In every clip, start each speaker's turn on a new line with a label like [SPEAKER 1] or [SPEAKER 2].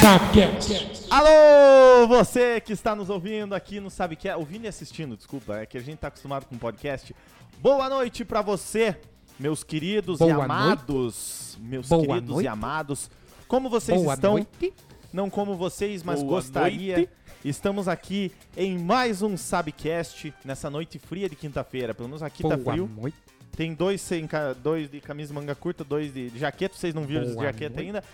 [SPEAKER 1] Sabcast.
[SPEAKER 2] Alô, você que está nos ouvindo aqui no Sabe Que É, ouvindo e assistindo, desculpa, é que a gente tá acostumado com podcast. Boa noite pra você, meus queridos e
[SPEAKER 3] Boa
[SPEAKER 2] amados, meus
[SPEAKER 3] Boa
[SPEAKER 2] queridos e
[SPEAKER 3] noite.
[SPEAKER 2] amados. Como vocês
[SPEAKER 3] Boa
[SPEAKER 2] estão?
[SPEAKER 3] noite.
[SPEAKER 2] Não como vocês, mas
[SPEAKER 4] Boa
[SPEAKER 2] gostaria.
[SPEAKER 4] noite.
[SPEAKER 2] Estamos aqui em mais um Sabcast nessa noite fria de quinta-feira. Pelo menos aqui tá
[SPEAKER 3] Boa
[SPEAKER 2] frio.
[SPEAKER 3] noite.
[SPEAKER 2] Tem dois, sem ca- dois de camisa manga curta, dois de de jaqueta. Vocês não viram os de
[SPEAKER 3] Boa
[SPEAKER 2] jaqueta
[SPEAKER 3] noite.
[SPEAKER 2] ainda.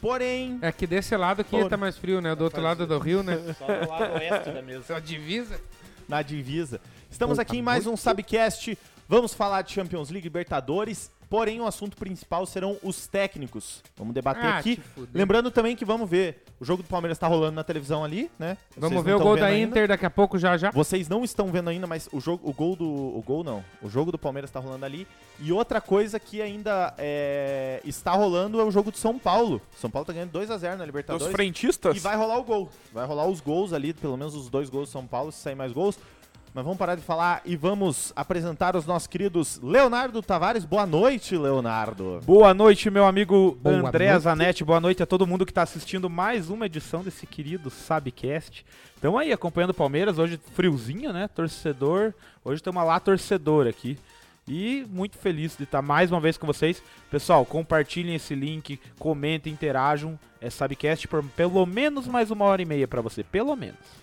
[SPEAKER 2] Porém,
[SPEAKER 3] É que desse lado aqui
[SPEAKER 2] Porra.
[SPEAKER 3] tá mais frio, né? Do outro lado do rio, né?
[SPEAKER 4] Só do lado oeste da mesa.
[SPEAKER 3] Só divisa.
[SPEAKER 2] na divisa. Estamos
[SPEAKER 3] Boa
[SPEAKER 2] aqui em mais um Sabcast. Vamos falar de Champions League Libertadores, porém o assunto principal serão os técnicos. Vamos debater
[SPEAKER 3] Ah,
[SPEAKER 2] aqui.
[SPEAKER 3] te fuder.
[SPEAKER 2] Lembrando também que vamos ver, o jogo do Palmeiras tá rolando na televisão ali, né? Vocês não
[SPEAKER 3] Vamos ver o
[SPEAKER 2] tão
[SPEAKER 3] gol
[SPEAKER 2] vendo
[SPEAKER 3] da
[SPEAKER 2] ainda.
[SPEAKER 3] Inter daqui a pouco já já.
[SPEAKER 2] Vocês não estão vendo ainda, mas o jogo, o gol do, o gol não, o jogo do Palmeiras tá rolando ali. E outra coisa que ainda é, está rolando é o jogo do São Paulo. São Paulo tá ganhando 2 a 0 na
[SPEAKER 4] Dos
[SPEAKER 2] Libertadores. E
[SPEAKER 4] frentistas?
[SPEAKER 2] vai rolar o gol. Vai rolar os gols ali, pelo menos os dois gols do São Paulo, se sair mais gols. Mas vamos parar de falar e vamos apresentar os nossos queridos Leonardo Tavares. Boa noite, Leonardo.
[SPEAKER 4] Boa noite, meu amigo
[SPEAKER 3] Boa
[SPEAKER 4] André
[SPEAKER 3] noite.
[SPEAKER 4] Zanetti. Boa noite a todo mundo que tá assistindo mais uma edição desse querido Sabcast. Tamo aí acompanhando o Palmeiras, hoje friozinho, né? Torcedor. Hoje estamos lá torcedor aqui. E muito feliz de estar mais uma vez com vocês. Pessoal, compartilhem esse link, comentem, interajam. É Sabcast por pelo menos mais uma hora e meia pra você, pelo menos.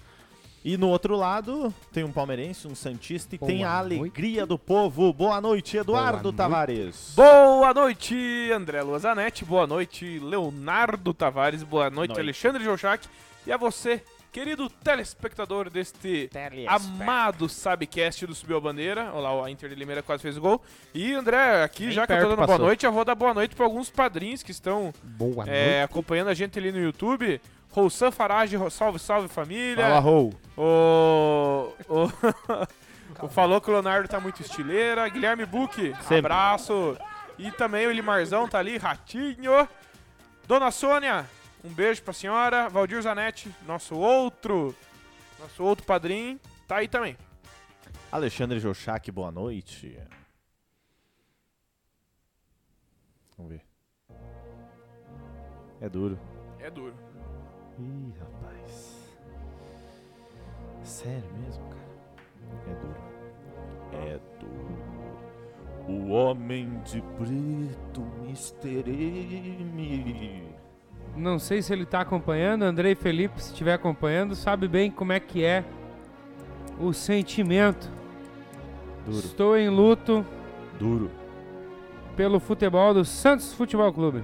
[SPEAKER 2] E no outro lado tem um palmeirense, um santista e
[SPEAKER 3] Boa
[SPEAKER 2] tem a
[SPEAKER 3] noite.
[SPEAKER 2] alegria do povo. Boa noite, Eduardo
[SPEAKER 3] Boa noite.
[SPEAKER 2] Tavares.
[SPEAKER 5] Boa noite, André Luazanetti. Boa noite, Leonardo Tavares. Boa noite,
[SPEAKER 2] Noite.
[SPEAKER 5] Alexandre Jochac. E a você, querido telespectador deste amado Sabcast do Subiu a Bandeira. Olha lá, a Inter de Limeira quase fez o gol. E, André, aqui,
[SPEAKER 4] Nem
[SPEAKER 5] já que eu tô
[SPEAKER 4] perto
[SPEAKER 5] dando
[SPEAKER 4] passou.
[SPEAKER 5] boa noite, eu vou dar boa noite para alguns padrinhos que estão
[SPEAKER 3] Boa
[SPEAKER 5] é,
[SPEAKER 3] noite.
[SPEAKER 5] acompanhando a gente ali no YouTube. Roussan Farage, Ro- salve, salve família.
[SPEAKER 4] Fala, Rou.
[SPEAKER 5] O. O. o falou que o Leonardo tá muito estileira. Guilherme Buck,
[SPEAKER 4] Sempre.
[SPEAKER 5] abraço. E também o Elimarzão tá ali, ratinho. Dona Sônia, um beijo pra senhora. Valdir Zanetti, nosso outro. Nosso outro padrinho, tá aí também.
[SPEAKER 2] Alexandre Jochac, boa noite. Vamos ver. É duro.
[SPEAKER 5] É duro.
[SPEAKER 2] Ih, rapaz. Sério mesmo, cara? É duro. É duro. O homem de preto, Mr. M.
[SPEAKER 3] Não sei se ele tá acompanhando. Andrei Felipe, se estiver acompanhando, sabe bem como é que é o sentimento.
[SPEAKER 2] Duro,
[SPEAKER 3] Estou em luto
[SPEAKER 2] duro.
[SPEAKER 3] pelo futebol do Santos Futebol Clube.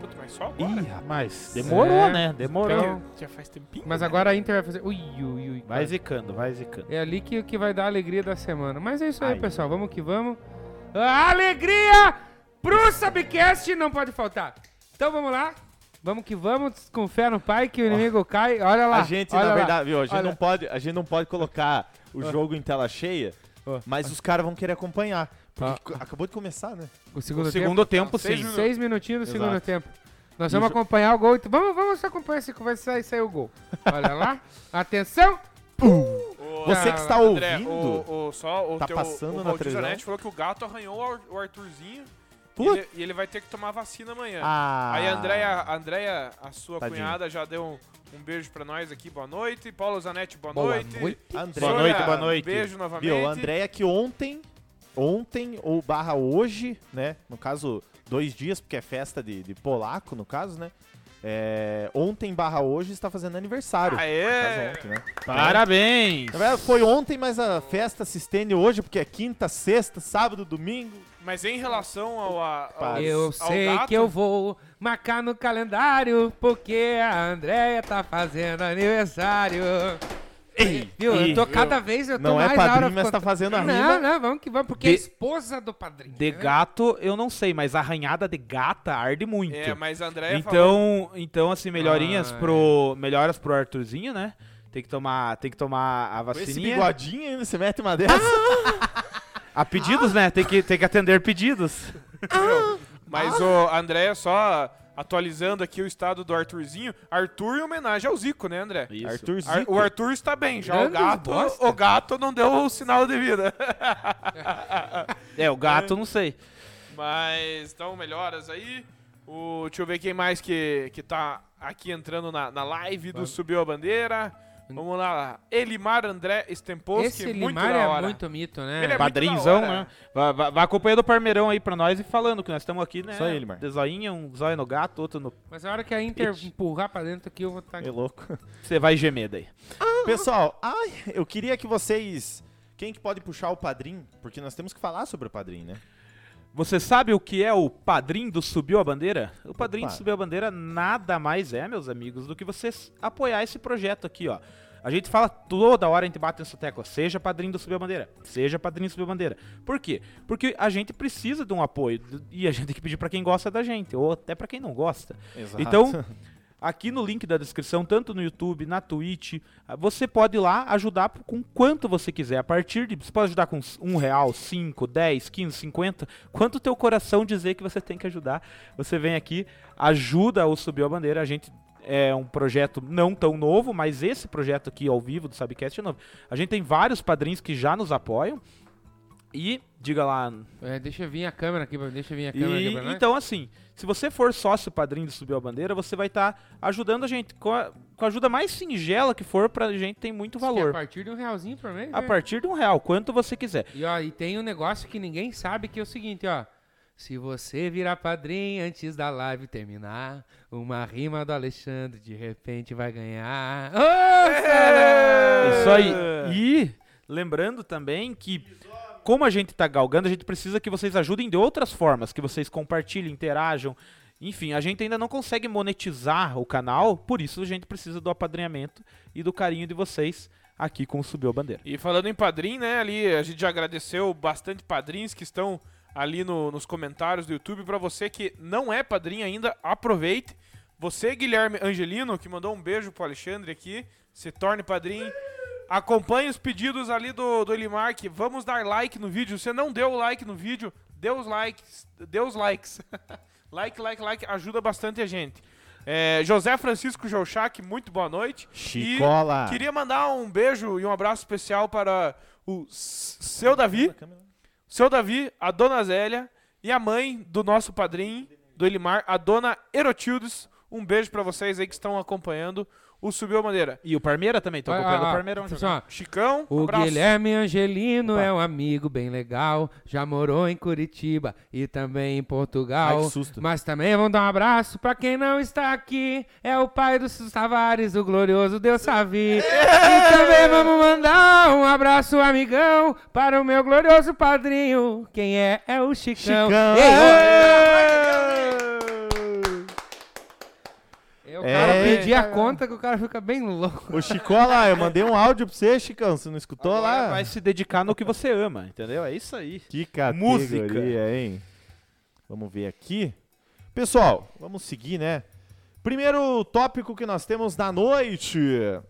[SPEAKER 5] Puta, mas só agora?
[SPEAKER 4] Ih, rapaz. Demorou,
[SPEAKER 3] É.
[SPEAKER 4] né? Demorou.
[SPEAKER 3] Então,
[SPEAKER 5] Já faz tempinho.
[SPEAKER 3] mas agora a Inter vai fazer. Ui, ui, ui.
[SPEAKER 4] Vai
[SPEAKER 3] quase.
[SPEAKER 4] zicando, vai zicando.
[SPEAKER 3] É ali que, que vai dar a alegria da semana. Mas é isso aí,
[SPEAKER 4] Aí.
[SPEAKER 3] pessoal. Vamos que vamos. A alegria pro Subcast não pode faltar. Então vamos lá. Vamos que vamos. Com fé no pai que o inimigo cai. Olha lá.
[SPEAKER 2] A gente,
[SPEAKER 3] Ah, olha
[SPEAKER 2] na
[SPEAKER 3] lá.
[SPEAKER 2] verdade, viu? A gente,
[SPEAKER 3] Olha.
[SPEAKER 2] não pode, a gente não pode colocar o jogo em tela cheia,
[SPEAKER 3] Ó.
[SPEAKER 2] mas os caras vão querer acompanhar.
[SPEAKER 3] Ah.
[SPEAKER 2] Porque co- acabou de começar, né?
[SPEAKER 3] O segundo,
[SPEAKER 4] Segundo tempo, tá
[SPEAKER 5] seis
[SPEAKER 4] sim.
[SPEAKER 3] tempo. Seis minutinhos do
[SPEAKER 2] Exato.
[SPEAKER 3] segundo tempo. Nós vamos acompanhar o gol. Então, Vamos, vamos acompanhar se vai sair, sair o gol. Olha lá. Atenção.
[SPEAKER 5] Ô,
[SPEAKER 2] Você que está
[SPEAKER 5] André,
[SPEAKER 2] ouvindo.
[SPEAKER 5] o, o- só o
[SPEAKER 2] tá
[SPEAKER 5] teu,
[SPEAKER 2] passando
[SPEAKER 5] o
[SPEAKER 2] na
[SPEAKER 5] Valdir
[SPEAKER 2] televisão?
[SPEAKER 5] Zanetti falou que o gato arranhou o Ar- o Arthurzinho. E
[SPEAKER 2] Putz.
[SPEAKER 5] ele, e ele vai ter que tomar vacina amanhã.
[SPEAKER 2] Ah.
[SPEAKER 5] É. Aí a Andréia, a Andréia, a sua
[SPEAKER 2] Tadinho.
[SPEAKER 5] cunhada, já deu um, um beijo pra nós aqui, boa noite. Paulo Zanetti, boa,
[SPEAKER 3] Boa
[SPEAKER 5] noite.
[SPEAKER 3] noite.
[SPEAKER 2] André.
[SPEAKER 4] Boa
[SPEAKER 5] Sônia,
[SPEAKER 4] noite, boa noite.
[SPEAKER 5] Beijo novamente.
[SPEAKER 2] Viu, a Andréia que ontem, ontem ou barra hoje, né? No caso, dois dias, porque é festa de, de polaco, no caso, né? É, ontem barra hoje está fazendo aniversário. No
[SPEAKER 5] Aê!
[SPEAKER 2] caso, ontem, né?
[SPEAKER 4] Parabéns!
[SPEAKER 2] Na verdade, foi ontem, mas a festa se estende hoje, porque é quinta, sexta, sábado, domingo.
[SPEAKER 5] Mas em relação ao. a- ao-
[SPEAKER 3] Eu
[SPEAKER 5] ao
[SPEAKER 3] sei
[SPEAKER 5] gato,
[SPEAKER 3] que eu vou marcar no calendário, porque a Andréia tá fazendo aniversário. Viu? eu tô cada vez, eu tô
[SPEAKER 2] Não
[SPEAKER 3] mais
[SPEAKER 2] é
[SPEAKER 3] Laura
[SPEAKER 2] padrinho, mas
[SPEAKER 3] ficou-
[SPEAKER 2] tá fazendo a
[SPEAKER 3] Não,
[SPEAKER 2] rima.
[SPEAKER 3] não, vamos que vamos, porque é
[SPEAKER 4] De-
[SPEAKER 3] esposa do padrinho.
[SPEAKER 4] De
[SPEAKER 3] né?
[SPEAKER 4] gato, eu não sei, mas arranhada de gata arde muito.
[SPEAKER 5] É, mas a Andréia falou.
[SPEAKER 4] então, então, assim, melhorinhas
[SPEAKER 3] Ah,
[SPEAKER 4] pro. Melhoras pro Arthurzinho, né? Tem que tomar, tem que tomar a
[SPEAKER 2] Com esse
[SPEAKER 4] vacininha.
[SPEAKER 2] bigodinho ainda, você mete uma dessa.
[SPEAKER 3] Ah!
[SPEAKER 4] A pedidos, né? Tem que, tem que atender pedidos.
[SPEAKER 5] Mas
[SPEAKER 4] Ah.
[SPEAKER 5] o Andréia só atualizando aqui o estado do Arthurzinho. Arthur em homenagem ao Zico, né, André?
[SPEAKER 2] Arthur
[SPEAKER 5] Ar-
[SPEAKER 2] Zico.
[SPEAKER 5] o Arthur está bem, já o
[SPEAKER 3] Grandes
[SPEAKER 5] gato,
[SPEAKER 3] bosta.
[SPEAKER 5] o gato não deu o sinal de vida.
[SPEAKER 4] É, o gato, não sei.
[SPEAKER 5] Mas então melhoras aí. O, deixa eu ver quem mais que, que tá aqui entrando na, na live do Subiu a Bandeira. Vamos lá. Elimar André Stemposki,
[SPEAKER 3] Hum. Esse
[SPEAKER 5] muito
[SPEAKER 3] Limar
[SPEAKER 5] da
[SPEAKER 3] é
[SPEAKER 5] hora.
[SPEAKER 3] muito mito, né?
[SPEAKER 5] Ele é
[SPEAKER 4] Padrinzão,
[SPEAKER 5] muito da hora.
[SPEAKER 4] né? Vai, vai- vai acompanhando o Parmeirão aí pra nós e falando que nós estamos aqui, né?
[SPEAKER 2] Isso aí, Elimar.
[SPEAKER 4] De zoinha, um zóio no gato, outro no.
[SPEAKER 3] Mas a hora que a Inter empurrar pra dentro aqui, eu vou tá- estar...
[SPEAKER 2] É louco.
[SPEAKER 4] Você vai gemer daí.
[SPEAKER 2] Pessoal, ai, eu queria que vocês. Quem que pode puxar o padrinho? Porque nós temos que falar sobre o padrinho, né?
[SPEAKER 4] Você sabe o que é o padrinho do Subiu a Bandeira? O padrinho
[SPEAKER 2] Opa.
[SPEAKER 4] do Subiu a Bandeira nada mais é, meus amigos, do que você s- apoiar esse projeto aqui, ó. A gente fala toda hora, a gente bate nessa tecla, seja padrinho do Subiu a Bandeira, seja padrinho do Subiu a Bandeira. Por quê? Porque a gente precisa de um apoio d- e a gente tem que pedir pra quem gosta da gente, ou até pra quem não gosta.
[SPEAKER 2] Exato.
[SPEAKER 4] Então, aqui no link da descrição, tanto no YouTube, na Twitch, ah, você pode ir lá ajudar p- com quanto você quiser. A partir de. Você pode ajudar com s- um real, cinco, dez, quinze, cinquenta. Quanto o teu coração dizer que você tem que ajudar, você vem aqui, ajuda o Subiu a Bandeira. A gente é um projeto não tão novo, mas esse projeto aqui ao vivo do Subcast é novo. A gente tem vários padrinhos que já nos apoiam. E, diga lá,
[SPEAKER 3] É, deixa eu vir a câmera aqui, pra- deixa eu vir a É câmera né? aqui pra
[SPEAKER 4] e,
[SPEAKER 3] nós.
[SPEAKER 4] então, assim, se você for sócio padrinho do Subiu a Bandeira, você vai estar ajudando a gente. Com a, com a ajuda mais singela que for pra gente, tem muito
[SPEAKER 3] Diz que é A
[SPEAKER 4] valor.
[SPEAKER 3] partir de um realzinho por mês,
[SPEAKER 4] A
[SPEAKER 3] né?
[SPEAKER 4] partir de um real, quanto você quiser.
[SPEAKER 3] E, ó, e tem um negócio que ninguém sabe, que é o seguinte, ó. Se você virar padrinho antes da live terminar, uma rima do Alexandre de repente vai ganhar. Ô, Sara!
[SPEAKER 4] Isso aí.
[SPEAKER 3] É.
[SPEAKER 4] E lembrando também que, como a gente tá galgando, a gente precisa que vocês ajudem de outras formas, que vocês compartilhem, interajam. Enfim, a gente ainda não consegue monetizar o canal, por isso a gente precisa do apadrinhamento e do carinho de vocês aqui com o Subiu a Bandeira.
[SPEAKER 5] E falando em padrinho, né, ali a gente já agradeceu bastante padrinhos que estão ali no- nos comentários do YouTube. Pra você que não é padrinho ainda, aproveite. Você, Guilherme Angelino, que mandou um beijo pro Alexandre aqui, se torne padrinho. Acompanhe os pedidos ali do, do Elimar, que vamos dar like no vídeo. Se não deu o like no vídeo, dê os likes. Dê os likes. like, like, like, ajuda bastante a gente. É, José Francisco Jouchac, muito boa noite. E-
[SPEAKER 2] Chicola.
[SPEAKER 5] Queria mandar um beijo e um abraço especial para o S- seu Davi, seu Davi, a dona Zélia e a mãe do nosso padrinho, do Elimar, a dona Erotildes. Um beijo para vocês aí que estão acompanhando o Subiu a Bandeira.
[SPEAKER 4] E o Parmeira também, tô
[SPEAKER 3] Ó, ó,
[SPEAKER 4] acompanhando
[SPEAKER 3] ó,
[SPEAKER 4] o Parmeirão.
[SPEAKER 3] tipo
[SPEAKER 4] jogando.
[SPEAKER 3] assim, ó,
[SPEAKER 5] Chicão,
[SPEAKER 3] O
[SPEAKER 5] abraço.
[SPEAKER 3] Guilherme Angelino é um amigo bem legal, já morou em Curitiba e também em Portugal.
[SPEAKER 2] Ai, que susto.
[SPEAKER 3] Mas também vamos dar um abraço pra quem não está aqui. É o pai dos Tavares, o glorioso Deus Savi. E também vamos mandar um abraço, amigão, para o meu glorioso padrinho. Quem é? É o Chicão.
[SPEAKER 2] Chicão.
[SPEAKER 3] Ei, o
[SPEAKER 2] É.
[SPEAKER 3] cara pedir a conta que o cara fica bem louco.
[SPEAKER 2] Ô, Chicola, eu mandei um áudio pra você, Chicão. Você não escutou
[SPEAKER 4] Agora
[SPEAKER 2] lá?
[SPEAKER 4] vai se dedicar no que você ama, entendeu? É isso aí.
[SPEAKER 2] Que
[SPEAKER 4] Música.
[SPEAKER 2] categoria, hein? Vamos ver aqui. Pessoal, vamos seguir, né? Primeiro tópico que nós temos na noite.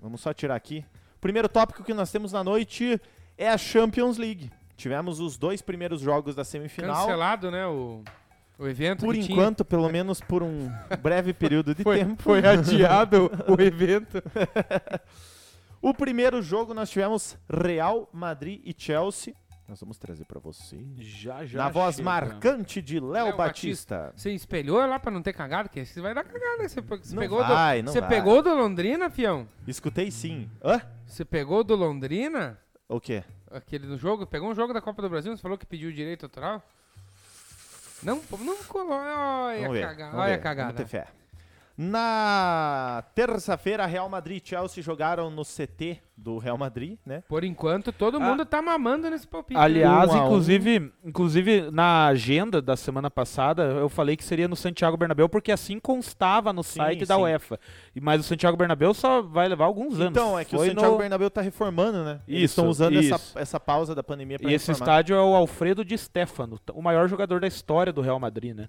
[SPEAKER 2] Vamos só tirar aqui. Primeiro tópico que nós temos na noite é a Champions League. Tivemos os dois primeiros jogos da semifinal.
[SPEAKER 3] Cancelado, né? O, o evento
[SPEAKER 2] Por
[SPEAKER 3] que tinha.
[SPEAKER 2] enquanto, pelo menos por um breve período de tempo.
[SPEAKER 3] adiado o evento.
[SPEAKER 2] O primeiro jogo nós tivemos Real Madrid e Chelsea. Nós vamos trazer pra vocês.
[SPEAKER 4] Já,
[SPEAKER 2] Na voz marcante de Léo
[SPEAKER 3] Léo Batista.
[SPEAKER 2] Batista.
[SPEAKER 3] Você espelhou lá pra não ter cagado? Que você vai dar cagada. Você, pe- você
[SPEAKER 2] Não
[SPEAKER 3] pegou
[SPEAKER 2] vai,
[SPEAKER 3] do,
[SPEAKER 2] não
[SPEAKER 3] Você
[SPEAKER 2] vai.
[SPEAKER 3] pegou do Londrina, fião?
[SPEAKER 2] Escutei sim. Hã?
[SPEAKER 3] Você pegou do Londrina?
[SPEAKER 2] O quê?
[SPEAKER 3] Aquele no jogo? Pegou um jogo da Copa do Brasil? Você falou que pediu direito autoral? Não, não colou. Olha
[SPEAKER 2] Vamos ver.
[SPEAKER 3] a cagada.
[SPEAKER 2] vamos
[SPEAKER 3] Olha a
[SPEAKER 2] ver, Vamos ter
[SPEAKER 3] cagada.
[SPEAKER 2] fé. Na terça-feira, Real Madrid e Chelsea jogaram no CT do Real Madrid, né?
[SPEAKER 3] Por enquanto, todo mundo tá mamando nesse palpite.
[SPEAKER 4] Aliás,
[SPEAKER 2] Um a um.
[SPEAKER 4] inclusive, inclusive na agenda da semana passada, eu falei que seria no Santiago Bernabéu porque assim constava no
[SPEAKER 2] Sim,
[SPEAKER 4] site da
[SPEAKER 2] sim.
[SPEAKER 4] UEFA. E mas o Santiago Bernabéu só vai levar alguns anos.
[SPEAKER 2] Então, é que o
[SPEAKER 4] Foi
[SPEAKER 2] Santiago
[SPEAKER 4] no-
[SPEAKER 2] Bernabéu tá reformando, né? Eles
[SPEAKER 4] Isso,
[SPEAKER 2] estão usando
[SPEAKER 4] isso.
[SPEAKER 2] Essa, essa pausa da pandemia pra
[SPEAKER 4] E esse
[SPEAKER 2] reformar.
[SPEAKER 4] estádio é o Alfredo Di Stefano, t- o maior jogador da história do Real Madrid, né?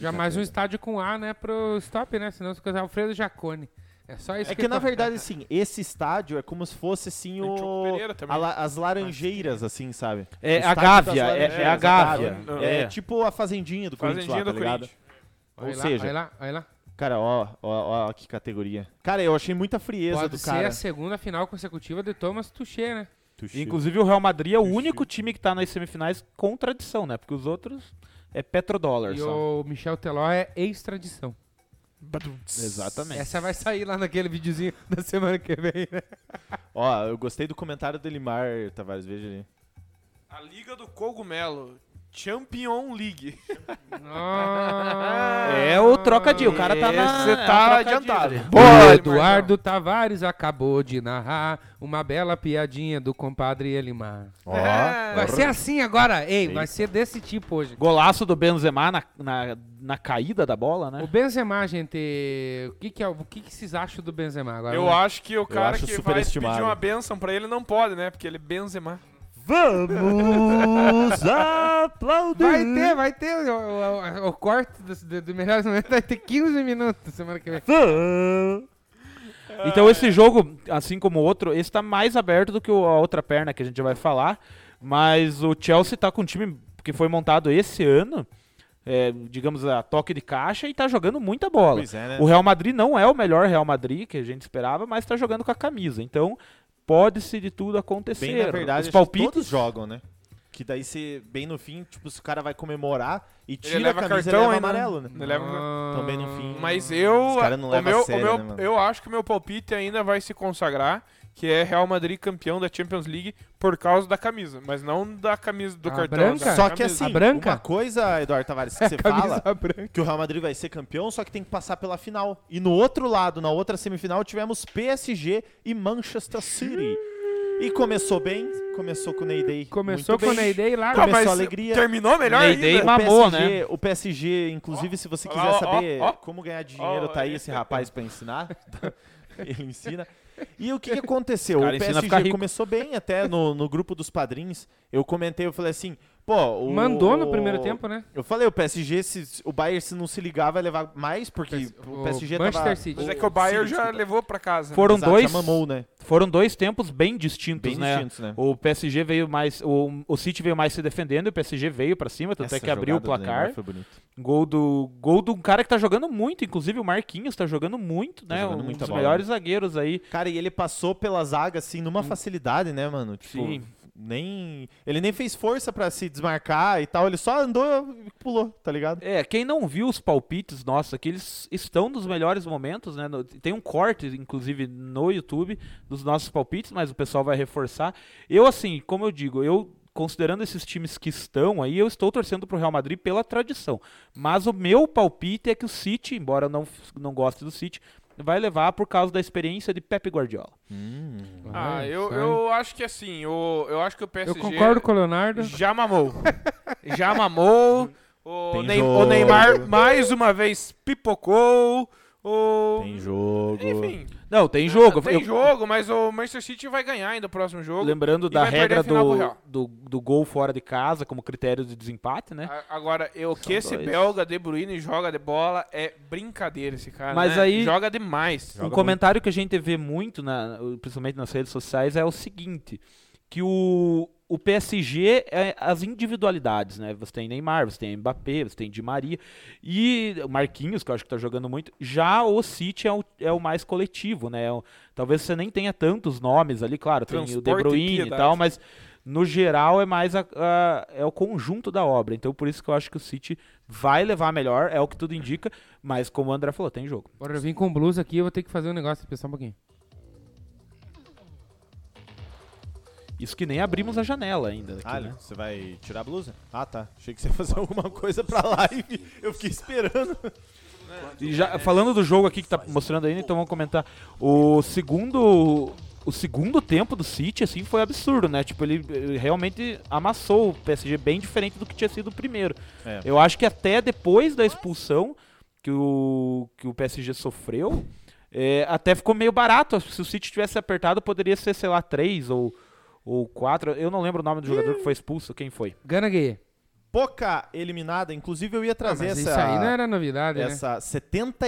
[SPEAKER 3] Já mais um estádio com A, né? Pro stop, né? Senão fica Alfredo Jacone. É só isso
[SPEAKER 2] É que, na
[SPEAKER 3] eu tô-
[SPEAKER 2] verdade, assim, esse estádio é como se fosse, assim, o...
[SPEAKER 5] Antioco Pereira também.
[SPEAKER 2] a la- as laranjeiras, assim, sabe? O
[SPEAKER 4] É a
[SPEAKER 2] estádio das
[SPEAKER 4] Gávea, é, é a
[SPEAKER 2] Laranjeiras,
[SPEAKER 4] Gávea.
[SPEAKER 5] Gávea.
[SPEAKER 2] É,
[SPEAKER 4] É.
[SPEAKER 2] tipo a fazendinha do Corinthians
[SPEAKER 5] Fazendinha
[SPEAKER 2] lá,
[SPEAKER 5] do
[SPEAKER 2] tá ligado?
[SPEAKER 5] Corinthians.
[SPEAKER 2] Ou
[SPEAKER 3] Olha lá,
[SPEAKER 2] seja,
[SPEAKER 3] olha lá, olha lá.
[SPEAKER 2] cara, ó, ó, ó que categoria. Cara, eu achei muita frieza
[SPEAKER 3] Pode
[SPEAKER 2] do
[SPEAKER 3] ser
[SPEAKER 2] cara.
[SPEAKER 3] a segunda final consecutiva de Thomas Tuchel, né?
[SPEAKER 2] Tuxi.
[SPEAKER 4] Inclusive o Real Madrid é o único time que tá nas semifinais com tradição, né? Porque os outros é petrodólar
[SPEAKER 3] E
[SPEAKER 4] só.
[SPEAKER 3] o Michel Teló é extradição.
[SPEAKER 2] Exatamente.
[SPEAKER 3] Essa vai sair lá naquele videozinho da semana que vem, né?
[SPEAKER 2] Ó, eu gostei do comentário do Elimar, Tavares, veja ali.
[SPEAKER 5] A Liga do Cogumelo. Champion League.
[SPEAKER 4] É o trocadilho, o cara tá na...
[SPEAKER 5] Você
[SPEAKER 4] é o
[SPEAKER 5] tá
[SPEAKER 4] trocadilho.
[SPEAKER 5] adiantado.
[SPEAKER 3] O
[SPEAKER 5] Boa,
[SPEAKER 3] Eduardo Tavares acabou de narrar uma bela piadinha do compadre Elimar.
[SPEAKER 2] Ó,
[SPEAKER 5] É.
[SPEAKER 3] Vai ser assim agora, ei, vai ser desse tipo hoje.
[SPEAKER 4] Golaço do Benzema na, na, na caída da bola,
[SPEAKER 3] O
[SPEAKER 4] né?
[SPEAKER 3] Benzema, gente, o que que, é, o que que vocês acham do Benzema agora?
[SPEAKER 5] Eu acho que o cara
[SPEAKER 2] acho
[SPEAKER 5] que vai pedir
[SPEAKER 2] superestimado.
[SPEAKER 5] uma benção pra ele não pode, né? Porque ele é Benzema.
[SPEAKER 2] Vamos aplaudir!
[SPEAKER 3] Vai ter, vai ter o, o- o- o corte dos do, do melhores momentos, vai ter 15 minutos semana que vem.
[SPEAKER 4] Então esse jogo, assim como o outro, esse tá mais aberto do que o- a outra perna que a gente vai falar. Mas o Chelsea tá com um time que foi montado esse ano, é, digamos, a toque de caixa, e tá jogando muita bola.
[SPEAKER 2] Pois é, né?
[SPEAKER 4] O Real Madrid não é o melhor Real Madrid que a gente esperava, mas tá jogando com a camisa. Então pode-se de tudo acontecer.
[SPEAKER 2] Bem, na verdade,
[SPEAKER 4] Os
[SPEAKER 2] acho que
[SPEAKER 4] palpites
[SPEAKER 2] todos jogam, né? Que daí se bem no fim, tipo, se o cara vai comemorar e tira
[SPEAKER 5] leva
[SPEAKER 2] a camisa
[SPEAKER 5] cartão
[SPEAKER 2] ele leva
[SPEAKER 5] ainda.
[SPEAKER 2] amarelo, né?
[SPEAKER 5] Ele leva-
[SPEAKER 2] Também no fim.
[SPEAKER 5] Mas eu.
[SPEAKER 2] Os cara não
[SPEAKER 5] o
[SPEAKER 2] leva a
[SPEAKER 5] meu, o
[SPEAKER 2] sério,
[SPEAKER 5] meu-
[SPEAKER 2] né, mano?
[SPEAKER 5] eu acho que o meu palpite ainda vai se consagrar, que é Real Madrid campeão da Champions League por causa da camisa, mas não da camisa do
[SPEAKER 3] A
[SPEAKER 5] cartão.
[SPEAKER 3] branca?
[SPEAKER 5] da
[SPEAKER 2] Só que
[SPEAKER 5] camisa.
[SPEAKER 2] assim,
[SPEAKER 3] branca?
[SPEAKER 2] uma coisa, Eduardo Tavares, que você
[SPEAKER 3] Camisa
[SPEAKER 2] fala
[SPEAKER 3] branca.
[SPEAKER 2] que o Real Madrid vai ser campeão, só que tem que passar pela final. E no outro lado, na outra semifinal, tivemos PSG e Manchester City. E começou bem, começou com o Ney Day.
[SPEAKER 3] Começou
[SPEAKER 2] muito
[SPEAKER 3] com o
[SPEAKER 2] bem.
[SPEAKER 3] Neidei lá.
[SPEAKER 5] Ah,
[SPEAKER 2] Começou
[SPEAKER 5] mas
[SPEAKER 2] a alegria.
[SPEAKER 5] Terminou melhor
[SPEAKER 4] Ney
[SPEAKER 5] ainda.
[SPEAKER 4] Day,
[SPEAKER 2] O
[SPEAKER 4] mas- Mamou,
[SPEAKER 2] PSG, o PSG, inclusive, se você
[SPEAKER 5] né? ó,
[SPEAKER 2] quiser
[SPEAKER 5] ó,
[SPEAKER 2] saber
[SPEAKER 5] ó.
[SPEAKER 2] como ganhar dinheiro,
[SPEAKER 5] Ó,
[SPEAKER 2] tá aí
[SPEAKER 5] é.
[SPEAKER 2] esse rapaz pra ensinar. Ele ensina. E o que, que aconteceu?
[SPEAKER 4] Cara,
[SPEAKER 2] o
[SPEAKER 4] ensina a ficar
[SPEAKER 2] PSG
[SPEAKER 4] rico.
[SPEAKER 2] começou bem até no, no grupo dos padrinhos. Eu comentei, eu falei assim, pô, o,
[SPEAKER 3] Mandou no primeiro tempo, né?
[SPEAKER 2] Eu falei, o PSG, se o Bayern se não se ligar, vai levar mais, porque o,
[SPEAKER 3] o
[SPEAKER 2] PSG
[SPEAKER 3] Manchester
[SPEAKER 2] tava...
[SPEAKER 3] City.
[SPEAKER 5] Mas é que o Bayern
[SPEAKER 2] City,
[SPEAKER 5] já
[SPEAKER 2] desculpa.
[SPEAKER 5] levou pra casa.
[SPEAKER 4] foram
[SPEAKER 2] Exato,
[SPEAKER 4] dois.
[SPEAKER 2] Já mamou, né?
[SPEAKER 4] Foram dois tempos bem distintos,
[SPEAKER 2] Bem
[SPEAKER 4] né?
[SPEAKER 2] distintos, né?
[SPEAKER 4] O PSG veio mais, o, o City veio mais se defendendo, e o PSG veio pra cima, tanto é
[SPEAKER 2] Essa
[SPEAKER 4] que abriu o
[SPEAKER 2] jogada do Neymar
[SPEAKER 4] placar.
[SPEAKER 2] Foi bonito.
[SPEAKER 4] Gol do gol de um cara que tá jogando muito, inclusive o Marquinhos tá jogando muito,
[SPEAKER 2] Tá
[SPEAKER 4] né?
[SPEAKER 2] jogando
[SPEAKER 4] um
[SPEAKER 2] muita
[SPEAKER 4] dos
[SPEAKER 2] bola,
[SPEAKER 4] melhores zagueiros aí.
[SPEAKER 2] Cara, e ele passou pela zaga, assim, numa facilidade, né, mano? Tipo,
[SPEAKER 4] Hum. Sim.
[SPEAKER 2] nem... Ele nem fez força pra se desmarcar e tal, ele só andou e pulou, tá ligado?
[SPEAKER 4] É, quem não viu os palpites nossos aqui, eles estão nos melhores momentos, né? No- Tem um corte, inclusive, no YouTube dos nossos palpites, mas o pessoal vai reforçar. Eu, assim, como eu digo, eu. Considerando esses times que estão aí, eu estou torcendo pro Real Madrid pela tradição. Mas o meu palpite é que o City, embora eu não, f- não goste do City, vai levar por causa da experiência de Pepe Guardiola.
[SPEAKER 5] Ah,
[SPEAKER 4] Hum,
[SPEAKER 3] Olha
[SPEAKER 5] eu,
[SPEAKER 3] só.
[SPEAKER 5] eu acho que assim, eu, eu acho que o
[SPEAKER 3] Eu
[SPEAKER 5] PSG
[SPEAKER 3] concordo com o Leonardo.
[SPEAKER 5] já mamou. já mamou. O,
[SPEAKER 2] Tem
[SPEAKER 5] Ney- o
[SPEAKER 2] jogo.
[SPEAKER 5] Neymar mais uma vez pipocou. O...
[SPEAKER 2] Tem jogo.
[SPEAKER 5] Enfim,
[SPEAKER 4] Não, tem jogo.
[SPEAKER 5] tem
[SPEAKER 4] eu-
[SPEAKER 5] jogo, mas o Manchester City vai ganhar ainda o próximo jogo.
[SPEAKER 4] Lembrando
[SPEAKER 5] E
[SPEAKER 4] da
[SPEAKER 5] vai perder
[SPEAKER 4] regra
[SPEAKER 5] a final pro
[SPEAKER 4] do,
[SPEAKER 5] Real.
[SPEAKER 4] do, do gol fora de casa como critério de desempate, né?
[SPEAKER 5] A- Agora, o que esse
[SPEAKER 4] dois.
[SPEAKER 5] belga De Bruyne joga de bola é brincadeira esse cara,
[SPEAKER 4] Mas
[SPEAKER 5] né?
[SPEAKER 4] aí-
[SPEAKER 5] Joga demais.
[SPEAKER 4] um comentário que a gente vê muito, na, principalmente nas redes sociais, é o seguinte: que o, o PSG é as individualidades, né? Você tem Neymar, você tem Mbappé, você tem Di Maria e o Marquinhos, que eu acho que tá jogando muito. Já o City é o, é o mais coletivo, né? É o- talvez você nem tenha tantos nomes ali, claro, tem o De
[SPEAKER 5] Transporte e
[SPEAKER 4] Bruyne e
[SPEAKER 5] piedade.
[SPEAKER 4] tal, mas no geral é mais a- a- é o conjunto da obra. Então por isso que eu acho que o City vai levar melhor, é o que tudo indica, mas como o André falou, tem jogo.
[SPEAKER 3] Bora, eu vim com blusa aqui, eu vou ter que fazer um negócio, pessoal, um pouquinho.
[SPEAKER 4] Isso que nem abrimos a janela ainda. Aqui,
[SPEAKER 2] Ah,
[SPEAKER 4] né?
[SPEAKER 2] você vai tirar a blusa? Ah, tá. Achei que você ia fazer alguma coisa pra live. Eu fiquei esperando.
[SPEAKER 4] E já, falando do jogo aqui que tá mostrando ainda, então vamos comentar. O segundo. O segundo tempo do City, assim, foi absurdo, né? Tipo, ele, ele realmente amassou o PSG bem diferente do que tinha sido o primeiro.
[SPEAKER 2] É.
[SPEAKER 4] Eu acho que até depois da expulsão que o, que o PSG sofreu, é, até ficou meio barato. Se o City tivesse apertado, poderia ser, sei lá, três ou, ou quatro. Eu não lembro o nome do jogador que foi expulso. Quem foi?
[SPEAKER 3] Gana Gay.
[SPEAKER 2] Pouca eliminada. Inclusive, eu ia
[SPEAKER 3] Ah, mas
[SPEAKER 2] trazer
[SPEAKER 3] isso
[SPEAKER 2] essa...
[SPEAKER 3] aí não era novidade, né?
[SPEAKER 2] Essa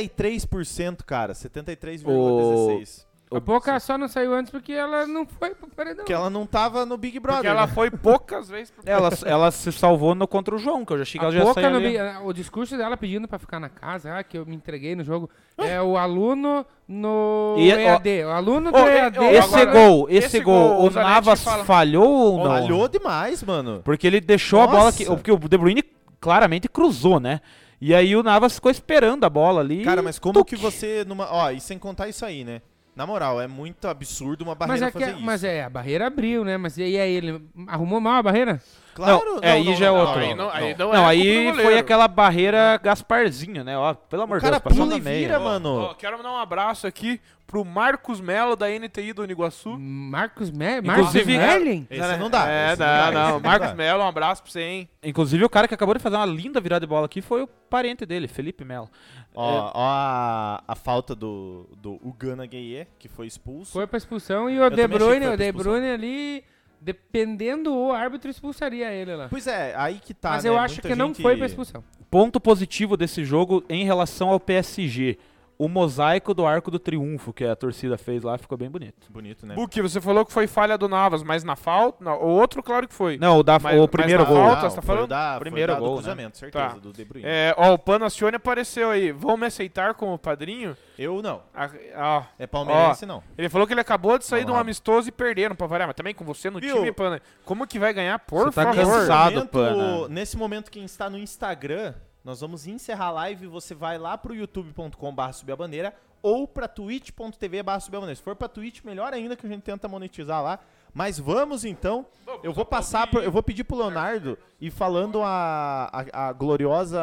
[SPEAKER 2] 73%, cara. 73,16%.
[SPEAKER 4] 73,16.
[SPEAKER 3] A Boca só não saiu antes porque ela não foi pro paredão.
[SPEAKER 2] Porque ela não tava no Big Brother.
[SPEAKER 5] Porque ela
[SPEAKER 2] né?
[SPEAKER 5] foi poucas vezes pro
[SPEAKER 4] Ela, ela se salvou no contra o João, que eu já achei que
[SPEAKER 3] A
[SPEAKER 4] ela já
[SPEAKER 3] Boca
[SPEAKER 4] saiu
[SPEAKER 3] no
[SPEAKER 4] ali.
[SPEAKER 3] Big- o discurso dela pedindo pra ficar na casa, ah, que eu me entreguei no jogo, é o aluno no
[SPEAKER 4] E- é- ó, é,
[SPEAKER 3] EAD. o aluno do
[SPEAKER 5] ó,
[SPEAKER 3] EAD.
[SPEAKER 5] ó,
[SPEAKER 4] Esse
[SPEAKER 5] Agora,
[SPEAKER 4] gol, esse,
[SPEAKER 5] esse
[SPEAKER 4] gol,
[SPEAKER 5] gol,
[SPEAKER 4] o
[SPEAKER 5] o Zanetti
[SPEAKER 4] Navas
[SPEAKER 5] fala-
[SPEAKER 4] falhou ou não?
[SPEAKER 2] Falhou demais, mano.
[SPEAKER 4] Porque ele deixou a bola que.
[SPEAKER 2] Nossa.
[SPEAKER 4] Porque o De Bruyne claramente cruzou, né? E aí o Navas ficou esperando a bola ali.
[SPEAKER 2] Cara, mas como
[SPEAKER 4] tuque.
[SPEAKER 2] que você. Numa... Ó, e sem contar isso aí, né? Na moral, é muito absurdo uma
[SPEAKER 3] Mas
[SPEAKER 2] barreira
[SPEAKER 3] é, que,
[SPEAKER 2] fazer isso.
[SPEAKER 3] mas é, a barreira abriu, né? Mas e aí ele arrumou mal a barreira?
[SPEAKER 2] Claro,
[SPEAKER 4] Não, é, aí já é
[SPEAKER 5] Não,
[SPEAKER 4] outro.
[SPEAKER 5] aí não, aí não,
[SPEAKER 4] Não,
[SPEAKER 5] é
[SPEAKER 4] aí
[SPEAKER 5] culpa do
[SPEAKER 4] foi
[SPEAKER 5] goleiro.
[SPEAKER 4] aquela barreira Gasparzinho, né? Ó, pelo amor
[SPEAKER 2] O
[SPEAKER 4] de
[SPEAKER 2] cara
[SPEAKER 4] Deus, passou
[SPEAKER 2] pula
[SPEAKER 4] na
[SPEAKER 2] e
[SPEAKER 4] meia. né?
[SPEAKER 2] vira, mano.
[SPEAKER 5] Ó, quero mandar um abraço aqui pro Marcos Melo da NTI do Uniguaçu.
[SPEAKER 3] Marcos Me Marcos
[SPEAKER 4] Hum? Inclusive-
[SPEAKER 3] Merlin?
[SPEAKER 4] né?
[SPEAKER 2] Esse não dá.
[SPEAKER 5] É,
[SPEAKER 2] esse dá,
[SPEAKER 5] não,
[SPEAKER 2] esse
[SPEAKER 5] não. Marcos
[SPEAKER 2] dá.
[SPEAKER 5] Melo, um abraço pra você, hein?
[SPEAKER 4] Inclusive, o cara que acabou de fazer uma linda virada de bola aqui foi o parente dele, Felipe Melo.
[SPEAKER 2] Ó, ó a, a falta do, do Ugana Gueye, que foi expulso.
[SPEAKER 3] Foi pra expulsão e o
[SPEAKER 2] Eu
[SPEAKER 3] De
[SPEAKER 2] também achei que
[SPEAKER 3] Bruyne,
[SPEAKER 2] foi
[SPEAKER 3] o
[SPEAKER 2] pra
[SPEAKER 3] De
[SPEAKER 2] expulsão.
[SPEAKER 3] Bruyne ali, dependendo o árbitro expulsaria ele lá.
[SPEAKER 2] Pois é, aí que tá.
[SPEAKER 3] Mas
[SPEAKER 2] né?
[SPEAKER 3] eu acho
[SPEAKER 2] Muita
[SPEAKER 3] que não
[SPEAKER 2] gente-
[SPEAKER 3] foi pra expulsão.
[SPEAKER 4] Ponto positivo desse jogo em relação ao PSG. O mosaico do Arco do Triunfo que a torcida fez lá ficou bem bonito.
[SPEAKER 2] Bonito, né?
[SPEAKER 5] Buki, você falou que foi falha do Navas, mas na falta. na- o outro, claro que foi.
[SPEAKER 4] Não, o, da,
[SPEAKER 5] Mas-
[SPEAKER 4] o primeiro
[SPEAKER 5] mas na
[SPEAKER 4] gol.
[SPEAKER 5] falta, você tá
[SPEAKER 2] foi
[SPEAKER 5] falando?
[SPEAKER 2] Da, primeiro foi
[SPEAKER 4] Primeiro
[SPEAKER 2] da
[SPEAKER 4] gol, né?
[SPEAKER 2] do cruzamento, certeza,
[SPEAKER 5] Tá.
[SPEAKER 2] do De Bruyne.
[SPEAKER 5] É, ó, o Panacione apareceu aí. Vão me aceitar como padrinho?
[SPEAKER 2] Eu não.
[SPEAKER 5] Ah, ó,
[SPEAKER 2] É palmeirense, não.
[SPEAKER 5] ele falou que ele acabou de sair de um
[SPEAKER 2] Vamos lá.
[SPEAKER 5] amistoso e perderam pra variar, mas também com você no
[SPEAKER 2] Viu?
[SPEAKER 5] time, Pana. Como que vai ganhar? Por
[SPEAKER 4] Você tá
[SPEAKER 5] favor.
[SPEAKER 4] cansado.
[SPEAKER 2] momento,
[SPEAKER 4] Pana.
[SPEAKER 2] Nesse momento, quem está tá no Instagram, nós vamos encerrar a live. Você vai lá pro youtube.com.br subir a bandeira ou pra twitch.tv barra subir a bandeira. Se for pra Twitch, melhor ainda que a gente tenta monetizar lá. Mas vamos então. Eu vou passar, pro- eu vou pedir pro Leonardo e falando a, a, a gloriosa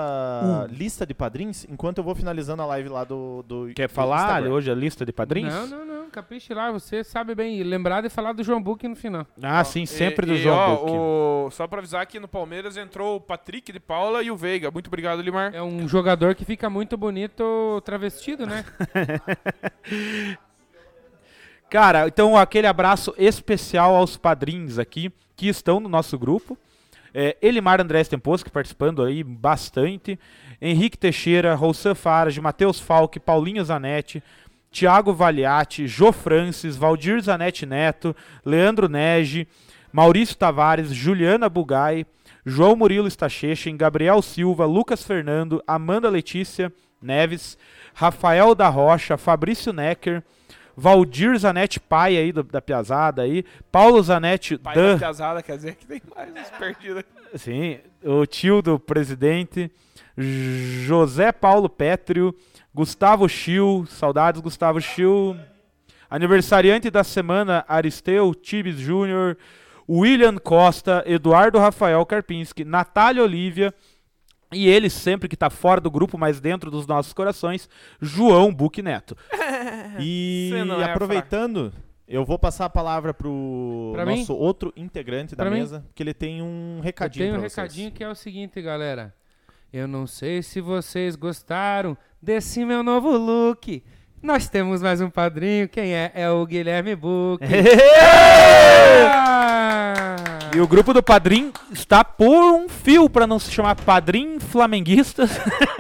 [SPEAKER 2] lista de padrinhos, enquanto eu vou finalizando a live lá do. do
[SPEAKER 4] Quer
[SPEAKER 2] do
[SPEAKER 4] falar
[SPEAKER 2] Instagram.
[SPEAKER 4] hoje a lista de padrinhos?
[SPEAKER 3] Não, não, não. Capriche lá, você sabe bem. E lembrar de falar do João Book no final.
[SPEAKER 4] Ah, sim, sempre
[SPEAKER 5] E-
[SPEAKER 4] do
[SPEAKER 5] e,
[SPEAKER 4] João
[SPEAKER 5] ó,
[SPEAKER 4] Buck.
[SPEAKER 5] o- Só pra avisar que no Palmeiras entrou o Patrick de Paula e o Veiga. Muito obrigado, Limar.
[SPEAKER 3] É um jogador que fica muito bonito travestido, né?
[SPEAKER 4] Cara, então aquele abraço especial aos padrinhos aqui que estão no nosso grupo. É, Elimar Andrés Temposki participando aí bastante. Henrique Teixeira, Roussan Farage, Matheus Falque, Paulinho Zanetti, Thiago Valiati, Jô Francis, Valdir Zanetti Neto, Leandro Nege, Maurício Tavares, Juliana Bugai, João Murilo Stachechin, Gabriel Silva, Lucas Fernando, Amanda Letícia Neves, Rafael da Rocha, Fabrício Necker, Valdir Zanetti Pai aí do- da Piazada aí, Paulo Zanetti
[SPEAKER 5] Pai
[SPEAKER 4] Dan,
[SPEAKER 5] da casada, quer dizer que tem mais uns perdidos.
[SPEAKER 4] Sim, o tio do presidente, José Paulo Pétrio, Gustavo Schill, saudades Gustavo Schill, aniversariante da semana, Aristeu Tibes Júnior, William Costa, Eduardo Rafael Karpinski, Natália Olívia, e ele sempre que tá fora do grupo, mas dentro dos nossos corações, João Buque Neto.
[SPEAKER 2] E
[SPEAKER 5] Você não é
[SPEAKER 2] aproveitando, eu vou passar a palavra pro
[SPEAKER 3] Pra mim?
[SPEAKER 2] nosso outro integrante da
[SPEAKER 3] Pra mim?
[SPEAKER 2] mesa, que ele tem um
[SPEAKER 3] Eu
[SPEAKER 2] recadinho
[SPEAKER 3] tenho um
[SPEAKER 2] pra vocês.
[SPEAKER 3] recadinho que é o seguinte, galera. Eu não sei se vocês gostaram desse meu novo look. Nós temos mais um padrinho. Quem é? É o Guilherme Book. Ah!
[SPEAKER 4] E o grupo do Padrim está por um fio para não se chamar Padrim Flamenguistas.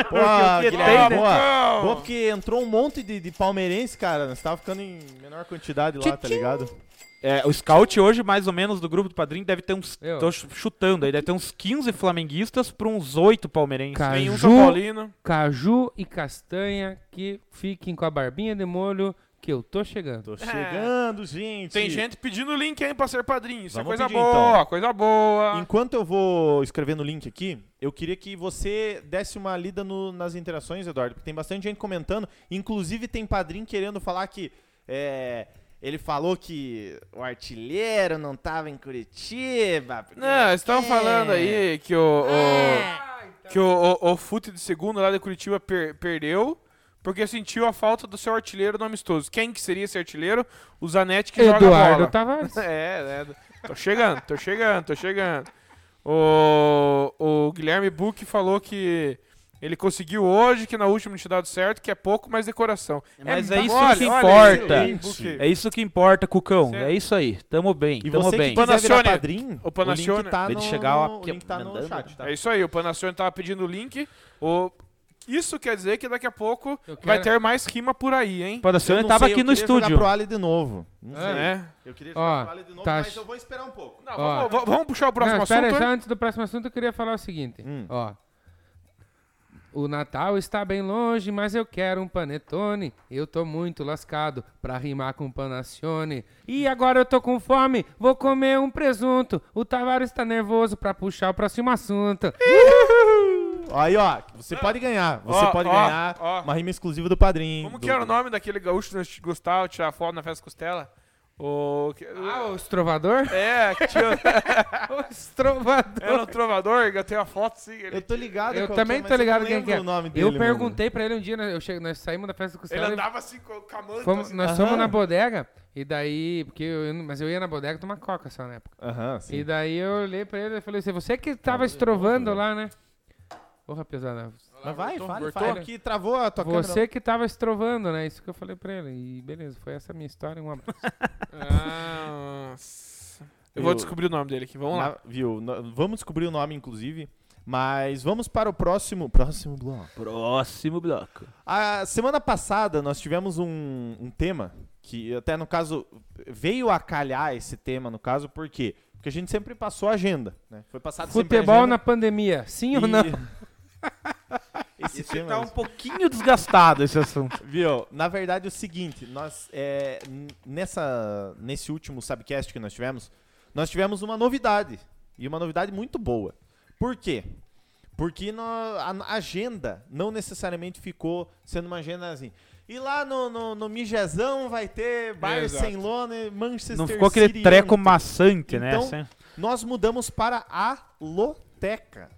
[SPEAKER 2] Pô, ah,
[SPEAKER 4] que
[SPEAKER 2] Guilherme,
[SPEAKER 4] tem, né?
[SPEAKER 2] boa. Boa, porque entrou um monte de, de palmeirense, cara. Você tava ficando em menor quantidade lá, tá ligado?
[SPEAKER 4] É, o scout hoje, mais ou menos, do grupo do padrinho, deve ter uns.
[SPEAKER 3] Eu.
[SPEAKER 4] Tô chu- chutando aí, deve ter uns 15 flamenguistas pra uns 8 palmeirenses.
[SPEAKER 3] Cara.
[SPEAKER 5] Tem um
[SPEAKER 3] Ju-
[SPEAKER 5] São Paulino.
[SPEAKER 3] Caju e castanha que fiquem com a barbinha de molho que eu tô chegando.
[SPEAKER 2] Tô chegando, gente.
[SPEAKER 5] É. Tem gente pedindo o link, hein, pra ser padrinho. Isso é
[SPEAKER 2] Vamos
[SPEAKER 5] coisa
[SPEAKER 2] pedir,
[SPEAKER 5] boa,
[SPEAKER 2] então.
[SPEAKER 5] coisa boa.
[SPEAKER 2] Enquanto eu vou escrevendo o link aqui, eu queria que você desse uma lida no- nas interações, Eduardo, porque tem bastante gente comentando. Inclusive tem padrinho querendo falar que é, ele falou que o artilheiro não tava em Curitiba. porque-
[SPEAKER 5] Não, estão
[SPEAKER 2] É.
[SPEAKER 5] falando aí que o, o- que o, o, o fute de segundo lá de Curitiba per- perdeu porque sentiu a falta do seu artilheiro no amistoso. Quem que seria esse artilheiro? O Zanetti que joga a
[SPEAKER 3] Eduardo tá?
[SPEAKER 5] bola.
[SPEAKER 3] Tavares.
[SPEAKER 5] É, né? Tô chegando, tô chegando, tô chegando. O, o Guilherme Buck falou que ele conseguiu hoje, que na última não tinha dado certo, que é pouco, mas decoração.
[SPEAKER 4] Mas é
[SPEAKER 5] olha,
[SPEAKER 4] isso que
[SPEAKER 5] olha,
[SPEAKER 4] importa.
[SPEAKER 5] hein, Buck?
[SPEAKER 4] É isso que importa, Cucão.
[SPEAKER 5] Certo.
[SPEAKER 4] É isso aí. Tamo bem,
[SPEAKER 2] E
[SPEAKER 4] tamo
[SPEAKER 2] você
[SPEAKER 4] bem.
[SPEAKER 2] que quiser virar
[SPEAKER 5] Panacione.
[SPEAKER 2] padrinho,
[SPEAKER 5] O Panacione.
[SPEAKER 2] o link tá
[SPEAKER 4] Vem de
[SPEAKER 2] no,
[SPEAKER 4] chegar lá,
[SPEAKER 2] no- o
[SPEAKER 4] porque
[SPEAKER 2] link tá no
[SPEAKER 4] mandando,
[SPEAKER 2] chat, tá?
[SPEAKER 5] É isso aí, o Panacione tava pedindo o link. O... Isso quer dizer que daqui a pouco
[SPEAKER 3] Eu quero-
[SPEAKER 5] vai ter mais rima por aí, hein?
[SPEAKER 4] O Padacione tava aqui no estúdio.
[SPEAKER 2] pro Ali de novo. Não sei.
[SPEAKER 5] É.
[SPEAKER 2] Eu queria
[SPEAKER 3] Ó,
[SPEAKER 2] jogar pro Ali de novo,
[SPEAKER 3] tá
[SPEAKER 2] mas
[SPEAKER 3] ch-
[SPEAKER 2] eu vou esperar um pouco.
[SPEAKER 5] Não,
[SPEAKER 3] Ó.
[SPEAKER 5] vamos, vamos- vamos puxar o próximo
[SPEAKER 3] Não,
[SPEAKER 5] assunto. Hum.
[SPEAKER 3] espera,
[SPEAKER 5] hein?
[SPEAKER 3] só antes do próximo assunto eu queria falar o seguinte.
[SPEAKER 2] Hum.
[SPEAKER 3] Ó. O Natal está bem longe, mas eu quero um panetone. Eu tô muito lascado pra rimar com panacione. E agora eu tô com fome, vou comer um presunto. O Tavares está nervoso pra puxar o próximo assunto.
[SPEAKER 2] Aí, ó, você pode ganhar. Você
[SPEAKER 5] Ó,
[SPEAKER 2] pode
[SPEAKER 5] ó,
[SPEAKER 2] ganhar
[SPEAKER 5] ó.
[SPEAKER 2] uma rima exclusiva do
[SPEAKER 3] um
[SPEAKER 2] padrinho.
[SPEAKER 5] Como
[SPEAKER 2] do-
[SPEAKER 5] que era o nome daquele gaúcho que nós gostava de tirar foto na festa costela? O... que-
[SPEAKER 3] Ah, o estrovador?
[SPEAKER 5] É, que tinha...
[SPEAKER 3] o estrovador.
[SPEAKER 5] era um trovador, eu tenho a foto sim. Ele,
[SPEAKER 2] Eu tô ligado
[SPEAKER 3] Eu
[SPEAKER 2] qual
[SPEAKER 3] também
[SPEAKER 2] que é,
[SPEAKER 3] tô
[SPEAKER 2] mas
[SPEAKER 3] ligado
[SPEAKER 2] eu não
[SPEAKER 3] quem
[SPEAKER 2] lembro
[SPEAKER 3] que é.
[SPEAKER 2] o nome dele,
[SPEAKER 3] eu
[SPEAKER 2] mano.
[SPEAKER 3] perguntei pra ele um dia, né, eu chego, nós saímos da festa com o
[SPEAKER 5] ele
[SPEAKER 3] Costela, ele-
[SPEAKER 5] andava assim com com a manta.
[SPEAKER 3] fomos-
[SPEAKER 5] assim,
[SPEAKER 3] nós
[SPEAKER 2] Aham.
[SPEAKER 3] fomos na bodega e daí, porque eu, mas eu ia na bodega tomar coca só na época.
[SPEAKER 2] Aham, sim.
[SPEAKER 3] E daí eu olhei pra ele e falei assim, você que tava estrovando lá, né? Porra, pesada.
[SPEAKER 2] Mas vai,
[SPEAKER 5] Voltou,
[SPEAKER 2] fala,
[SPEAKER 5] voltou.
[SPEAKER 2] fala. Aqui travou a tua câmera.
[SPEAKER 3] Você que tava estrovando, né? Isso que eu falei pra ele. E beleza, foi essa a minha história. Um abraço.
[SPEAKER 5] Ah, Nossa. Eu vou
[SPEAKER 2] Eu-
[SPEAKER 5] descobrir o nome dele aqui, vamos lá.
[SPEAKER 2] Na- viu? no- Vamos descobrir o nome, inclusive. Mas vamos para o próximo. Próximo bloco.
[SPEAKER 4] Próximo bloco.
[SPEAKER 2] A semana passada nós tivemos um, um tema que até no caso veio a calhar esse tema no caso por quê? Porque a gente sempre passou a agenda, né? Foi passado sempre a
[SPEAKER 3] Futebol
[SPEAKER 2] agenda
[SPEAKER 3] na pandemia, sim ou
[SPEAKER 2] e-
[SPEAKER 3] não?
[SPEAKER 2] esse
[SPEAKER 5] é
[SPEAKER 2] tema é
[SPEAKER 4] Tá um pouquinho desgastado esse assunto.
[SPEAKER 2] Viu? Na verdade, é o seguinte, nós é, n- nessa nesse último subcast que nós tivemos, nós tivemos uma novidade e uma novidade muito boa. Por quê? Porque nó- a agenda não necessariamente ficou sendo uma agenda assim. E lá no, no, no Mijezão vai ter Bayern
[SPEAKER 5] Exato.
[SPEAKER 2] sem lona, Manchester
[SPEAKER 4] Não ficou aquele
[SPEAKER 2] City
[SPEAKER 4] treco
[SPEAKER 2] Inter.
[SPEAKER 4] maçante, né?
[SPEAKER 2] Então,
[SPEAKER 4] Assim.
[SPEAKER 2] Nós mudamos para a Loteca.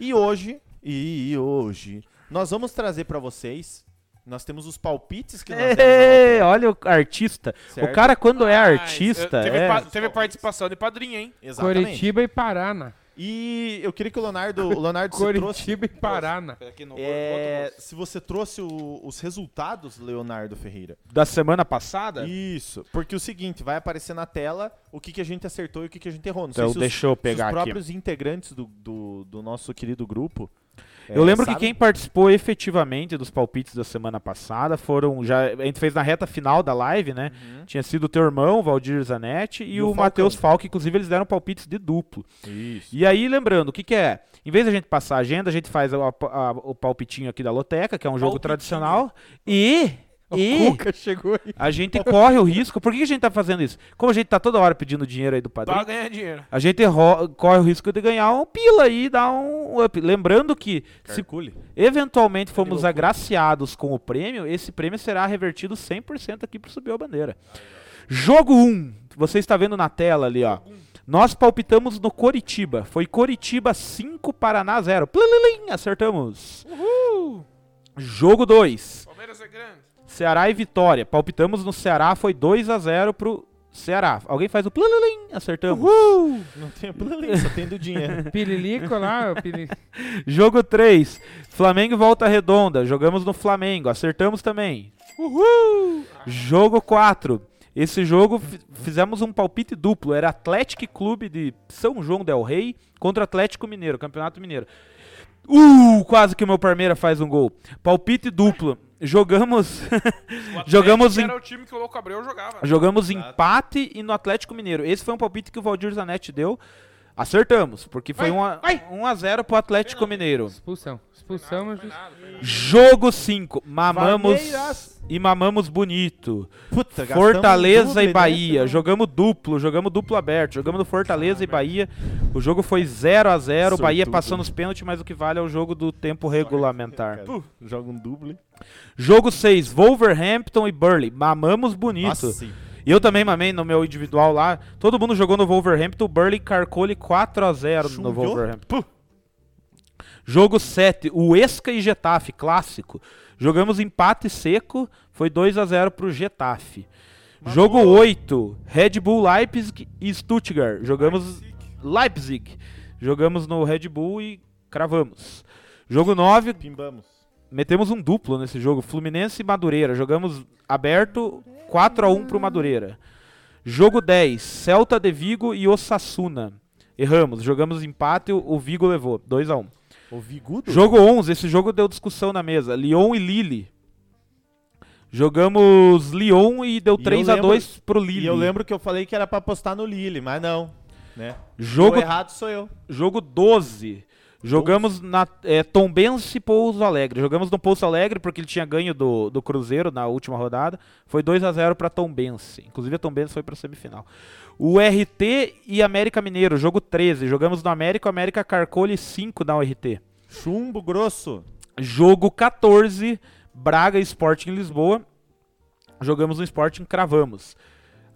[SPEAKER 2] E hoje, e hoje, nós vamos trazer para vocês, nós temos os palpites que nós demos na
[SPEAKER 4] Ei,
[SPEAKER 2] Loteca.
[SPEAKER 4] É, olha o artista.
[SPEAKER 2] Certo.
[SPEAKER 4] O cara, quando é
[SPEAKER 5] Mas,
[SPEAKER 4] artista.
[SPEAKER 5] Ah, eu- Teve,
[SPEAKER 4] é-
[SPEAKER 5] pa- teve participação de padrinho, hein?
[SPEAKER 2] Exatamente.
[SPEAKER 3] Curitiba e Paraná.
[SPEAKER 2] E eu queria que o Leonardo, o Leonardo se trouxe.
[SPEAKER 3] Curitiba e Paraná.
[SPEAKER 2] É, se você trouxe o- os resultados, Leonardo Ferreira.
[SPEAKER 4] Da semana passada?
[SPEAKER 2] Isso. Porque o seguinte, vai aparecer na tela o que, que a gente acertou e o que, que a gente errou. Não
[SPEAKER 4] Então
[SPEAKER 2] sei se os,
[SPEAKER 4] deixa eu
[SPEAKER 2] se os
[SPEAKER 4] pegar aqui.
[SPEAKER 2] próprios integrantes do, do, do nosso querido grupo.
[SPEAKER 4] Eu
[SPEAKER 2] é,
[SPEAKER 4] lembro que
[SPEAKER 2] sabem.
[SPEAKER 4] quem participou efetivamente dos palpites da semana passada foram. Já, a gente fez na reta final da live, né? Tinha sido o teu irmão, o Valdir Zanetti,
[SPEAKER 2] Uhum.
[SPEAKER 4] e,
[SPEAKER 2] E o
[SPEAKER 4] o,
[SPEAKER 2] Falcão.
[SPEAKER 4] Matheus Falck. Inclusive, eles deram palpites de duplo.
[SPEAKER 2] Isso.
[SPEAKER 4] E aí, lembrando, o que, que é? Em vez da gente passar a agenda, a gente faz a- a- o palpitinho aqui da Loteca, que é um jogo
[SPEAKER 5] Palpitinho.
[SPEAKER 4] tradicional. E. e
[SPEAKER 2] chegou aí.
[SPEAKER 4] a gente corre o risco. Por que que a gente tá fazendo isso? Como a gente tá toda hora pedindo dinheiro aí do
[SPEAKER 5] Pra
[SPEAKER 4] padrinho,
[SPEAKER 5] ganhar dinheiro.
[SPEAKER 4] a gente ro- corre o risco de ganhar um pila aí e dar um up. Lembrando que, se eventualmente formos agraciados com o prêmio, esse prêmio será revertido 100% aqui pro Subiu a Bandeira. Jogo 1. Você está vendo na tela ali, ó. Nós palpitamos no Coritiba. Foi Coritiba 5, Paraná 0. Plililim, acertamos.
[SPEAKER 2] Uh!
[SPEAKER 4] Jogo 2.
[SPEAKER 5] Palmeiras é grande.
[SPEAKER 4] Ceará e Vitória. Palpitamos no Ceará, foi 2 a 0 pro Ceará. Alguém faz o plululum, acertamos.
[SPEAKER 2] Não tem problema, só tem do dinheiro.
[SPEAKER 3] Pirilico lá, o pirili-
[SPEAKER 4] Jogo 3, Flamengo e Volta Redonda. Jogamos no Flamengo, acertamos também. Jogo 4. Esse jogo fi- fizemos um palpite duplo. Era Atlético Clube de São João del Rei contra Atlético Mineiro, Campeonato Mineiro. Uh, quase que o meu Parmeira faz um gol. Palpite duplo. Jogamos
[SPEAKER 5] O Atlético
[SPEAKER 4] Jogamos em-
[SPEAKER 5] Era o time que o Louco Abreu jogava.
[SPEAKER 4] Jogamos empate e no Atlético Mineiro. Esse foi um palpite que o Valdir Zanetti deu. Acertamos, porque foi 1 a, 1 a 0 pro Atlético Mineiro.
[SPEAKER 3] Expulsão. Expulsão, mas.
[SPEAKER 5] Foi nada, foi nada.
[SPEAKER 4] Jogo 5. Mamamos
[SPEAKER 2] Palmeiras.
[SPEAKER 4] e mamamos bonito.
[SPEAKER 2] Puta, gastamos
[SPEAKER 4] Fortaleza
[SPEAKER 2] tudo,
[SPEAKER 4] e
[SPEAKER 2] né?
[SPEAKER 4] Bahia. Jogamos duplo, jogamos duplo aberto. Jogamos no Fortaleza e Bahia. O jogo foi 0 a 0 O Bahia
[SPEAKER 2] Sortudo.
[SPEAKER 4] passou nos pênaltis, mas o que vale é o jogo do tempo regulamentar.
[SPEAKER 2] Cara, Joga um duble.
[SPEAKER 4] Jogo 6. Wolverhampton e Burley. Mamamos bonito.
[SPEAKER 2] Nossa, e
[SPEAKER 4] E eu também mamei no meu individual lá. Todo mundo jogou no Wolverhampton. O Burley carcou ele 4x0 no
[SPEAKER 2] Chumbou.
[SPEAKER 4] Wolverhampton. Jogo 7. O Esca e Getafe, clássico. Jogamos empate seco. Foi 2x0 pro Getafe. Jogo 8. Red Bull Leipzig e Stuttgart. Jogamos Leipzig. Jogamos no Red Bull e cravamos. Jogo 9.
[SPEAKER 2] pimbamos.
[SPEAKER 4] Metemos um duplo nesse jogo, Fluminense e Madureira. Jogamos aberto 4 a 1 pro Madureira. Jogo 10, Celta de Vigo e Osasuna. Erramos, jogamos empate, o- o Vigo levou 2 a 1.
[SPEAKER 2] O Vigudo?
[SPEAKER 4] Jogo 11, esse jogo deu discussão na mesa. Lyon e Lille. Jogamos Lyon e deu
[SPEAKER 2] eu
[SPEAKER 4] 3 a 2 pro Lille.
[SPEAKER 2] E eu lembro que eu falei que era pra apostar no Lille, mas não. Né? O
[SPEAKER 4] Jogo
[SPEAKER 2] errado sou eu.
[SPEAKER 4] Jogo 12. Jogamos na é, Tombense e Pouso Alegre. Jogamos no Pouso Alegre porque ele tinha ganho do, do Cruzeiro na última rodada. Foi 2 a 0 para Tombense. Inclusive a Tombense foi para semifinal. O RT e América Mineiro, jogo 13. Jogamos no América, o América carcou-lhe 5 na URT.
[SPEAKER 2] Chumbo grosso.
[SPEAKER 4] Jogo 14, Braga e Sporting Lisboa. Jogamos no Sporting, cravamos.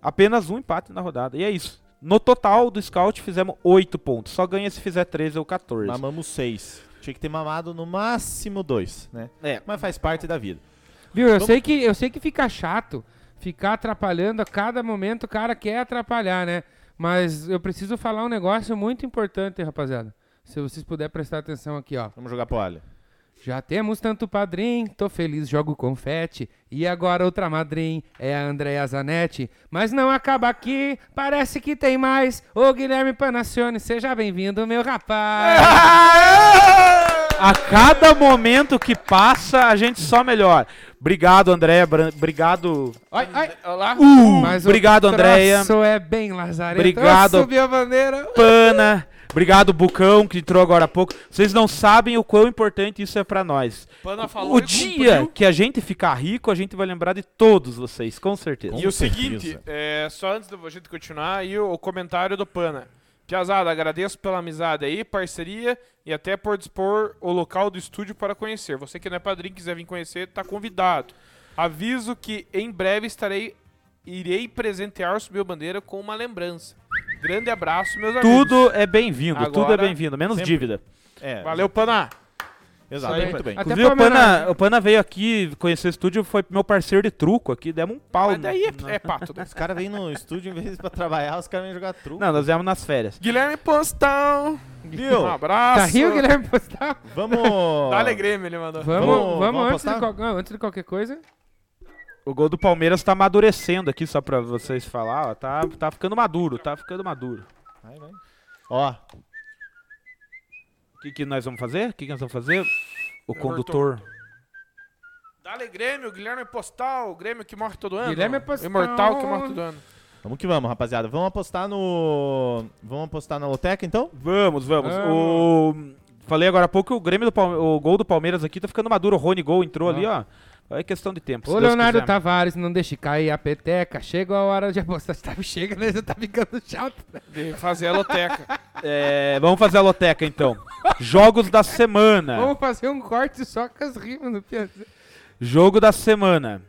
[SPEAKER 4] Apenas um empate na rodada. E é isso. No total do scout fizemos 8 pontos. Só ganha se fizer 13 ou 14.
[SPEAKER 2] Mamamos seis. Tinha que ter mamado no máximo dois, né?
[SPEAKER 4] É.
[SPEAKER 2] Mas faz parte da vida.
[SPEAKER 3] Viu? Eu sei, que, eu sei que fica chato ficar atrapalhando a cada momento, o cara quer atrapalhar, né? Mas eu preciso falar um negócio muito importante, rapaziada. Se vocês puderem prestar atenção aqui, ó.
[SPEAKER 2] Vamos jogar poalha.
[SPEAKER 3] Já temos tanto padrinho, tô feliz, jogo confete. E agora outra madrinha é a Andréa Zanetti. Mas não acaba aqui, parece que tem mais. Ô Guilherme Panacione, seja bem-vindo, meu rapaz.
[SPEAKER 4] A cada momento que passa, a gente só melhora. Obrigado, André. Bran- Obrigado.
[SPEAKER 3] Ai, ai,
[SPEAKER 5] Olá.
[SPEAKER 3] Mas
[SPEAKER 4] obrigado,
[SPEAKER 3] o
[SPEAKER 4] Andréia.
[SPEAKER 3] troço é bem lazarento.
[SPEAKER 4] Obrigado.
[SPEAKER 3] Eu subi a bandeira.
[SPEAKER 4] Pana. Obrigado, Bucão, que entrou agora há pouco. Vocês não sabem o quão importante isso é pra nós.
[SPEAKER 5] Pana falou
[SPEAKER 4] O
[SPEAKER 5] e
[SPEAKER 4] dia
[SPEAKER 5] cumpriu.
[SPEAKER 4] que a gente ficar rico, a gente vai lembrar de todos vocês, com certeza.
[SPEAKER 2] Com
[SPEAKER 5] E o
[SPEAKER 2] certeza.
[SPEAKER 5] seguinte, é, só antes da gente continuar, aí o, o comentário do Pana. Piazada, agradeço pela amizade aí, parceria e até por dispor o local do estúdio para conhecer. Você que não é padrinho e quiser vir conhecer, tá convidado. Aviso que em breve estarei irei presentear o Subiu Bandeira com uma lembrança. Grande abraço, meus amigos.
[SPEAKER 4] Tudo é bem-vindo, tudo é
[SPEAKER 5] Agora,
[SPEAKER 4] bem-vindo, menos
[SPEAKER 2] sempre.
[SPEAKER 4] dívida.
[SPEAKER 2] É.
[SPEAKER 5] Valeu, Pana.
[SPEAKER 2] Exato,
[SPEAKER 5] Isso aí,
[SPEAKER 2] muito bem.
[SPEAKER 3] Até
[SPEAKER 4] Inclusive, o
[SPEAKER 3] pra homenagem.
[SPEAKER 4] Pana, o Pana veio aqui conhecer o estúdio, foi meu parceiro de truco aqui, demos um pau.
[SPEAKER 5] Mas daí
[SPEAKER 4] no-
[SPEAKER 5] é, é pato. né?
[SPEAKER 2] Os caras vêm no estúdio, em vez de pra trabalhar, os caras vêm jogar truco.
[SPEAKER 4] Não, nós viemos nas férias.
[SPEAKER 5] Guilherme Postão.
[SPEAKER 2] Viu?
[SPEAKER 5] Um abraço.
[SPEAKER 3] Tá rindo, Guilherme tá Postal?
[SPEAKER 2] Vamos.
[SPEAKER 5] Dale Grêmio, ele mandou.
[SPEAKER 3] Vamos,
[SPEAKER 2] Vamos-
[SPEAKER 3] vamos,
[SPEAKER 2] vamos
[SPEAKER 3] antes, de
[SPEAKER 2] apostar?
[SPEAKER 3] qual- não, antes de qualquer coisa.
[SPEAKER 4] O gol do Palmeiras tá amadurecendo aqui, só pra vocês falar, ó. Tá, tá ficando maduro, tá ficando maduro.
[SPEAKER 2] Vai, vai. Ó,
[SPEAKER 4] O que, que nós vamos fazer? O que, que nós vamos fazer? O condutor.
[SPEAKER 5] Dale Grêmio, Guilherme Postal, Grêmio que morre todo ano.
[SPEAKER 3] Guilherme Postal.
[SPEAKER 5] Imortal que morre todo ano.
[SPEAKER 2] vamos que vamos, rapaziada. Vamos apostar no. Vamos apostar na loteca, então?
[SPEAKER 4] Vamos, vamos. O... Falei agora há pouco que o Grêmio do Palme... o gol do Palmeiras aqui tá ficando maduro. O Rony Gol entrou ali, ó. É questão de tempo. se
[SPEAKER 3] Ô,
[SPEAKER 4] Deus
[SPEAKER 3] Leonardo tá
[SPEAKER 4] quiser.
[SPEAKER 3] Tavares, não deixe cair a peteca. Chegou a hora de apostar. Tá, chega, né? Já tá ficando chato.
[SPEAKER 5] De fazer a loteca.
[SPEAKER 4] É, vamos fazer a loteca então. Jogos da semana.
[SPEAKER 3] Vamos fazer um corte só com as rimas no piano.
[SPEAKER 4] Jogo da semana.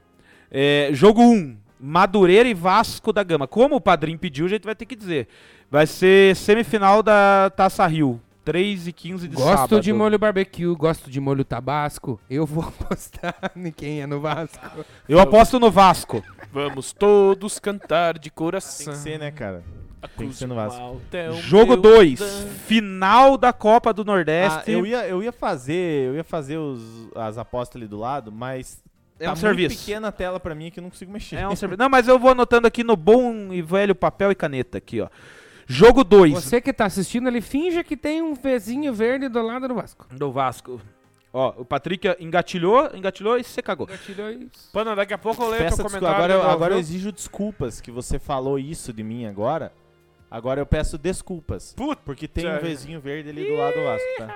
[SPEAKER 4] É, jogo 1. Madureira e Vasco da Gama. Como o padrinho pediu, a gente vai ter que dizer. Vai ser semifinal da Taça Rio. 3 e 15 de
[SPEAKER 3] Gosto
[SPEAKER 4] sábado.
[SPEAKER 3] de molho barbecue, gosto de molho tabasco. Eu vou apostar em quem é no Vasco.
[SPEAKER 4] Eu aposto no Vasco.
[SPEAKER 5] Vamos todos cantar de coração.
[SPEAKER 2] Tem que ser, né, cara?
[SPEAKER 5] A
[SPEAKER 2] que
[SPEAKER 5] cruz
[SPEAKER 2] ser no
[SPEAKER 5] do
[SPEAKER 2] Vasco.
[SPEAKER 5] alto é o
[SPEAKER 4] Jogo
[SPEAKER 5] meu
[SPEAKER 4] 2.
[SPEAKER 5] dan-
[SPEAKER 4] Final da Copa do
[SPEAKER 2] Ah,
[SPEAKER 4] Nordeste.
[SPEAKER 2] eu, ia, eu ia fazer, eu ia fazer os, as apostas ali do lado, mas
[SPEAKER 4] É
[SPEAKER 2] tá
[SPEAKER 4] um serviço.
[SPEAKER 2] muito pequena a tela pra mim que eu não consigo mexer.
[SPEAKER 4] É um serviço. Não, mas eu vou anotando aqui no bom e velho papel e caneta aqui, ó. Jogo 2
[SPEAKER 3] Você que tá assistindo, ele finge que tem um pezinho verde do lado do Vasco.
[SPEAKER 4] do Vasco. Ó, o Patrick engatilhou, engatilhou e você cagou.
[SPEAKER 3] Tirou isso.
[SPEAKER 5] Pana, daqui a pouco eu leio
[SPEAKER 2] Peço
[SPEAKER 5] teu
[SPEAKER 2] desculpa. Agora,
[SPEAKER 5] comentário.
[SPEAKER 2] eu,
[SPEAKER 5] do
[SPEAKER 2] agora eu
[SPEAKER 5] Alveu.
[SPEAKER 2] exijo desculpas que você falou isso de mim agora. Agora eu peço desculpas.
[SPEAKER 5] Puta.
[SPEAKER 2] Porque tem um
[SPEAKER 5] Sério?
[SPEAKER 2] vezinho verde ali do lado do Vasco, tá?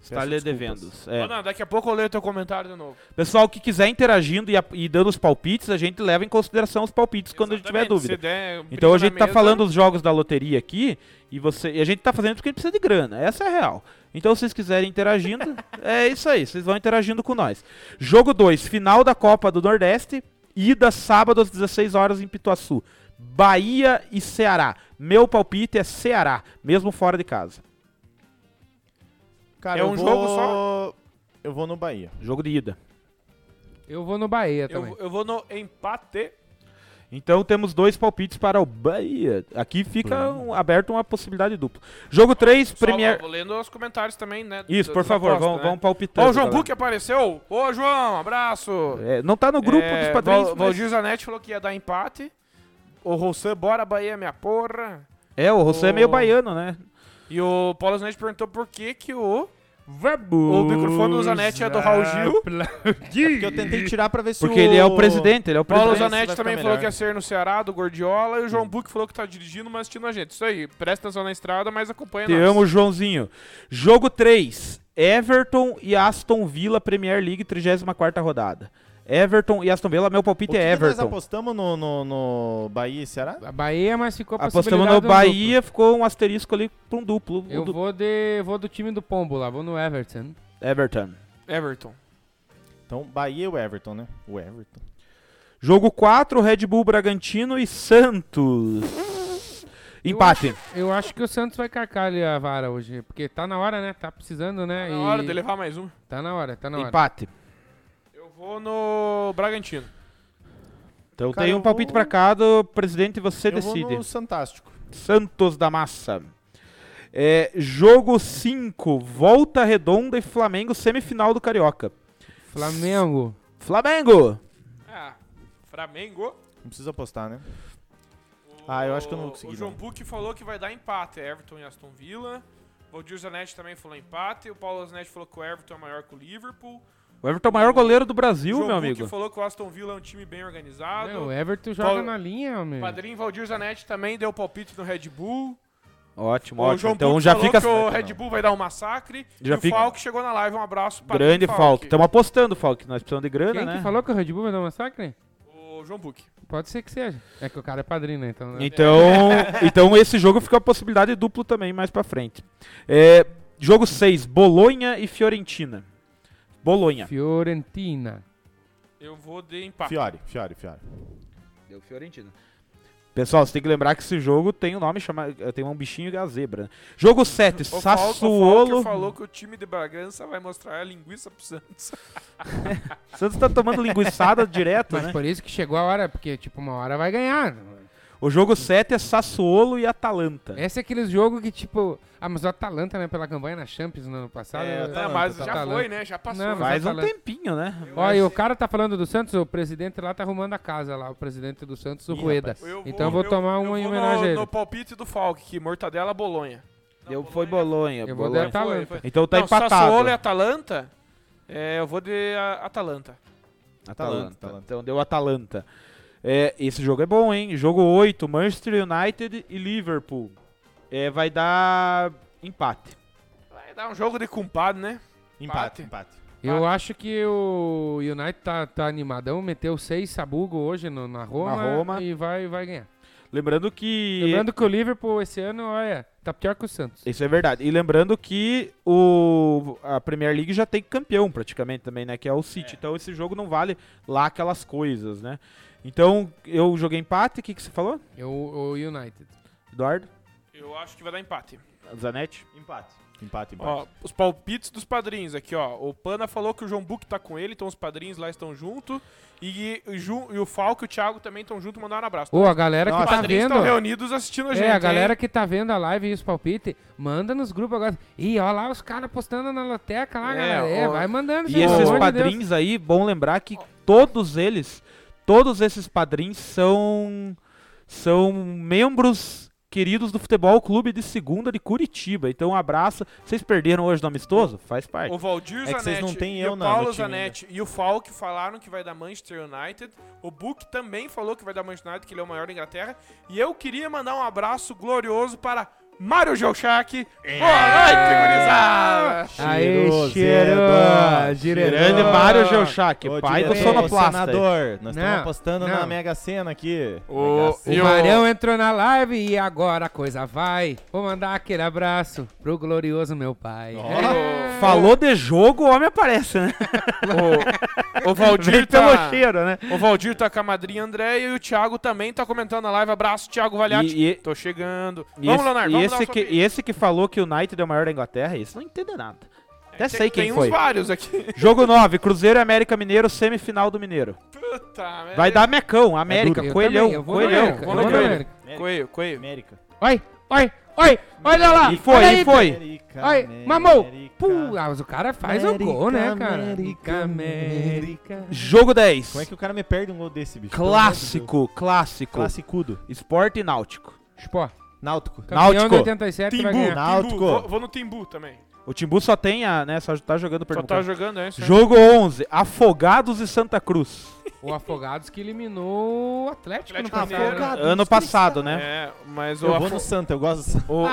[SPEAKER 4] Você tá lhe
[SPEAKER 2] desculpas.
[SPEAKER 4] devendo. É.
[SPEAKER 5] Pana, daqui a pouco eu leio teu comentário de novo.
[SPEAKER 4] Pessoal que quiser interagindo e, a- e dando os palpites, a gente leva em consideração os palpites quando a gente tiver
[SPEAKER 5] Exatamente,
[SPEAKER 4] dúvida.
[SPEAKER 5] se der um briga
[SPEAKER 4] Então a
[SPEAKER 5] na
[SPEAKER 4] gente tá
[SPEAKER 5] mesa,
[SPEAKER 4] falando os jogos da loteria aqui e você e a gente tá fazendo porque a gente precisa de grana, essa é a real. Então se vocês quiserem interagindo, é isso aí, vocês vão interagindo com nós. Jogo 2, final da Copa do Nordeste, ida sábado às 16 horas em Pituaçu. Bahia e Ceará. Meu palpite é Ceará, mesmo fora de casa.
[SPEAKER 2] Cara,
[SPEAKER 5] É
[SPEAKER 2] eu
[SPEAKER 5] um
[SPEAKER 2] vou-
[SPEAKER 5] jogo só?
[SPEAKER 2] Eu vou no Bahia.
[SPEAKER 4] Jogo de ida.
[SPEAKER 3] Eu vou no Bahia também.
[SPEAKER 5] Eu, eu vou no empate.
[SPEAKER 4] Então temos dois palpites para o Bahia. Aqui fica um- aberto uma possibilidade dupla. Jogo 3,
[SPEAKER 5] Uhum. Só
[SPEAKER 4] Premier.
[SPEAKER 5] vou lendo os comentários também, né?
[SPEAKER 4] Isso,
[SPEAKER 5] da-
[SPEAKER 4] por
[SPEAKER 5] da
[SPEAKER 4] favor,
[SPEAKER 5] aposta,
[SPEAKER 4] vão,
[SPEAKER 5] né?
[SPEAKER 4] vão palpitando.
[SPEAKER 5] Ó, o João
[SPEAKER 4] galera.
[SPEAKER 5] Buque apareceu. Ô, João, abraço.
[SPEAKER 4] É, não tá no grupo
[SPEAKER 5] É,
[SPEAKER 4] dos padrinhos.
[SPEAKER 5] Val-
[SPEAKER 4] mas-
[SPEAKER 5] Valdir Zanetti falou que ia dar empate. O Roussan, bora Bahia, minha porra.
[SPEAKER 4] É, o José é meio baiano, né?
[SPEAKER 5] E o Paulo Zanetti perguntou por que que o
[SPEAKER 3] Vamos.
[SPEAKER 5] O microfone do Zanetti é do Raul Gil.
[SPEAKER 2] É Porque eu tentei tirar pra ver se
[SPEAKER 4] Porque
[SPEAKER 2] o...
[SPEAKER 4] ele é o presidente, ele é o
[SPEAKER 5] Paulo
[SPEAKER 2] Presidência
[SPEAKER 4] presidente.
[SPEAKER 2] vai
[SPEAKER 5] Zanetti
[SPEAKER 2] ficar
[SPEAKER 5] também
[SPEAKER 2] melhor.
[SPEAKER 5] falou que ia ser no Ceará, do Gordiola, e o João Buck falou que tá dirigindo, mas assistindo a gente. Isso aí, presta atenção na estrada, mas acompanha
[SPEAKER 4] Te
[SPEAKER 5] nós.
[SPEAKER 4] amo, Joãozinho. Jogo 3. Everton e Aston Villa, Premier League, 34 rodada. Everton e Aston Villa, meu
[SPEAKER 2] O
[SPEAKER 4] palpite
[SPEAKER 2] que
[SPEAKER 4] é
[SPEAKER 2] que nós
[SPEAKER 4] Everton.
[SPEAKER 2] apostamos no, no, no Bahia e Ceará?
[SPEAKER 3] A Bahia, mas ficou a
[SPEAKER 4] Apostamos
[SPEAKER 3] possibilidade
[SPEAKER 4] no
[SPEAKER 3] de um
[SPEAKER 4] Bahia, ficou um asterisco ali pra um duplo.
[SPEAKER 3] duplo.
[SPEAKER 4] o
[SPEAKER 3] Eu
[SPEAKER 4] du-
[SPEAKER 3] vou, de, vou do time do Pombo lá, vou no Everton.
[SPEAKER 4] Everton.
[SPEAKER 5] Everton.
[SPEAKER 2] Então, Bahia e o Everton, né? O Everton.
[SPEAKER 4] Jogo 4, Red Bull Bragantino e Santos. Empate.
[SPEAKER 3] Eu acho que o Santos vai carcar ali a vara hoje, porque tá na hora, né? Tá precisando, né?
[SPEAKER 5] Na
[SPEAKER 3] E-
[SPEAKER 5] hora de levar mais um.
[SPEAKER 3] Tá na hora, tá na hora.
[SPEAKER 4] Empate.
[SPEAKER 5] Eu vou no Bragantino.
[SPEAKER 4] Então
[SPEAKER 2] Cara,
[SPEAKER 4] tem
[SPEAKER 2] eu
[SPEAKER 4] um palpite
[SPEAKER 2] vou-
[SPEAKER 4] pra cada, presidente, você
[SPEAKER 2] eu
[SPEAKER 4] decide.
[SPEAKER 2] vou no Santástico.
[SPEAKER 4] Santos da Massa. É, jogo 5, Volta Redonda e Flamengo, semifinal do Carioca.
[SPEAKER 3] Flamengo.
[SPEAKER 4] Flamengo!
[SPEAKER 5] Ah, Flamengo.
[SPEAKER 2] Não precisa apostar, né? Ah, eu acho que eu não vou conseguir,
[SPEAKER 5] O João
[SPEAKER 2] não.
[SPEAKER 5] Buck falou que vai dar empate. Everton e Aston Villa. Valdir Zanetti também falou empate. O Paulo Zanetti falou que o Everton é maior que o Liverpool.
[SPEAKER 4] O Everton é o maior goleiro do
[SPEAKER 5] o
[SPEAKER 4] Brasil,
[SPEAKER 5] João
[SPEAKER 4] meu
[SPEAKER 5] Buck
[SPEAKER 4] amigo. é.
[SPEAKER 5] falou que o Aston Villa é um time bem organizado.
[SPEAKER 3] Não, o Everton joga
[SPEAKER 5] Paulo-
[SPEAKER 3] na linha, homem.
[SPEAKER 5] Padrinho Valdir Zanetti também deu palpite no Red Bull.
[SPEAKER 4] Ótimo,
[SPEAKER 5] O
[SPEAKER 4] ótimo.
[SPEAKER 5] João
[SPEAKER 4] Então
[SPEAKER 5] Buck
[SPEAKER 4] já
[SPEAKER 5] falou
[SPEAKER 4] fica
[SPEAKER 5] que o Red Bull vai dar um massacre.
[SPEAKER 4] Já
[SPEAKER 5] e
[SPEAKER 4] fica-
[SPEAKER 5] o Falk chegou na live. Um abraço para
[SPEAKER 4] grande Falk.
[SPEAKER 2] então.
[SPEAKER 4] Estamos apostando, Falk. Nós precisamos de grana,
[SPEAKER 3] Quem
[SPEAKER 4] né?
[SPEAKER 3] que falou que o Red Bull vai dar um massacre?
[SPEAKER 5] O João Buck.
[SPEAKER 3] Pode ser que seja. É que o cara é padrinho, né? Então, né?
[SPEAKER 4] Então, então esse jogo fica a possibilidade duplo também mais pra frente. É, jogo 6, Bolonha e Fiorentina. Bolonha.
[SPEAKER 3] Fiorentina.
[SPEAKER 5] Eu vou de empate.
[SPEAKER 2] Fiore, Fiore, Fiore.
[SPEAKER 4] Deu Fiorentina. Pessoal, você tem que lembrar que esse jogo tem um nome chamado. Tem um bichinho que é a zebra. né? Jogo 7,
[SPEAKER 5] O Falk- O
[SPEAKER 4] Sassuolo.
[SPEAKER 5] Falk falou que o time de Bragança vai mostrar a linguiça pro Santos.
[SPEAKER 4] Santos tá tomando linguiçada direto,
[SPEAKER 3] Mas
[SPEAKER 4] né?
[SPEAKER 3] por isso que chegou a hora, porque, tipo, uma hora vai ganhar.
[SPEAKER 4] O jogo 7 é Sassuolo e Atalanta.
[SPEAKER 3] Esse é aqueles jogo que, tipo... Ah, mas o Atalanta, né? Pela campanha na Champions no ano passado...
[SPEAKER 2] É,
[SPEAKER 3] né?
[SPEAKER 2] tá-
[SPEAKER 5] É, mas
[SPEAKER 2] tá,
[SPEAKER 5] já
[SPEAKER 3] tá,
[SPEAKER 5] foi,
[SPEAKER 3] tá.
[SPEAKER 5] né? Já passou.
[SPEAKER 3] Não,
[SPEAKER 5] né?
[SPEAKER 4] Faz um
[SPEAKER 3] Atalanta.
[SPEAKER 4] tempo, né?
[SPEAKER 3] Ó, e o cara tá falando do Santos, o presidente lá tá arrumando a casa lá, o presidente do Santos, o
[SPEAKER 4] Ih,
[SPEAKER 3] Rueda.
[SPEAKER 4] rapaz.
[SPEAKER 5] Eu
[SPEAKER 3] Então eu vou tomar uma em
[SPEAKER 5] vou
[SPEAKER 3] homenagem a
[SPEAKER 5] no,
[SPEAKER 3] ele.
[SPEAKER 5] no palpite do Falk, que mortadela Bolonha.
[SPEAKER 4] Eu foi Bolonha.
[SPEAKER 3] Eu vou
[SPEAKER 4] Bolonha.
[SPEAKER 3] dar- Atalanta.
[SPEAKER 4] Então tá
[SPEAKER 5] Não, Sassuolo
[SPEAKER 4] empatado.
[SPEAKER 5] e Atalanta. É, eu vou de a- Atalanta.
[SPEAKER 4] Atalanta.
[SPEAKER 2] Atalanta.
[SPEAKER 4] Então deu Atalanta. É, esse jogo é bom, hein? Jogo 8, Manchester United e Liverpool. É, vai dar empate.
[SPEAKER 5] Vai dar um jogo de compadre, né?
[SPEAKER 2] Empate,
[SPEAKER 5] Empate.
[SPEAKER 2] empate.
[SPEAKER 3] Eu acho que o United tá, tá animadão, meteu seis sabugo hoje no- na, Roma
[SPEAKER 4] Na Roma.
[SPEAKER 3] e vai, vai ganhar.
[SPEAKER 4] Lembrando que.
[SPEAKER 3] Lembrando que o Liverpool esse ano, olha, tá pior que o Santos.
[SPEAKER 4] Isso é verdade. E lembrando que o, a Premier League já tem campeão praticamente também, né? Que é o City. Então esse jogo não vale lá aquelas coisas, né? Então eu joguei empate. O que, que você falou,
[SPEAKER 3] Eu, o United.
[SPEAKER 4] Eduardo?
[SPEAKER 5] Eu acho que vai dar empate.
[SPEAKER 4] Zanetti?
[SPEAKER 2] Empate. Empate, empate.
[SPEAKER 5] Ó, os palpites dos padrinhos aqui, ó. O Pana falou que o João Buck tá com ele, então os padrinhos lá estão junto. E, o Ju- e o Falco e o Thiago também estão junto, mandaram um abraço.
[SPEAKER 3] Ô, a galera
[SPEAKER 4] Nossa.
[SPEAKER 3] que
[SPEAKER 5] os
[SPEAKER 3] tá
[SPEAKER 5] padrinhos
[SPEAKER 3] vendo.
[SPEAKER 5] estão reunidos assistindo a gente.
[SPEAKER 3] É, a
[SPEAKER 5] hein?
[SPEAKER 3] galera que tá vendo a live e os palpites, manda nos grupos agora. Ih, ó lá os caras postando na loteca lá,
[SPEAKER 4] É,
[SPEAKER 3] galera. É,
[SPEAKER 4] ó.
[SPEAKER 3] vai mandando.
[SPEAKER 4] E
[SPEAKER 3] gente, pelo
[SPEAKER 4] esses
[SPEAKER 3] amor de Deus.
[SPEAKER 4] padrinhos aí, bom lembrar que todos eles, todos esses padrinhos são são membros queridos do Futebol Clube de Segunda de Curitiba. Então um abraço. Vocês perderam hoje no amistoso? Faz parte.
[SPEAKER 5] O Valdir
[SPEAKER 2] É que vocês
[SPEAKER 5] Zanetti
[SPEAKER 2] não têm
[SPEAKER 5] e
[SPEAKER 2] eu
[SPEAKER 5] o
[SPEAKER 2] na- no
[SPEAKER 5] Paulo
[SPEAKER 2] time ainda.
[SPEAKER 5] Zanetti e o Falk falaram que vai dar Manchester United. O Book também falou que vai dar Manchester United, que ele é o maior da Inglaterra. E eu queria mandar um abraço glorioso para Mário Gelchak.
[SPEAKER 4] É.
[SPEAKER 5] Boa noite, gurizada!
[SPEAKER 3] Aí, cheiro,
[SPEAKER 2] Cheiro, Zedo.
[SPEAKER 3] diretor.
[SPEAKER 4] Grande Mário Geuchac,
[SPEAKER 2] Ô,
[SPEAKER 4] pai do
[SPEAKER 2] diretor,
[SPEAKER 4] Sonoplasta.
[SPEAKER 2] senador, nós
[SPEAKER 3] Não,
[SPEAKER 2] estamos apostando
[SPEAKER 3] não.
[SPEAKER 2] na Mega Sena aqui.
[SPEAKER 5] O-
[SPEAKER 3] O
[SPEAKER 5] E o-
[SPEAKER 3] Marão entrou na live e agora a coisa vai. Vou mandar aquele abraço pro glorioso meu pai. É.
[SPEAKER 4] Falou de jogo, o homem aparece, né?
[SPEAKER 5] O, o
[SPEAKER 4] Vem
[SPEAKER 5] Valdir
[SPEAKER 4] pelo
[SPEAKER 5] tá,
[SPEAKER 4] cheiro, né?
[SPEAKER 5] o Valdir tá com a madrinha Andréia e o Thiago também tá comentando a live. Abraço, Thiago Valiati.
[SPEAKER 4] E- e-
[SPEAKER 5] Tô chegando.
[SPEAKER 4] E
[SPEAKER 5] vamos,
[SPEAKER 4] esse,
[SPEAKER 5] Leonardo,
[SPEAKER 4] e
[SPEAKER 5] vamos dar
[SPEAKER 4] esse
[SPEAKER 5] uma
[SPEAKER 4] que,
[SPEAKER 5] palpite.
[SPEAKER 4] e esse que falou que o United é o maior da Inglaterra, esse não entende nada. Até sei
[SPEAKER 5] Tem-
[SPEAKER 4] quem
[SPEAKER 5] Tem
[SPEAKER 4] foi.
[SPEAKER 5] uns vários aqui.
[SPEAKER 4] Jogo 9, Cruzeiro e América Mineiro, semifinal do Mineiro.
[SPEAKER 5] Puta merda.
[SPEAKER 4] Vai dar Mecão, América,
[SPEAKER 3] É Eu
[SPEAKER 4] Coelhão,
[SPEAKER 3] também, eu vou no
[SPEAKER 4] Coelhão,
[SPEAKER 3] América, eu vou no
[SPEAKER 4] Coelhão.
[SPEAKER 3] América.
[SPEAKER 5] Coelho, coelho.
[SPEAKER 2] América.
[SPEAKER 3] Oi, oi, oi, olha lá.
[SPEAKER 4] E foi,
[SPEAKER 3] olha aí,
[SPEAKER 4] e foi.
[SPEAKER 2] América,
[SPEAKER 3] Oi,
[SPEAKER 2] América.
[SPEAKER 3] mamou. Pô, ah, mas o cara faz
[SPEAKER 2] América,
[SPEAKER 3] o gol, né, cara?
[SPEAKER 2] América, América.
[SPEAKER 4] Jogo 10.
[SPEAKER 2] Como é que o cara me perde um gol desse, bicho? Pelo amor de Deus.
[SPEAKER 4] Clássico, clássico.
[SPEAKER 2] Classicudo.
[SPEAKER 4] Esporte e Náutico.
[SPEAKER 3] Sport.
[SPEAKER 2] Náutico.
[SPEAKER 3] Campeão
[SPEAKER 4] Náutico.
[SPEAKER 3] de 87 vai ganhar.
[SPEAKER 2] Náutico.
[SPEAKER 5] Vou, vou no Timbu também.
[SPEAKER 4] O Timbu só tem a, né, só tá jogando
[SPEAKER 5] Só
[SPEAKER 4] Pernambuco.
[SPEAKER 5] tá jogando, é isso aí.
[SPEAKER 4] Jogo 11, Afogados e Santa Cruz.
[SPEAKER 3] O Afogados que eliminou o Atlético,
[SPEAKER 5] Atlético
[SPEAKER 3] no
[SPEAKER 5] Mineiro.
[SPEAKER 3] passado. né?
[SPEAKER 4] ano passado, né?
[SPEAKER 5] É, mas o
[SPEAKER 2] Eu vou
[SPEAKER 5] Afo...
[SPEAKER 2] no Santa, eu gosto do Santa.
[SPEAKER 4] O-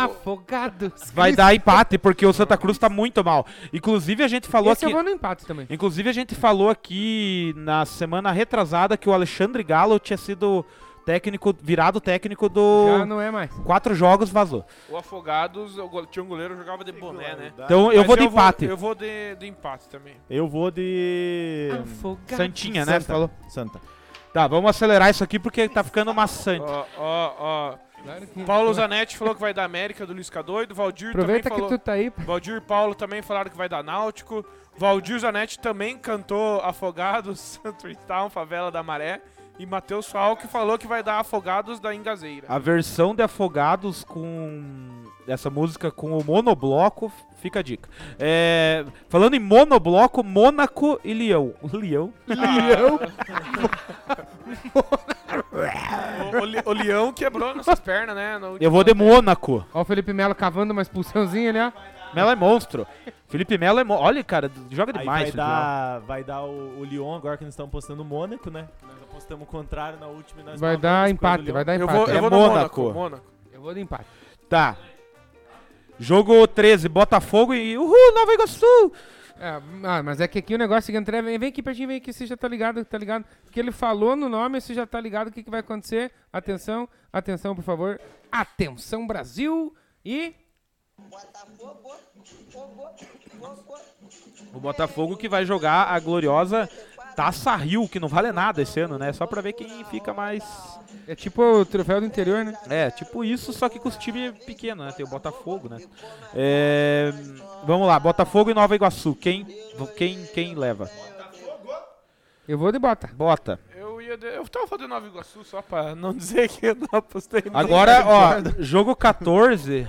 [SPEAKER 3] Afogados.
[SPEAKER 4] vai dar empate porque o Santa Cruz tá muito mal. Inclusive a gente falou
[SPEAKER 3] Esse eu
[SPEAKER 4] aqui,
[SPEAKER 3] vou no empate também.
[SPEAKER 4] inclusive a gente falou aqui na semana retrasada que o Alexandre Galo tinha sido técnico, virado técnico
[SPEAKER 3] Já
[SPEAKER 4] do
[SPEAKER 3] não é mais.
[SPEAKER 4] quatro jogos vazou.
[SPEAKER 5] o Afogados, o go- tinha um goleiro que jogava de boné, né?
[SPEAKER 2] Tá?
[SPEAKER 4] Então eu
[SPEAKER 5] Mas
[SPEAKER 4] vou de empate.
[SPEAKER 5] eu vou de, de empate também.
[SPEAKER 2] Eu vou de.
[SPEAKER 3] Afogados.
[SPEAKER 4] Santinha, né?
[SPEAKER 2] Santa.
[SPEAKER 4] Você falou.
[SPEAKER 2] Santa.
[SPEAKER 4] Tá, vamos acelerar isso aqui porque tá ficando maçante.
[SPEAKER 5] Ó, ó, ó.
[SPEAKER 3] Claro que-
[SPEAKER 5] Paulo Zanetti falou que vai dar América do Luiz Cadoido. Valdir
[SPEAKER 3] Aproveita
[SPEAKER 5] também
[SPEAKER 3] que
[SPEAKER 5] falou.
[SPEAKER 3] tu tá aí.
[SPEAKER 5] Valdir e Paulo também falaram que vai dar Náutico. Valdir Zanetti também cantou Afogados, Santos Town, Favela da Maré. E Matheus Falck falou que vai dar Afogados da Ingazeira.
[SPEAKER 4] A versão de Afogados com essa música com o monobloco, fica a dica. É, falando em monobloco, Mônaco e Leão. Leão?
[SPEAKER 3] Leão.
[SPEAKER 5] O, o Le- o Leão quebrou nossas pernas, né? No
[SPEAKER 4] Eu vou de Mônaco.
[SPEAKER 3] Ó o Felipe Melo cavando uma expulsãozinha ali, ó.
[SPEAKER 4] Melo é monstro. Felipe Melo é monstro. Olha, cara, joga
[SPEAKER 2] Aí
[SPEAKER 4] demais.
[SPEAKER 2] vai
[SPEAKER 4] Felipe Melo.
[SPEAKER 2] dar, vai dar o, o Lyon agora que nós estamos postando o Mônaco, né? Nós apostamos o contrário na última e nós
[SPEAKER 3] Vai
[SPEAKER 2] pagamos
[SPEAKER 4] tá
[SPEAKER 3] dar
[SPEAKER 2] quando o
[SPEAKER 3] empate,
[SPEAKER 2] Lyon-
[SPEAKER 3] vai dar
[SPEAKER 5] eu
[SPEAKER 3] empate.
[SPEAKER 5] vou,
[SPEAKER 4] É
[SPEAKER 5] eu vou no
[SPEAKER 4] Mônaco.
[SPEAKER 5] Mônaco. Mônaco.
[SPEAKER 3] Eu vou de empate.
[SPEAKER 4] Tá. Jogo 13, Botafogo e Uhul, Nova Iguaçu.
[SPEAKER 3] É, ah, mas é que aqui o negócio que entra vem, vem aqui pertinho, vem aqui, você já tá ligado, tá ligado? Porque ele falou no nome, você já tá ligado o que, que vai acontecer. Atenção, atenção, por favor. Atenção, Brasil! E.
[SPEAKER 4] O Botafogo que vai jogar a gloriosa Taça Rio, que não vale nada esse ano, né? Só pra ver quem fica mais
[SPEAKER 3] É tipo o troféu do interior, né?
[SPEAKER 4] É, tipo isso, só que com os times pequenos, né? Tem o Botafogo, né? É, vamos lá, Botafogo e Nova Iguaçu. Quem, quem, quem leva?
[SPEAKER 3] Eu vou de bota.
[SPEAKER 4] Bota.
[SPEAKER 5] Eu ia de... Eu tava fazendo Nova Iguaçu só pra Ah, não dizer que eu não apostei. no-
[SPEAKER 4] Agora, ó, jogo 14.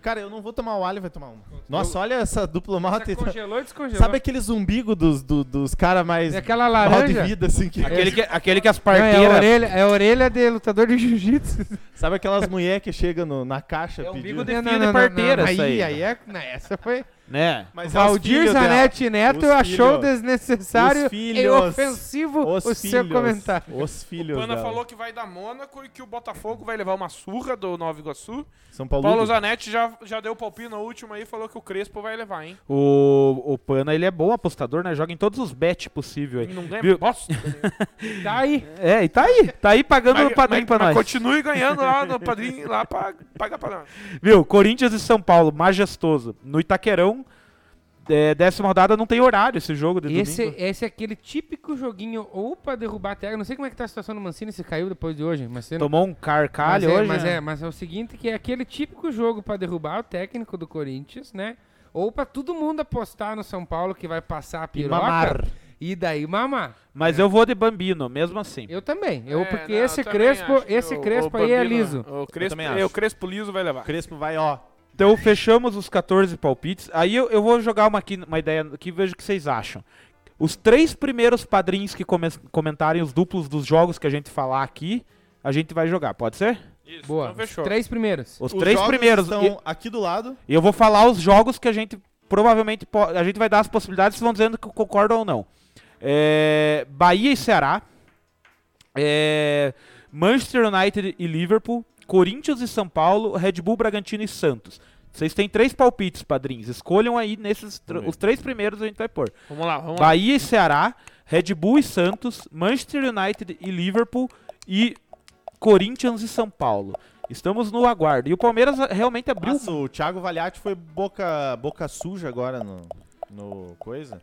[SPEAKER 2] Cara, eu não vou tomar o alho, vai tomar uma. Nossa, olha essa dupla malta. tá-
[SPEAKER 3] Você congelou
[SPEAKER 4] tá.
[SPEAKER 3] e descongelou.
[SPEAKER 2] Sabe aqueles umbigo dos, do- dos caras mais
[SPEAKER 3] É aquela
[SPEAKER 2] mal de
[SPEAKER 3] laranja?
[SPEAKER 2] vida, assim? Que...
[SPEAKER 4] Aquele que, aquele que as
[SPEAKER 3] Não, é, a
[SPEAKER 4] parteiras.
[SPEAKER 3] orelha, é a orelha de lutador de jiu-jitsu.
[SPEAKER 2] Sabe aquelas mulher que chega no- na caixa pedindo...
[SPEAKER 4] de- fio parteira
[SPEAKER 3] Aí,
[SPEAKER 4] essa aí.
[SPEAKER 3] aí é, não, essa foi.
[SPEAKER 4] né?
[SPEAKER 2] Mas é os
[SPEAKER 3] Valdir
[SPEAKER 2] filhos dela.
[SPEAKER 3] Zanetti Neto
[SPEAKER 2] Os
[SPEAKER 3] achou
[SPEAKER 2] filhos.
[SPEAKER 3] desnecessário
[SPEAKER 2] Os
[SPEAKER 3] e é
[SPEAKER 2] filhos.
[SPEAKER 3] ofensivo
[SPEAKER 2] Os
[SPEAKER 3] o seu
[SPEAKER 2] filhos.
[SPEAKER 3] comentário.
[SPEAKER 2] Os filhos
[SPEAKER 5] O Pana
[SPEAKER 2] dela.
[SPEAKER 5] falou que vai dar Mônaco e que o Botafogo vai levar uma surra do Nova Iguaçu.
[SPEAKER 4] Tá
[SPEAKER 2] São Paulo.
[SPEAKER 5] Paulo Zanetti já, já deu palpite na última aí e falou que o Crespo vai levar, hein?
[SPEAKER 4] O, o Pana, ele é bom apostador, né? Joga em todos os bets possível aí.
[SPEAKER 5] Não ganha
[SPEAKER 4] Viu?
[SPEAKER 5] bosta.
[SPEAKER 3] Tá aí.
[SPEAKER 4] É, e tá aí. Tá aí pagando
[SPEAKER 5] Mas-
[SPEAKER 4] o padrinho
[SPEAKER 5] mas-
[SPEAKER 4] pra
[SPEAKER 5] mas
[SPEAKER 4] nós.
[SPEAKER 5] Continue ganhando lá no padrinho, lá pra pagar pra nós.
[SPEAKER 4] Viu? Corinthians e São Paulo, majestoso. No Itaquerão, é, décima rodada, não tem horário esse jogo de
[SPEAKER 3] Esse,
[SPEAKER 4] domingo.
[SPEAKER 3] esse é aquele típico joguinho ou pra derrubar a terra. Não sei como é que tá a situação do Mancini, se caiu depois de hoje, mas você não.
[SPEAKER 4] Tomou um
[SPEAKER 3] Mas
[SPEAKER 4] carcalho
[SPEAKER 3] é,
[SPEAKER 4] hoje.
[SPEAKER 3] mas,
[SPEAKER 4] né?
[SPEAKER 3] é, mas é o seguinte, que é aquele típico jogo pra derrubar o técnico do Corinthians, né? Ou pra todo mundo apostar no São Paulo que vai passar a piroca.
[SPEAKER 4] mamar.
[SPEAKER 3] E daí mamar.
[SPEAKER 4] Mas eu vou de Bambino, mesmo assim.
[SPEAKER 3] Eu também. Eu,
[SPEAKER 5] É,
[SPEAKER 3] porque
[SPEAKER 5] não, eu
[SPEAKER 3] esse
[SPEAKER 5] também
[SPEAKER 3] Crespo,
[SPEAKER 5] acho que
[SPEAKER 3] esse
[SPEAKER 5] o-
[SPEAKER 3] Crespo
[SPEAKER 5] o
[SPEAKER 3] aí é
[SPEAKER 5] Bambino-
[SPEAKER 3] liso.
[SPEAKER 5] O Crespo,
[SPEAKER 2] também acho.
[SPEAKER 5] é, o Crespo liso vai levar.
[SPEAKER 2] Crespo vai, ó.
[SPEAKER 4] Então fechamos os 14 palpites. Aí eu, eu vou jogar uma, aqui, uma ideia aqui e vejo o que vocês acham. Os três primeiros padrinhos que come- comentarem os duplos dos jogos que a gente falar aqui, a gente vai jogar, pode ser?
[SPEAKER 5] Isso,
[SPEAKER 3] Boa.
[SPEAKER 5] então fechou.
[SPEAKER 3] Três primeiros.
[SPEAKER 4] Os,
[SPEAKER 2] Os
[SPEAKER 4] três
[SPEAKER 2] jogos
[SPEAKER 4] primeiros.
[SPEAKER 2] estão
[SPEAKER 4] E
[SPEAKER 2] aqui do lado.
[SPEAKER 4] e eu vou falar os jogos que a gente provavelmente po- A gente vai dar as possibilidades, vocês vão dizendo que concordam ou não. É, Bahia e Ceará. É, Manchester United e Liverpool, Corinthians e São Paulo, Red Bull, Bragantino e Santos. Vocês têm três palpites, padrinhos. Escolham aí nesses tr-
[SPEAKER 2] Vamos ver.
[SPEAKER 4] os três primeiros a gente vai pôr.
[SPEAKER 5] Vamos lá, vamos lá.
[SPEAKER 4] Bahia e Ceará, Red Bull e Santos, Manchester United e Liverpool e Corinthians e São Paulo. Estamos no aguardo. E o Palmeiras ah, realmente abriu
[SPEAKER 2] Nossa, o Thiago Valiati foi boca, boca suja agora no, no coisa.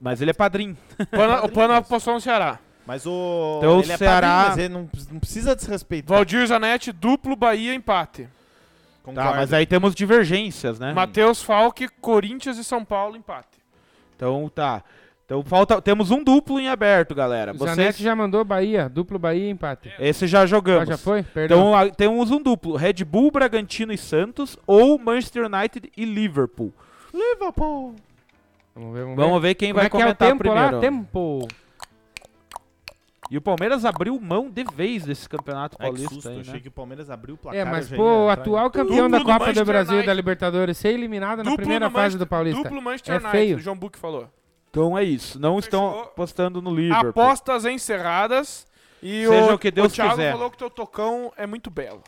[SPEAKER 4] Mas ele é padrinho.
[SPEAKER 5] O Pana- o Pana apostou no Ceará.
[SPEAKER 2] Mas o.
[SPEAKER 4] Então o
[SPEAKER 2] ele é
[SPEAKER 4] Ceará-
[SPEAKER 2] padrinho, mas ele não, não precisa desrespeitar.
[SPEAKER 5] Valdir Zanetti, duplo Bahia, empate.
[SPEAKER 4] Tá,
[SPEAKER 2] Concordo.
[SPEAKER 4] mas aí temos divergências, né?
[SPEAKER 5] Matheus Falck, Corinthians e São Paulo, empate.
[SPEAKER 4] Então tá. Então falta. Temos um duplo em aberto, galera.
[SPEAKER 3] O
[SPEAKER 4] Vocês-
[SPEAKER 3] Zanetti já mandou Bahia, duplo Bahia e empate.
[SPEAKER 4] Esse já
[SPEAKER 3] Ah,
[SPEAKER 4] jogamos.
[SPEAKER 3] já foi? Perdão.
[SPEAKER 4] Então a- temos um duplo: Red Bull, Bragantino e Santos, ou Manchester United e Liverpool.
[SPEAKER 2] Liverpool.
[SPEAKER 3] vamos ver, vamos ver.
[SPEAKER 4] Vamos ver quem
[SPEAKER 3] Como
[SPEAKER 4] vai
[SPEAKER 3] é que é o
[SPEAKER 4] comentar
[SPEAKER 3] tempo
[SPEAKER 4] primeiro.
[SPEAKER 3] lá? Tempo.
[SPEAKER 4] E o Palmeiras abriu mão de vez desse campeonato
[SPEAKER 2] Ai, que
[SPEAKER 4] paulista.
[SPEAKER 2] susto,
[SPEAKER 4] aí, né?
[SPEAKER 2] achei que o Palmeiras abriu o placar.
[SPEAKER 3] É, mas
[SPEAKER 2] eu já
[SPEAKER 3] pô,
[SPEAKER 2] ia
[SPEAKER 3] o
[SPEAKER 2] entrar em-
[SPEAKER 3] atual campeão da
[SPEAKER 5] do
[SPEAKER 3] Copa do
[SPEAKER 5] Manchester
[SPEAKER 3] Brasil e
[SPEAKER 5] United.
[SPEAKER 3] da Libertadores ser eliminado na
[SPEAKER 5] Duplo
[SPEAKER 3] primeira
[SPEAKER 5] no
[SPEAKER 3] fase
[SPEAKER 5] Manchester-
[SPEAKER 3] do Paulista.
[SPEAKER 5] Duplo Manchester
[SPEAKER 3] É
[SPEAKER 5] United,
[SPEAKER 3] feio.
[SPEAKER 5] o João Buck falou.
[SPEAKER 4] Então é isso. Não estão
[SPEAKER 5] Fechou.
[SPEAKER 4] apostando no Liverpool.
[SPEAKER 5] Apostas encerradas. E
[SPEAKER 4] Seja
[SPEAKER 5] o,
[SPEAKER 4] o que Deus
[SPEAKER 5] Thiago
[SPEAKER 4] quiser.
[SPEAKER 5] falou que teu tocão é muito belo.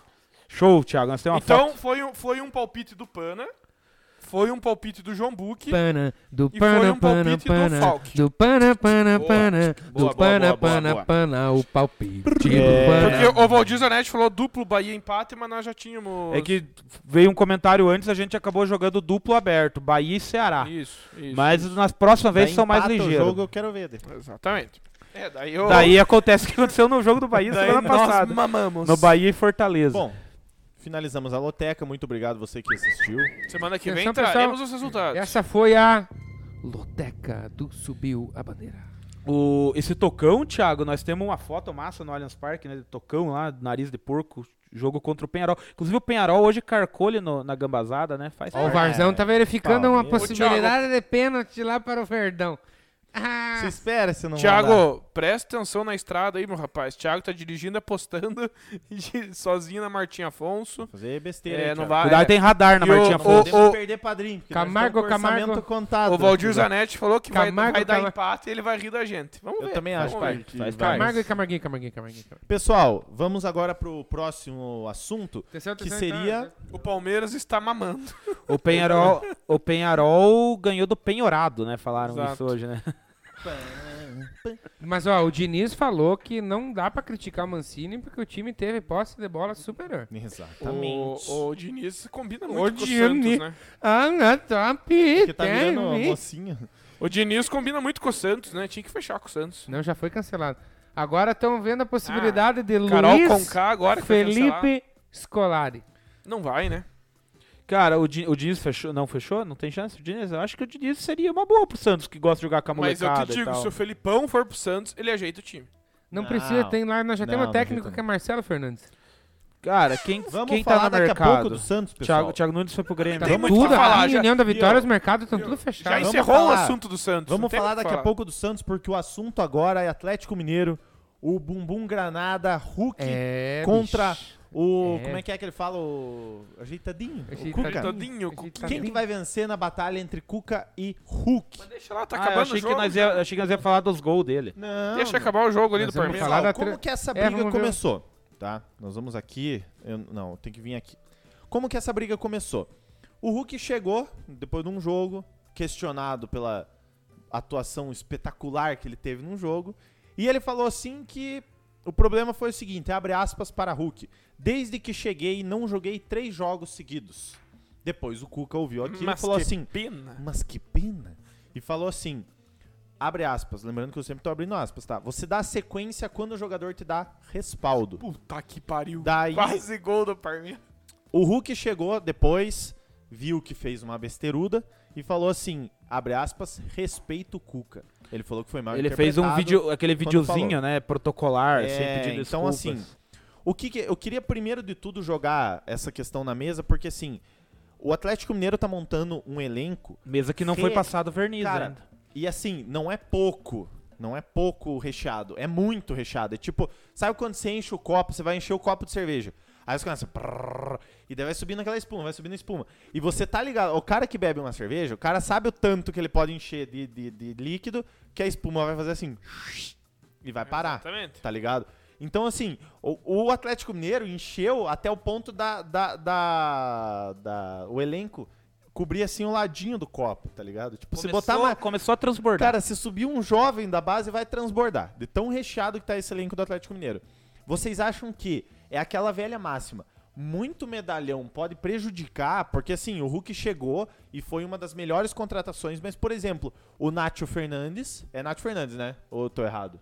[SPEAKER 4] Show, Thiago. Nós temos uma
[SPEAKER 5] então, foi um, foi um palpite do Pana, foi um palpite do João Buck.
[SPEAKER 3] Pana, do
[SPEAKER 5] E foi
[SPEAKER 3] pana,
[SPEAKER 5] um
[SPEAKER 3] pana,
[SPEAKER 5] palpite do
[SPEAKER 3] pana,
[SPEAKER 5] Falk.
[SPEAKER 3] do pana, pana,
[SPEAKER 5] Boa.
[SPEAKER 3] pana,
[SPEAKER 4] Boa, boa,
[SPEAKER 3] do pana,
[SPEAKER 4] boa, boa,
[SPEAKER 3] pana,
[SPEAKER 4] boa.
[SPEAKER 3] pana, o palpite
[SPEAKER 4] É.
[SPEAKER 3] do pana.
[SPEAKER 5] Porque o Valdir Zanetti falou duplo Bahia empate, mas nós já tínhamos.
[SPEAKER 4] É que veio um comentário antes, a gente acabou jogando duplo aberto, Bahia e Ceará.
[SPEAKER 5] Isso, isso.
[SPEAKER 4] Mas nas próximas vezes
[SPEAKER 2] Daí
[SPEAKER 4] são mais
[SPEAKER 2] empata o
[SPEAKER 4] ligeiros.
[SPEAKER 2] jogo eu quero ver. depois.
[SPEAKER 5] Exatamente. É, daí eu.
[SPEAKER 4] Daí acontece o que aconteceu no jogo do Bahia
[SPEAKER 5] daí
[SPEAKER 4] semana
[SPEAKER 5] nós
[SPEAKER 4] passada.
[SPEAKER 5] mamamos.
[SPEAKER 4] No Bahia e Fortaleza.
[SPEAKER 2] Bom, finalizamos a loteca. Muito obrigado você que assistiu.
[SPEAKER 5] Semana que vem
[SPEAKER 3] Atenção,
[SPEAKER 5] traremos
[SPEAKER 3] pessoal.
[SPEAKER 5] os resultados.
[SPEAKER 3] Essa foi a Loteca do Subiu a Bandeira.
[SPEAKER 4] O, esse tocão, Thiago, nós temos uma foto massa no Allianz Parque, né? de Tocão lá, nariz de porco, jogo contra o Penharol. Inclusive o Penharol hoje carcou ele no- na gambazada, né? Faz
[SPEAKER 3] Ó, o Varzão tá verificando uma
[SPEAKER 2] Palmeiras.
[SPEAKER 3] possibilidade de pênalti lá para o Verdão. Ah,
[SPEAKER 2] Você espera se não rolar.
[SPEAKER 5] Tiago, presta atenção na estrada aí, meu rapaz. Thiago tá dirigindo, apostando de- sozinho na Martim Afonso.
[SPEAKER 2] Fazer besteira.
[SPEAKER 5] É,
[SPEAKER 2] hein,
[SPEAKER 5] não
[SPEAKER 2] Thiago.
[SPEAKER 5] vai.
[SPEAKER 4] Cuidado, tem radar na
[SPEAKER 5] E o-
[SPEAKER 4] Martinha
[SPEAKER 5] o-
[SPEAKER 4] Fonte.
[SPEAKER 2] Podemos
[SPEAKER 5] Ô, ô.
[SPEAKER 2] perder padrinho. porque
[SPEAKER 3] Camargo,
[SPEAKER 2] nós estamos com orçamento
[SPEAKER 3] Camargo.
[SPEAKER 2] contado.
[SPEAKER 5] é. O Valdir
[SPEAKER 2] Cuidado.
[SPEAKER 5] Zanetti falou que vai-
[SPEAKER 3] Camargo,
[SPEAKER 5] vai, dar
[SPEAKER 3] Camargo.
[SPEAKER 5] empate e ele vai rir da gente. Vamos
[SPEAKER 2] Eu
[SPEAKER 5] ver.
[SPEAKER 2] também
[SPEAKER 5] vamos
[SPEAKER 2] acho,
[SPEAKER 5] ver.
[SPEAKER 2] pai. Faz
[SPEAKER 3] Camargo e
[SPEAKER 2] parte.
[SPEAKER 3] Camarguinho, Camarguinho, Camarguinho. Camarguinho.
[SPEAKER 2] Pessoal, vamos agora pro próximo assunto,
[SPEAKER 3] Atenção,
[SPEAKER 2] que
[SPEAKER 3] atenção,
[SPEAKER 2] seria...
[SPEAKER 3] então.
[SPEAKER 5] O Palmeiras está mamando.
[SPEAKER 4] O Penharol, o Penharol ganhou do Penhorado, né? Falaram
[SPEAKER 5] Exato.
[SPEAKER 4] isso hoje, né?
[SPEAKER 3] Mas ó, o Diniz falou que não dá pra criticar o Mancini porque o time teve posse de bola superior.
[SPEAKER 2] Exatamente.
[SPEAKER 5] O, o Diniz combina
[SPEAKER 3] O
[SPEAKER 5] muito com o
[SPEAKER 3] Diniz.
[SPEAKER 5] Santos, né?
[SPEAKER 3] Ah, na top!
[SPEAKER 2] Que tá virando uma mocinha.
[SPEAKER 5] O Diniz combina muito com o Santos, né? Tinha que fechar com o Santos.
[SPEAKER 3] Não, já foi cancelado. Agora estão vendo a possibilidade de
[SPEAKER 5] Carol
[SPEAKER 3] Luiz
[SPEAKER 5] Conká agora que foi cancelar.
[SPEAKER 3] Felipe Scolari.
[SPEAKER 5] Não vai, né?
[SPEAKER 4] Cara, o, Di- o Diniz fechou. Não, fechou? Não tem chance? O Diniz, eu acho que o Diniz seria uma boa pro Santos, que gosta de jogar com a
[SPEAKER 5] Mas eu
[SPEAKER 4] molecada
[SPEAKER 5] te
[SPEAKER 4] e
[SPEAKER 5] digo,
[SPEAKER 4] tal.
[SPEAKER 5] se o Felipão for pro Santos, ele ajeita o time.
[SPEAKER 3] Não,
[SPEAKER 2] Não.
[SPEAKER 3] precisa, tem lá, nós já
[SPEAKER 2] Não,
[SPEAKER 3] temos
[SPEAKER 2] não
[SPEAKER 3] técnico
[SPEAKER 2] fica-
[SPEAKER 3] que é Marcelo Fernandes.
[SPEAKER 4] Cara, quem,
[SPEAKER 2] Vamos
[SPEAKER 4] quem
[SPEAKER 2] falar
[SPEAKER 4] tá no
[SPEAKER 2] daqui a pouco
[SPEAKER 4] mercado?
[SPEAKER 2] do Santos, pessoal.
[SPEAKER 4] Thiago, Thiago Nunes foi pro Grêmio.
[SPEAKER 3] Tá
[SPEAKER 5] Tem muito
[SPEAKER 3] tudo,
[SPEAKER 5] pra falar,
[SPEAKER 3] a
[SPEAKER 5] já-
[SPEAKER 3] União da Vitória,
[SPEAKER 5] Viu?
[SPEAKER 3] os mercados estão
[SPEAKER 5] Viu?
[SPEAKER 3] tudo
[SPEAKER 5] Já
[SPEAKER 3] fechados.
[SPEAKER 2] Vamos
[SPEAKER 5] encerrou o
[SPEAKER 2] falar.
[SPEAKER 5] assunto do Santos. não
[SPEAKER 2] Vamos
[SPEAKER 5] tem o
[SPEAKER 2] falar
[SPEAKER 5] que
[SPEAKER 2] daqui a pouco do Santos, porque o assunto agora é Atlético Mineiro, o Bumbum Granada, Hulk
[SPEAKER 3] É,
[SPEAKER 2] contra
[SPEAKER 3] bicho.
[SPEAKER 2] o...
[SPEAKER 3] É.
[SPEAKER 2] Como é que é que ele fala? O ajeitadinho? O
[SPEAKER 3] Ajeitadinho.
[SPEAKER 2] Cuca?
[SPEAKER 5] Coitadinho,
[SPEAKER 3] Ele
[SPEAKER 5] Cuquinha.
[SPEAKER 3] tá
[SPEAKER 2] Quem que vai vencer na batalha entre Cuca e Hulk?
[SPEAKER 5] Deixa lá, tá
[SPEAKER 4] Ah, eu
[SPEAKER 5] acabando
[SPEAKER 4] achei,
[SPEAKER 5] o jogo.
[SPEAKER 4] que nós ia, achei que nós ia falar dos gols dele.
[SPEAKER 2] Não,
[SPEAKER 5] Deixa acabar o jogo ali
[SPEAKER 3] Nós
[SPEAKER 5] do
[SPEAKER 3] vamos
[SPEAKER 5] Palmeiras.
[SPEAKER 3] falar da
[SPEAKER 2] como
[SPEAKER 3] tre-
[SPEAKER 2] que essa
[SPEAKER 3] É,
[SPEAKER 2] briga
[SPEAKER 3] vamos ver.
[SPEAKER 2] começou, tá? Nós vamos aqui, eu- não, tem que vir aqui. Como que essa briga começou? O Hulk chegou depois de um jogo, questionado pela atuação espetacular que ele teve num jogo, e ele falou assim que o problema foi o seguinte, abre aspas para Hulk, desde que cheguei não joguei três jogos seguidos. Depois o Cuca ouviu aquilo e
[SPEAKER 5] Mas
[SPEAKER 2] falou
[SPEAKER 5] que
[SPEAKER 2] assim,
[SPEAKER 5] pena.
[SPEAKER 2] mas que pena. E falou assim, abre aspas, lembrando que eu sempre tô abrindo aspas, tá? Você dá sequência quando o jogador te dá respaldo.
[SPEAKER 5] Puta que pariu.
[SPEAKER 2] Daí-
[SPEAKER 5] Quase gol do Palmeiras.
[SPEAKER 2] O Hulk chegou depois, viu que fez uma besteiruda e falou assim, abre aspas, respeito o Cuca. Ele falou que foi mal
[SPEAKER 4] Ele fez um
[SPEAKER 2] interpretado.
[SPEAKER 4] vídeo, aquele videozinho,
[SPEAKER 2] falou.
[SPEAKER 4] né? Protocolar,
[SPEAKER 2] É,
[SPEAKER 4] sem pedir desculpas.
[SPEAKER 2] então, assim, O que, que- eu queria primeiro de tudo jogar essa questão na mesa, porque assim, o Atlético Mineiro tá montando um elenco
[SPEAKER 4] Mesa que não foi
[SPEAKER 2] Fe-
[SPEAKER 4] passado verniz né?
[SPEAKER 2] Cara,
[SPEAKER 4] ainda.
[SPEAKER 2] E assim, não é pouco. Não é pouco recheado. É muito recheado. É tipo, sabe quando você enche o copo, você vai encher o copo de cerveja. Aí você começa. prrr, E daí vai subindo aquela espuma, vai subindo a espuma. E você tá ligado. O cara que bebe uma cerveja, o cara sabe o tanto que ele pode encher de, de, de líquido que a espuma vai fazer assim. E vai parar.
[SPEAKER 5] Exatamente.
[SPEAKER 2] Tá ligado? Então, assim, o, o Atlético Mineiro encheu até o ponto da, da, da, da- O elenco cobrir assim o ladinho do copo, tá ligado? Tipo, se
[SPEAKER 4] Começou-
[SPEAKER 2] botar mais.
[SPEAKER 4] Começou a transbordar.
[SPEAKER 2] Cara, se subir um jovem da base, vai transbordar. De tão recheado que tá esse elenco do Atlético Mineiro. Vocês acham que é aquela velha máxima? Muito medalhão pode prejudicar, porque assim, o Hulk chegou e foi uma das melhores contratações, mas, por exemplo, o Nacho Fernandes. É Nacho Fernandes, né? Ou eu tô errado?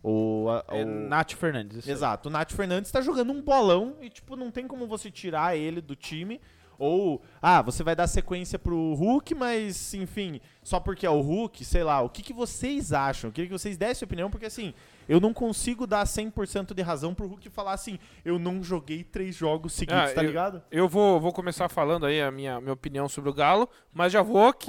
[SPEAKER 2] O. a-
[SPEAKER 4] É,
[SPEAKER 2] o-
[SPEAKER 4] Nath Fernandes. isso aí.
[SPEAKER 2] Exato, o Nath Fernandes tá jogando um bolão e, tipo, não tem como você tirar ele do time. Ou, ah, você vai dar sequência pro Hulk, mas, enfim, só porque é o Hulk, sei lá. O que, que vocês acham? Eu queria que vocês dessem opinião, porque, assim, eu não consigo dar 100% de razão pro Hulk falar assim, eu não joguei três jogos seguidos,
[SPEAKER 5] Ah,
[SPEAKER 2] tá
[SPEAKER 5] eu-
[SPEAKER 2] ligado?
[SPEAKER 5] Eu vou, vou começar falando aí a minha, minha opinião sobre o Galo, mas já vou aqui.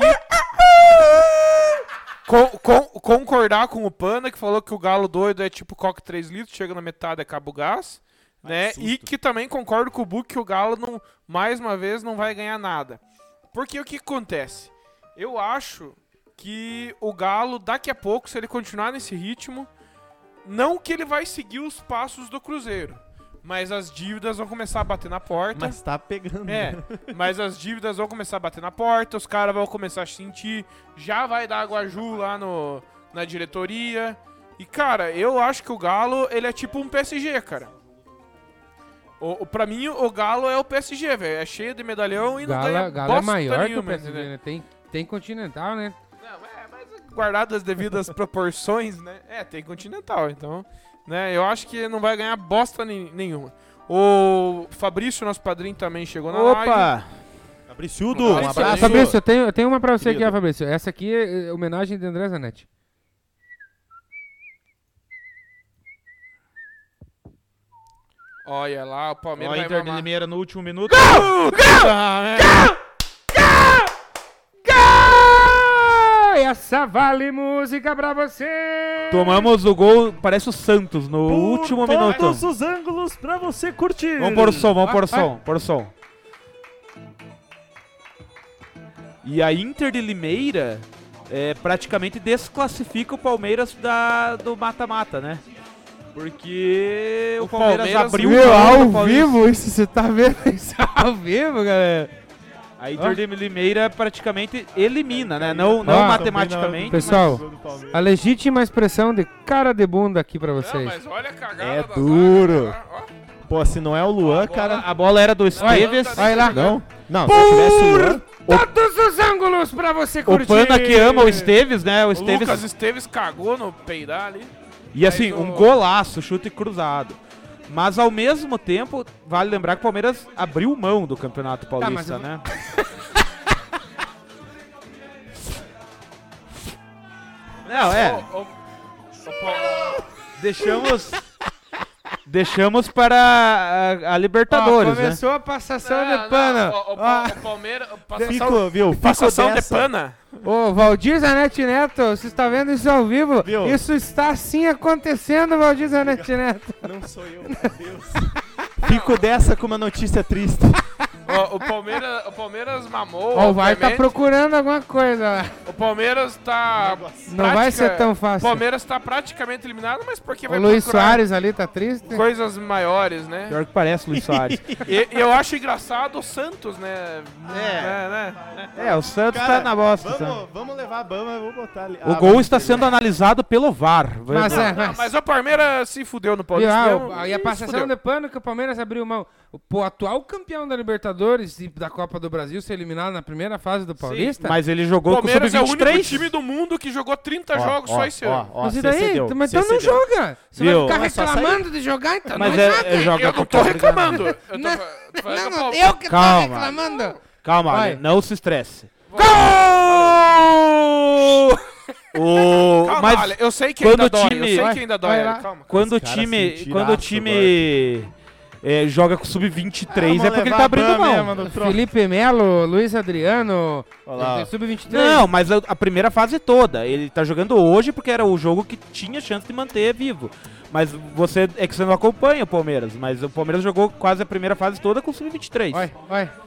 [SPEAKER 5] Con- con- concordar com o Panda, que falou que o galo doido é tipo coque 3 litros, chega na metade e acaba o gás. Né? E que também concordo com o Buck que o Galo, não, mais uma vez, não vai ganhar nada. Porque o que acontece? Eu acho que o Galo, daqui a pouco, se ele continuar nesse ritmo, não que ele vai seguir os passos do Cruzeiro, mas as dívidas vão começar a bater na porta.
[SPEAKER 2] Mas tá pegando.
[SPEAKER 5] É, mas as dívidas vão começar a bater na porta, os caras vão começar a sentir, já vai dar guaju lá no, na diretoria. E, cara, eu acho que o Galo, ele é tipo um PSG, cara. O, o- pra mim, o Galo é o PSG, velho. É cheio de medalhão e não
[SPEAKER 3] Galo,
[SPEAKER 5] ganha
[SPEAKER 3] Galo é
[SPEAKER 5] bosta
[SPEAKER 3] maior que o
[SPEAKER 5] nenhuma,
[SPEAKER 3] PSG,
[SPEAKER 5] entendeu?
[SPEAKER 3] né? Tem, tem Continental, né?
[SPEAKER 5] Não, é, mas guardado as devidas proporções, né? É, tem Continental, então. Né, eu acho que não vai ganhar bosta nem- nenhuma. O Fabrício, nosso padrinho, também chegou na live.
[SPEAKER 4] Opa!
[SPEAKER 2] Fabriciudo,
[SPEAKER 5] Um
[SPEAKER 2] um
[SPEAKER 5] abraço.
[SPEAKER 2] abraço.
[SPEAKER 3] Ah, Fabrício, eu tenho, eu tenho uma pra você aqui,
[SPEAKER 2] Querido.
[SPEAKER 3] ó, Fabrício. Essa aqui é é, homenagem de André Zanetti.
[SPEAKER 5] Olha lá, o
[SPEAKER 4] Ó,
[SPEAKER 5] Palmeiras
[SPEAKER 4] a
[SPEAKER 5] vai
[SPEAKER 4] Inter de
[SPEAKER 5] mamar.
[SPEAKER 4] Limeira no último minuto.
[SPEAKER 3] Gol! Essa vale música pra você!
[SPEAKER 4] Tomamos o gol, parece o Santos, no último minuto.
[SPEAKER 2] Todos os ângulos pra você curtir.
[SPEAKER 4] Vamos pôr o som, vamos
[SPEAKER 3] Vai,
[SPEAKER 4] pôr o
[SPEAKER 3] vai.
[SPEAKER 4] som, pôr o som. E a Inter de Limeira é, praticamente desclassifica o Palmeiras da, do mata-mata, né? Porque o,
[SPEAKER 5] O
[SPEAKER 4] Palmeiras,
[SPEAKER 5] Palmeiras
[SPEAKER 4] abriu
[SPEAKER 3] Meu,
[SPEAKER 4] mão do
[SPEAKER 3] ao
[SPEAKER 4] Paulista.
[SPEAKER 3] vivo isso? Você tá vendo isso ao vivo, galera?
[SPEAKER 4] A Inter de Limeira praticamente elimina, né? Não, não
[SPEAKER 3] Ó,
[SPEAKER 4] matematicamente.
[SPEAKER 3] Pessoal, a legítima expressão de cara de bunda aqui pra
[SPEAKER 5] Não,
[SPEAKER 3] vocês.
[SPEAKER 5] mas olha a cagada
[SPEAKER 2] É
[SPEAKER 5] da
[SPEAKER 2] duro.
[SPEAKER 5] zaga, ó.
[SPEAKER 2] Pô, se não é o Luan, cara.
[SPEAKER 4] A bola era do Esteves.
[SPEAKER 5] tá
[SPEAKER 3] Vai lá.
[SPEAKER 2] Não? Não, se eu tivesse o Luan.
[SPEAKER 3] Todos os ângulos pra você
[SPEAKER 4] O
[SPEAKER 3] curtir.
[SPEAKER 4] Panda que ama o Esteves, né? O
[SPEAKER 5] O
[SPEAKER 4] Esteves
[SPEAKER 5] Lucas Esteves cagou no peidar ali.
[SPEAKER 4] E assim,
[SPEAKER 5] Mas o-
[SPEAKER 4] um golaço, chute cruzado. Mas ao mesmo tempo, vale lembrar que o Palmeiras abriu mão do Campeonato
[SPEAKER 5] Tá,
[SPEAKER 3] mas
[SPEAKER 4] Paulista,
[SPEAKER 3] eu-
[SPEAKER 4] né? Não, é.
[SPEAKER 5] Ô, ô, ô, Paulo,
[SPEAKER 4] Deixamos. deixamos para a, a
[SPEAKER 3] Ó,
[SPEAKER 4] Libertadores, né?
[SPEAKER 3] começou a passação
[SPEAKER 5] não,
[SPEAKER 3] de pana.
[SPEAKER 5] não, ô, ô,
[SPEAKER 3] Ó,
[SPEAKER 5] Paulo, Palmeiras. ô, Passação,
[SPEAKER 2] Ah. Fico, viu?
[SPEAKER 5] passação
[SPEAKER 2] Fico
[SPEAKER 5] de
[SPEAKER 2] dessa.
[SPEAKER 5] pana.
[SPEAKER 3] Ô, Valdir Zanetti Neto, você está vendo isso ao vivo?
[SPEAKER 2] Viu?
[SPEAKER 3] Isso está sim acontecendo, Valdir Zanetti Neto.
[SPEAKER 2] Não sou eu, meu Deus. Fico dessa com uma notícia triste.
[SPEAKER 5] Ó, o, Palmeiras, o Palmeiras mamou.
[SPEAKER 3] Ó, o VAR tá
[SPEAKER 5] obviamente.
[SPEAKER 3] procurando alguma coisa. lá.
[SPEAKER 5] O Palmeiras tá.
[SPEAKER 3] Não vai ser tão
[SPEAKER 5] O
[SPEAKER 3] fácil.
[SPEAKER 5] Palmeiras tá praticamente eliminado, mas porque
[SPEAKER 3] O
[SPEAKER 5] vai
[SPEAKER 3] Luiz
[SPEAKER 5] procurar
[SPEAKER 3] Soares ali tá triste.
[SPEAKER 5] coisas maiores, né?
[SPEAKER 4] Pior que parece, Luiz Soares.
[SPEAKER 5] E, e eu acho engraçado o Santos, né? É, né?
[SPEAKER 4] é, o Santos
[SPEAKER 2] Cara,
[SPEAKER 4] tá na bosta. tá?
[SPEAKER 2] Vamos, vamos levar a Bama, vou botar ali.
[SPEAKER 4] O
[SPEAKER 2] Ah,
[SPEAKER 4] gol
[SPEAKER 2] mas-
[SPEAKER 4] está sendo analisado pelo VAR.
[SPEAKER 3] Mas é,
[SPEAKER 5] Não,
[SPEAKER 3] mas...
[SPEAKER 5] né? Ah, mas o Palmeiras se fudeu no
[SPEAKER 3] Viu,
[SPEAKER 5] Paulista.
[SPEAKER 3] ah,
[SPEAKER 5] mesmo,
[SPEAKER 3] o- e a
[SPEAKER 5] se
[SPEAKER 3] passação de
[SPEAKER 5] fudeu.
[SPEAKER 3] pano que o Palmeiras abriu mão. O pô, atual campeão da Libertadores e da Copa do Brasil ser eliminado na primeira fase do Paulista?
[SPEAKER 4] Mas ele jogou com o
[SPEAKER 5] Palmeiras é o único
[SPEAKER 4] Sub-23.
[SPEAKER 5] time do mundo que jogou 30 jogos só esse ano.
[SPEAKER 2] ó,
[SPEAKER 3] Mas e
[SPEAKER 2] você
[SPEAKER 3] daí?
[SPEAKER 2] cedeu,
[SPEAKER 3] mas
[SPEAKER 2] você
[SPEAKER 3] então não
[SPEAKER 2] cedeu.
[SPEAKER 3] joga. Você
[SPEAKER 4] Viu?
[SPEAKER 3] vai
[SPEAKER 2] Mas
[SPEAKER 3] ficar
[SPEAKER 2] só
[SPEAKER 3] reclamando de jogar, então
[SPEAKER 4] Mas
[SPEAKER 3] não
[SPEAKER 4] é,
[SPEAKER 3] joga.
[SPEAKER 4] é joga
[SPEAKER 5] eu não
[SPEAKER 4] contra
[SPEAKER 5] tô
[SPEAKER 4] o Bragantino.
[SPEAKER 5] reclamando. Eu tô,
[SPEAKER 3] Não,
[SPEAKER 5] fa- tô falando
[SPEAKER 3] não,
[SPEAKER 5] que o
[SPEAKER 3] eu que
[SPEAKER 4] Calma.
[SPEAKER 3] tô reclamando.
[SPEAKER 4] Calma,
[SPEAKER 3] Vai.
[SPEAKER 4] Ale, não se estresse.
[SPEAKER 5] Gol!
[SPEAKER 4] O...
[SPEAKER 5] Calma,
[SPEAKER 4] mas
[SPEAKER 5] Ale, eu sei que
[SPEAKER 4] quando
[SPEAKER 5] ainda
[SPEAKER 4] o
[SPEAKER 5] dói, eu
[SPEAKER 4] time-
[SPEAKER 5] sei
[SPEAKER 4] Vai,
[SPEAKER 5] que ainda
[SPEAKER 3] vai
[SPEAKER 5] dói,
[SPEAKER 3] lá.
[SPEAKER 5] Ale, calma.
[SPEAKER 4] quando o
[SPEAKER 2] Os caras
[SPEAKER 4] time,
[SPEAKER 2] sentiram
[SPEAKER 4] quando o
[SPEAKER 2] aço
[SPEAKER 4] time é, joga com sub-23
[SPEAKER 5] Ah,
[SPEAKER 4] é
[SPEAKER 2] vamos
[SPEAKER 4] porque ele
[SPEAKER 2] levar
[SPEAKER 4] tá
[SPEAKER 2] a
[SPEAKER 4] abrindo
[SPEAKER 2] Bama
[SPEAKER 4] mão.
[SPEAKER 2] mesmo do trono.
[SPEAKER 3] Felipe Melo, Luiz Adriano,
[SPEAKER 2] Olha lá, ó.
[SPEAKER 3] Sub-23.
[SPEAKER 4] Não, mas a, a primeira fase toda. Ele tá jogando hoje porque era o jogo que tinha chance de manter vivo. Mas você é que você não acompanha o Palmeiras, mas o Palmeiras jogou quase a primeira fase toda com o sub-23.
[SPEAKER 3] Olha, olha.
[SPEAKER 4] Ó,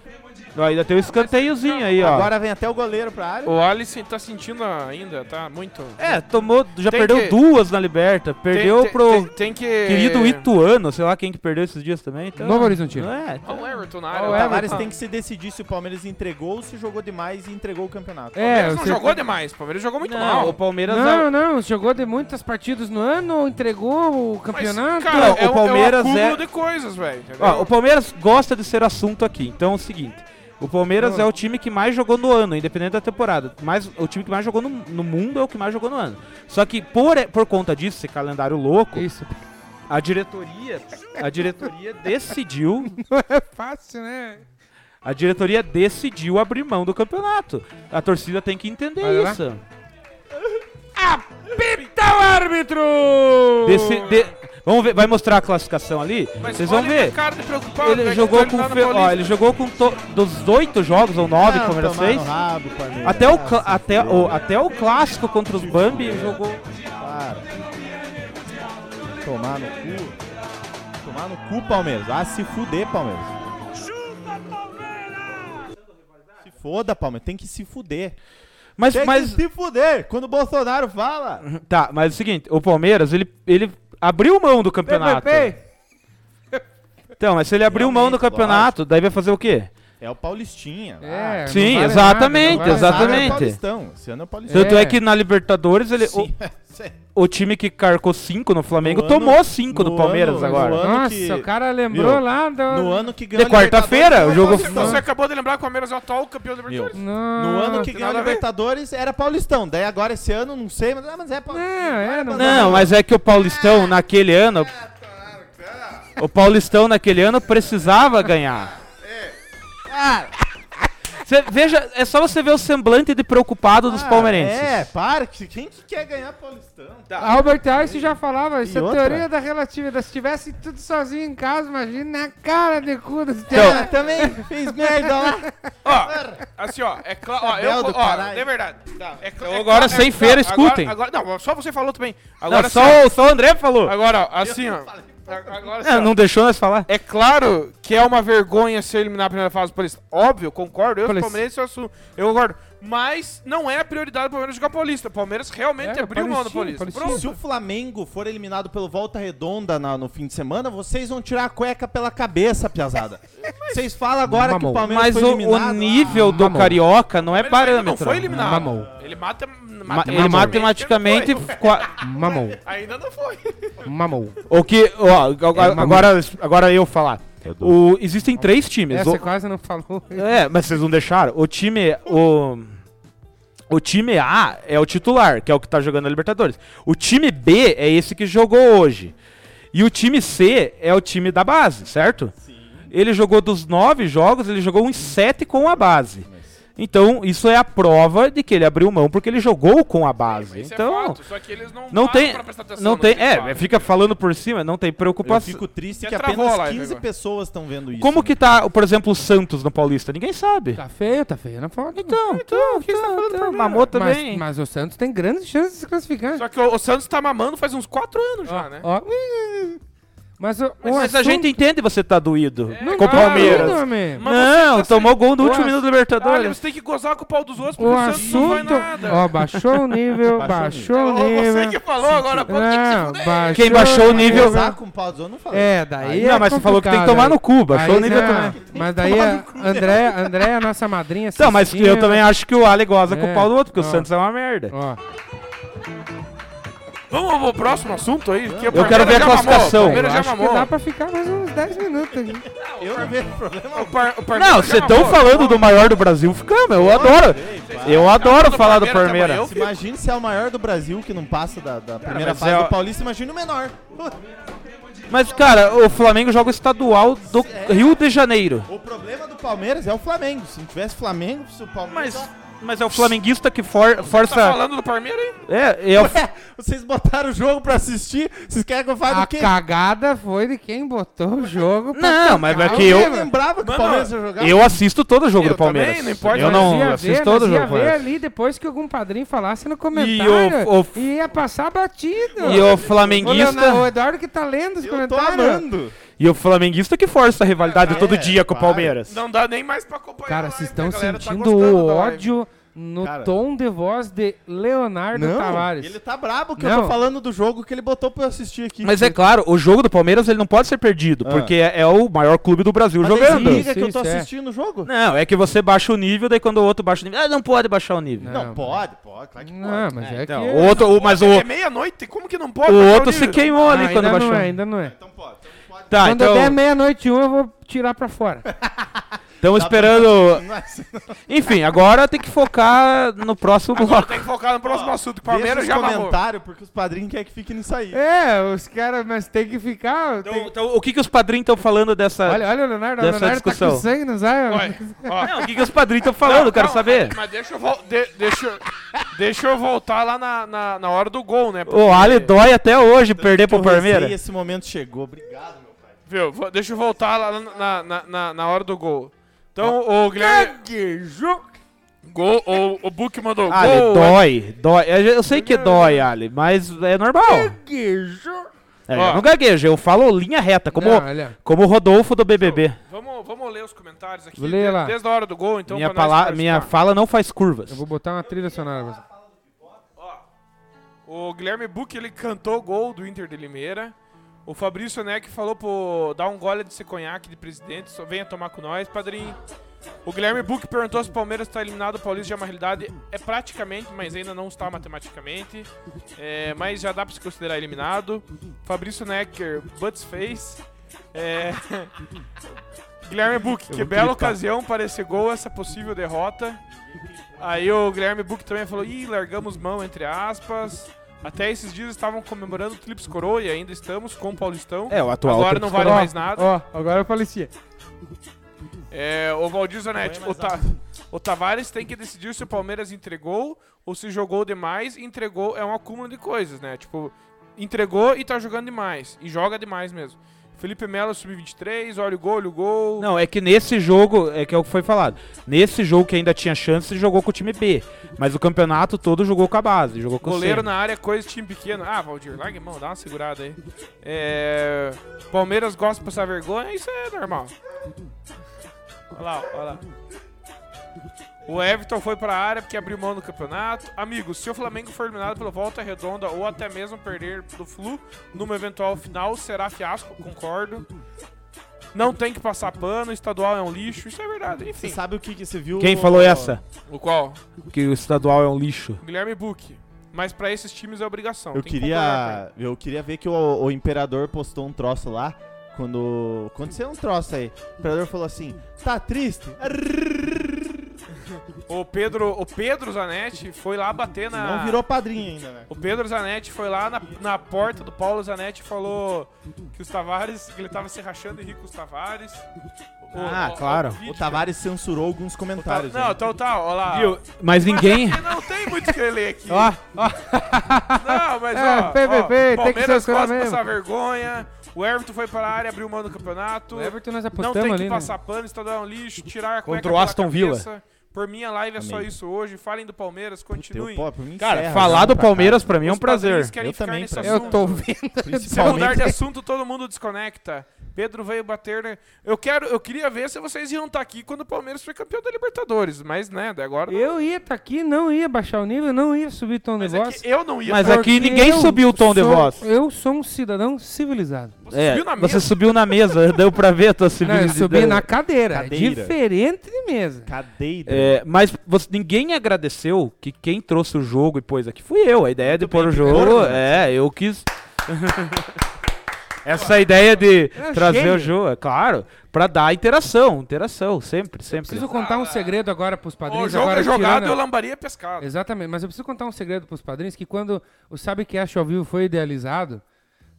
[SPEAKER 4] Então, Ainda tem o escanteiozinho aí, ó.
[SPEAKER 2] Agora vem até o goleiro pra área.
[SPEAKER 5] O Alisson tá sentindo ainda, tá muito.
[SPEAKER 4] É, tomou, já
[SPEAKER 5] Tem
[SPEAKER 4] perdeu
[SPEAKER 5] que-
[SPEAKER 4] duas na Liberta, perdeu pro
[SPEAKER 5] tem, tem que
[SPEAKER 4] querido Ituano, sei lá quem que perdeu esses dias também. Então,
[SPEAKER 3] Novo Horizontino.
[SPEAKER 4] É,
[SPEAKER 5] Olha o Everton na
[SPEAKER 3] Olha
[SPEAKER 5] área. tá
[SPEAKER 3] o
[SPEAKER 2] O
[SPEAKER 5] O
[SPEAKER 3] Everton.
[SPEAKER 2] Tavares tem que se decidir se o Palmeiras entregou ou se jogou demais e entregou o campeonato.
[SPEAKER 3] É,
[SPEAKER 5] Palmeiras não
[SPEAKER 3] você-
[SPEAKER 5] jogou demais, o Palmeiras jogou muito
[SPEAKER 4] não,
[SPEAKER 5] mal.
[SPEAKER 4] O Palmeiras
[SPEAKER 3] Não, não, jogou de muitas partidas no ano, entregou o
[SPEAKER 5] Mas,
[SPEAKER 3] campeonato.
[SPEAKER 5] cara,
[SPEAKER 4] Não,
[SPEAKER 5] é
[SPEAKER 4] o
[SPEAKER 5] um-
[SPEAKER 4] Palmeiras
[SPEAKER 5] é um acúmulo
[SPEAKER 4] é-
[SPEAKER 5] de coisas, velho. entendeu?
[SPEAKER 4] Ó, o Palmeiras gosta de ser assunto aqui. Então é o seguinte: o Palmeiras é o time que mais jogou no ano, independente da temporada. Mas o time que mais jogou no, no mundo é o que mais jogou no ano. Só que por, por conta disso, esse calendário louco,
[SPEAKER 3] Isso.
[SPEAKER 4] a diretoria, a diretoria decidiu,
[SPEAKER 3] É fácil, né?
[SPEAKER 4] a diretoria decidiu abrir mão do campeonato. A torcida tem que entender
[SPEAKER 3] Olha lá.
[SPEAKER 4] isso.
[SPEAKER 3] Apita o árbitro!
[SPEAKER 4] Deci- de- Vamos ver, vai mostrar a classificação ali.
[SPEAKER 5] Mas
[SPEAKER 4] Vocês vão
[SPEAKER 5] olha
[SPEAKER 4] ver.
[SPEAKER 5] a cara de preocupado,
[SPEAKER 4] Ele
[SPEAKER 5] velho,
[SPEAKER 4] jogou
[SPEAKER 5] que
[SPEAKER 4] com
[SPEAKER 5] tá
[SPEAKER 4] fe...
[SPEAKER 5] ele tá na
[SPEAKER 4] ó, ele
[SPEAKER 5] Paulista.
[SPEAKER 4] jogou com to- dos oito jogos ou nove que o
[SPEAKER 2] então,
[SPEAKER 4] Palmeiras fez. Até o, cla- até, o, até o clássico contra os Bambi ele jogou.
[SPEAKER 2] Para. Tomar no cu. Tomar no cu, Palmeiras. Ah, se fuder, Palmeiras. Chupa, Palmeiras! Se foda, Palmeiras. Tem que se fuder.
[SPEAKER 4] Mas,
[SPEAKER 2] Tem
[SPEAKER 4] mas,
[SPEAKER 2] que se fuder. Quando o Bolsonaro fala.
[SPEAKER 4] Tá, mas é o seguinte, o Palmeiras, ele, ele abriu mão do campeonato.
[SPEAKER 3] PPP.
[SPEAKER 4] Então, mas se ele abriu mão do
[SPEAKER 2] Realmente,
[SPEAKER 4] campeonato, daí vai fazer o quê?
[SPEAKER 2] É o Paulistinha. Ah,
[SPEAKER 3] É,
[SPEAKER 2] lá.
[SPEAKER 3] não
[SPEAKER 4] Sim,
[SPEAKER 3] vale nada, não
[SPEAKER 4] exatamente,
[SPEAKER 3] vale
[SPEAKER 2] Esse ano
[SPEAKER 4] exatamente.
[SPEAKER 2] É o Paulistão. Esse ano é o Paulistão.
[SPEAKER 4] Tanto é, que na Libertadores, ele, o,
[SPEAKER 2] Sim.
[SPEAKER 4] o time que carcou cinco no Flamengo
[SPEAKER 2] No ano-
[SPEAKER 4] tomou cinco do
[SPEAKER 2] no
[SPEAKER 4] Palmeiras
[SPEAKER 2] ano-
[SPEAKER 4] agora.
[SPEAKER 2] no ano-
[SPEAKER 3] Nossa,
[SPEAKER 2] que-
[SPEAKER 3] o cara lembrou
[SPEAKER 2] Viu?
[SPEAKER 3] lá do...
[SPEAKER 2] No ano que ganhou.
[SPEAKER 4] De quarta-feira,
[SPEAKER 2] a Libertadores,
[SPEAKER 4] o jogo-
[SPEAKER 2] era Paulistão.
[SPEAKER 5] Então, Você acabou de lembrar que o Palmeiras é o atual campeão da Libertadores.
[SPEAKER 2] Meu,
[SPEAKER 3] Não.
[SPEAKER 2] No ano que
[SPEAKER 5] tem
[SPEAKER 2] ganhou a
[SPEAKER 5] nada a ver.
[SPEAKER 2] Libertadores era Paulistão. Daí agora esse ano, não sei, mas, ah, mas é Paulistão.
[SPEAKER 3] Não, é, não
[SPEAKER 4] Não, mas é que o Paulistão, naquele ano... O Paulistão, naquele ano, precisava ganhar. Cê- veja, é só você ver o semblante de preocupado dos
[SPEAKER 2] Ah,
[SPEAKER 4] palmeirenses.
[SPEAKER 2] É, para. que- Quem que quer ganhar Paulistão?
[SPEAKER 3] Albert Einstein já falava, isso é
[SPEAKER 2] outra?
[SPEAKER 3] teoria da relatividade. Se tivesse tudo sozinho em casa, imagina a cara de cu dos
[SPEAKER 4] Então,
[SPEAKER 2] Ah, também fez merda lá.
[SPEAKER 5] Ó, assim, ó, é claro. Ó, eu,
[SPEAKER 2] Tabel do
[SPEAKER 5] ó
[SPEAKER 2] caralho.
[SPEAKER 5] é verdade. Tá. É cla-
[SPEAKER 4] Então agora,
[SPEAKER 5] cla-
[SPEAKER 4] sem feira,
[SPEAKER 5] agora-
[SPEAKER 4] escutem.
[SPEAKER 5] Agora, não, só você falou também.
[SPEAKER 4] Não,
[SPEAKER 5] Agora
[SPEAKER 4] só,
[SPEAKER 5] assim,
[SPEAKER 4] o- só o André falou.
[SPEAKER 5] ó, Agora, ó, assim, ó. a- Agora, assim,
[SPEAKER 4] Ah,
[SPEAKER 5] ó.
[SPEAKER 4] não deixou nós falar.
[SPEAKER 5] É claro que é uma vergonha ser eliminado na primeira fase do Paulista. Óbvio, concordo. Eu, sou
[SPEAKER 3] Paulista.
[SPEAKER 5] palmeirense, eu assumo. Eu concordo. Mas não é a prioridade do Palmeiras jogar Paulista. O Palmeiras realmente
[SPEAKER 3] É,
[SPEAKER 5] abriu mão do
[SPEAKER 3] Paulistinha,
[SPEAKER 5] Paulista.
[SPEAKER 3] Paulistinha.
[SPEAKER 5] Pronto.
[SPEAKER 2] Se o Flamengo for eliminado pelo Volta Redonda na- no fim de semana, vocês vão tirar a cueca pela cabeça, piazada. Vocês falam agora que
[SPEAKER 3] Mamou.
[SPEAKER 2] o Palmeiras
[SPEAKER 4] Mas
[SPEAKER 2] foi
[SPEAKER 4] o, o
[SPEAKER 2] eliminado. Ah,
[SPEAKER 4] nível do
[SPEAKER 3] mamou.
[SPEAKER 4] carioca não é
[SPEAKER 5] Ele ainda Não
[SPEAKER 4] parâmetro.
[SPEAKER 5] foi eliminado.
[SPEAKER 3] Mamou.
[SPEAKER 5] Ele mata,
[SPEAKER 4] Ma-
[SPEAKER 5] matematicamente.
[SPEAKER 4] ele matematicamente.
[SPEAKER 5] não foi.
[SPEAKER 4] qua-
[SPEAKER 3] Mamou,
[SPEAKER 5] Ainda não foi.
[SPEAKER 3] mamou.
[SPEAKER 4] o que. Ó, agora,
[SPEAKER 3] mamou.
[SPEAKER 4] agora, agora eu falar. O, existem três times.
[SPEAKER 3] É,
[SPEAKER 4] O-
[SPEAKER 3] você quase não falou.
[SPEAKER 4] é, mas vocês não deixaram. O time. O, o time A é o titular, que é o que tá jogando na Libertadores. O time B é esse que jogou hoje. E o time C é o time da base, certo? Ele jogou dos nove jogos, ele jogou uns sete com a base. Então, isso é a prova de que ele abriu mão porque ele jogou com a base.
[SPEAKER 5] Isso é
[SPEAKER 4] então,
[SPEAKER 5] fato, Só que eles não,
[SPEAKER 4] não
[SPEAKER 5] param
[SPEAKER 4] tem.
[SPEAKER 5] pra prestar atenção
[SPEAKER 4] Não
[SPEAKER 5] no
[SPEAKER 4] tem.
[SPEAKER 5] que eles
[SPEAKER 4] É,
[SPEAKER 5] fazem.
[SPEAKER 4] fica falando por cima, não tem
[SPEAKER 2] Eu
[SPEAKER 4] preocupação.
[SPEAKER 2] fico triste
[SPEAKER 5] Já
[SPEAKER 2] que
[SPEAKER 5] travou a
[SPEAKER 2] apenas
[SPEAKER 5] live
[SPEAKER 2] 15
[SPEAKER 5] agora.
[SPEAKER 2] pessoas estão vendo isso.
[SPEAKER 5] né?
[SPEAKER 4] Como que tá, por exemplo, o Santos no Paulista? Ninguém sabe.
[SPEAKER 3] Tá feio, tá feio na foto.
[SPEAKER 4] Então, então, então, então mamou
[SPEAKER 3] Mas,
[SPEAKER 4] também.
[SPEAKER 3] mas o Santos tem grandes chances de se classificar.
[SPEAKER 5] Só que o, o Santos tá mamando faz uns 4 anos já, né?
[SPEAKER 3] Ó, ih, mas o, o
[SPEAKER 5] é
[SPEAKER 4] Mas a gente entende você tá doído com o
[SPEAKER 3] claro,
[SPEAKER 4] Palmeiras.
[SPEAKER 3] não, é amigo.
[SPEAKER 5] Mas
[SPEAKER 4] não,
[SPEAKER 5] você tá
[SPEAKER 4] tomou gol no
[SPEAKER 3] Ué,
[SPEAKER 4] último minuto da
[SPEAKER 5] Caralho,
[SPEAKER 4] Libertadores.
[SPEAKER 5] você tem que gozar com o pau dos outros porque
[SPEAKER 3] O
[SPEAKER 5] o, Santos não vai
[SPEAKER 3] assunto.
[SPEAKER 5] nada.
[SPEAKER 3] Ó, baixou o nível,
[SPEAKER 2] Baixou
[SPEAKER 3] baixou o
[SPEAKER 5] Ô,
[SPEAKER 3] nível.
[SPEAKER 4] né?
[SPEAKER 5] Você que falou agora, pô, tem que se
[SPEAKER 3] Não,
[SPEAKER 5] fuder.
[SPEAKER 3] baixou
[SPEAKER 4] Quem baixou o nível-
[SPEAKER 2] Gozar com o pau dos outros, eu não falei.
[SPEAKER 3] É, daí.
[SPEAKER 4] não,
[SPEAKER 3] é
[SPEAKER 4] mas você falou que tem que
[SPEAKER 3] complicado,
[SPEAKER 4] tomar
[SPEAKER 3] né?
[SPEAKER 4] no cu, baixou o
[SPEAKER 3] Aí
[SPEAKER 4] nível
[SPEAKER 3] já-
[SPEAKER 4] também.
[SPEAKER 3] Mas daí, é, a Andréia, Andréia, é nossa madrinha.
[SPEAKER 4] Não, mas
[SPEAKER 3] assistindo.
[SPEAKER 4] eu também acho que o Ale goza com o
[SPEAKER 3] É,
[SPEAKER 4] pau do outro, porque
[SPEAKER 3] ó.
[SPEAKER 4] o Santos é uma merda.
[SPEAKER 3] Ó,
[SPEAKER 5] Vamos pro próximo assunto aí? Que
[SPEAKER 4] Eu quero ver a classificação.
[SPEAKER 5] O
[SPEAKER 3] eu
[SPEAKER 5] Palmeiras já
[SPEAKER 3] acho que
[SPEAKER 5] mamou.
[SPEAKER 3] dá pra ficar mais uns 10 minutos aqui.
[SPEAKER 2] Eu não vejo problema.
[SPEAKER 5] O par- o Palmeiras é
[SPEAKER 4] Não,
[SPEAKER 5] já
[SPEAKER 4] vocês tão
[SPEAKER 5] mamou.
[SPEAKER 4] falando do maior do Brasil, ficamos, eu adoro. Eu adoro
[SPEAKER 5] do
[SPEAKER 4] falar do
[SPEAKER 5] Palmeiras
[SPEAKER 4] Palmeiras.
[SPEAKER 5] também,
[SPEAKER 2] Imagina se é o maior do Brasil que não passa da, da primeira
[SPEAKER 4] mas
[SPEAKER 2] fase
[SPEAKER 4] é-
[SPEAKER 2] do Paulista, imagina o menor.
[SPEAKER 4] Mas, cara, o Flamengo joga o estadual do Rio de Janeiro.
[SPEAKER 2] O problema do Palmeiras é o Flamengo. Se não tivesse Flamengo, se o Palmeiras. um
[SPEAKER 4] Mas, mas é o flamenguista que for-
[SPEAKER 5] Tá
[SPEAKER 4] força.
[SPEAKER 5] falando do Palmeiras aí?
[SPEAKER 4] É, é o
[SPEAKER 2] Ué, vocês botaram o jogo pra assistir, vocês querem que eu fale
[SPEAKER 3] A
[SPEAKER 2] o quê?
[SPEAKER 3] cagada foi de quem botou o jogo pra
[SPEAKER 4] Não,
[SPEAKER 3] tocar
[SPEAKER 4] mas é
[SPEAKER 3] o
[SPEAKER 4] que eu-
[SPEAKER 2] Eu
[SPEAKER 3] tema.
[SPEAKER 2] lembrava que o
[SPEAKER 5] Mano,
[SPEAKER 2] Palmeiras ia jogar.
[SPEAKER 4] Eu assisto todo o jogo
[SPEAKER 5] Eu
[SPEAKER 4] do Palmeiras.
[SPEAKER 5] também, não importa,
[SPEAKER 4] eu
[SPEAKER 5] mas
[SPEAKER 4] não
[SPEAKER 3] ia
[SPEAKER 4] assisto
[SPEAKER 3] ver,
[SPEAKER 4] todo o
[SPEAKER 3] nós ia
[SPEAKER 4] jogo do
[SPEAKER 3] ver
[SPEAKER 4] Palmeiras.
[SPEAKER 3] ali depois que algum padrinho falasse no
[SPEAKER 4] E o-
[SPEAKER 3] comentário.
[SPEAKER 4] o-
[SPEAKER 3] E ia passar batido.
[SPEAKER 4] E o
[SPEAKER 3] o, Leonardo, o
[SPEAKER 4] flamenguista,
[SPEAKER 3] Eduardo que tá lendo os
[SPEAKER 2] Eu tô
[SPEAKER 3] comentários.
[SPEAKER 2] amando.
[SPEAKER 4] e o flamenguista que força a rivalidade
[SPEAKER 2] É,
[SPEAKER 4] todo dia com o
[SPEAKER 2] claro.
[SPEAKER 4] Palmeiras.
[SPEAKER 5] Não dá nem mais pra acompanhar. a
[SPEAKER 3] Cara,
[SPEAKER 5] live,
[SPEAKER 3] vocês
[SPEAKER 5] a
[SPEAKER 3] estão
[SPEAKER 5] galera tá
[SPEAKER 3] sentindo
[SPEAKER 5] gostando
[SPEAKER 3] o
[SPEAKER 5] da live.
[SPEAKER 3] ódio no
[SPEAKER 2] Cara.
[SPEAKER 3] tom de voz de Leonardo Tavares.
[SPEAKER 2] ele tá brabo que eu
[SPEAKER 3] Não.
[SPEAKER 2] tô falando do jogo que ele botou pra eu assistir aqui.
[SPEAKER 4] Mas é claro, o jogo do Palmeiras ele não pode ser perdido,
[SPEAKER 2] Ah.
[SPEAKER 4] porque é, é o maior clube do Brasil
[SPEAKER 2] Mas
[SPEAKER 4] jogando.
[SPEAKER 2] desliga que eu
[SPEAKER 3] Isso,
[SPEAKER 2] tô
[SPEAKER 3] isso, é.
[SPEAKER 2] assistindo o jogo?
[SPEAKER 4] Não, é que você baixa o nível, daí quando o outro baixa o nível, ah, não pode baixar o nível.
[SPEAKER 2] Não,
[SPEAKER 3] Não,
[SPEAKER 2] pode, pode, claro que
[SPEAKER 3] Não,
[SPEAKER 2] pode.
[SPEAKER 3] mas é,
[SPEAKER 4] Então,
[SPEAKER 3] que...
[SPEAKER 4] o outro, o- mas o,
[SPEAKER 5] É meia-noite, como que não pode? Então,
[SPEAKER 4] o
[SPEAKER 5] Mas,
[SPEAKER 4] outro se
[SPEAKER 5] Claudinho,
[SPEAKER 4] queimou ali
[SPEAKER 3] Ah,
[SPEAKER 4] quando
[SPEAKER 3] ainda
[SPEAKER 4] baixou.
[SPEAKER 3] não é, ainda não é.
[SPEAKER 2] Então pode.
[SPEAKER 4] Tá,
[SPEAKER 3] quando
[SPEAKER 4] então,
[SPEAKER 3] der meia-noite e um, eu vou tirar pra fora.
[SPEAKER 4] Estamos
[SPEAKER 2] um
[SPEAKER 4] esperando.
[SPEAKER 2] é assim.
[SPEAKER 4] Enfim, agora tem que focar no próximo
[SPEAKER 5] Agora
[SPEAKER 4] bloco.
[SPEAKER 5] tem que focar no próximo assunto. que O
[SPEAKER 2] Deixa
[SPEAKER 5] Palmeiras
[SPEAKER 2] os
[SPEAKER 5] já mamou.
[SPEAKER 2] comentários, porque os padrinhos querem que fique nisso aí.
[SPEAKER 3] É, os caras, mas tem que ficar.
[SPEAKER 4] Então,
[SPEAKER 3] tem-
[SPEAKER 4] então, o que, que os padrinhos estão falando dessa.
[SPEAKER 3] Olha, olha o Leonardo, o
[SPEAKER 4] dessa
[SPEAKER 3] Leonardo tá
[SPEAKER 4] discussão.
[SPEAKER 3] com sangue nos olhos.
[SPEAKER 5] Olha, ó.
[SPEAKER 4] Não, o que, que os padrinhos estão falando?
[SPEAKER 5] Não,
[SPEAKER 4] quero
[SPEAKER 5] calma,
[SPEAKER 4] saber.
[SPEAKER 5] Mas deixa eu, vol- de- deixa, eu- deixa eu voltar lá na, na, na hora do gol, né?
[SPEAKER 4] O Ali dói até hoje perder pro
[SPEAKER 2] Eu rezei,
[SPEAKER 5] assim?
[SPEAKER 4] Palmeiras.
[SPEAKER 2] Esse momento chegou. Obrigado, meu pai.
[SPEAKER 5] Viu? Vo- Deixa eu voltar lá na, na, na, na hora do gol. Então, o Guilherme... Gol, o, o Book mandou
[SPEAKER 4] Ali,
[SPEAKER 5] gol.
[SPEAKER 4] dói, dói. Eu eu sei que dói, Ali, mas é normal. É,
[SPEAKER 5] Ó.
[SPEAKER 4] eu não gaguejo, eu falo linha reta, como,
[SPEAKER 3] Não, olha.
[SPEAKER 4] como o Rodolfo do BBB.
[SPEAKER 5] Vamos, vamos ler os comentários aqui.
[SPEAKER 3] Lê
[SPEAKER 5] de-
[SPEAKER 3] lá.
[SPEAKER 5] Desde a hora do gol, então.
[SPEAKER 4] minha
[SPEAKER 5] pra nós
[SPEAKER 4] pala minha
[SPEAKER 5] participar.
[SPEAKER 4] fala não faz curvas.
[SPEAKER 3] Eu vou botar uma trilha sonora. pra você.
[SPEAKER 5] O Guilherme Book, ele cantou o gol do Inter de Limeira. O Fabrício Neck falou pro dar um gole desse conhaque de presidente, só venha tomar com nós, padrinho. O Guilherme Book perguntou se o Palmeiras está eliminado, o Paulista já é uma realidade. É praticamente, mas ainda não está matematicamente. É, mas já dá pra se considerar eliminado. Fabrício Necker, Butts Face. É, Guilherme Book, que bela ocasião para esse gol, essa possível derrota. Aí o Guilherme Book também falou, ih, largamos mão, entre aspas. Até esses dias estavam comemorando o Clips Coroa e ainda estamos com o Paulistão.
[SPEAKER 4] É, o atual
[SPEAKER 5] Agora
[SPEAKER 4] Trips
[SPEAKER 5] não vale
[SPEAKER 3] Ó,
[SPEAKER 5] mais nada.
[SPEAKER 3] Ó, agora eu falecia.
[SPEAKER 5] É, o Valdir Zanetti, o, Ta- o Tavares tem que decidir se o Palmeiras entregou ou se jogou demais. Entregou é um acúmulo de coisas, né? Tipo, entregou e tá jogando demais. E joga demais mesmo. Felipe Melo, sub-23, olha o gol, olha o gol.
[SPEAKER 4] Não, é que nesse jogo, é que é o que foi falado. Nesse jogo que ainda tinha chance, jogou com o time B. Mas o campeonato todo jogou com a base, jogou com
[SPEAKER 5] Goleiro
[SPEAKER 4] o
[SPEAKER 5] na área, coisa de time pequeno. Ah, Valdir, larga a mão, dá uma segurada aí. É, Palmeiras gosta de passar vergonha, isso é normal. Olha lá, olha lá. O Everton foi pra área porque abriu mão do campeonato. Amigos, se o Flamengo for eliminado pela volta redonda ou até mesmo perder do Flu numa eventual final, será fiasco, concordo. Não tem que passar pano, estadual é um lixo, isso é verdade.
[SPEAKER 2] Você
[SPEAKER 5] Enfim,
[SPEAKER 2] sabe o que, que você viu?
[SPEAKER 4] Quem
[SPEAKER 2] no-
[SPEAKER 4] falou essa?
[SPEAKER 5] o qual?
[SPEAKER 4] Que o estadual é um lixo.
[SPEAKER 5] Guilherme Buck. Mas pra esses times é obrigação.
[SPEAKER 2] Eu
[SPEAKER 5] tem que concordar com ele.
[SPEAKER 2] queria, eu queria ver que o, o imperador postou um troço lá. Quando aconteceu um troço aí, o imperador falou assim: tá triste?
[SPEAKER 5] O Pedro, o Pedro Zanetti foi lá bater na.
[SPEAKER 2] Não virou padrinho ainda, né?
[SPEAKER 5] O Pedro Zanetti foi lá na, na porta do Paulo Zanetti e falou que os Tavares, que ele tava se rachando e rico os Tavares. O-
[SPEAKER 4] Ah,
[SPEAKER 5] o-
[SPEAKER 4] claro.
[SPEAKER 5] vídeo-
[SPEAKER 2] O Tavares censurou alguns
[SPEAKER 5] o Ta-
[SPEAKER 2] comentários.
[SPEAKER 5] Não,
[SPEAKER 2] né?
[SPEAKER 5] então tá, ó lá.
[SPEAKER 4] Mas ninguém.
[SPEAKER 5] Não tem muito o que ler aqui.
[SPEAKER 4] Ah.
[SPEAKER 3] Ó, ó,
[SPEAKER 5] Não, mas
[SPEAKER 3] É,
[SPEAKER 5] ó,
[SPEAKER 3] PVP,
[SPEAKER 5] ó,
[SPEAKER 3] tem que
[SPEAKER 5] Palmeiras
[SPEAKER 3] censurar
[SPEAKER 5] gosta de
[SPEAKER 3] mesmo.
[SPEAKER 5] passar vergonha. O Everton foi para a área, abriu mão do campeonato.
[SPEAKER 3] o Everton nós
[SPEAKER 5] Não
[SPEAKER 3] apostamos
[SPEAKER 5] tem que
[SPEAKER 3] ali, né?
[SPEAKER 5] passar pano, estadual é um lixo, tirar a cueca
[SPEAKER 4] Contra o
[SPEAKER 5] pela
[SPEAKER 4] Aston Villa.
[SPEAKER 5] cabeça. Por minha live é só
[SPEAKER 2] Amém.
[SPEAKER 5] isso hoje. Falem do Palmeiras,
[SPEAKER 2] Teu
[SPEAKER 5] continuem.
[SPEAKER 2] pó, por mim
[SPEAKER 4] Cara,
[SPEAKER 2] encerra,
[SPEAKER 4] falar
[SPEAKER 2] vamos
[SPEAKER 4] do
[SPEAKER 2] pra cá.
[SPEAKER 4] Palmeiras é pra mim é um
[SPEAKER 5] Os padrinhos
[SPEAKER 4] prazer.
[SPEAKER 5] querem
[SPEAKER 2] Eu
[SPEAKER 5] ficar
[SPEAKER 2] também,
[SPEAKER 5] nesse
[SPEAKER 2] pra-
[SPEAKER 5] assunto.
[SPEAKER 3] Eu tô vendo.
[SPEAKER 5] Se mudar de
[SPEAKER 2] Principalmente.
[SPEAKER 5] assunto, todo mundo desconecta. Pedro veio bater. né? Eu quero, eu queria ver se vocês iam estar aqui quando o Palmeiras foi campeão da Libertadores, mas né, daí agora. não.
[SPEAKER 3] Eu ia estar aqui, não ia baixar o nível, não ia subir tom de
[SPEAKER 5] mas
[SPEAKER 3] voz.
[SPEAKER 5] é que eu não ia.
[SPEAKER 4] Mas
[SPEAKER 5] tá?
[SPEAKER 4] é que ninguém
[SPEAKER 3] eu
[SPEAKER 4] subiu o tom de
[SPEAKER 3] sou-
[SPEAKER 4] voz.
[SPEAKER 3] Eu sou um cidadão civilizado.
[SPEAKER 5] Você
[SPEAKER 4] É,
[SPEAKER 5] subiu na
[SPEAKER 4] você
[SPEAKER 5] mesa.
[SPEAKER 4] subiu na mesa, deu pra ver a tua
[SPEAKER 3] Não, eu
[SPEAKER 4] civilidade.
[SPEAKER 3] subi na cadeira. é
[SPEAKER 2] Cadeira.
[SPEAKER 3] Diferente de mesa.
[SPEAKER 2] Cadeira.
[SPEAKER 4] É, mas você- ninguém agradeceu que quem trouxe o jogo e pôs aqui fui eu. A ideia de pôr o jogo, é, eu quis. Essa ideia de
[SPEAKER 3] É
[SPEAKER 4] trazer
[SPEAKER 3] gênio.
[SPEAKER 4] o jogo, é claro, pra dar interação, interação, sempre, sempre.
[SPEAKER 3] Preciso contar um segredo agora pros padrinhos.
[SPEAKER 5] O jogo
[SPEAKER 3] agora
[SPEAKER 5] é jogado
[SPEAKER 3] tirando-
[SPEAKER 5] eu lambaria
[SPEAKER 4] Tá.
[SPEAKER 5] pescado.
[SPEAKER 4] É,
[SPEAKER 3] Exatamente, mas eu preciso contar um segredo para os padrinhos, que quando o Sabe Que Acho ao vivo foi idealizado,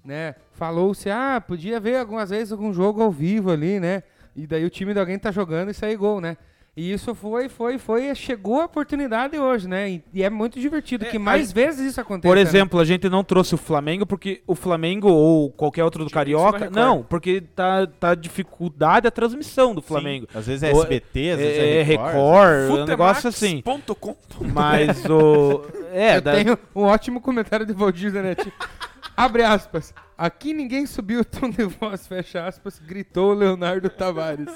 [SPEAKER 3] né, falou-se, ah, podia ver algumas vezes algum jogo ao vivo ali, né, e daí o time de alguém tá jogando e sai gol, né. E isso foi, foi, foi, chegou a oportunidade hoje, né, e, e é muito divertido que mais vezes isso aconteça.
[SPEAKER 4] Por
[SPEAKER 3] né?
[SPEAKER 4] exemplo, a gente não trouxe o Flamengo porque o Flamengo ou qualquer outro do Carioca,
[SPEAKER 5] Record.
[SPEAKER 4] não, porque tá, tá dificuldade a transmissão do Flamengo.
[SPEAKER 2] Às vezes é
[SPEAKER 4] O-
[SPEAKER 2] SBT, às vezes
[SPEAKER 4] é,
[SPEAKER 2] é,
[SPEAKER 4] é
[SPEAKER 2] Record.
[SPEAKER 4] Record, é um negócio assim.
[SPEAKER 5] Futemax.com.
[SPEAKER 4] Mas o. É,
[SPEAKER 3] Eu
[SPEAKER 4] da-
[SPEAKER 3] tenho um ótimo comentário de Valdir Zanetti. tipo, Abre aspas. Aqui ninguém subiu o tom de voz, fecha aspas, gritou o Leonardo Tavares.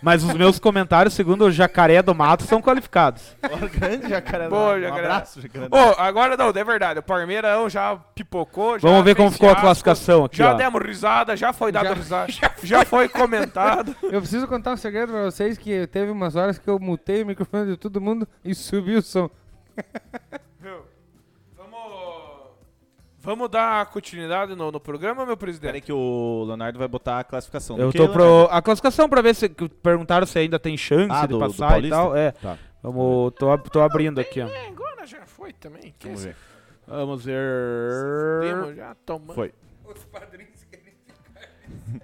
[SPEAKER 4] mas os meus comentários, segundo o Jacaré do Mato, são qualificados.
[SPEAKER 2] Ó, grande jacaré.
[SPEAKER 5] Boa,
[SPEAKER 2] um
[SPEAKER 5] jacaré.
[SPEAKER 2] abraço, jacaré.
[SPEAKER 5] Ô, agora não, é verdade. O Parmeirão já pipocou. já
[SPEAKER 4] Vamos ver
[SPEAKER 5] fez
[SPEAKER 4] como ficou a
[SPEAKER 5] fiasco,
[SPEAKER 4] classificação aqui,
[SPEAKER 5] Já
[SPEAKER 4] ó.
[SPEAKER 5] demos risada, já foi dado
[SPEAKER 3] Já-
[SPEAKER 5] risada, já foi comentado.
[SPEAKER 3] Eu preciso contar um segredo pra vocês que teve umas horas que eu mutei o microfone de todo mundo e subi o som.
[SPEAKER 5] Viu? Vamos. Vamos dar continuidade no, no programa, meu presidente?
[SPEAKER 2] Peraí que o Leonardo vai botar a
[SPEAKER 5] um
[SPEAKER 2] classificação. Do
[SPEAKER 4] Eu
[SPEAKER 2] que,
[SPEAKER 4] tô
[SPEAKER 2] Leonardo?
[SPEAKER 5] né?
[SPEAKER 4] pro. A classificação pra ver se. que Perguntaram se ainda tem chance
[SPEAKER 2] Ah,
[SPEAKER 4] de
[SPEAKER 2] do- do
[SPEAKER 4] passar e
[SPEAKER 2] Paulista?
[SPEAKER 4] tal. É.
[SPEAKER 2] Tá,
[SPEAKER 4] Vamos. Tô, ab- tô abrindo aqui, ó.
[SPEAKER 5] É, agora já foi também. Que
[SPEAKER 2] vamos ver.
[SPEAKER 4] Vamos ver.
[SPEAKER 5] Temos já tomando.
[SPEAKER 2] Foi.
[SPEAKER 3] Os padrinhos querem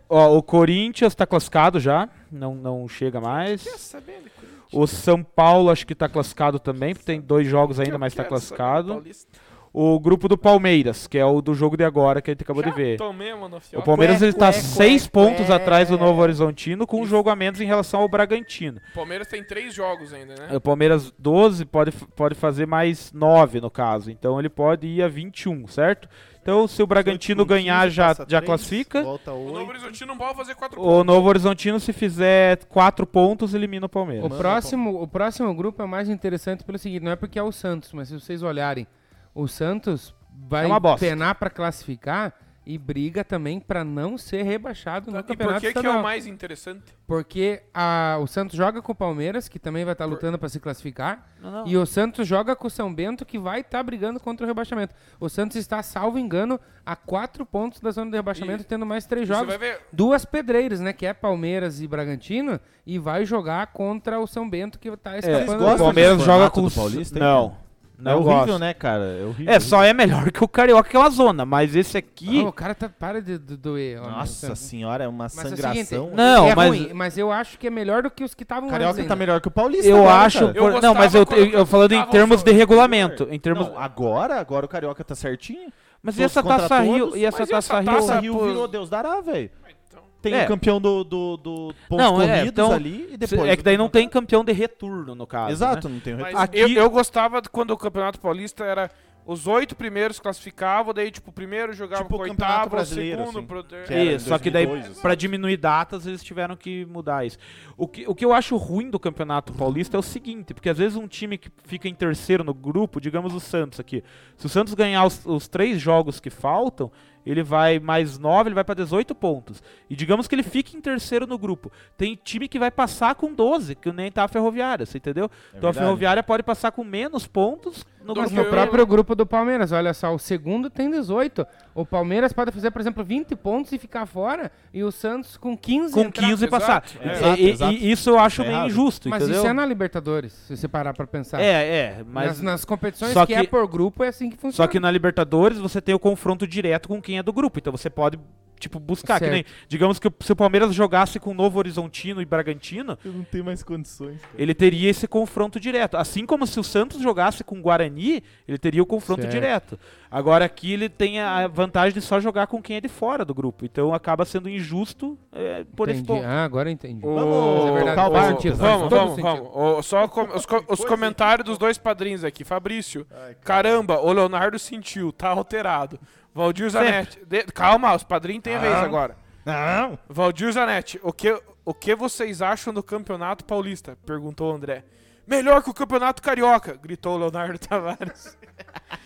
[SPEAKER 4] Ó, o Corinthians tá classificado já. Não, não chega mais.
[SPEAKER 5] Quer saber de Corinthians?
[SPEAKER 4] O São Paulo acho que tá classificado também, porque tem dois jogos ainda,
[SPEAKER 5] Eu
[SPEAKER 4] mas tá
[SPEAKER 5] quero saber do
[SPEAKER 4] classificado.
[SPEAKER 5] Paulista.
[SPEAKER 4] O grupo do Palmeiras, que é o do jogo de agora que a gente acabou
[SPEAKER 5] Já
[SPEAKER 4] de ver.
[SPEAKER 5] tomei, mano,
[SPEAKER 4] O
[SPEAKER 5] fioca.
[SPEAKER 4] Palmeiras ele tá
[SPEAKER 2] Cué, cué,
[SPEAKER 4] seis
[SPEAKER 2] cué,
[SPEAKER 4] pontos atrás do
[SPEAKER 2] cué.
[SPEAKER 4] Novo Horizontino, com um jogo a menos em relação ao Bragantino.
[SPEAKER 5] O Palmeiras tem três jogos ainda, né?
[SPEAKER 4] O Palmeiras 12 pode, pode fazer mais 9 no caso, então ele pode ir a 21, certo? Então se o Bragantino ganhar já,
[SPEAKER 2] Passa
[SPEAKER 4] já
[SPEAKER 2] três,
[SPEAKER 4] classifica.
[SPEAKER 2] Volta
[SPEAKER 5] O Novo
[SPEAKER 2] oito.
[SPEAKER 5] Horizontino não pode fazer quatro
[SPEAKER 4] O Novo Horizontino se fizer 4 pontos elimina o
[SPEAKER 3] O
[SPEAKER 4] Palmeiras.
[SPEAKER 2] Manda,
[SPEAKER 3] próximo, o próximo grupo é o mais interessante pelo seguinte, não é porque é o Santos, mas se vocês olharem, o Santos vai
[SPEAKER 4] É uma bosta.
[SPEAKER 3] penar pra classificar e briga também pra não ser rebaixado no
[SPEAKER 5] E por
[SPEAKER 3] campeonato
[SPEAKER 2] tá
[SPEAKER 5] que, que é
[SPEAKER 3] estadual.
[SPEAKER 5] o mais interessante?
[SPEAKER 3] Porque a- o Santos joga com o Palmeiras, que também vai estar lutando pra se classificar,
[SPEAKER 4] Não, não.
[SPEAKER 3] e o Santos joga com o São Bento, que vai estar brigando contra o rebaixamento. O Santos está, salvo engano, a quatro pontos da zona de rebaixamento,
[SPEAKER 5] E-
[SPEAKER 3] tendo mais três
[SPEAKER 5] Você
[SPEAKER 3] jogos
[SPEAKER 5] vai ver.
[SPEAKER 3] duas pedreiras, né? Que é Palmeiras e Bragantino, e vai jogar contra o São Bento, que tá
[SPEAKER 2] eles
[SPEAKER 3] escapando.
[SPEAKER 2] gostam
[SPEAKER 4] É, o
[SPEAKER 3] do-
[SPEAKER 4] Palmeiras
[SPEAKER 2] desse
[SPEAKER 4] joga
[SPEAKER 2] formato
[SPEAKER 4] com
[SPEAKER 2] do
[SPEAKER 4] o
[SPEAKER 2] Paulista,
[SPEAKER 4] Paulista.
[SPEAKER 2] hein,
[SPEAKER 4] Não. Não
[SPEAKER 2] é horrível,
[SPEAKER 4] gosto.
[SPEAKER 2] né, cara? É horrível.
[SPEAKER 4] É, só é melhor que o Carioca, que é uma zona, mas esse aqui.
[SPEAKER 3] Ah, o cara tá, para de, de doer. ó,
[SPEAKER 2] Nossa
[SPEAKER 3] meu Santos.
[SPEAKER 2] senhora, é uma
[SPEAKER 3] Mas é o
[SPEAKER 2] sangração.
[SPEAKER 3] seguinte,
[SPEAKER 4] Não,
[SPEAKER 3] é
[SPEAKER 4] mas-
[SPEAKER 3] ruim, mas eu acho que é melhor do que os que estavam antes
[SPEAKER 2] Carioca tá
[SPEAKER 3] ainda.
[SPEAKER 2] melhor que o Paulista.
[SPEAKER 4] Eu
[SPEAKER 2] agora,
[SPEAKER 4] acho.
[SPEAKER 2] cara.
[SPEAKER 5] Eu
[SPEAKER 4] não, mas eu,
[SPEAKER 5] gostava
[SPEAKER 4] eu, eu falando em
[SPEAKER 5] quando
[SPEAKER 4] termos de
[SPEAKER 5] tava o
[SPEAKER 4] regulamento. Em termos.
[SPEAKER 2] Não, agora, agora o Carioca tá certinho.
[SPEAKER 4] mas e
[SPEAKER 2] todos
[SPEAKER 4] essa
[SPEAKER 2] contra
[SPEAKER 4] taça Rio?
[SPEAKER 2] todos,
[SPEAKER 4] E essa
[SPEAKER 5] mas e
[SPEAKER 4] taça
[SPEAKER 5] essa
[SPEAKER 4] Rio?
[SPEAKER 5] Taça
[SPEAKER 2] Nossa,
[SPEAKER 5] Nossa,
[SPEAKER 2] Rio
[SPEAKER 5] pô.
[SPEAKER 2] virou Deus dará, velho.
[SPEAKER 5] Então,
[SPEAKER 2] Tem
[SPEAKER 4] É.
[SPEAKER 2] o campeão do, do, do pontos
[SPEAKER 4] Não, é,
[SPEAKER 2] corridos
[SPEAKER 4] então,
[SPEAKER 2] ali e depois... né?
[SPEAKER 4] é que daí não tem campeão de retorno, no caso. né?
[SPEAKER 2] Exato, não tem o
[SPEAKER 5] mas
[SPEAKER 2] retorno.
[SPEAKER 5] eu,
[SPEAKER 4] Aqui-
[SPEAKER 5] eu gostava de quando o Campeonato Paulista era. Os oito primeiros classificavam, daí, tipo, o primeiro jogava
[SPEAKER 2] Tipo
[SPEAKER 5] com o
[SPEAKER 2] o Campeonato
[SPEAKER 5] oitavo, o
[SPEAKER 2] Brasileiro,
[SPEAKER 5] segundo,
[SPEAKER 2] assim.
[SPEAKER 5] pro ter-
[SPEAKER 2] Que
[SPEAKER 4] Né?
[SPEAKER 2] era em
[SPEAKER 4] Isso, só que daí,
[SPEAKER 2] 2002,
[SPEAKER 4] pra diminuir datas, eles tiveram que mudar isso. O que, o que eu acho ruim do Campeonato Paulista é o seguinte, porque às vezes um time que fica em terceiro no grupo, digamos o Santos aqui, se o Santos ganhar os, os três jogos que faltam, ele vai mais nove, ele vai pra 18 pontos. E digamos que ele fique em terceiro no grupo. Tem time que vai passar com 12, que nem tá a Ferroviária, você entendeu? então a
[SPEAKER 2] É verdade.
[SPEAKER 4] Ferroviária pode passar com menos pontos no
[SPEAKER 5] Do
[SPEAKER 3] Mas
[SPEAKER 4] grupo.
[SPEAKER 5] que
[SPEAKER 3] no
[SPEAKER 5] eu-
[SPEAKER 2] um.
[SPEAKER 3] próprio grupo do Palmeiras, olha só, o segundo tem 18. O Palmeiras pode fazer, por exemplo, 20 pontos e ficar fora, e o Santos com 15
[SPEAKER 4] Com
[SPEAKER 3] entrar.
[SPEAKER 4] 15 passar.
[SPEAKER 5] Exato,
[SPEAKER 4] E-
[SPEAKER 2] exato,
[SPEAKER 4] e- e-
[SPEAKER 2] exato.
[SPEAKER 4] isso eu acho
[SPEAKER 2] Tá
[SPEAKER 4] meio
[SPEAKER 2] errado.
[SPEAKER 4] injusto,
[SPEAKER 3] Mas
[SPEAKER 4] entendeu?
[SPEAKER 3] isso é na Libertadores, se você parar pra pensar.
[SPEAKER 4] É, é, mas
[SPEAKER 3] nas, nas competições
[SPEAKER 4] só
[SPEAKER 3] que, é
[SPEAKER 4] que-
[SPEAKER 3] por grupo é assim que funciona.
[SPEAKER 4] só que na Libertadores você tem o confronto direto com quem é do grupo, então você pode tipo buscar que nem, digamos que o- se o Palmeiras jogasse com o Novo Horizontino e Bragantino,
[SPEAKER 2] Eu não tenho mais condições. cara.
[SPEAKER 4] ele teria esse confronto direto, assim como se o Santos jogasse com o Guarani, ele teria o confronto
[SPEAKER 3] Certo.
[SPEAKER 4] direto. Agora aqui ele tem a a vantagem de só jogar com quem é de fora do grupo, então acaba sendo injusto é, por esse
[SPEAKER 3] Entendi.
[SPEAKER 4] ponto.
[SPEAKER 3] Ah, agora eu entendi.
[SPEAKER 2] Mas é verdade,
[SPEAKER 5] Ô,
[SPEAKER 2] faz
[SPEAKER 5] vamos,
[SPEAKER 2] sentido, faz
[SPEAKER 5] vamos,
[SPEAKER 3] todo
[SPEAKER 5] vamos,
[SPEAKER 3] sentido.
[SPEAKER 5] Ô, só com- os, co- os comentários dos dois padrinhos aqui. Fabrício, caramba, o Leonardo sentiu, tá alterado. Valdir Zanetti, de- calma, os padrinhos têm a
[SPEAKER 4] Ah.
[SPEAKER 5] vez agora.
[SPEAKER 2] Não!
[SPEAKER 5] Valdir Zanetti, o que, o que vocês acham do Campeonato Paulista? Perguntou o André. Melhor que o Campeonato Carioca, gritou o Leonardo Tavares.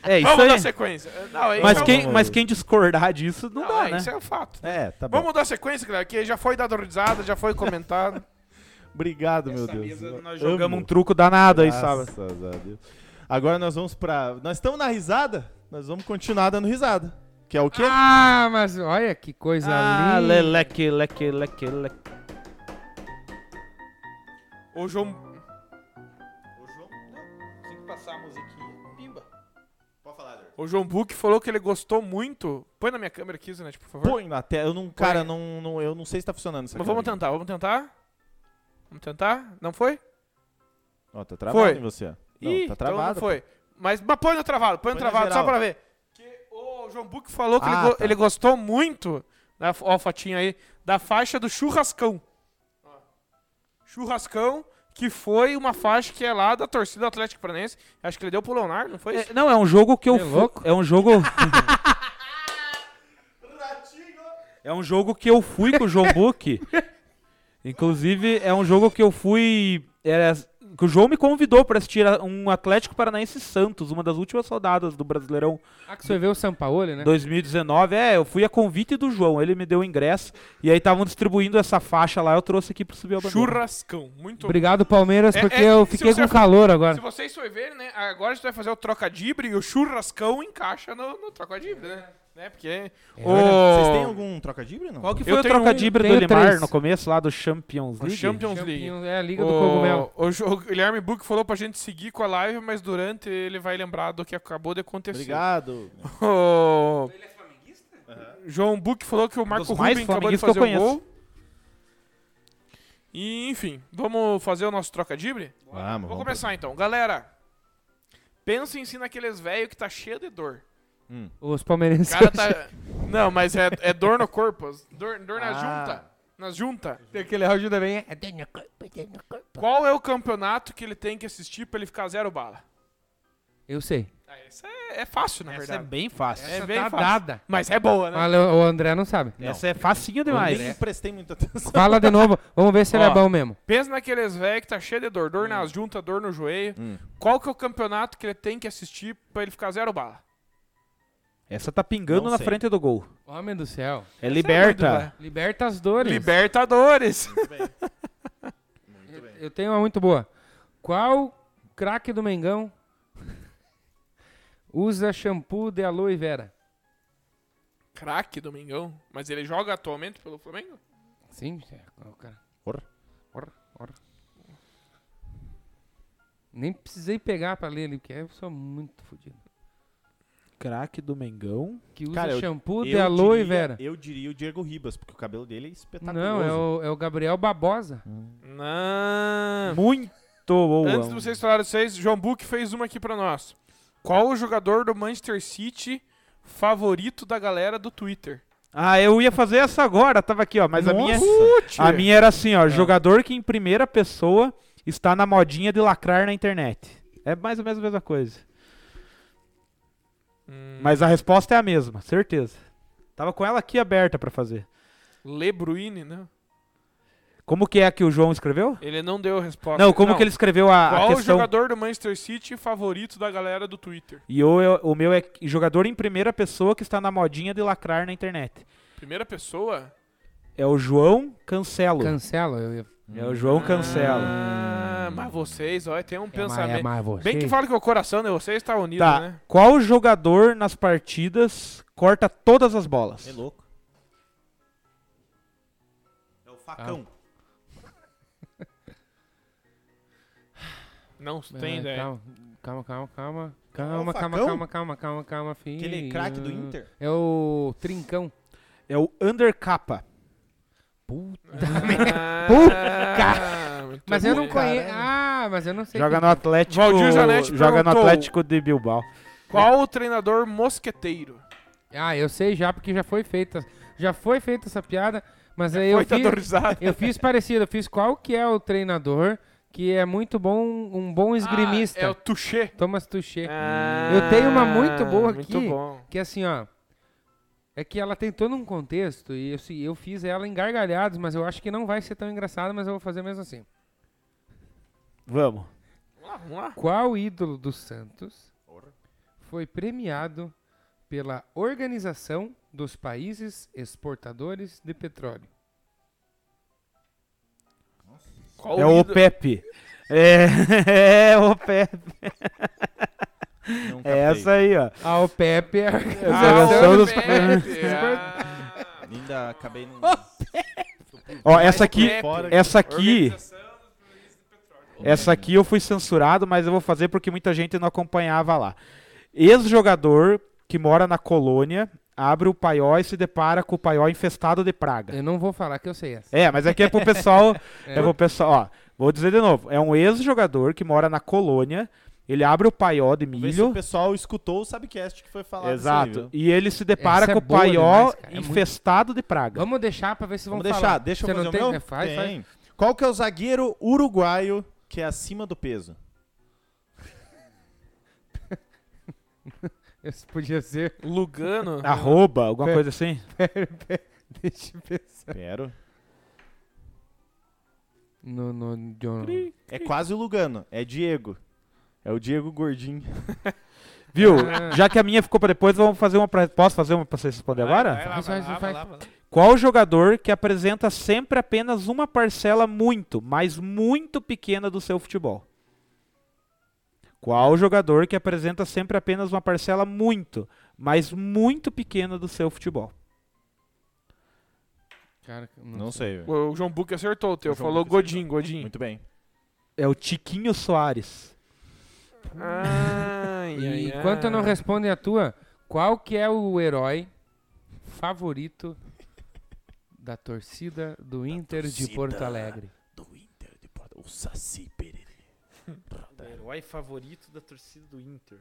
[SPEAKER 3] Ah,
[SPEAKER 4] É isso
[SPEAKER 5] Vamos
[SPEAKER 4] aí.
[SPEAKER 5] dar sequência. Não, isso
[SPEAKER 4] Mas
[SPEAKER 5] é um-
[SPEAKER 4] quem, mas quem discordar disso não,
[SPEAKER 5] Não,
[SPEAKER 4] dá,
[SPEAKER 5] é,
[SPEAKER 4] né?
[SPEAKER 5] Isso é um fato.
[SPEAKER 2] É, tá bom.
[SPEAKER 5] Vamos dar sequência, galera, que já foi dado risada, já foi comentado.
[SPEAKER 2] Obrigado, meu Deus.
[SPEAKER 4] Nós
[SPEAKER 2] Amo.
[SPEAKER 4] jogamos um truco danado aí, sabe?
[SPEAKER 2] Graças a Deus. Agora nós vamos pra... Nós estamos na risada? Nós vamos continuar dando risada. Que é o quê?
[SPEAKER 3] Ah, mas olha que coisa
[SPEAKER 4] Ah,
[SPEAKER 3] linda.
[SPEAKER 4] leleque, leque, leque, leque.
[SPEAKER 5] Ô, João,
[SPEAKER 2] Pode falar,
[SPEAKER 5] O João Buck falou que ele gostou muito. Põe na minha câmera aqui, Zanetti, por favor.
[SPEAKER 2] Põe na tela. Eu não, cara, não, não- eu não sei se tá funcionando essa
[SPEAKER 5] Mas vamos
[SPEAKER 2] câmera.
[SPEAKER 5] tentar, vamos tentar? Vamos tentar? Não foi?
[SPEAKER 2] Ó, tá travado
[SPEAKER 5] Foi.
[SPEAKER 2] em você.
[SPEAKER 5] Ih,
[SPEAKER 2] Não, tá travado.
[SPEAKER 5] Então não foi. Mas, mas põe no travado, põe no
[SPEAKER 2] Põe na
[SPEAKER 5] travado, só
[SPEAKER 2] geral.
[SPEAKER 5] pra ver. Que o João Buck falou que ele,
[SPEAKER 2] Ah,
[SPEAKER 5] go-
[SPEAKER 2] tá.
[SPEAKER 5] ele gostou muito, da, ó a fotinha aí, da faixa do churrascão. Ó. Churrascão, que foi uma faixa que é lá da torcida do Atlético Paranense. Acho que ele deu pro Leonardo, não foi isso?
[SPEAKER 4] É, não, é um jogo que eu.
[SPEAKER 3] É
[SPEAKER 4] fu-
[SPEAKER 3] louco?
[SPEAKER 4] É um jogo. é um jogo que eu fui com o João Book. Inclusive, é um jogo que eu fui. Era que o João me convidou pra assistir a- um Atlético Paranaense e Santos, uma das últimas rodadas do Brasileirão
[SPEAKER 3] Ah, que você vê o Sampaoli, né?
[SPEAKER 4] 2019. É, eu fui a convite do João, ele me deu o ingresso e aí estavam distribuindo essa faixa lá, eu trouxe aqui pro subir a bandeira.
[SPEAKER 5] Churrascão. Muito
[SPEAKER 3] Obrigado, Palmeiras,
[SPEAKER 5] É,
[SPEAKER 3] porque
[SPEAKER 5] é,
[SPEAKER 3] eu
[SPEAKER 5] se
[SPEAKER 3] fiquei
[SPEAKER 5] você
[SPEAKER 3] com
[SPEAKER 5] for-
[SPEAKER 3] calor
[SPEAKER 5] Se
[SPEAKER 3] agora.
[SPEAKER 5] vocês forem ver, né? Agora a gente vai fazer o trocadibre e o churrascão encaixa no, no trocadibre, né? Né? Porque. o...
[SPEAKER 2] É Vocês têm algum trocadilho não?
[SPEAKER 4] Qual que
[SPEAKER 5] Eu
[SPEAKER 4] foi o
[SPEAKER 5] tenho um-
[SPEAKER 4] trocadibre do
[SPEAKER 3] tenho
[SPEAKER 4] Limar
[SPEAKER 3] três.
[SPEAKER 4] no começo lá do Champions
[SPEAKER 5] o
[SPEAKER 4] League?
[SPEAKER 5] Champions League.
[SPEAKER 3] É a Liga do Cogumelo.
[SPEAKER 5] O, jo- o Guilherme Book falou pra gente seguir com a live, mas durante ele vai lembrar do que acabou de acontecer.
[SPEAKER 2] Obrigado.
[SPEAKER 5] O... Uhum. João Book falou que o
[SPEAKER 4] dos
[SPEAKER 5] Marco
[SPEAKER 4] mais
[SPEAKER 5] Rubem acabou de
[SPEAKER 4] flamenguistas que
[SPEAKER 5] fazer
[SPEAKER 4] eu
[SPEAKER 5] o gol. E, enfim, vamos fazer o nosso trocadibre?
[SPEAKER 2] Vamos,
[SPEAKER 5] Vou
[SPEAKER 2] vamos.
[SPEAKER 5] começar então. Galera, pensem sim naqueles velho que tá cheio de dor.
[SPEAKER 3] Os
[SPEAKER 5] O
[SPEAKER 3] palmeirenses.
[SPEAKER 5] cara tá... Não, mas é, é dor no corpo. Dor, dor na
[SPEAKER 2] Ah.
[SPEAKER 5] junta. Na junta.
[SPEAKER 3] Aquele ajuda bem.
[SPEAKER 5] Qual é o campeonato que ele tem que assistir pra ele ficar zero bala?
[SPEAKER 3] Eu sei.
[SPEAKER 5] Ah, Essa é, é fácil, na
[SPEAKER 4] Essa é
[SPEAKER 5] verdade.
[SPEAKER 4] bem fácil.
[SPEAKER 5] É
[SPEAKER 3] Essa
[SPEAKER 5] bem
[SPEAKER 3] tá
[SPEAKER 5] fácil.
[SPEAKER 3] dada.
[SPEAKER 5] Mas é boa, né?
[SPEAKER 3] Mas o André não sabe.
[SPEAKER 4] Essa é facinho demais.
[SPEAKER 2] Eu nem prestei muita atenção.
[SPEAKER 3] Fala de novo. Vamos ver se ele
[SPEAKER 5] Ó.
[SPEAKER 3] é bom mesmo.
[SPEAKER 5] Pensa naqueles velho que tá cheio de dor, dor nas juntas, dor no joelho. Qual que é o campeonato que ele tem que assistir pra ele ficar zero bala?
[SPEAKER 4] Essa tá pingando
[SPEAKER 2] Não
[SPEAKER 4] na
[SPEAKER 2] sei.
[SPEAKER 4] frente do gol.
[SPEAKER 3] Homem do céu.
[SPEAKER 4] É liberta.
[SPEAKER 3] Liberta as dores.
[SPEAKER 5] né? Libertadores.
[SPEAKER 3] Eu tenho uma muito boa. Qual craque do Mengão usa shampoo de aloe vera?
[SPEAKER 5] Craque, Domingão. Mas ele joga atualmente pelo Flamengo?
[SPEAKER 3] Sim, é, o cara.
[SPEAKER 2] Ora.
[SPEAKER 3] Ora, ora. Nem precisei pegar pra ler ali, porque eu sou muito fodido.
[SPEAKER 4] Craque do Mengão.
[SPEAKER 3] Que usa
[SPEAKER 2] Cara, eu-
[SPEAKER 3] shampoo de
[SPEAKER 2] Eu
[SPEAKER 3] aloe
[SPEAKER 2] diria-
[SPEAKER 3] vera.
[SPEAKER 2] Eu diria o Diego Ribas, porque o cabelo dele é espetacular.
[SPEAKER 3] Não, é o, é o Gabriel Babosa.
[SPEAKER 5] Não.
[SPEAKER 4] Muito boa.
[SPEAKER 5] Ah. Antes de vocês falarem vocês, João Book fez uma aqui pra nós. Qual o jogador do Manchester City favorito da galera do Twitter?
[SPEAKER 4] Ah, eu ia fazer essa agora, tava aqui, ó. Mas a minha, a minha era assim, ó. Jogador que em primeira pessoa está na modinha de lacrar na internet. É mais ou menos a mesma coisa.
[SPEAKER 5] Hum,
[SPEAKER 4] Mas a resposta é a mesma, certeza. Tava com ela aqui aberta pra fazer.
[SPEAKER 5] Le Bruyne, né?
[SPEAKER 4] Como que é que o João escreveu?
[SPEAKER 5] Ele não deu resposta.
[SPEAKER 4] Não, como que ele escreveu a, a
[SPEAKER 5] Qual o
[SPEAKER 4] questão?
[SPEAKER 5] jogador do Manchester City favorito da galera do Twitter?
[SPEAKER 4] E eu, eu- o meu é jogador em primeira pessoa que está na modinha de lacrar na internet.
[SPEAKER 5] Primeira pessoa?
[SPEAKER 4] É o João Cancelo.
[SPEAKER 3] Cancela. Eu, eu,
[SPEAKER 4] É o João Cancelo.
[SPEAKER 5] Ah, mas vocês, olha, tem
[SPEAKER 3] é
[SPEAKER 5] um
[SPEAKER 3] mais- é
[SPEAKER 5] pensamento.
[SPEAKER 3] mais você.
[SPEAKER 5] Bem que fala que o coração de vocês tá unido,
[SPEAKER 4] Tá.
[SPEAKER 5] né?
[SPEAKER 4] Qual jogador nas partidas corta todas as bolas?
[SPEAKER 2] É louco. É o facão.
[SPEAKER 5] Ah, Não
[SPEAKER 3] Ah,
[SPEAKER 5] tem ideia.
[SPEAKER 3] Calma, calma, calma, calma.
[SPEAKER 2] É o
[SPEAKER 3] Calma, calma,
[SPEAKER 2] Facão?
[SPEAKER 3] calma, calma, calma, calma, filho.
[SPEAKER 2] Aquele craque do Inter?
[SPEAKER 3] É o Trincão.
[SPEAKER 4] É o Undercapa.
[SPEAKER 5] Ah,
[SPEAKER 3] Puta!
[SPEAKER 5] muito
[SPEAKER 3] Mas eu não
[SPEAKER 5] bem.
[SPEAKER 3] conheço. Ah, mas eu não sei.
[SPEAKER 4] Joga
[SPEAKER 3] quem-
[SPEAKER 4] no Atlético.
[SPEAKER 5] Valdir Zanetti
[SPEAKER 4] joga no
[SPEAKER 5] perguntou.
[SPEAKER 4] Atlético de Bilbao.
[SPEAKER 5] Qual o treinador mosqueteiro?
[SPEAKER 3] Ah, eu sei já, porque já foi feita. Já foi feita essa piada, mas aí eu
[SPEAKER 5] Foi, tá
[SPEAKER 3] fiz,
[SPEAKER 5] dando risada.
[SPEAKER 3] eu fiz parecido. Eu fiz qual que é o treinador que é muito bom, um bom esgrimista.
[SPEAKER 5] Ah, é o Tuchê.
[SPEAKER 3] Thomas Tuchê.
[SPEAKER 5] Ah,
[SPEAKER 3] Eu tenho uma muito boa aqui.
[SPEAKER 5] Muito bom.
[SPEAKER 3] Que assim, ó. É que ela tem todo um contexto e eu, se- eu fiz ela em gargalhados, mas eu acho que não vai ser tão engraçado, mas eu vou fazer mesmo assim.
[SPEAKER 4] Vamos.
[SPEAKER 5] Vamos lá, vamos lá.
[SPEAKER 3] Qual ídolo do Santos foi premiado pela Organização dos Países Exportadores de Petróleo?
[SPEAKER 5] Qual
[SPEAKER 4] é o
[SPEAKER 5] ídolo-
[SPEAKER 4] Pepe. É, é o Pepe.
[SPEAKER 2] Não
[SPEAKER 4] É
[SPEAKER 2] captei.
[SPEAKER 4] essa aí, ó.
[SPEAKER 3] A OPEP é a
[SPEAKER 5] Ah,
[SPEAKER 3] Organização
[SPEAKER 4] Organização
[SPEAKER 5] o
[SPEAKER 4] dos-
[SPEAKER 3] dos
[SPEAKER 5] Pepe.
[SPEAKER 3] é.
[SPEAKER 5] Ah,
[SPEAKER 2] Ainda acabei não.
[SPEAKER 4] Ó, essa aqui,
[SPEAKER 5] Pepe.
[SPEAKER 2] Fora que-
[SPEAKER 4] essa aqui,
[SPEAKER 5] Organização dos Países do Petróleo.
[SPEAKER 4] essa aqui eu fui censurado, mas eu vou fazer porque muita gente não acompanhava lá. Ex-jogador que mora na colônia abre o paiol e se depara com o paiol infestado de praga.
[SPEAKER 3] Eu não vou falar que eu sei essa.
[SPEAKER 4] É, mas aqui é pro pessoal.
[SPEAKER 3] É.
[SPEAKER 4] é. pro pessoal, ó. Vou dizer de novo. É um ex-jogador que mora na colônia. Ele abre o paiol de
[SPEAKER 2] Vê se o
[SPEAKER 4] milho.
[SPEAKER 2] pessoal escutou o Subcast que foi falado. isso aí,
[SPEAKER 4] Exato.
[SPEAKER 2] viu?
[SPEAKER 4] E ele se depara
[SPEAKER 3] Essa é
[SPEAKER 4] com o
[SPEAKER 3] boa
[SPEAKER 4] paiol
[SPEAKER 3] demais, cara, é muito-
[SPEAKER 4] infestado de praga.
[SPEAKER 3] Vamos deixar pra ver se vão
[SPEAKER 2] Vamos deixar,
[SPEAKER 3] falar.
[SPEAKER 2] deixa eu
[SPEAKER 3] Você
[SPEAKER 2] fazer
[SPEAKER 3] não
[SPEAKER 2] o
[SPEAKER 3] tem?
[SPEAKER 2] meu?
[SPEAKER 3] É, faz, faz.
[SPEAKER 2] Tem. Qual que é o zagueiro uruguaio que é acima do peso?
[SPEAKER 3] Esse podia ser.
[SPEAKER 5] Lugano.
[SPEAKER 4] Ah. Arroba, alguma coisa assim.
[SPEAKER 3] Deixa eu pensar.
[SPEAKER 2] Espero.
[SPEAKER 3] No, no, John.
[SPEAKER 2] É quase o Lugano, é Diego. É o Diego Gordinho.
[SPEAKER 4] Viu?
[SPEAKER 3] Ah.
[SPEAKER 4] Já que a minha ficou pra depois, vamos fazer uma pra... Posso fazer uma pra vocês responderem agora?
[SPEAKER 5] Vai lá,
[SPEAKER 3] Faz,
[SPEAKER 5] vai
[SPEAKER 3] faz,
[SPEAKER 5] lá,
[SPEAKER 3] faz.
[SPEAKER 5] vai lá, vai lá.
[SPEAKER 4] Qual jogador que apresenta sempre apenas uma parcela muito, mas muito pequena do seu futebol? Qual jogador que apresenta sempre apenas uma parcela muito, mas muito pequena do seu futebol?
[SPEAKER 3] Cara, não,
[SPEAKER 2] Não sei, velho.
[SPEAKER 5] O João Buck acertou o teu.
[SPEAKER 2] O João
[SPEAKER 5] falou
[SPEAKER 2] Buck acertou.
[SPEAKER 5] Godinho, Godinho.
[SPEAKER 2] Muito bem.
[SPEAKER 4] É o Tiquinho Soares.
[SPEAKER 5] Ai, ai,
[SPEAKER 3] E ah.
[SPEAKER 5] ai.
[SPEAKER 3] enquanto eu não responde a tua, qual que é o herói favorito da torcida do Inter de
[SPEAKER 2] torcida.
[SPEAKER 3] Porto Alegre?
[SPEAKER 2] Do Inter de Porto, o Saci Pererê.
[SPEAKER 4] herói favorito da torcida do Inter.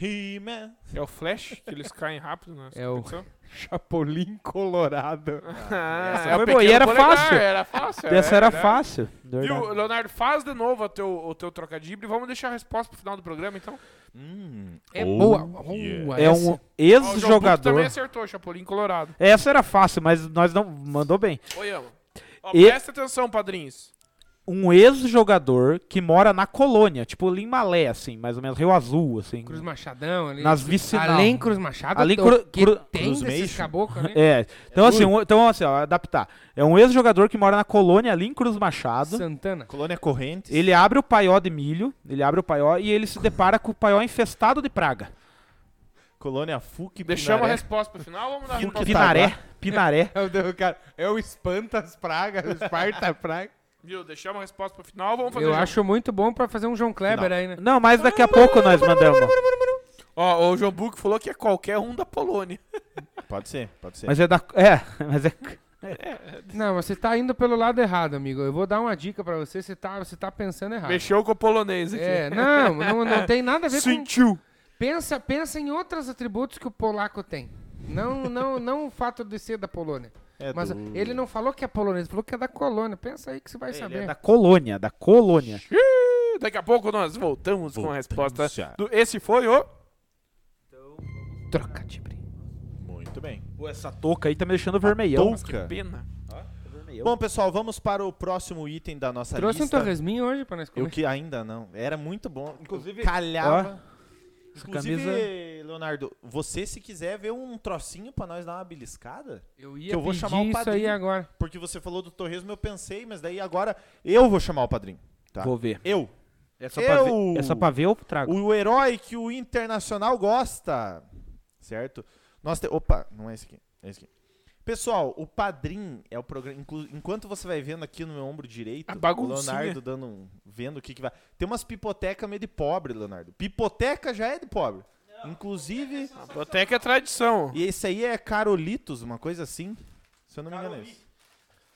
[SPEAKER 2] He-Man.
[SPEAKER 5] É o Flash, que eles caem rápido né? na
[SPEAKER 3] É o-
[SPEAKER 5] competição?
[SPEAKER 3] Chapolin Colorado.
[SPEAKER 5] Ah,
[SPEAKER 4] essa
[SPEAKER 5] é o
[SPEAKER 4] foi boa, e
[SPEAKER 5] pequeno
[SPEAKER 4] era
[SPEAKER 5] polegar,
[SPEAKER 4] fácil.
[SPEAKER 5] Era fácil.
[SPEAKER 4] Essa
[SPEAKER 5] é,
[SPEAKER 4] era
[SPEAKER 5] é.
[SPEAKER 4] fácil.
[SPEAKER 5] Viu,
[SPEAKER 4] verdade.
[SPEAKER 5] Leonardo, faz de novo o teu, o teu trocadilho e vamos deixar a resposta pro final do programa, então.
[SPEAKER 2] Hum.
[SPEAKER 3] É
[SPEAKER 2] Oh,
[SPEAKER 3] boa.
[SPEAKER 2] yeah.
[SPEAKER 3] boa
[SPEAKER 4] É
[SPEAKER 3] essa.
[SPEAKER 4] um
[SPEAKER 5] Ó, o João Buck também é
[SPEAKER 4] ex-jogador.
[SPEAKER 5] acertou, Chapolin Colorado.
[SPEAKER 4] Essa era fácil, mas nós não mandou bem.
[SPEAKER 5] Oi, amo. Ó,
[SPEAKER 4] E-
[SPEAKER 5] Presta atenção, padrinhos.
[SPEAKER 4] um ex-jogador que mora na colônia, tipo Limalé, assim, mais ou menos, Rio Azul, assim.
[SPEAKER 3] Cruz Machadão ali.
[SPEAKER 4] Nas vicinais.
[SPEAKER 3] Além Cruz Machado,
[SPEAKER 4] Além
[SPEAKER 3] o
[SPEAKER 4] Cru-
[SPEAKER 3] que
[SPEAKER 4] Cru-
[SPEAKER 3] tem
[SPEAKER 2] Cruz
[SPEAKER 3] desses
[SPEAKER 2] Meixo.
[SPEAKER 3] caboclos, né?
[SPEAKER 4] É. Então, assim, um- então, assim, ó, adaptar. É um ex-jogador que mora na colônia ali em Cruz Machado.
[SPEAKER 3] Santana.
[SPEAKER 2] Colônia Correntes.
[SPEAKER 4] Ele abre o paió de milho, ele abre o paió e ele se depara com o paió infestado de praga.
[SPEAKER 2] Colônia FUC.
[SPEAKER 5] Deixamos a
[SPEAKER 2] Pinaré.
[SPEAKER 5] resposta pro final, vamos dar a
[SPEAKER 4] Pin-
[SPEAKER 5] resposta.
[SPEAKER 4] Pinaré. Pinaré.
[SPEAKER 3] É o, cara, é o espanta as pragas, o esparta praga.
[SPEAKER 5] Viu, deixamos a resposta pro final, vamos fazer.
[SPEAKER 3] Eu
[SPEAKER 5] já.
[SPEAKER 3] acho muito bom pra fazer um João Kleber aí, né?
[SPEAKER 4] Não, mas daqui a pouco nós mandamos.
[SPEAKER 5] Ó, o João Buck falou que é qualquer um da Polônia.
[SPEAKER 2] Pode ser, pode ser.
[SPEAKER 4] Mas é da. É, mas é.
[SPEAKER 3] Não, você tá indo pelo lado errado, amigo. Eu vou dar uma dica pra você, você tá, você tá pensando errado.
[SPEAKER 5] Mexeu com o polonês aqui.
[SPEAKER 3] É, não, não, não tem nada a ver com...
[SPEAKER 5] Sentiu.
[SPEAKER 3] Pensa, pensa em outros atributos que o polaco tem. Não, não, não o fato de ser da Polônia.
[SPEAKER 2] É
[SPEAKER 3] Mas
[SPEAKER 2] do-
[SPEAKER 3] ele não falou que é polonês, ele falou que é da colônia. Pensa aí que você vai saber.
[SPEAKER 4] Ele é da colônia, da colônia.
[SPEAKER 5] Xiii, Daqui a pouco nós voltamos, com a
[SPEAKER 2] Voltamos
[SPEAKER 5] resposta.
[SPEAKER 2] já.
[SPEAKER 5] do- Esse foi o.
[SPEAKER 3] Troca de brinco.
[SPEAKER 2] Muito bem.
[SPEAKER 4] Pô, essa touca aí tá me deixando vermelhão.
[SPEAKER 2] touca. Cara.
[SPEAKER 5] Pena.
[SPEAKER 2] Bom, pessoal, vamos para o próximo item da nossa
[SPEAKER 3] Trouxe um
[SPEAKER 2] Tá lista.
[SPEAKER 3] torresminho hoje pra nós
[SPEAKER 2] Eu
[SPEAKER 4] é?
[SPEAKER 3] comer.
[SPEAKER 2] que ainda não. Era muito bom.
[SPEAKER 4] Inclusive-
[SPEAKER 2] calhava.
[SPEAKER 4] Essa
[SPEAKER 2] Inclusive,
[SPEAKER 4] camisa- é-
[SPEAKER 2] Leonardo, você se quiser ver um trocinho pra nós dar uma beliscada,
[SPEAKER 3] Eu ia
[SPEAKER 2] que eu vou
[SPEAKER 3] pedir
[SPEAKER 2] chamar o
[SPEAKER 3] isso aí
[SPEAKER 2] padrinho.
[SPEAKER 3] agora.
[SPEAKER 2] porque você falou do torresmo, eu pensei, mas daí agora eu vou chamar o padrinho. Tá?
[SPEAKER 4] Vou ver.
[SPEAKER 2] Eu.
[SPEAKER 4] É só, pra
[SPEAKER 2] Eu-
[SPEAKER 4] ver, é só pra ver eu trago.
[SPEAKER 2] O herói que o Internacional gosta. Certo? Nós te... Opa, não é esse aqui. É esse aqui. Pessoal, o Padrim é o programa. inclu- Enquanto você vai vendo aqui no meu ombro direito,
[SPEAKER 5] A
[SPEAKER 2] o
[SPEAKER 5] baguncinha.
[SPEAKER 2] Leonardo dando um- vendo o que, que vai. Tem umas pipotecas meio de pobre, Leonardo. Pipoteca já é de pobre. Inclusive.
[SPEAKER 5] Até que é tradição.
[SPEAKER 2] E esse aí é Carolitos, uma coisa assim. Se eu não me engano, é isso.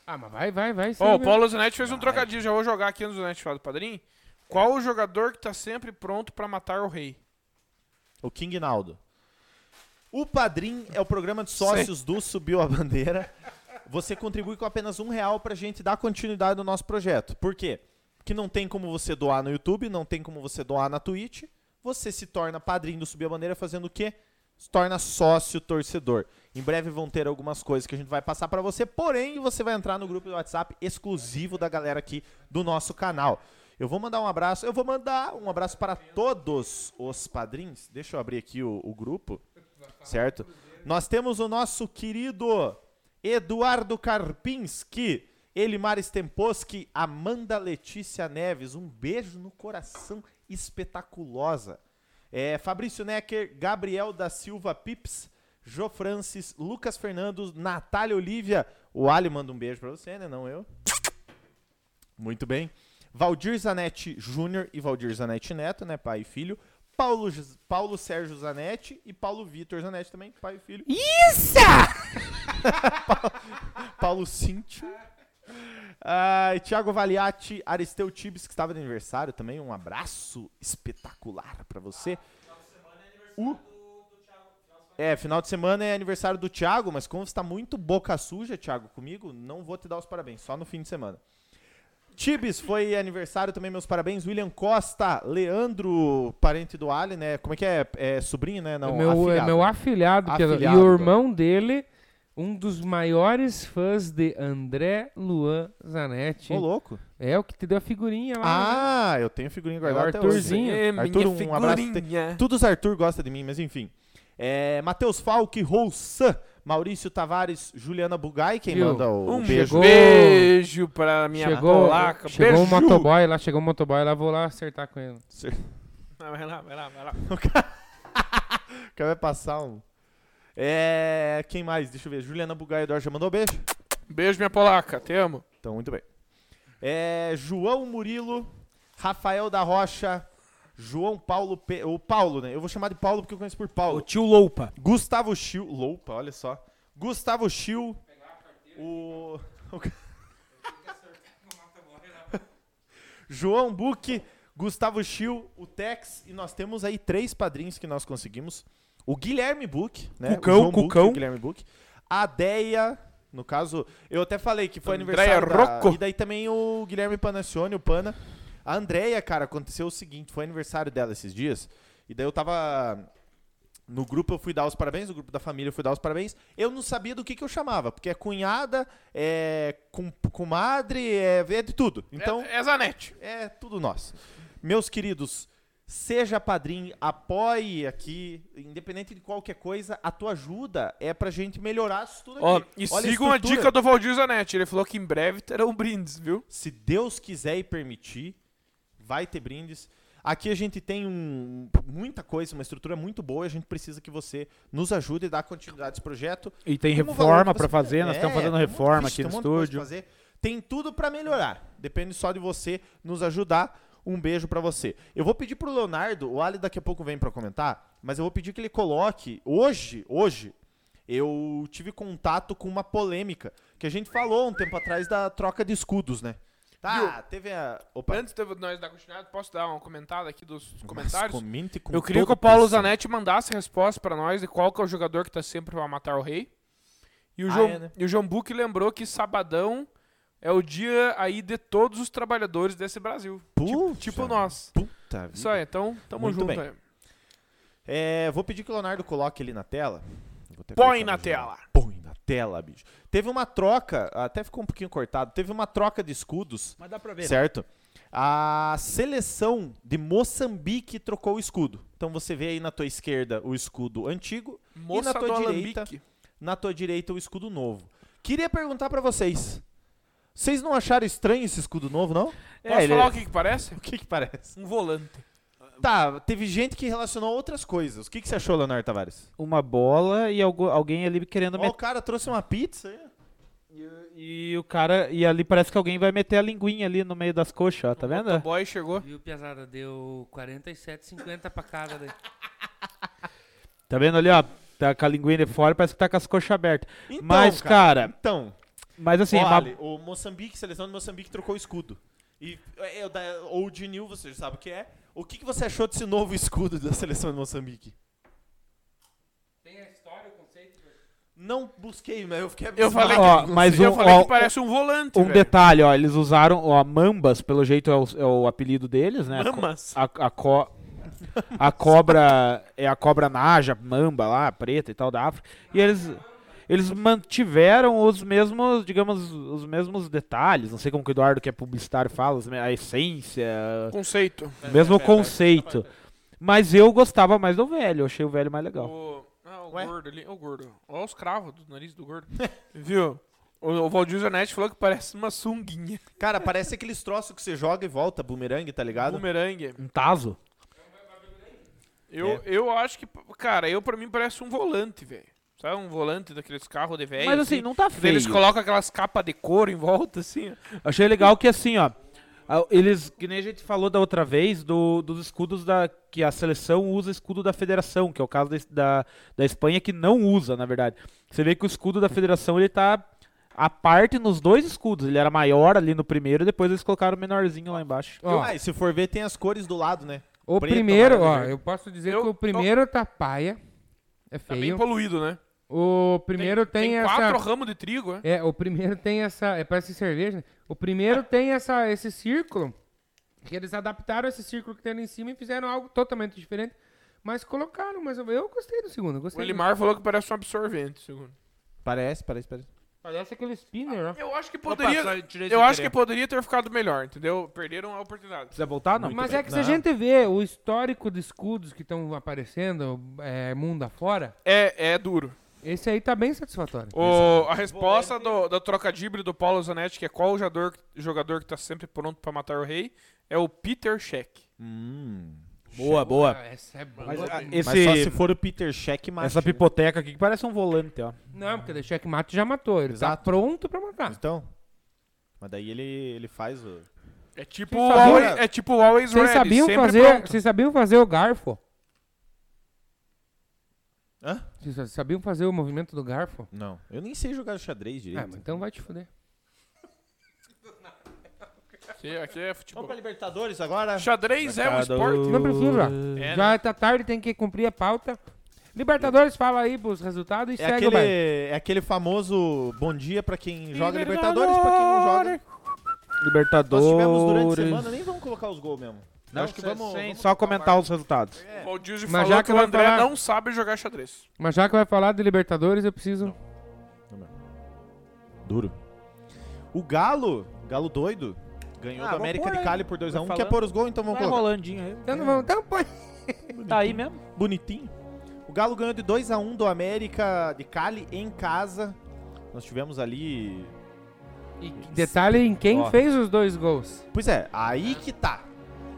[SPEAKER 3] Ah, mas vai, vai, vai. sim,
[SPEAKER 5] Ó, o
[SPEAKER 3] vai.
[SPEAKER 5] Paulo Zanetti fez um trocadilho, já vou jogar aqui no Zanetti Fala do Padrinho. Qual o jogador que tá sempre pronto pra matar o rei?
[SPEAKER 2] O King Naldo. O Padrim é o programa de sócios do Subiu a Bandeira. Você contribui com apenas um real pra gente dar continuidade no nosso projeto. Por quê? Porque não tem como você doar no YouTube, não tem como você doar na Twitch. Você se torna padrinho do Subir a Bandeira fazendo o quê? Se torna sócio torcedor. Em breve vão ter algumas coisas que a gente vai passar pra você, porém você vai entrar no grupo do WhatsApp exclusivo da galera aqui do nosso canal. Eu vou mandar um abraço, eu vou mandar um abraço para todos os padrinhos. Deixa eu abrir aqui o- o grupo certo? Nós temos o nosso querido Eduardo Karpinski, Elimar Stemposki, Amanda Letícia Neves, um beijo no coração espetaculosa. É, Fabrício Necker, Gabriel da Silva Pips, Jo Francis, Lucas Fernandos, Natália Olivia. O Ali manda um beijo pra você, né? Não eu. Muito bem. Valdir Zanetti Júnior e Valdir Zanetti Neto, né? Pai e filho. Paulo, Jus- Paulo Sérgio Zanetti e Paulo Vitor Zanetti também, pai e filho. Isso! Paulo Cíntio. Ai, Thiago Valiati, Aristeu Tibes, que estava de aniversário também. Um abraço espetacular pra você. O- É, final de semana é aniversário do Thiago, mas como você está muito boca suja, Thiago, comigo, não vou te dar os parabéns, só no fim de semana. Tibes, foi aniversário também, meus parabéns. William Costa, Leandro, parente do Ali, né? Como é que é? É sobrinho, né? Não,
[SPEAKER 3] meu, é
[SPEAKER 2] afilhado.
[SPEAKER 3] meu afilhado. que é-
[SPEAKER 2] Afilhado,
[SPEAKER 3] e o
[SPEAKER 2] pô.
[SPEAKER 3] irmão dele, um dos maiores fãs de André Luan Zanetti.
[SPEAKER 2] Ô, louco.
[SPEAKER 3] É o que te deu a figurinha lá. né?
[SPEAKER 2] Ah, eu tenho
[SPEAKER 3] É
[SPEAKER 2] figurinha
[SPEAKER 3] o
[SPEAKER 2] guardada até hoje.
[SPEAKER 3] Arthurzinho.
[SPEAKER 2] Arthur, um abraço.
[SPEAKER 5] É, figurinha.
[SPEAKER 2] Todos Arthur gosta de mim, mas enfim. É, Matheus Falque, Roussan, Maurício Tavares, Juliana Bugai, quem
[SPEAKER 3] Viu?
[SPEAKER 2] manda o
[SPEAKER 5] Um
[SPEAKER 2] beijo.
[SPEAKER 3] chegou-
[SPEAKER 5] beijo pra minha
[SPEAKER 3] chegou
[SPEAKER 5] polaca.
[SPEAKER 3] chegou um
[SPEAKER 5] Beijo.
[SPEAKER 3] motoboy lá, chegou um motoboy lá, vou lá acertar com ele.
[SPEAKER 5] Ah, Vai lá, vai lá, vai lá.
[SPEAKER 2] O cara vai passar um. É, quem mais? Deixa eu ver. Juliana Bugai, Eduardo já mandou beijo.
[SPEAKER 5] Beijo, minha polaca. Te amo.
[SPEAKER 2] Então, muito bem. É, João Murilo, Rafael da Rocha, João Paulo. Pe- O Paulo, né? Eu vou chamar de Paulo porque eu conheço por Paulo.
[SPEAKER 4] O tio Loupa.
[SPEAKER 2] Gustavo Schill. Loupa, olha só. Gustavo Schill. O. o ca- João Buque, Gustavo Schill, o Tex. E nós temos aí três padrinhos que nós conseguimos. O Guilherme Buque, né?
[SPEAKER 4] Cucão,
[SPEAKER 2] o João Buque,
[SPEAKER 4] Cucão.
[SPEAKER 2] o Guilherme Buque. A Deia. No caso, eu até falei que foi
[SPEAKER 5] Andréia
[SPEAKER 2] aniversário da-
[SPEAKER 5] Rocco.
[SPEAKER 2] E daí também o Guilherme Panacione, o Pana. A Andréia, cara, aconteceu o seguinte. Foi aniversário dela esses dias. E daí eu tava no grupo eu fui dar os parabéns, no grupo da família eu fui dar os parabéns. Eu não sabia do que, que eu chamava, porque é cunhada, é com, comadre, é, é de tudo. Então,
[SPEAKER 5] É, é Zanetti.
[SPEAKER 2] é tudo nosso. Meus queridos, seja padrinho, apoie aqui, independente de qualquer coisa, a tua ajuda é pra gente melhorar isso tudo aqui.
[SPEAKER 5] Ó, e
[SPEAKER 2] Olha a
[SPEAKER 5] sigam a
[SPEAKER 2] estrutura.
[SPEAKER 5] dica do Valdir Zanetti. Ele falou que em breve terão brindes, viu?
[SPEAKER 2] Se Deus quiser e permitir, vai ter brindes. Aqui a gente tem um- muita coisa, uma estrutura muito boa, e a gente precisa que você nos ajude a dar continuidade a esse projeto.
[SPEAKER 4] E tem
[SPEAKER 2] Como
[SPEAKER 4] reforma
[SPEAKER 2] valor que
[SPEAKER 4] pra
[SPEAKER 2] você-
[SPEAKER 4] fazer, nós
[SPEAKER 2] É,
[SPEAKER 4] estamos fazendo
[SPEAKER 2] tem um monte de-
[SPEAKER 4] reforma
[SPEAKER 2] vixe,
[SPEAKER 4] aqui no
[SPEAKER 2] tem um monte de coisa
[SPEAKER 4] estúdio.
[SPEAKER 2] pra fazer. Tem tudo pra melhorar. Depende só de você nos ajudar. Um beijo pra você. Eu vou pedir pro Leonardo, o Ali daqui a pouco vem pra comentar, mas eu vou pedir que ele coloque hoje, hoje eu tive contato com uma polêmica que a gente falou um tempo atrás da troca de escudos, né? Tá, teve a Opa.
[SPEAKER 5] Antes de nós dar continuidade, posso dar uma comentada aqui dos
[SPEAKER 2] Mas
[SPEAKER 5] comentários?
[SPEAKER 2] comente com
[SPEAKER 5] Eu queria que
[SPEAKER 2] toda
[SPEAKER 5] o Paulo
[SPEAKER 2] atenção.
[SPEAKER 5] Zanetti mandasse resposta pra nós de qual que é o jogador que tá sempre pra matar o rei. E o,
[SPEAKER 2] Ah,
[SPEAKER 5] João,
[SPEAKER 2] é, né?
[SPEAKER 5] e o João Buck lembrou que sabadão é o dia aí de todos os trabalhadores desse Brasil. Tipo,
[SPEAKER 2] Puxa.
[SPEAKER 5] tipo nós.
[SPEAKER 2] Puta vida.
[SPEAKER 5] Isso aí, então tamo
[SPEAKER 2] Muito
[SPEAKER 5] junto
[SPEAKER 2] bem.
[SPEAKER 5] aí.
[SPEAKER 2] É, vou pedir que o Leonardo coloque ali na tela. Eu vou até
[SPEAKER 5] Põe
[SPEAKER 2] colocar
[SPEAKER 5] na
[SPEAKER 2] no jornal.
[SPEAKER 5] tela.
[SPEAKER 2] Põe na tela, bicho. Teve uma troca, até ficou um pouquinho cortado. Teve uma troca de escudos,
[SPEAKER 4] Mas dá pra
[SPEAKER 2] certo? A seleção de Moçambique trocou o escudo. Então você vê aí na tua esquerda o escudo antigo,
[SPEAKER 5] Moça
[SPEAKER 2] tua
[SPEAKER 5] do
[SPEAKER 2] direita?
[SPEAKER 5] Alambique.
[SPEAKER 2] na tua direita o escudo novo. Queria perguntar pra vocês. Vocês não acharam estranho esse escudo novo, não?
[SPEAKER 5] Posso falar o que que parece?
[SPEAKER 2] O que que parece?
[SPEAKER 5] Um volante.
[SPEAKER 2] Tá, teve gente que relacionou outras coisas. O que que você achou, Leonardo Tavares?
[SPEAKER 4] Uma bola e algu- alguém ali querendo
[SPEAKER 2] Ó, o
[SPEAKER 4] meter.
[SPEAKER 2] cara trouxe uma pizza aí.
[SPEAKER 4] E o cara. E ali parece que alguém vai meter a linguinha ali no meio das coxas, ó. Tá vendo?
[SPEAKER 5] O boy chegou.
[SPEAKER 3] Viu, pesada? Deu 47,50 pra cada daí.
[SPEAKER 4] Tá vendo ali, ó? Tá com a linguinha de fora, parece que tá com as coxas abertas.
[SPEAKER 2] Então,
[SPEAKER 4] mas, cara,
[SPEAKER 2] Então,
[SPEAKER 4] mas assim,
[SPEAKER 2] Ó,
[SPEAKER 4] uma-
[SPEAKER 2] Ale, o Moçambique, seleção de Moçambique trocou o escudo. E é, o da- ou de Nil, você já sabe o que é. O que, que você achou desse novo escudo da seleção de Moçambique?
[SPEAKER 3] Tem a história, o conceito.
[SPEAKER 2] Não busquei, mas eu fiquei
[SPEAKER 5] Eu falei,
[SPEAKER 4] Ó,
[SPEAKER 5] que,
[SPEAKER 4] mas
[SPEAKER 5] eu
[SPEAKER 4] um-
[SPEAKER 5] falei
[SPEAKER 4] ó,
[SPEAKER 5] que parece um volante,
[SPEAKER 4] um
[SPEAKER 5] velho.
[SPEAKER 4] detalhe, ó. Eles usaram, ó, mambas, pelo jeito é o, é o apelido deles, né?
[SPEAKER 5] Mamas.
[SPEAKER 4] A, a, co- a cobra. É a cobra naja, mamba lá, preta e tal da África. E eles. Eles mantiveram os mesmos, digamos, os mesmos detalhes. Não sei como que o Eduardo, que é publicitário, fala, os me- a essência,
[SPEAKER 5] Conceito.
[SPEAKER 4] o mesmo conceito. Mas eu gostava mais do velho, eu achei o velho mais legal.
[SPEAKER 5] O, ah, o
[SPEAKER 2] Ué?
[SPEAKER 5] gordo ali, o gordo. Olha os cravos do nariz do gordo. Viu? O, o Valdir Zanetti falou que parece uma sunguinha.
[SPEAKER 2] Cara, parece aqueles troços que você joga e volta, bumerangue, tá ligado?
[SPEAKER 5] Bumerangue.
[SPEAKER 4] Um taso.
[SPEAKER 5] Eu, eu acho que, cara, eu pra mim parece um volante, velho. Sabe um volante daqueles carros de velho?
[SPEAKER 4] Mas assim, não tá
[SPEAKER 5] É, que
[SPEAKER 4] feio.
[SPEAKER 5] daí Eles colocam aquelas capas de couro em volta, assim. ó.
[SPEAKER 4] Achei legal que assim, ó. a- Eles, que nem a gente falou da outra vez, do, dos escudos da. Que a seleção usa escudo da federação, que é o caso da, es- da, da Espanha, que não usa, na verdade. Você vê que o escudo da federação ele tá à parte nos dois escudos. Ele era maior ali no primeiro, depois eles colocaram o menorzinho lá embaixo.
[SPEAKER 3] Ó,
[SPEAKER 2] Ah, e se for ver, tem as cores do lado, né?
[SPEAKER 3] o
[SPEAKER 2] preto,
[SPEAKER 3] primeiro,
[SPEAKER 2] amarelo,
[SPEAKER 3] ó,
[SPEAKER 2] verde.
[SPEAKER 3] eu posso dizer
[SPEAKER 5] Eu-
[SPEAKER 3] que o primeiro tá paia. É
[SPEAKER 5] Tá bem
[SPEAKER 3] feio.
[SPEAKER 5] poluído, né?
[SPEAKER 3] O primeiro tem, essa.
[SPEAKER 5] quatro ramos de trigo, é?
[SPEAKER 3] É, o primeiro tem essa. É, parece cerveja, né? O primeiro tem essa, esse círculo. Que eles adaptaram esse círculo que tem ali em cima e fizeram algo totalmente diferente. Mas colocaram, mas eu, eu gostei do segundo. eu
[SPEAKER 5] O
[SPEAKER 3] Gostei do-
[SPEAKER 5] Elimar falou que parece um absorvente, segundo.
[SPEAKER 2] Parece, parece, parece.
[SPEAKER 3] Parece aquele spinner, né?
[SPEAKER 5] Eu acho que poderia.
[SPEAKER 1] só tirei
[SPEAKER 5] eu
[SPEAKER 1] sem
[SPEAKER 5] acho que
[SPEAKER 1] querer.
[SPEAKER 5] poderia ter ficado melhor, entendeu? Perderam a oportunidade.
[SPEAKER 4] Precisa voltar? Não. então.
[SPEAKER 3] Mas é que se a
[SPEAKER 2] Não.
[SPEAKER 3] gente vê o histórico de escudos que estão aparecendo é, mundo afora,
[SPEAKER 5] É, é duro.
[SPEAKER 3] esse aí tá bem satisfatório.
[SPEAKER 5] O, a resposta do, da trocadilho do Paulo Zanetti, que é qual jogador, jogador que tá sempre pronto pra matar o rei, é o Peter Sheck.
[SPEAKER 2] Hum.
[SPEAKER 1] Boa, boa.
[SPEAKER 3] Ah, essa é boa.
[SPEAKER 4] Mas, ah,
[SPEAKER 2] Mas só
[SPEAKER 4] esse,
[SPEAKER 2] se for o Peter Check mais.
[SPEAKER 4] essa pipoteca aqui que parece um volante, ó.
[SPEAKER 3] Não, porque o checkmate já matou. Ele tá
[SPEAKER 2] Exato.
[SPEAKER 3] pronto pra matar.
[SPEAKER 2] Então. Mas daí ele, ele faz o.
[SPEAKER 5] É tipo
[SPEAKER 3] Vocês
[SPEAKER 5] o
[SPEAKER 3] sabiam-
[SPEAKER 5] Always, é tipo o Always
[SPEAKER 3] Vocês
[SPEAKER 5] Ready,
[SPEAKER 3] sabiam,
[SPEAKER 5] sempre
[SPEAKER 3] fazer,
[SPEAKER 5] pronto.
[SPEAKER 3] vocês sabiam fazer o garfo?
[SPEAKER 2] Hã?
[SPEAKER 3] Vocês sa- sabiam fazer o movimento do garfo?
[SPEAKER 2] Não. Eu nem sei jogar xadrez
[SPEAKER 3] Ah,
[SPEAKER 2] direito.
[SPEAKER 3] mas então vai te fuder.
[SPEAKER 5] Aqui, aqui é futebol.
[SPEAKER 2] Libertadores agora?
[SPEAKER 5] Xadrez é um esporte.
[SPEAKER 3] Não precisa.
[SPEAKER 5] É, né? É.
[SPEAKER 3] Já tá tarde, tem que cumprir a pauta. Libertadores, fala aí pros resultados e
[SPEAKER 2] É
[SPEAKER 3] segue
[SPEAKER 2] aquele,
[SPEAKER 3] o baile.
[SPEAKER 2] é aquele famoso bom dia pra quem joga Libertadores, pra quem não joga. Nós
[SPEAKER 4] Libertadores.
[SPEAKER 2] tivemos durante a semana, nem vamos colocar os gols mesmo.
[SPEAKER 4] Não,
[SPEAKER 2] Acho que
[SPEAKER 4] sem-
[SPEAKER 2] vamos-
[SPEAKER 4] sem-
[SPEAKER 2] vamos
[SPEAKER 4] só comentar os resultados.
[SPEAKER 5] O Valdizio
[SPEAKER 3] Mas
[SPEAKER 5] falou
[SPEAKER 3] já
[SPEAKER 5] que
[SPEAKER 3] que
[SPEAKER 5] o
[SPEAKER 3] vai
[SPEAKER 5] André
[SPEAKER 3] falar-
[SPEAKER 5] não sabe jogar xadrez.
[SPEAKER 3] Mas já que vai falar de Libertadores, eu preciso.
[SPEAKER 2] Duro. O Galo, Galo doido, ganhou
[SPEAKER 4] Ah,
[SPEAKER 2] do
[SPEAKER 4] vamos
[SPEAKER 2] América
[SPEAKER 4] pôr
[SPEAKER 2] de
[SPEAKER 4] aí.
[SPEAKER 2] Cali por 2x1.
[SPEAKER 4] Vai
[SPEAKER 2] Quer
[SPEAKER 4] falando.
[SPEAKER 2] pôr os gols, então vamos
[SPEAKER 4] Vai
[SPEAKER 2] colocar.
[SPEAKER 4] rolandinho aí.
[SPEAKER 3] Então, não vamos, então põe.
[SPEAKER 4] Tá aí mesmo.
[SPEAKER 2] Bonitinho. O Galo ganhou de 2x1 do América de Cali em casa. Nós tivemos ali.
[SPEAKER 3] E que detalhe em quem
[SPEAKER 4] Ó.
[SPEAKER 3] fez os dois gols.
[SPEAKER 2] Pois é, aí que tá.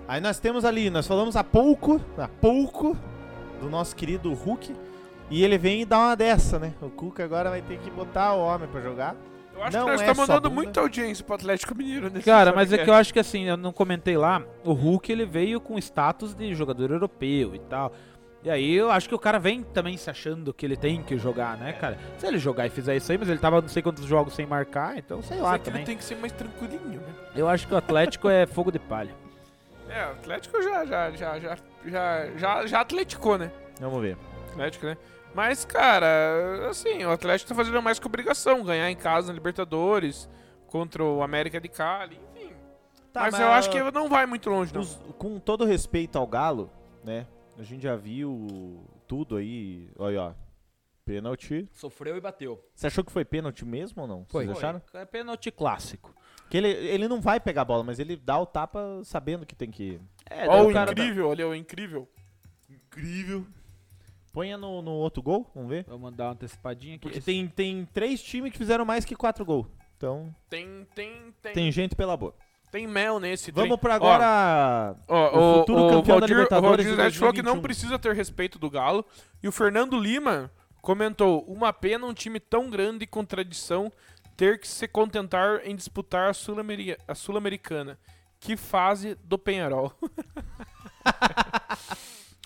[SPEAKER 2] Aí nós temos ali, nós falamos há pouco, há pouco, do nosso querido Hulk. E ele vem e dá uma dessa, né? O Cuca agora vai ter que botar o homem pra jogar.
[SPEAKER 5] Eu acho
[SPEAKER 2] Não
[SPEAKER 5] que nós
[SPEAKER 2] é
[SPEAKER 5] estamos
[SPEAKER 2] só
[SPEAKER 5] dando
[SPEAKER 2] bunda.
[SPEAKER 5] muita audiência pro Atlético Mineiro nesse
[SPEAKER 4] Cara, mas é que
[SPEAKER 5] podcast.
[SPEAKER 4] eu acho que assim, eu não comentei lá, o Hulk ele veio com status de jogador europeu e tal. E aí eu acho que o cara vem também se achando que ele tem que jogar, né, cara? Se ele jogar e fizer isso aí, mas ele tava não sei quantos jogos sem marcar, então sei
[SPEAKER 5] Mas
[SPEAKER 4] lá
[SPEAKER 5] é que ele
[SPEAKER 4] também.
[SPEAKER 5] tem que ser mais tranquilinho, né?
[SPEAKER 4] Eu acho que o Atlético é fogo de palha.
[SPEAKER 5] É, o Atlético já, já, já, já, já, já, já atleticou, né?
[SPEAKER 2] Vamos ver.
[SPEAKER 5] Atlético, né? Mas, cara, assim, o Atlético tá fazendo mais que obrigação. Ganhar em casa na Libertadores, contra o América de Cali, enfim. mas, eu acho que não vai muito longe, não.
[SPEAKER 2] Os- com todo respeito ao Galo, né? A gente já viu tudo aí. Olha, ó. Pênalti.
[SPEAKER 1] Sofreu e bateu.
[SPEAKER 2] Você achou que foi pênalti mesmo ou não?
[SPEAKER 3] Foi.
[SPEAKER 2] Vocês acharam?
[SPEAKER 4] É pênalti clássico.
[SPEAKER 2] Que ele, ele não vai pegar a bola, mas ele dá o tapa sabendo que tem que.
[SPEAKER 4] É, daí
[SPEAKER 5] Ó, o
[SPEAKER 4] o
[SPEAKER 2] tá-
[SPEAKER 4] cara
[SPEAKER 5] incrível, olha, o incrível. Incrível.
[SPEAKER 2] Ponha no, no outro gol, vamos ver.
[SPEAKER 4] Vou mandar uma antecipadinha aqui.
[SPEAKER 2] Porque
[SPEAKER 4] Esse-
[SPEAKER 2] tem, tem três times que fizeram mais que quatro gols. Então,
[SPEAKER 5] Tem, tem, tem. Tem,
[SPEAKER 2] tem gente pela boa.
[SPEAKER 5] mel nesse.
[SPEAKER 2] Vamos
[SPEAKER 5] trem.
[SPEAKER 2] pra agora.
[SPEAKER 5] Ó, ó,
[SPEAKER 2] o
[SPEAKER 5] o,
[SPEAKER 2] futuro
[SPEAKER 5] o
[SPEAKER 2] campeão da
[SPEAKER 5] Valdir,
[SPEAKER 2] Libertadores
[SPEAKER 5] o Valdir
[SPEAKER 2] de
[SPEAKER 5] Zanetti falou que não
[SPEAKER 2] 2021.
[SPEAKER 5] precisa ter respeito do Galo. E o Fernando Lima comentou: Uma pena um time tão grande e com tradição ter que se contentar em disputar a Sul-Ameri- a Sul-Americana. que fase do Penharol.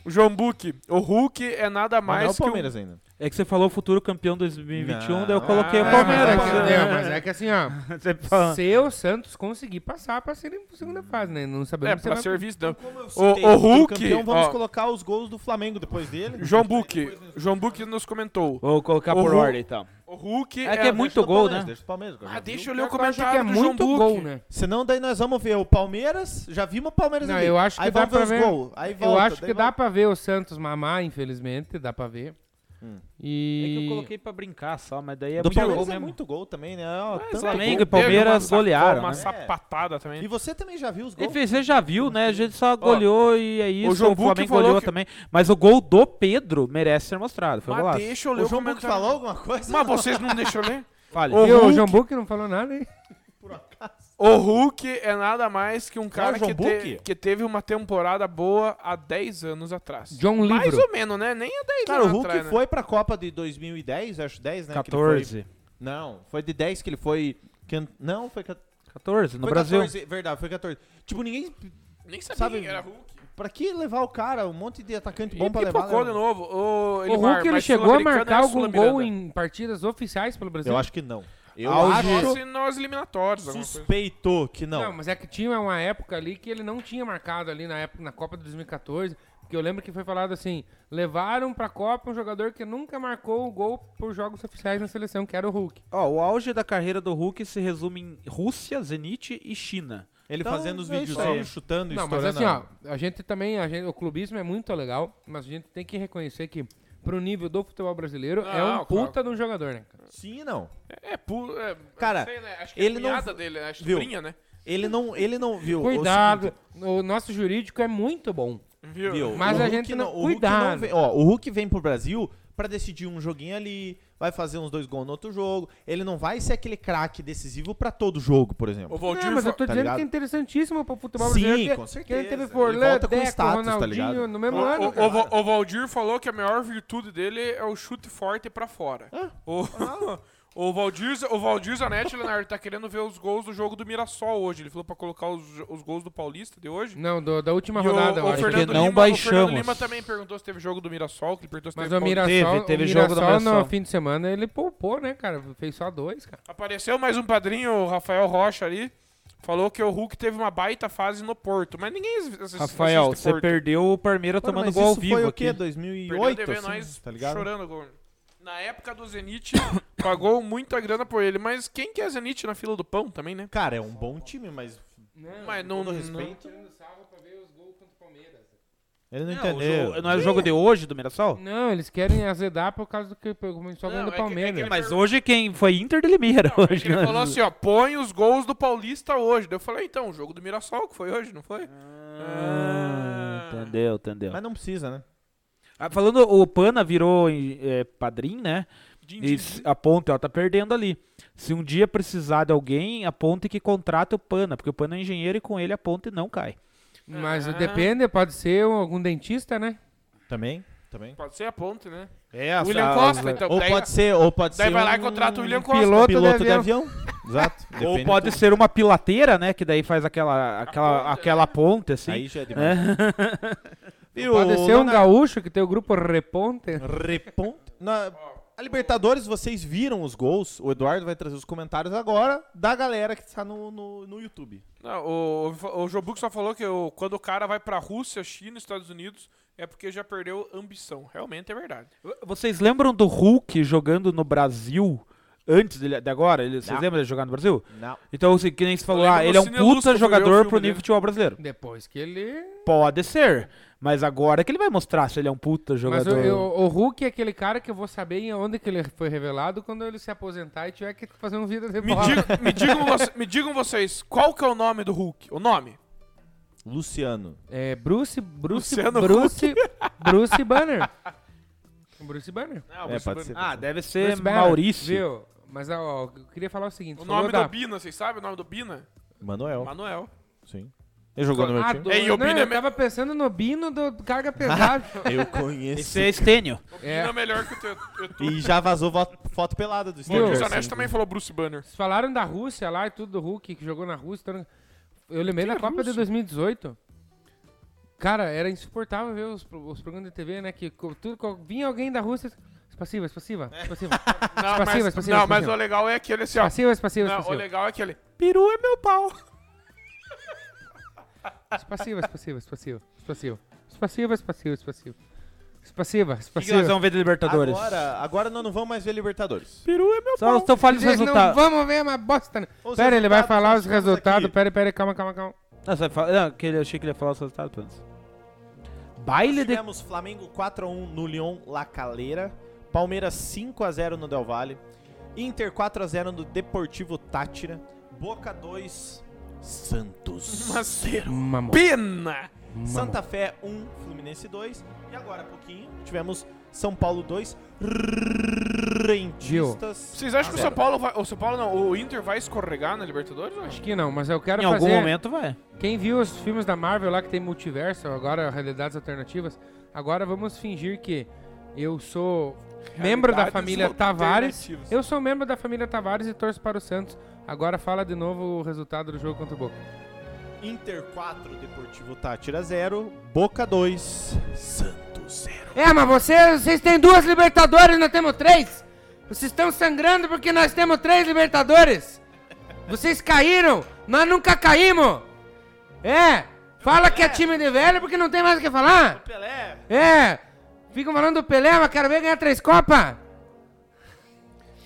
[SPEAKER 5] O João Buque, o Hulk é nada
[SPEAKER 2] Mas não é
[SPEAKER 5] mais
[SPEAKER 2] o Palmeiras ainda.
[SPEAKER 4] É que você falou futuro campeão 2021,
[SPEAKER 2] Não.
[SPEAKER 4] daí eu coloquei o
[SPEAKER 5] Ah,
[SPEAKER 4] Palmeiras.
[SPEAKER 3] mas, é que,
[SPEAKER 4] né?
[SPEAKER 3] não, mas é que assim, ó.
[SPEAKER 4] Você fala-
[SPEAKER 3] Se o Santos conseguir passar pra ser em segunda fase, né? Não
[SPEAKER 5] que um. É,
[SPEAKER 3] sabemos se
[SPEAKER 5] pra
[SPEAKER 3] vai-
[SPEAKER 5] serviço, não.
[SPEAKER 2] Então, Tem um
[SPEAKER 5] O, o Hulk.
[SPEAKER 2] campeão, vamos
[SPEAKER 5] ó,
[SPEAKER 2] colocar os gols do Flamengo depois né? dele.
[SPEAKER 5] João Buque. João Buque nos comentou.
[SPEAKER 4] Vou colocar
[SPEAKER 5] O
[SPEAKER 4] por
[SPEAKER 5] Hulk-
[SPEAKER 4] ordem, então.
[SPEAKER 5] O Hulk
[SPEAKER 4] É que é muito-
[SPEAKER 2] Deixa do
[SPEAKER 4] gol,
[SPEAKER 2] Palmeiras,
[SPEAKER 4] né?
[SPEAKER 2] Deixa o Palmeiras.
[SPEAKER 5] Ah, deixa
[SPEAKER 2] eu.
[SPEAKER 5] eu ler o
[SPEAKER 3] Eu acho que
[SPEAKER 5] comentário
[SPEAKER 3] é
[SPEAKER 5] do João
[SPEAKER 3] muito
[SPEAKER 5] Buque.
[SPEAKER 3] gol, né?
[SPEAKER 2] Senão daí nós vamos ver o Palmeiras, já vimos o Palmeiras
[SPEAKER 3] Não,
[SPEAKER 2] ali.
[SPEAKER 3] eu acho que
[SPEAKER 2] aí
[SPEAKER 3] dá
[SPEAKER 2] vamos ver
[SPEAKER 3] pra
[SPEAKER 2] os
[SPEAKER 3] ver.
[SPEAKER 2] gols, aí
[SPEAKER 3] eu
[SPEAKER 2] volta,
[SPEAKER 3] acho
[SPEAKER 2] daí
[SPEAKER 3] que dá
[SPEAKER 2] volta.
[SPEAKER 3] pra ver o Santos mamar, infelizmente, dá pra ver.
[SPEAKER 4] É que eu
[SPEAKER 3] E.
[SPEAKER 4] coloquei pra brincar só, mas daí é
[SPEAKER 2] Do
[SPEAKER 4] muito
[SPEAKER 2] Palmeiras
[SPEAKER 4] gol
[SPEAKER 2] é
[SPEAKER 4] mesmo.
[SPEAKER 2] muito gol também, né? Ó, tanto
[SPEAKER 4] Flamengo
[SPEAKER 2] gol.
[SPEAKER 4] e Palmeiras
[SPEAKER 5] Teve uma
[SPEAKER 4] golearam,
[SPEAKER 5] Uma
[SPEAKER 4] né?
[SPEAKER 5] sapatada também.
[SPEAKER 2] E você também já viu os gols?
[SPEAKER 4] Enfim, você já viu, né? A gente só goleou e é isso. O,
[SPEAKER 5] João Buck
[SPEAKER 4] Flamengo
[SPEAKER 5] falou
[SPEAKER 4] goleou
[SPEAKER 5] que-
[SPEAKER 4] também. Mas o gol do Pedro merece ser mostrado. Foi um
[SPEAKER 5] Mas
[SPEAKER 4] golaço.
[SPEAKER 5] deixa eu ler
[SPEAKER 2] O
[SPEAKER 5] o
[SPEAKER 2] João Buck
[SPEAKER 5] comentário.
[SPEAKER 2] falou alguma coisa?
[SPEAKER 5] Mas vocês não deixam eu ler?
[SPEAKER 4] Fale.
[SPEAKER 5] Ô,
[SPEAKER 3] E o
[SPEAKER 5] Hulk.
[SPEAKER 3] João Buck não falou nada, hein?
[SPEAKER 5] O Hulk é nada mais que um cara
[SPEAKER 2] João
[SPEAKER 5] que, te-
[SPEAKER 2] Buck?
[SPEAKER 5] que teve uma temporada boa há 10 anos atrás.
[SPEAKER 3] John Livro.
[SPEAKER 5] Mais ou menos, né? Nem há 10
[SPEAKER 2] Cara, o
[SPEAKER 5] anos
[SPEAKER 2] Hulk
[SPEAKER 5] atrás, né?
[SPEAKER 2] foi pra Copa de 2010, acho 10, né? que ele foi-
[SPEAKER 4] 14.
[SPEAKER 2] Não, foi de 10 que ele foi... que- Não, foi... ca-
[SPEAKER 4] 14, no
[SPEAKER 2] foi
[SPEAKER 4] Brasil.
[SPEAKER 2] 14, verdade, foi 14. Tipo, ninguém...
[SPEAKER 5] Nem sabia
[SPEAKER 2] Sabe-
[SPEAKER 5] que era Hulk.
[SPEAKER 2] Pra que levar o cara? Um monte de atacante bom
[SPEAKER 5] e
[SPEAKER 2] pra levar.
[SPEAKER 5] pipocou
[SPEAKER 2] né?
[SPEAKER 5] de novo. O,
[SPEAKER 3] O Hulk ele chegou a
[SPEAKER 5] é
[SPEAKER 3] marcar algum gol
[SPEAKER 5] em
[SPEAKER 3] em partidas oficiais pelo Brasil.
[SPEAKER 2] Eu acho que não. Eu
[SPEAKER 5] nós,
[SPEAKER 2] acho
[SPEAKER 5] nós eliminatórios. alguma coisa.
[SPEAKER 2] suspeito que
[SPEAKER 3] não.
[SPEAKER 2] não.
[SPEAKER 3] mas é que tinha uma época ali que ele não tinha marcado ali na época na Copa de 2014, porque eu lembro que foi falado assim, levaram pra Copa um jogador que nunca marcou o gol por jogos oficiais na seleção, que era o Hulk.
[SPEAKER 4] Ó, o auge da carreira do Hulk se resume em Rússia, Zenit e China.
[SPEAKER 2] Ele
[SPEAKER 4] Então,
[SPEAKER 2] fazendo os
[SPEAKER 4] é isso
[SPEAKER 2] vídeos
[SPEAKER 4] aí.
[SPEAKER 2] chutando e
[SPEAKER 3] Não, mas
[SPEAKER 2] estourando.
[SPEAKER 3] assim, ó, a gente também, a gente- o clubismo é muito legal, mas a gente tem que reconhecer que pro nível do futebol brasileiro, é
[SPEAKER 5] Não,
[SPEAKER 3] um
[SPEAKER 5] claro.
[SPEAKER 3] puta de um jogador, né, cara?
[SPEAKER 2] Sim, não.
[SPEAKER 5] É, é puro. é,
[SPEAKER 2] Cara,
[SPEAKER 5] sei, né? Acho que
[SPEAKER 2] ele
[SPEAKER 5] é
[SPEAKER 2] não-
[SPEAKER 5] cunhada dele, né? A
[SPEAKER 2] Viu?
[SPEAKER 5] sobrinha, né?
[SPEAKER 2] Ele não, ele não viu. o
[SPEAKER 3] Cuidado. O nosso jurídico é muito bom.
[SPEAKER 5] Viu?
[SPEAKER 2] Viu?
[SPEAKER 3] Mas
[SPEAKER 2] O
[SPEAKER 3] a
[SPEAKER 2] Hulk
[SPEAKER 3] gente não-
[SPEAKER 2] o Hulk
[SPEAKER 3] cuidado.
[SPEAKER 2] vem- ó, o Hulk vem pro Brasil pra decidir um joguinho ali, vai fazer uns dois gols no outro jogo. Ele não vai ser aquele craque decisivo pra todo jogo, por exemplo.
[SPEAKER 5] O Valdir,
[SPEAKER 3] Não, mas eu
[SPEAKER 5] fa-
[SPEAKER 3] tô
[SPEAKER 2] tá
[SPEAKER 3] dizendo
[SPEAKER 2] ligado?
[SPEAKER 3] que é interessantíssimo pro futebol
[SPEAKER 2] Sim,
[SPEAKER 3] brasileiro. que-
[SPEAKER 2] com
[SPEAKER 3] Que ele
[SPEAKER 2] certeza.
[SPEAKER 3] teve
[SPEAKER 2] Ele
[SPEAKER 3] Forlan,
[SPEAKER 2] volta com
[SPEAKER 3] Deco,
[SPEAKER 2] status, tá
[SPEAKER 3] Ronaldinho
[SPEAKER 2] ligado?
[SPEAKER 3] no mesmo
[SPEAKER 5] o,
[SPEAKER 3] ano.
[SPEAKER 5] o- o Va- o Valdir falou que a maior virtude dele é o chute forte pra fora. O, o Valdir, o Valdir Zanetti, Leonardo, tá querendo ver os gols do jogo do Mirassol hoje. Ele falou pra colocar os, os gols do Paulista de hoje.
[SPEAKER 3] Não, do- da última
[SPEAKER 5] E o-
[SPEAKER 3] rodada, eu
[SPEAKER 5] o,
[SPEAKER 3] acho.
[SPEAKER 5] Fernando
[SPEAKER 4] Porque não
[SPEAKER 5] Lima, O
[SPEAKER 4] baixamos.
[SPEAKER 5] Fernando Lima também perguntou se teve jogo do Mirassol, que ele perguntou se
[SPEAKER 3] Mas
[SPEAKER 5] teve
[SPEAKER 3] o
[SPEAKER 5] Paulista.
[SPEAKER 3] Mirassol,
[SPEAKER 4] Teve- teve
[SPEAKER 3] o
[SPEAKER 4] jogo do
[SPEAKER 3] Mirassol no
[SPEAKER 4] Mirassol.
[SPEAKER 3] fim de semana ele poupou, né, cara? Fez só dois, cara.
[SPEAKER 5] Apareceu mais um padrinho, o Rafael Rocha ali. Falou que o Hulk teve uma baita fase no Porto, mas ninguém assi- assiste
[SPEAKER 4] Rafael,
[SPEAKER 5] assiste
[SPEAKER 4] você
[SPEAKER 5] Porto.
[SPEAKER 4] perdeu o Palmeiras
[SPEAKER 2] Mano,
[SPEAKER 4] tomando
[SPEAKER 2] mas
[SPEAKER 4] gol ao
[SPEAKER 2] isso
[SPEAKER 4] vivo
[SPEAKER 2] foi o
[SPEAKER 4] aqui.
[SPEAKER 2] quê?
[SPEAKER 5] Perdeu o
[SPEAKER 2] 2008,
[SPEAKER 5] DV,
[SPEAKER 2] assim,
[SPEAKER 5] nós
[SPEAKER 2] tá ligado?
[SPEAKER 5] chorando. gol. Na época do Zenit, pagou muita grana por ele, mas quem que é Zenit na fila do pão também, né?
[SPEAKER 2] Cara, é um bom time, mas
[SPEAKER 3] É,
[SPEAKER 5] Mas não...
[SPEAKER 2] todo
[SPEAKER 5] não
[SPEAKER 2] respeito, ele não,
[SPEAKER 4] Não, o
[SPEAKER 2] entendeu.
[SPEAKER 4] jogo- não é o jogo de hoje do Mirassol?
[SPEAKER 3] Não, eles querem azedar por causa do que começou
[SPEAKER 5] Não,
[SPEAKER 3] ganhando o
[SPEAKER 5] é que- é que
[SPEAKER 3] Palmeiras.
[SPEAKER 5] ele-
[SPEAKER 4] Mas hoje quem foi Inter de Limeira hoje.
[SPEAKER 5] ele
[SPEAKER 4] né?
[SPEAKER 5] falou assim, ó, põe os gols do Paulista hoje. Daí eu falei, então, o jogo do Mirassol que foi hoje, não foi?
[SPEAKER 4] Ah, entendeu,
[SPEAKER 5] é-
[SPEAKER 4] entendeu.
[SPEAKER 2] Mas não precisa, né?
[SPEAKER 4] Ah, falando, o Pana virou eh, padrinho, né?
[SPEAKER 5] Din, din,
[SPEAKER 4] E se- a ponte, ó, tá perdendo ali. Se um dia precisar de alguém, a ponte que contrata o Pana, porque o Pana é engenheiro e com ele a ponte não cai.
[SPEAKER 3] Mas
[SPEAKER 5] Ah.
[SPEAKER 3] depende, pode ser um- algum dentista, né?
[SPEAKER 2] Também, também.
[SPEAKER 5] Pode ser a ponte, né?
[SPEAKER 2] É, a-
[SPEAKER 5] William
[SPEAKER 2] a-
[SPEAKER 5] Costa, então.
[SPEAKER 2] Ou
[SPEAKER 5] daí
[SPEAKER 2] pode ser, ou pode
[SPEAKER 5] daí
[SPEAKER 2] ser
[SPEAKER 5] vai lá
[SPEAKER 2] um
[SPEAKER 5] e contrata o William Costa.
[SPEAKER 3] piloto
[SPEAKER 2] piloto
[SPEAKER 3] de
[SPEAKER 2] de avião. Exato.
[SPEAKER 4] Ou
[SPEAKER 2] depende
[SPEAKER 4] pode
[SPEAKER 2] do-
[SPEAKER 4] ser uma pilateira, né? Que daí faz aquela, aquela,
[SPEAKER 5] ponte,
[SPEAKER 4] aquela ponte, assim.
[SPEAKER 2] Aí já é demais. Viu,
[SPEAKER 3] Pode ser um
[SPEAKER 2] Leonardo?
[SPEAKER 3] gaúcho que tem o grupo Reponte.
[SPEAKER 2] Reponte. Na, a Libertadores, vocês viram os gols. O Eduardo vai trazer os comentários agora da galera que está no, no, no YouTube.
[SPEAKER 5] Não, o, o o Jobuk só falou que o- quando o cara vai pra Rússia, China, Estados Unidos, é porque já perdeu ambição. Realmente é verdade.
[SPEAKER 4] Vocês lembram do Hulk jogando no Brasil antes dele, de agora? Ele- vocês
[SPEAKER 2] Não.
[SPEAKER 4] lembram dele jogar no Brasil?
[SPEAKER 2] Não.
[SPEAKER 4] Então, assim, que nem você falou,
[SPEAKER 5] lembro
[SPEAKER 4] ah,
[SPEAKER 5] do
[SPEAKER 4] ele é um
[SPEAKER 5] Cine Lusco, fui
[SPEAKER 4] puta
[SPEAKER 5] ver o
[SPEAKER 4] jogador
[SPEAKER 5] filme
[SPEAKER 4] pro
[SPEAKER 5] dele.
[SPEAKER 4] nível futebol brasileiro.
[SPEAKER 3] Depois que ele.
[SPEAKER 4] Pode ser, mas agora que ele vai mostrar se ele é um puta
[SPEAKER 3] Mas
[SPEAKER 4] jogador.
[SPEAKER 3] o, eu- o Hulk é aquele cara que eu vou saber em onde que ele foi revelado quando ele se aposentar e tiver que fazer um vida de
[SPEAKER 5] Me,
[SPEAKER 3] bola.
[SPEAKER 5] diga- me digam, voc- me digam vocês, qual que é o nome do Hulk? O nome?
[SPEAKER 2] Luciano.
[SPEAKER 3] É Bruce. Bruce.
[SPEAKER 5] Luciano
[SPEAKER 3] Bruce. Bruce Banner. Bruce Banner.
[SPEAKER 5] Ah,
[SPEAKER 2] É, pode ser.
[SPEAKER 4] Ah, deve ser
[SPEAKER 3] Bruce Banner,
[SPEAKER 4] Maurício.
[SPEAKER 3] Viu? Mas ó, eu queria falar o seguinte:
[SPEAKER 5] O
[SPEAKER 3] falou
[SPEAKER 5] nome
[SPEAKER 3] da-
[SPEAKER 5] do Bina, vocês sabem o nome do Bina?
[SPEAKER 2] Manuel.
[SPEAKER 5] Manuel.
[SPEAKER 2] Sim. Ele jogou no meu
[SPEAKER 3] Ah,
[SPEAKER 2] time.
[SPEAKER 3] do-
[SPEAKER 5] É, e o
[SPEAKER 3] não,
[SPEAKER 5] Bino é
[SPEAKER 3] eu
[SPEAKER 5] me-
[SPEAKER 3] tava pensando no Bino do Carga Pesada.
[SPEAKER 2] Eu conheço.
[SPEAKER 4] Esse é Estênio.
[SPEAKER 5] O Bina
[SPEAKER 3] É.
[SPEAKER 5] é melhor que o teu. teu- teu-
[SPEAKER 2] E já vazou vo- foto pelada do
[SPEAKER 5] O
[SPEAKER 2] Steelers.
[SPEAKER 5] Zanetti também falou Bruce Banner.
[SPEAKER 3] Vocês falaram da Rússia lá e tudo do Hulk que jogou na Rússia. então- Eu lembrei da Copa de 2018. Cara, era insuportável ver os, pro- os programas de TV, né? Que co- tudo, co- vinha alguém da Rússia. Espassiva, espassiva, espassiva.
[SPEAKER 5] Não,
[SPEAKER 3] Espassiva,
[SPEAKER 5] mas,
[SPEAKER 3] espassiva,
[SPEAKER 5] não, mas
[SPEAKER 3] espassiva.
[SPEAKER 5] o legal é aquele assim, ó.
[SPEAKER 3] Espassiva, espassiva,
[SPEAKER 5] Não, o
[SPEAKER 3] espassiva.
[SPEAKER 5] legal é aquele.
[SPEAKER 4] Peru é meu pau.
[SPEAKER 3] Espassiva, espassiva, espassiva. Espassiva, espassiva, espassiva, espassiva. Espassiva,
[SPEAKER 4] O que, que nós
[SPEAKER 3] espassiva.
[SPEAKER 4] vamos ver de Libertadores?
[SPEAKER 2] Agora, agora nós não vamos mais ver Libertadores.
[SPEAKER 4] Peru é meu Só, pau. Só fale os
[SPEAKER 3] Vocês não
[SPEAKER 4] resultados.
[SPEAKER 3] vamos ver uma bosta. né?
[SPEAKER 2] Os
[SPEAKER 3] Pera, ele vai
[SPEAKER 2] resultados
[SPEAKER 3] falar
[SPEAKER 2] nós
[SPEAKER 3] os
[SPEAKER 2] temos
[SPEAKER 3] resultados.
[SPEAKER 2] aqui.
[SPEAKER 3] Pera, pera, calma, calma, calma.
[SPEAKER 4] Não, você fala- não, que ele- eu achei que ele ia falar os resultados antes. Baile
[SPEAKER 2] Nós
[SPEAKER 4] de...
[SPEAKER 2] tivemos Flamengo 4x1 no Lyon La Calera. Palmeiras 5x0 no Del Valle. Inter 4x0 no Deportivo Tátira. Boca 2, Santos.
[SPEAKER 5] Mas
[SPEAKER 3] Mamão.
[SPEAKER 5] pena!
[SPEAKER 2] Santa Fé 1, Fluminense 2. E agora, há pouquinho, tivemos São Paulo 2, Rentistas.
[SPEAKER 5] Vocês acham que o São
[SPEAKER 2] Zero.
[SPEAKER 5] Paulo vai. O São Paulo não, o Inter vai escorregar na Libertadores? Eu acho
[SPEAKER 3] Acho que não, mas eu quero
[SPEAKER 4] Em
[SPEAKER 3] fazer...
[SPEAKER 4] algum momento vai.
[SPEAKER 3] Quem viu os filmes da Marvel lá que tem multiverso, agora realidades alternativas, agora vamos fingir que eu sou membro da
[SPEAKER 5] Realidades
[SPEAKER 3] família Tavares.
[SPEAKER 5] alternativas.
[SPEAKER 3] Eu sou membro da família Tavares e torço para o Santos. Agora fala de novo o resultado do jogo contra o Boca.
[SPEAKER 2] Inter 4, Deportivo Tátira 0. Boca 2, Santos 0.
[SPEAKER 3] É, mas vocês, vocês têm duas Libertadores, nós temos três. Vocês estão sangrando porque nós temos três Libertadores. Vocês caíram, nós nunca caímos. É, fala que é time de velho porque não tem mais o que falar.
[SPEAKER 2] Pelé.
[SPEAKER 3] É! Ficam falando do Pelé, mas quero ver ganhar três Copas!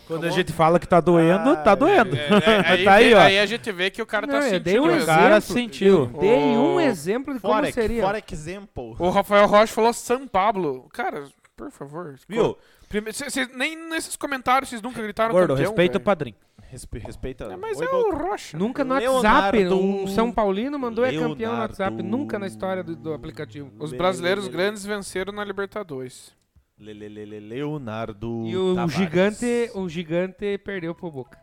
[SPEAKER 4] Quando a gente fala que tá doendo, tá doendo.
[SPEAKER 5] É, aí,
[SPEAKER 4] tá aí, ó.
[SPEAKER 5] aí a gente vê que o cara
[SPEAKER 3] Não,
[SPEAKER 5] tá
[SPEAKER 3] eu
[SPEAKER 5] sentindo.
[SPEAKER 3] dei um
[SPEAKER 5] mesmo.
[SPEAKER 4] o cara
[SPEAKER 3] exemplo.
[SPEAKER 4] sentiu.
[SPEAKER 3] Dei
[SPEAKER 5] Ô,
[SPEAKER 3] um exemplo de como
[SPEAKER 2] Forex,
[SPEAKER 3] seria.
[SPEAKER 2] Forex Example.
[SPEAKER 5] O Rafael Rocha falou São Pablo. Cara, Por favor.
[SPEAKER 4] Viu?
[SPEAKER 5] Prime- cê- cê- nem nesses comentários vocês nunca gritaram
[SPEAKER 4] Gordo,
[SPEAKER 5] campeão,
[SPEAKER 4] respeita
[SPEAKER 5] velho.
[SPEAKER 4] o padrinho.
[SPEAKER 2] Respe- respeita.
[SPEAKER 5] É, mas
[SPEAKER 2] Oi,
[SPEAKER 5] é o
[SPEAKER 2] Boca.
[SPEAKER 5] Rocha.
[SPEAKER 3] Nunca no
[SPEAKER 2] Leonardo-
[SPEAKER 3] WhatsApp. Um São Paulino mandou é campeão no
[SPEAKER 2] Leonardo-
[SPEAKER 3] WhatsApp. Nunca na história do, do aplicativo.
[SPEAKER 5] Os
[SPEAKER 2] Lê,
[SPEAKER 5] brasileiros
[SPEAKER 2] lê, lê,
[SPEAKER 5] grandes venceram na Libertadores.
[SPEAKER 2] lê, lê, lê, lê, Leonardo.
[SPEAKER 3] E o
[SPEAKER 2] Tavares.
[SPEAKER 3] gigante, o gigante perdeu pro Boca.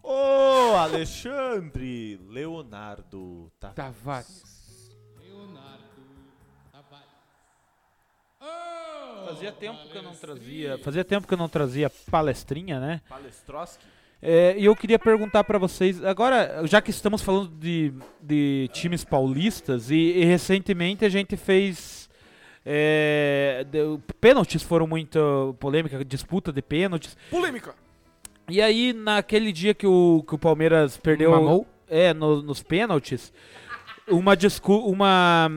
[SPEAKER 2] Ô, Alexandre! Leonardo. Tá.
[SPEAKER 3] Tavares.
[SPEAKER 4] Fazia tempo que eu não trazia. Fazia tempo que eu não trazia palestrinha, né?
[SPEAKER 2] Palestrosky?
[SPEAKER 4] É, e eu queria perguntar pra vocês, agora, já que estamos falando de, de times paulistas, e, e recentemente a gente fez. é, deu- pênaltis foram muito polêmica, disputa de pênaltis.
[SPEAKER 5] Polêmica.
[SPEAKER 4] E aí, naquele dia que o, que o Palmeiras perdeu.
[SPEAKER 3] Mamou?
[SPEAKER 4] É, no- nos pênaltis, uma, discu uma,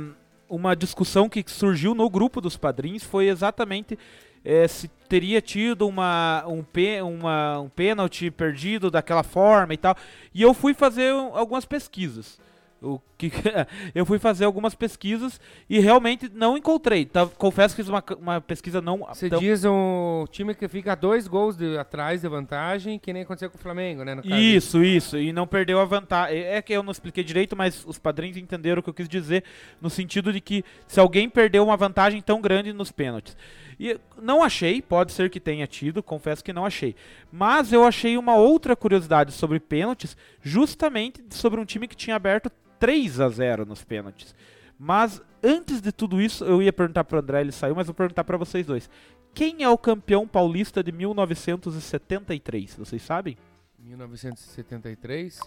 [SPEAKER 4] uma discussão que surgiu no grupo dos padrinhos foi exatamente é, se teria tido uma, um, pê- uma, um pênalti perdido daquela forma e tal. E eu fui fazer um- algumas pesquisas. O que eu fui fazer algumas pesquisas e realmente não encontrei. tá? confesso que fiz uma, c- uma pesquisa não
[SPEAKER 3] Você
[SPEAKER 4] tão
[SPEAKER 3] diz um time que fica dois gols de- atrás de vantagem, que nem aconteceu com o Flamengo, né? no caso.
[SPEAKER 4] Isso, isso. E não perdeu a vantagem. É que eu não expliquei direito, mas os padrinhos entenderam o que eu quis dizer, no sentido de que se alguém perdeu uma vantagem tão grande nos pênaltis. E não achei, pode ser que tenha tido, confesso que não achei. Mas eu achei uma outra curiosidade sobre pênaltis, justamente sobre um time que tinha aberto 3 a 0 nos pênaltis. Mas antes de tudo isso, eu ia perguntar pro André, ele saiu, mas vou perguntar para vocês dois. Quem é o campeão paulista de 1973? Vocês sabem?
[SPEAKER 3] 1973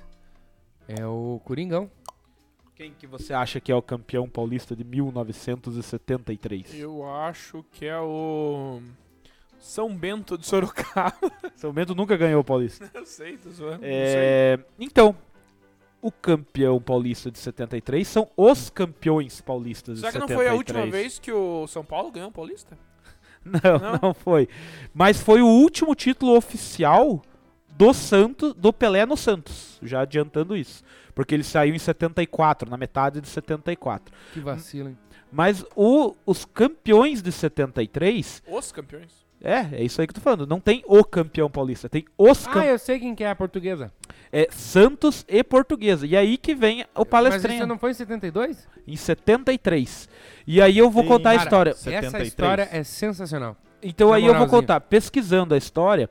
[SPEAKER 3] é o Coringão.
[SPEAKER 4] Quem que você acha que é o campeão paulista de 1973?
[SPEAKER 5] Eu acho que é o. São Bento de Sorocaba.
[SPEAKER 4] São Bento nunca ganhou o paulista.
[SPEAKER 5] Eu sei, tô zoando.
[SPEAKER 4] É, então, o campeão paulista de 73 são os campeões paulistas
[SPEAKER 5] Será
[SPEAKER 4] de 73.
[SPEAKER 5] que não foi a última vez que o São Paulo ganhou o Paulista?
[SPEAKER 4] Não,
[SPEAKER 5] Não?
[SPEAKER 4] não, foi. Mas foi o último título oficial do Santos, do Pelé no Santos, já adiantando isso, porque ele saiu em 74, na metade de 74.
[SPEAKER 3] Que vacilo, hein?
[SPEAKER 4] Mas o- os campeões de 73
[SPEAKER 5] Os campeões.
[SPEAKER 4] É, é isso aí que eu tô falando. Não tem o campeão paulista, tem os
[SPEAKER 3] Ah,
[SPEAKER 4] campeões.
[SPEAKER 3] eu sei quem que é a portuguesa.
[SPEAKER 4] É Santos e Portuguesa. E aí que vem o
[SPEAKER 3] Mas
[SPEAKER 4] palestrinha,
[SPEAKER 3] isso não foi em 72?
[SPEAKER 4] em 73. E aí eu vou
[SPEAKER 2] Sim,
[SPEAKER 4] contar Tá a
[SPEAKER 2] cara.
[SPEAKER 4] história.
[SPEAKER 3] Essa
[SPEAKER 2] 73.
[SPEAKER 3] história é sensacional.
[SPEAKER 4] Então
[SPEAKER 3] Na
[SPEAKER 4] aí eu vou
[SPEAKER 3] moralzinha.
[SPEAKER 4] contar, pesquisando a história,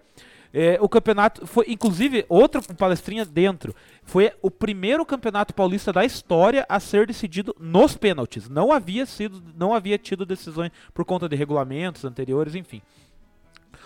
[SPEAKER 4] é, o campeonato foi, inclusive, outro palestrinha dentro, foi o primeiro campeonato paulista da história a ser decidido nos pênaltis. Não havia sido, não havia tido decisões por conta de regulamentos anteriores, enfim.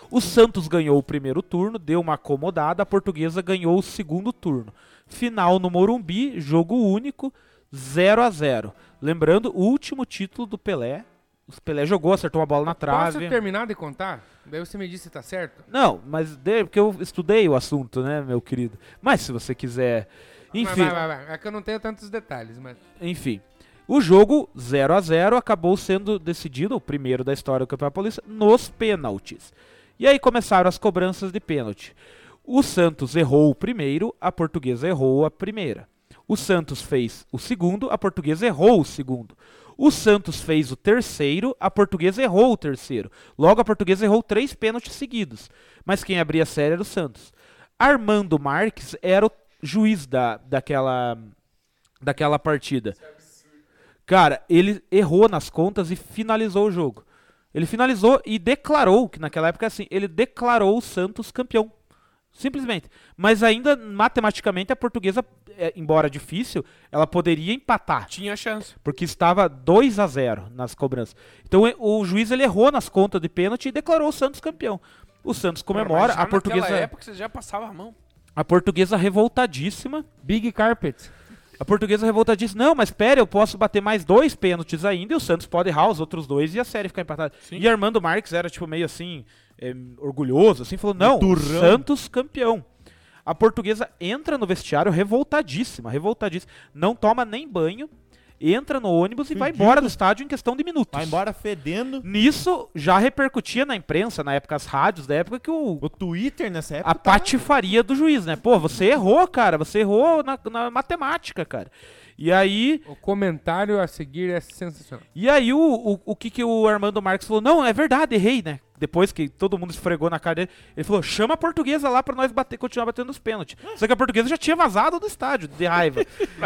[SPEAKER 4] O Santos ganhou o primeiro turno, deu uma acomodada, a Portuguesa ganhou o segundo turno. Final no Morumbi, jogo único, 0 a 0. Lembrando, o último título do Pelé. O Pelé jogou, acertou uma bola na trave.
[SPEAKER 3] Posso terminar de contar? Daí você me diz se tá certo.
[SPEAKER 4] Não, mas de- porque eu estudei o assunto, né, meu querido? Mas se você quiser.
[SPEAKER 3] Vai,
[SPEAKER 4] Enfim,
[SPEAKER 3] vai, vai, vai. É que eu não tenho tantos detalhes, mas...
[SPEAKER 4] enfim. O jogo 0 a 0 acabou sendo decidido, o primeiro da história do Campeonato Paulista, nos pênaltis. E aí começaram as cobranças de pênalti. O Santos errou o primeiro, a Portuguesa errou a primeira. O Santos fez o segundo, a Portuguesa errou o segundo. O Santos fez o terceiro, a Portuguesa errou o terceiro. Logo, a Portuguesa errou três pênaltis seguidos. Mas quem abria a série era o Santos. Armando Marques era o juiz da, daquela, daquela partida. Cara, ele errou nas contas e finalizou o jogo. Ele finalizou e declarou, que naquela época é assim, ele declarou o Santos campeão. Simplesmente. Mas ainda, matematicamente, a portuguesa, é, embora difícil, ela poderia empatar
[SPEAKER 5] Tinha chance.
[SPEAKER 4] porque estava 2 a 0 nas cobranças. Então e- o juiz ele errou nas contas de pênalti e declarou o Santos campeão. O Santos comemora,
[SPEAKER 5] Mas já
[SPEAKER 4] a portuguesa,
[SPEAKER 5] Naquela época você já passava a mão.
[SPEAKER 4] a portuguesa revoltadíssima.
[SPEAKER 3] Big Carpet.
[SPEAKER 4] A portuguesa revoltadíssima, não, mas pera, eu posso bater mais dois pênaltis ainda e o Santos pode errar os outros dois e a série ficar empatada.
[SPEAKER 5] Sim.
[SPEAKER 4] E Armando Marques era tipo meio assim, eh, orgulhoso, assim, falou: "Não,
[SPEAKER 2] Turrão.
[SPEAKER 4] Santos campeão". A portuguesa entra no vestiário revoltadíssima, revoltadíssima, não toma nem banho. entra no ônibus e vai
[SPEAKER 2] Fudido.
[SPEAKER 4] embora do estádio em questão de minutos.
[SPEAKER 2] Vai embora fedendo.
[SPEAKER 4] Nisso já repercutia na imprensa, na época as rádios, da época que o
[SPEAKER 2] O Twitter nessa época.
[SPEAKER 4] a
[SPEAKER 2] tava-
[SPEAKER 4] patifaria do juiz, né? Pô, você errou, cara. Você errou na, na matemática, cara. E aí,
[SPEAKER 3] O comentário a seguir é sensacional.
[SPEAKER 4] e aí o, o, o que, que o Armando Marques falou? Não, é verdade, errei, né? Depois que todo mundo esfregou na cara dele, ele falou: chama a portuguesa lá pra nós bater, continuar batendo os pênaltis. Só que a portuguesa já tinha vazado do estádio, de raiva.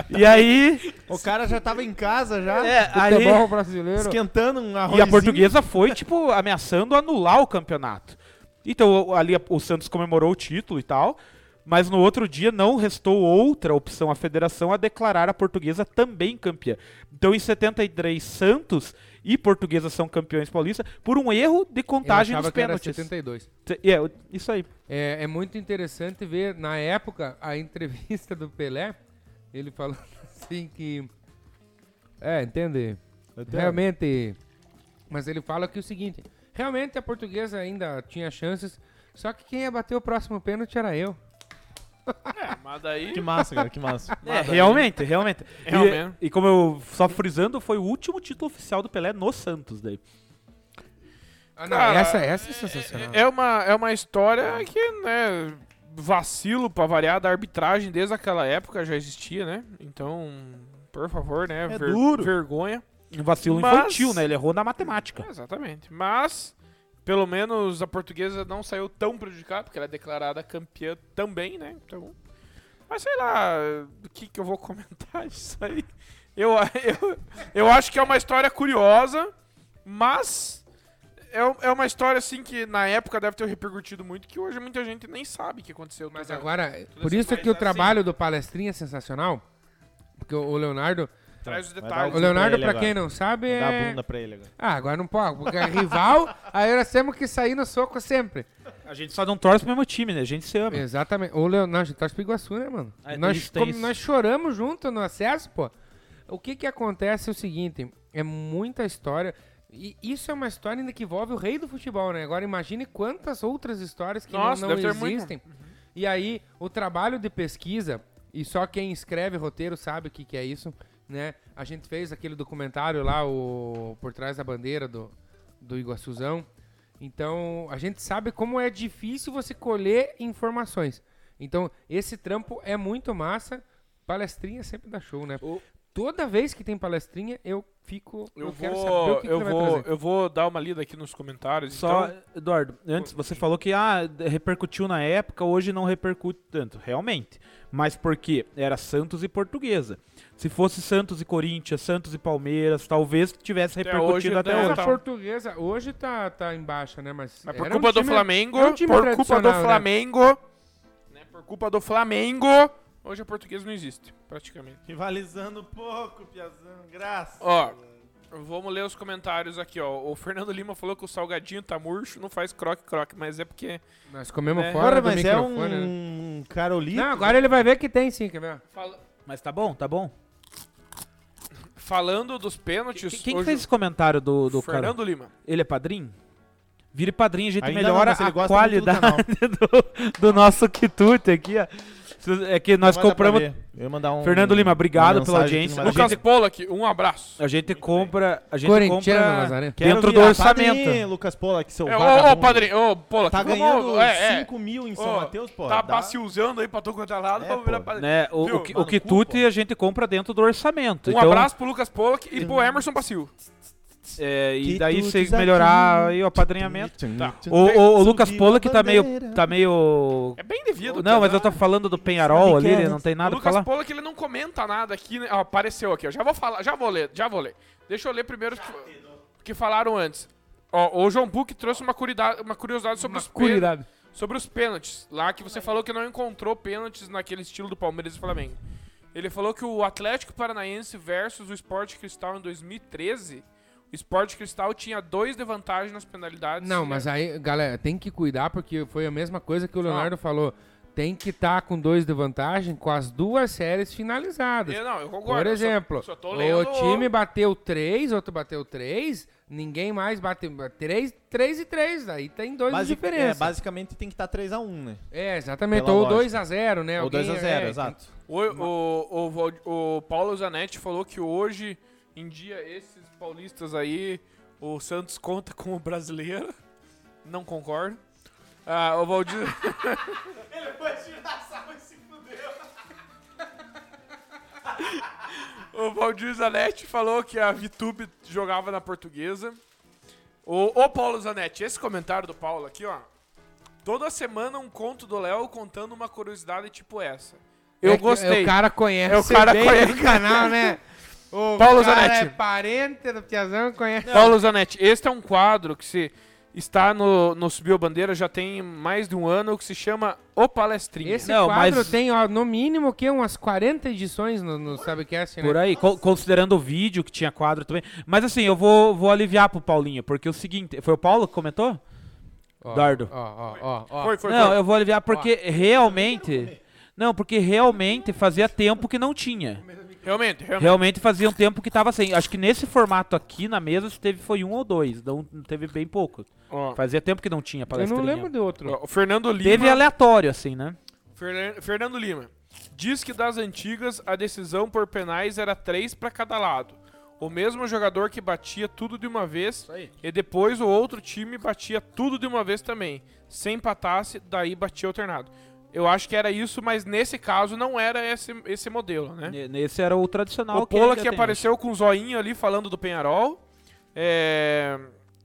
[SPEAKER 4] e aí.
[SPEAKER 2] O cara já tava em casa já,
[SPEAKER 4] É, aí
[SPEAKER 3] Futebol brasileiro.
[SPEAKER 2] esquentando um
[SPEAKER 4] E a
[SPEAKER 2] arrozinho.
[SPEAKER 4] portuguesa foi, tipo, ameaçando anular o campeonato. Então, o- ali a- o Santos comemorou o título e tal, mas no outro dia não restou outra opção à federação a declarar a portuguesa também campeã. Então, em 73, Santos e Portuguesa são campeões paulista por um erro de
[SPEAKER 3] Eu
[SPEAKER 4] contagem dos
[SPEAKER 3] achava que era
[SPEAKER 4] pênaltis.
[SPEAKER 3] 72.
[SPEAKER 4] Te- É, o- isso aí.
[SPEAKER 3] É, é muito interessante ver, na época, a entrevista do Pelé, ele falando assim que... É, entende?
[SPEAKER 2] Até-
[SPEAKER 3] Realmente... Mas ele fala que o seguinte, realmente a portuguesa ainda tinha chances, só que quem ia bater o próximo pênalti era eu.
[SPEAKER 5] Mas daí.
[SPEAKER 2] Que massa, cara, que massa.
[SPEAKER 4] É, realmente, realmente. E-
[SPEAKER 5] Realmente.
[SPEAKER 4] E, como eu, só frisando, foi o último título oficial do Pelé no Santos daí.
[SPEAKER 3] Ah, não,
[SPEAKER 5] Cara,
[SPEAKER 3] essa, essa é sensacional.
[SPEAKER 5] É uma, é uma história que, né, vacilo pra variar da arbitragem desde aquela época já existia, né? Então, por favor, né?
[SPEAKER 2] É duro.
[SPEAKER 5] Vergonha.
[SPEAKER 4] Um vacilo
[SPEAKER 5] Mas-
[SPEAKER 4] infantil, né? Ele errou na matemática.
[SPEAKER 5] É, exatamente. Mas, pelo menos a portuguesa não saiu tão prejudicada, porque ela é declarada campeã também, né? Então. Mas sei lá, o que, que eu vou comentar disso aí? Eu, eu, eu acho que é uma história curiosa, mas é, um- é uma história assim que na época deve ter repercutido muito, que hoje muita gente nem sabe o que aconteceu.
[SPEAKER 3] Mas
[SPEAKER 5] Toda-
[SPEAKER 3] agora,
[SPEAKER 5] tudo
[SPEAKER 3] por
[SPEAKER 5] assim,
[SPEAKER 3] isso é
[SPEAKER 5] mas
[SPEAKER 3] que o
[SPEAKER 5] assim-
[SPEAKER 3] trabalho do Palestrinha é sensacional, porque o o Leonardo...
[SPEAKER 5] Traz os
[SPEAKER 2] Vai dar
[SPEAKER 5] detalhes.
[SPEAKER 3] O
[SPEAKER 2] Dá pra
[SPEAKER 3] Leonardo,
[SPEAKER 2] ele
[SPEAKER 3] pra
[SPEAKER 2] agora.
[SPEAKER 3] quem não sabe,
[SPEAKER 2] Dá a
[SPEAKER 3] é...
[SPEAKER 2] bunda pra ele agora.
[SPEAKER 3] Ah, agora não pode, porque é rival, aí nós temos que sair no soco sempre.
[SPEAKER 4] A gente só não torce pro mesmo time, né? A gente se ama.
[SPEAKER 3] Exatamente. O Leonardo, a gente torce pro Iguaçu, né, mano?
[SPEAKER 4] Ah, tem
[SPEAKER 3] nós,
[SPEAKER 4] isso, tem
[SPEAKER 3] como
[SPEAKER 4] isso.
[SPEAKER 3] nós choramos junto no acesso, pô. O que que acontece é o seguinte, é muita história, e isso é uma história ainda que envolve o rei do futebol, né? Agora imagine quantas outras histórias que não-
[SPEAKER 5] Nossa,
[SPEAKER 3] não,
[SPEAKER 5] deve ter muita.
[SPEAKER 3] existem. E aí, o trabalho de pesquisa, e só quem escreve roteiro sabe o que, que é isso, né? A gente fez aquele documentário lá, o Por Trás da Bandeira do, do Iguaçuzão. Então, a gente sabe como é difícil você colher informações. Então, esse trampo é muito massa. Palestrinha sempre dá show, né?
[SPEAKER 5] O-
[SPEAKER 3] Toda vez que tem palestrinha, eu fico. Eu,
[SPEAKER 5] Eu
[SPEAKER 3] quero saber o
[SPEAKER 5] vou,
[SPEAKER 3] que, que
[SPEAKER 5] eu,
[SPEAKER 3] ele vai
[SPEAKER 5] vou,
[SPEAKER 3] trazer.
[SPEAKER 5] eu vou dar uma lida aqui nos comentários.
[SPEAKER 4] Só,
[SPEAKER 5] então.
[SPEAKER 4] Eduardo, antes você falou que ah, d- repercutiu na época, hoje não repercute tanto. Realmente. Mas porque era Santos e Portuguesa. Se fosse Santos e Corinthians, Santos e Palmeiras, talvez tivesse
[SPEAKER 5] Até
[SPEAKER 4] repercutido
[SPEAKER 5] hoje,
[SPEAKER 4] até
[SPEAKER 5] né?
[SPEAKER 4] hoje.
[SPEAKER 3] Essa
[SPEAKER 5] tá.
[SPEAKER 3] portuguesa hoje tá, tá em baixa, né? Mas,
[SPEAKER 5] Mas por
[SPEAKER 3] era um
[SPEAKER 5] culpa do
[SPEAKER 3] time-
[SPEAKER 5] Flamengo,
[SPEAKER 3] era um time
[SPEAKER 5] por culpa do
[SPEAKER 3] tradicional, né?
[SPEAKER 5] Flamengo, né, por culpa do Flamengo, hoje a portuguesa não existe, praticamente.
[SPEAKER 2] Rivalizando pouco, Piazão. Graça.
[SPEAKER 5] Ó, vamos ler os comentários aqui, ó. O Fernando Lima falou que o salgadinho tá murcho, não faz croque-croque, mas é porque
[SPEAKER 3] Nós comemos
[SPEAKER 5] É.
[SPEAKER 3] fora
[SPEAKER 2] Ora,
[SPEAKER 3] do
[SPEAKER 2] mas é
[SPEAKER 3] microfone, né?
[SPEAKER 2] um Carolito.
[SPEAKER 3] Não, agora ele vai ver que tem sim, quer ver?
[SPEAKER 5] fala-
[SPEAKER 4] Mas tá bom, tá bom.
[SPEAKER 5] falando dos
[SPEAKER 4] Quem
[SPEAKER 5] pênaltis,
[SPEAKER 4] que
[SPEAKER 5] hoje
[SPEAKER 4] fez esse comentário do, do
[SPEAKER 5] o
[SPEAKER 4] cara?
[SPEAKER 5] Fernando Lima.
[SPEAKER 4] Ele é padrinho? Vire padrinho, a gente
[SPEAKER 2] Ainda
[SPEAKER 4] melhora
[SPEAKER 2] não, mas ele
[SPEAKER 4] a
[SPEAKER 2] gosta
[SPEAKER 4] qualidade do, do nosso quitute aqui. ó. Se- É que
[SPEAKER 2] Mas
[SPEAKER 4] nós
[SPEAKER 2] dá pra
[SPEAKER 4] compramos.
[SPEAKER 2] ver. Eu ia mandar um-
[SPEAKER 4] Fernando Lima,
[SPEAKER 2] uma
[SPEAKER 4] obrigado pela
[SPEAKER 2] mensagem
[SPEAKER 4] audiência.
[SPEAKER 2] aqui no
[SPEAKER 4] A
[SPEAKER 5] Lucas
[SPEAKER 2] WhatsApp.
[SPEAKER 4] gente- é-
[SPEAKER 5] Pollack, um abraço.
[SPEAKER 4] A gente compra. A gente
[SPEAKER 3] Corintiano,
[SPEAKER 4] compra
[SPEAKER 3] Nazaré.
[SPEAKER 2] Quero
[SPEAKER 4] dentro do
[SPEAKER 2] virar
[SPEAKER 4] orçamento.
[SPEAKER 2] padrinho, Lucas Pola, que seu
[SPEAKER 5] É, ô, ô,
[SPEAKER 2] vagabundo.
[SPEAKER 5] padrinho, ô, Pollack,
[SPEAKER 2] Tá
[SPEAKER 5] vamos-
[SPEAKER 2] ganhando
[SPEAKER 5] é, é,
[SPEAKER 2] 5 mil em São
[SPEAKER 5] Ô,
[SPEAKER 2] Mateus, pô.
[SPEAKER 5] Tá
[SPEAKER 2] dá-
[SPEAKER 5] baciuzando aí pra todo quanto é lado,
[SPEAKER 2] É,
[SPEAKER 5] vamos virar
[SPEAKER 2] pô,
[SPEAKER 5] padrinho.
[SPEAKER 4] né? O,
[SPEAKER 5] Viu? Tá
[SPEAKER 4] o, que-
[SPEAKER 2] Mano,
[SPEAKER 4] o quitute
[SPEAKER 2] culpa.
[SPEAKER 4] a gente compra dentro do orçamento.
[SPEAKER 5] Um
[SPEAKER 4] então, Uhum.
[SPEAKER 5] abraço pro Lucas Pollack e pro Emerson Bacil.
[SPEAKER 4] é, e
[SPEAKER 2] Quitutes
[SPEAKER 4] daí se
[SPEAKER 2] aqui.
[SPEAKER 4] melhorar aí o apadrinhamento.
[SPEAKER 5] Tá.
[SPEAKER 4] O, o, o Lucas
[SPEAKER 2] Subir
[SPEAKER 4] Pola que
[SPEAKER 2] a
[SPEAKER 4] tá meio,
[SPEAKER 2] bandeira.
[SPEAKER 4] tá meio.
[SPEAKER 5] É bem devido.
[SPEAKER 4] Não, mas eu tô
[SPEAKER 5] cara.
[SPEAKER 4] falando do Penharol ali, ele não tem
[SPEAKER 5] é, né? O
[SPEAKER 4] nada pra
[SPEAKER 5] Lucas
[SPEAKER 4] falar.
[SPEAKER 5] Pollack, ele não comenta nada aqui, né? Ó, apareceu aqui, ó. Já vou falar, já vou ler, já vou ler. Deixa eu ler primeiro os que, que falaram antes. Ó, o João Book trouxe uma, curida- uma curiosidade sobre os pênaltis.
[SPEAKER 3] Cuidado.
[SPEAKER 5] Sobre os pênaltis, lá que você falou que não encontrou pênaltis naquele estilo do Palmeiras e Flamengo. Ele falou que o Atlético Paranaense versus o Sport Cristal em 2013, o Sport Cristal tinha dois de vantagem nas penalidades.
[SPEAKER 3] Não, mas aí, galera, tem que cuidar porque foi a mesma coisa que o Leonardo falou. tem que estar com dois de vantagem com as duas séries finalizadas.
[SPEAKER 5] Eu, não, eu concordo.
[SPEAKER 3] Por
[SPEAKER 5] eu só-
[SPEAKER 3] exemplo,
[SPEAKER 5] só tô
[SPEAKER 3] o
[SPEAKER 5] lendo
[SPEAKER 3] time bateu três, outro bateu três, ninguém mais bateu três, três e três, daí tem dois de
[SPEAKER 2] Basic-
[SPEAKER 3] diferença.
[SPEAKER 2] é, basicamente tem que estar 3x1, né?
[SPEAKER 3] É, exatamente.
[SPEAKER 2] Pela
[SPEAKER 3] Ou
[SPEAKER 2] lógica.
[SPEAKER 3] 2x0, né?
[SPEAKER 2] Ou
[SPEAKER 3] Alguém-
[SPEAKER 2] 2x0,
[SPEAKER 3] é,
[SPEAKER 2] exato.
[SPEAKER 5] O, o, o, Val- o Paulo Zanetti falou que hoje, em dia, esses paulistas aí, o Santos conta como brasileiro. Não concordo. Ah, o Valdir. Ele foi tirar sal e se fudeu. o Valdir Zanetti falou que a Vitube jogava na portuguesa. O, o Paulo Zanetti, esse comentário do Paulo aqui, ó. Toda semana um conto do Léo contando uma curiosidade tipo essa. Eu
[SPEAKER 3] É que
[SPEAKER 5] gostei.
[SPEAKER 3] O cara conhece
[SPEAKER 5] É, o cara
[SPEAKER 3] bem
[SPEAKER 5] conhece.
[SPEAKER 3] o canal, né? O
[SPEAKER 5] Paulo
[SPEAKER 3] cara
[SPEAKER 5] Zanetti.
[SPEAKER 3] é parente do Piazão, conhece.
[SPEAKER 5] Paulo Zanetti, este é um quadro que se está no, no Subiu a Bandeira já tem mais de um ano, que se chama O Palestrinha.
[SPEAKER 3] Esse
[SPEAKER 4] Não,
[SPEAKER 3] quadro
[SPEAKER 4] mas-
[SPEAKER 3] tem, ó, no mínimo, que umas 40 edições no, no Sabcast, né?
[SPEAKER 4] Por aí, co- considerando o vídeo que tinha quadro também. Mas assim, eu vou, vou aliviar pro Paulinho, porque é o seguinte. Foi o Paulo que comentou?
[SPEAKER 3] Ó,
[SPEAKER 4] Dardo.
[SPEAKER 3] Ó, ó, ó, ó.
[SPEAKER 5] Foi, foi,
[SPEAKER 4] não,
[SPEAKER 5] foi.
[SPEAKER 4] eu vou aliviar porque realmente. Não, porque realmente fazia tempo que não tinha.
[SPEAKER 5] Realmente, realmente.
[SPEAKER 4] Realmente fazia um tempo que tava sem. Acho que nesse formato aqui na mesa se teve foi um ou dois. Não teve bem pouco.
[SPEAKER 5] Ó,
[SPEAKER 4] Fazia tempo que não tinha
[SPEAKER 3] Eu
[SPEAKER 4] palestrinha.
[SPEAKER 3] não lembro de outro.
[SPEAKER 5] ó, o Fernando Lima.
[SPEAKER 4] Teve aleatório, assim, né?
[SPEAKER 5] Fernan- Fernando Lima. Diz que das antigas a decisão por penais era três para cada lado. O mesmo jogador que batia tudo de uma vez
[SPEAKER 4] aí.
[SPEAKER 5] e depois o outro time batia tudo de uma vez também. Se empatasse, daí batia alternado. Eu acho que era isso, mas nesse caso não era esse, esse modelo, né?
[SPEAKER 4] Ne- Nesse era o
[SPEAKER 3] Tá
[SPEAKER 4] tradicional.
[SPEAKER 5] O Pola
[SPEAKER 4] ainda
[SPEAKER 5] que
[SPEAKER 4] tem.
[SPEAKER 5] apareceu com o zoinho ali falando do Penharol. É,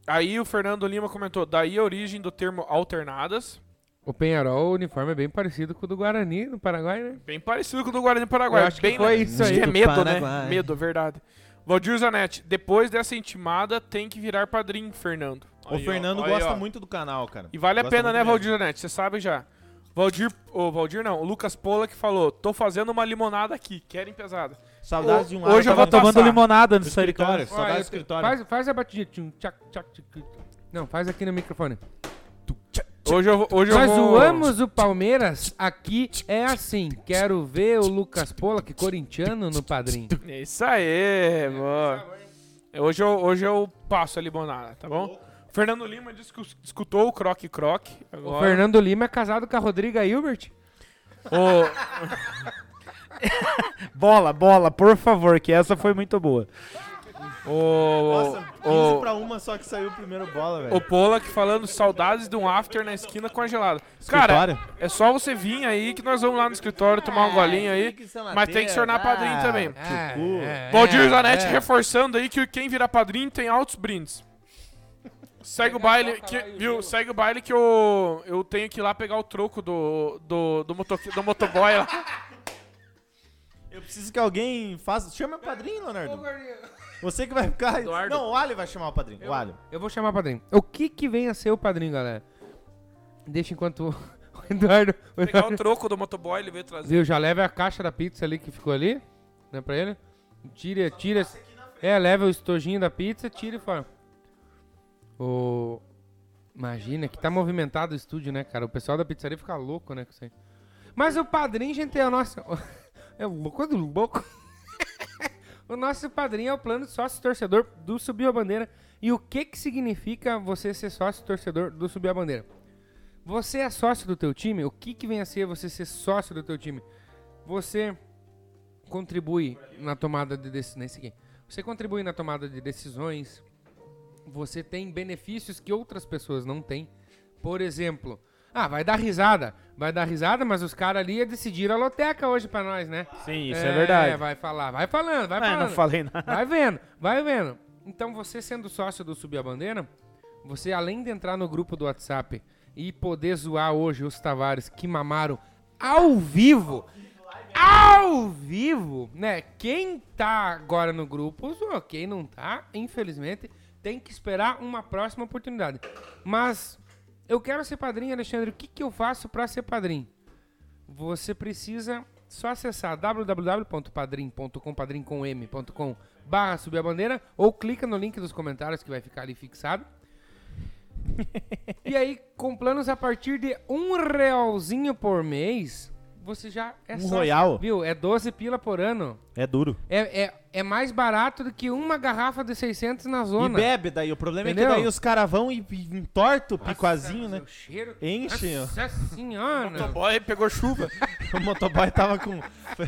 [SPEAKER 5] Aí o Fernando Lima comentou, daí a origem do termo alternadas.
[SPEAKER 3] O Penharol, o uniforme é bem parecido com o do Guarani, no Paraguai, né?
[SPEAKER 5] Bem parecido com o do Guarani do Paraguai.
[SPEAKER 3] Eu acho que
[SPEAKER 5] Bem-
[SPEAKER 3] foi isso
[SPEAKER 5] acho
[SPEAKER 3] aí.
[SPEAKER 5] que é
[SPEAKER 2] Do
[SPEAKER 5] medo, né?
[SPEAKER 2] Paraguai.
[SPEAKER 5] Medo, verdade. Valdir Zanetti, depois dessa intimada, tem que virar padrinho, Fernando.
[SPEAKER 2] o
[SPEAKER 5] Aí, ó,
[SPEAKER 2] Fernando
[SPEAKER 5] aí,
[SPEAKER 2] gosta
[SPEAKER 5] ó.
[SPEAKER 2] muito do canal, cara.
[SPEAKER 5] E vale a
[SPEAKER 2] Gosta
[SPEAKER 5] pena,
[SPEAKER 2] muito
[SPEAKER 5] né,
[SPEAKER 2] mesmo.
[SPEAKER 5] Valdir Zanetti? Você sabe já. Valdir, o Valdir não, o Lucas Pola que falou, tô fazendo uma limonada aqui, querem pesada.
[SPEAKER 2] Saudades de um
[SPEAKER 5] Ho-
[SPEAKER 2] lado,
[SPEAKER 5] hoje eu vou
[SPEAKER 2] tava
[SPEAKER 4] Tomando
[SPEAKER 5] Passar.
[SPEAKER 4] limonada
[SPEAKER 2] no
[SPEAKER 4] antes de sair de
[SPEAKER 2] escritório.
[SPEAKER 4] casa.
[SPEAKER 2] Saudades do
[SPEAKER 3] eu-
[SPEAKER 2] escritório.
[SPEAKER 3] Faz, faz a batidinha. tchum, tchac, tchac, tchac, tchac. Não, faz aqui no microfone.
[SPEAKER 5] Hoje eu, vou- hoje
[SPEAKER 3] Nós
[SPEAKER 5] eu vou...
[SPEAKER 3] zoamos o Palmeiras, aqui é assim. Quero ver o Lucas Pola, que corintiano, no padrinho.
[SPEAKER 5] É isso aí, mano. Hoje eu, hoje eu passo a limonada, tá bom? Fernando Lima disse que escutou o Croc Croc.
[SPEAKER 3] O
[SPEAKER 5] Agora.
[SPEAKER 3] Fernando Lima é casado com a Rodriga Hilbert.
[SPEAKER 5] O-
[SPEAKER 4] Bola, bola, por favor, que essa foi muito boa.
[SPEAKER 5] o,
[SPEAKER 2] Nossa, 15
[SPEAKER 5] o,
[SPEAKER 2] pra uma só que saiu o primeiro bola,
[SPEAKER 5] o
[SPEAKER 2] velho.
[SPEAKER 5] Polak falando saudades de um after na esquina congelado. Cara,
[SPEAKER 2] Escritório?
[SPEAKER 5] é só você vir aí que nós vamos lá no escritório tomar um golinho aí. Mas tem que se tornar padrinho também.
[SPEAKER 3] Ah, É,
[SPEAKER 2] cu.
[SPEAKER 5] É, Valdir Zanetti reforçando aí que quem virar padrinho tem altos brindes. Segue o baile, que, viu? Segue o baile que eu, eu tenho que ir lá pegar o troco do, do, do, moto, do motoboy lá.
[SPEAKER 2] Eu preciso que alguém faça. Chama o padrinho, Leonardo. Você que vai ficar.
[SPEAKER 5] Eduardo.
[SPEAKER 2] Não, o Ali vai chamar o padrinho. O Ali.
[SPEAKER 3] Eu vou chamar o padrinho. O que que vem a ser o padrinho, galera? Deixa enquanto o Eduardo... O
[SPEAKER 5] Pegar o
[SPEAKER 3] Eduardo
[SPEAKER 5] troco do motoboy, ele veio trazer.
[SPEAKER 3] viu, já leva a caixa da pizza ali que ficou ali. Dá pra ele? Tira, tira... É, leva o estojinho da pizza, tira e fora. O... Imagina, que tá movimentado o estúdio, né, cara? O pessoal da pizzaria fica louco, né, com isso aí. Mas o padrinho, gente, é o nosso... É louco do louco. O nosso padrinho é o plano sócio torcedor do Subiu a Bandeira. E o que que significa você ser sócio torcedor do Subiu a Bandeira? Você é sócio do teu time? O que que vem a ser você ser sócio do teu time? Você contribui na tomada de decisões. Você contribui na tomada de decisões. Você tem benefícios que outras pessoas não têm. Por exemplo, ah, vai dar risada, vai dar risada, mas os caras ali decidiram a loteca hoje pra nós, né?
[SPEAKER 4] Sim, isso é, verdade.
[SPEAKER 3] vai falar, vai falando, vai
[SPEAKER 4] Ah,
[SPEAKER 3] falando.
[SPEAKER 4] não falei nada.
[SPEAKER 3] Vai vendo, vai vendo. Então, você sendo sócio do Subir a Bandeira, você além de entrar no grupo do WhatsApp e poder zoar hoje os Tavares que mamaram ao vivo, ao vivo, né? Quem tá agora no grupo zoou, quem não tá, infelizmente, tem que esperar uma próxima oportunidade. Mas eu quero ser padrinho, Alexandre, o que, que eu faço pra ser padrinho? você precisa só acessar www.padrim.com, padrim com M, ponto com, barra subir a bandeira, ou clica no link dos comentários que vai ficar ali fixado. E aí, com planos a partir de um realzinho por mês, você já é
[SPEAKER 2] Um
[SPEAKER 3] sócio,
[SPEAKER 2] royal?
[SPEAKER 3] Viu? É 12 pila por ano.
[SPEAKER 2] É duro.
[SPEAKER 3] É, é, é mais barato do que uma garrafa de 600 na
[SPEAKER 2] E
[SPEAKER 3] zona.
[SPEAKER 2] bebe daí. O problema é
[SPEAKER 3] Entendeu?
[SPEAKER 2] que daí os caras vão e, e entorta o picoazinho, né?
[SPEAKER 3] O cheiro...
[SPEAKER 2] Enche, ó.
[SPEAKER 3] Nossa senhora.
[SPEAKER 5] Motoboy pegou chuva.
[SPEAKER 2] O motoboy tava com.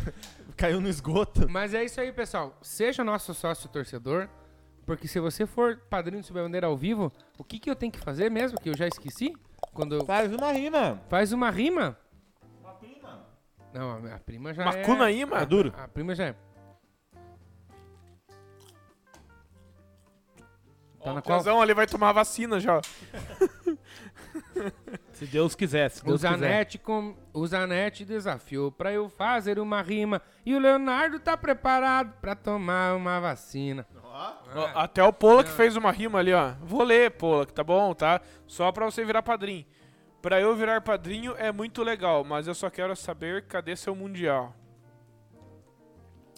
[SPEAKER 2] Caiu no esgoto.
[SPEAKER 3] Mas é isso aí, pessoal. Seja nosso sócio torcedor, porque se você for padrinho do Subbandeira ao vivo, o que, que eu tenho que fazer mesmo, que eu já esqueci? Quando eu-
[SPEAKER 2] Faz uma rima.
[SPEAKER 3] faz uma Tá, rima... Não, a- a prima já é...
[SPEAKER 5] Macuna aí, mano.
[SPEAKER 2] duro.
[SPEAKER 3] A prima já é. Tá
[SPEAKER 5] O
[SPEAKER 3] na qual?
[SPEAKER 5] tiozão ali vai tomar a vacina já.
[SPEAKER 4] Se Deus quiser, se
[SPEAKER 3] O
[SPEAKER 4] Deus quiser.
[SPEAKER 3] Zanetti, com, o Zanetti desafiou pra eu fazer uma rima e o Leonardo tá preparado pra tomar uma vacina.
[SPEAKER 5] Ó, Até o Pola que fez uma rima ali, ó. Vou ler, Pola, que tá bom, tá? Só pra você virar padrinho. Pra eu virar padrinho é muito legal, mas eu só quero saber cadê seu mundial.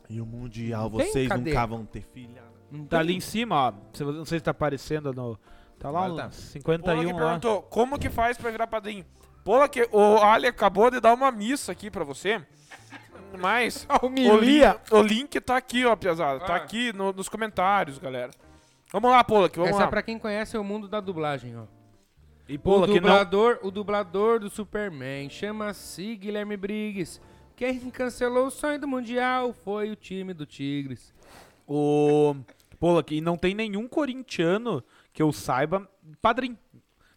[SPEAKER 2] E o Mundial,
[SPEAKER 3] Tem,
[SPEAKER 2] vocês
[SPEAKER 3] cadê?
[SPEAKER 2] nunca vão ter filha.
[SPEAKER 3] Não
[SPEAKER 4] Tá
[SPEAKER 3] tem-
[SPEAKER 4] ali em cima, ó. Se você- Não sei se tá aparecendo no. um, Tá lá,
[SPEAKER 2] Agora tá.
[SPEAKER 4] uns
[SPEAKER 5] Pola que
[SPEAKER 4] 51 lá.
[SPEAKER 5] perguntou, como que faz pra virar padrinho? Pola que o Ali acabou de dar uma missa aqui pra você. Mas
[SPEAKER 3] Ah, o
[SPEAKER 5] o, lin-
[SPEAKER 3] Milia.
[SPEAKER 5] o link tá aqui, ó, Piazada. Tá
[SPEAKER 3] Ah.
[SPEAKER 5] aqui no- nos comentários, galera. Vamos lá, Pola, que vamos
[SPEAKER 3] Essa é
[SPEAKER 5] lá.
[SPEAKER 3] pra quem conhece é o mundo da dublagem, ó.
[SPEAKER 4] E
[SPEAKER 3] O
[SPEAKER 4] pula que não.
[SPEAKER 3] dublador, o dublador do Superman chama-se Guilherme Briggs. Quem cancelou o sonho do Mundial foi o time do Tigres.
[SPEAKER 4] O. Pula que não tem nenhum corintiano que eu saiba padrinho.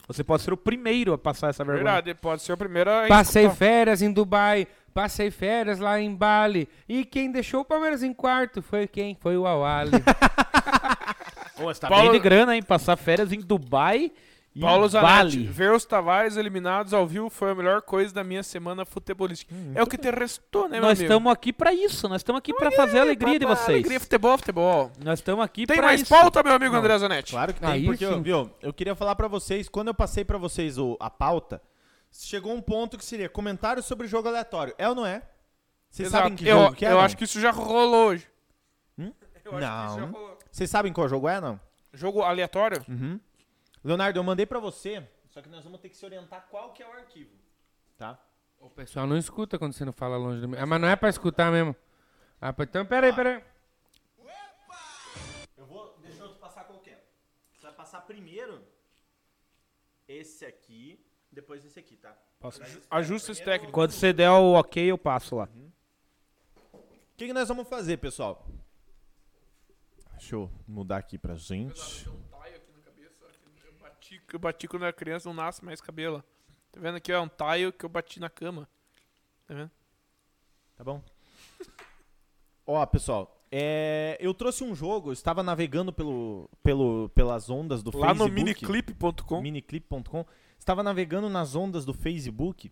[SPEAKER 4] Você pode ser o primeiro a passar essa vergonha.
[SPEAKER 5] Verdade, pode ser a primeira. Tá. a
[SPEAKER 3] Passei
[SPEAKER 5] escutar.
[SPEAKER 3] férias em Dubai, passei férias lá em Bali. E quem deixou o Palmeiras em quarto foi quem? Foi o Awali.
[SPEAKER 4] Ô, você tá
[SPEAKER 5] Paulo-
[SPEAKER 4] bem de grana, hein? Passar férias em Dubai e
[SPEAKER 5] Paulo Zanetti,
[SPEAKER 4] Bali.
[SPEAKER 5] ver os Tavares eliminados ao vivo foi a melhor coisa da minha semana futebolística. é o que te restou, né, meu
[SPEAKER 4] Hum. Nós
[SPEAKER 5] amigo?
[SPEAKER 4] estamos aqui pra isso, nós estamos aqui pra fazer a alegria de
[SPEAKER 5] Pra- pra
[SPEAKER 4] vocês.
[SPEAKER 5] Alegria, futebol, futebol.
[SPEAKER 4] Nós estamos aqui
[SPEAKER 5] Tem
[SPEAKER 4] pra
[SPEAKER 5] mais
[SPEAKER 4] isso.
[SPEAKER 5] pauta, meu amigo André Zanetti?
[SPEAKER 2] Claro que tem,
[SPEAKER 3] Ah, Aí
[SPEAKER 2] porque,
[SPEAKER 3] sim.
[SPEAKER 2] viu, eu queria falar pra vocês, quando eu passei pra vocês o- a pauta, chegou um ponto que seria comentário sobre jogo aleatório. É ou não é? Vocês
[SPEAKER 5] Exato.
[SPEAKER 2] sabem que
[SPEAKER 5] eu
[SPEAKER 2] jogo que é?
[SPEAKER 5] eu
[SPEAKER 2] não?
[SPEAKER 5] acho que isso já rolou hoje.
[SPEAKER 2] Hum?
[SPEAKER 5] Eu acho que isso já
[SPEAKER 2] Não.
[SPEAKER 5] rolou.
[SPEAKER 2] Vocês sabem qual jogo é, não?
[SPEAKER 5] Jogo aleatório?
[SPEAKER 2] Uhum. Leonardo, eu mandei pra você, só que nós vamos ter que se orientar qual que é o arquivo, tá?
[SPEAKER 3] o pessoal não escuta quando você não fala longe do mim. Ah, mas não é pra escutar mesmo. Ah, pô, então peraí, peraí.
[SPEAKER 2] Eu vou, deixa eu passar qual que é. Você vai passar primeiro esse aqui, depois esse aqui, tá?
[SPEAKER 5] Ajustes técnicos.
[SPEAKER 4] Quando você der o ok, eu passo lá.
[SPEAKER 2] Hum. O que, que nós vamos fazer, pessoal? Deixa eu mudar aqui pra gente.
[SPEAKER 5] Que eu bati quando era criança, não nasce mais cabelo. Tá vendo aqui, ó, um taio que eu bati na cama. Tá vendo?
[SPEAKER 2] Tá bom? Ó, pessoal, é, eu trouxe um jogo, eu estava navegando pelo, pelo, pelas ondas do
[SPEAKER 5] Lá no
[SPEAKER 2] Facebook.
[SPEAKER 5] miniclip.com.
[SPEAKER 2] miniclip.com. Estava navegando nas ondas do Facebook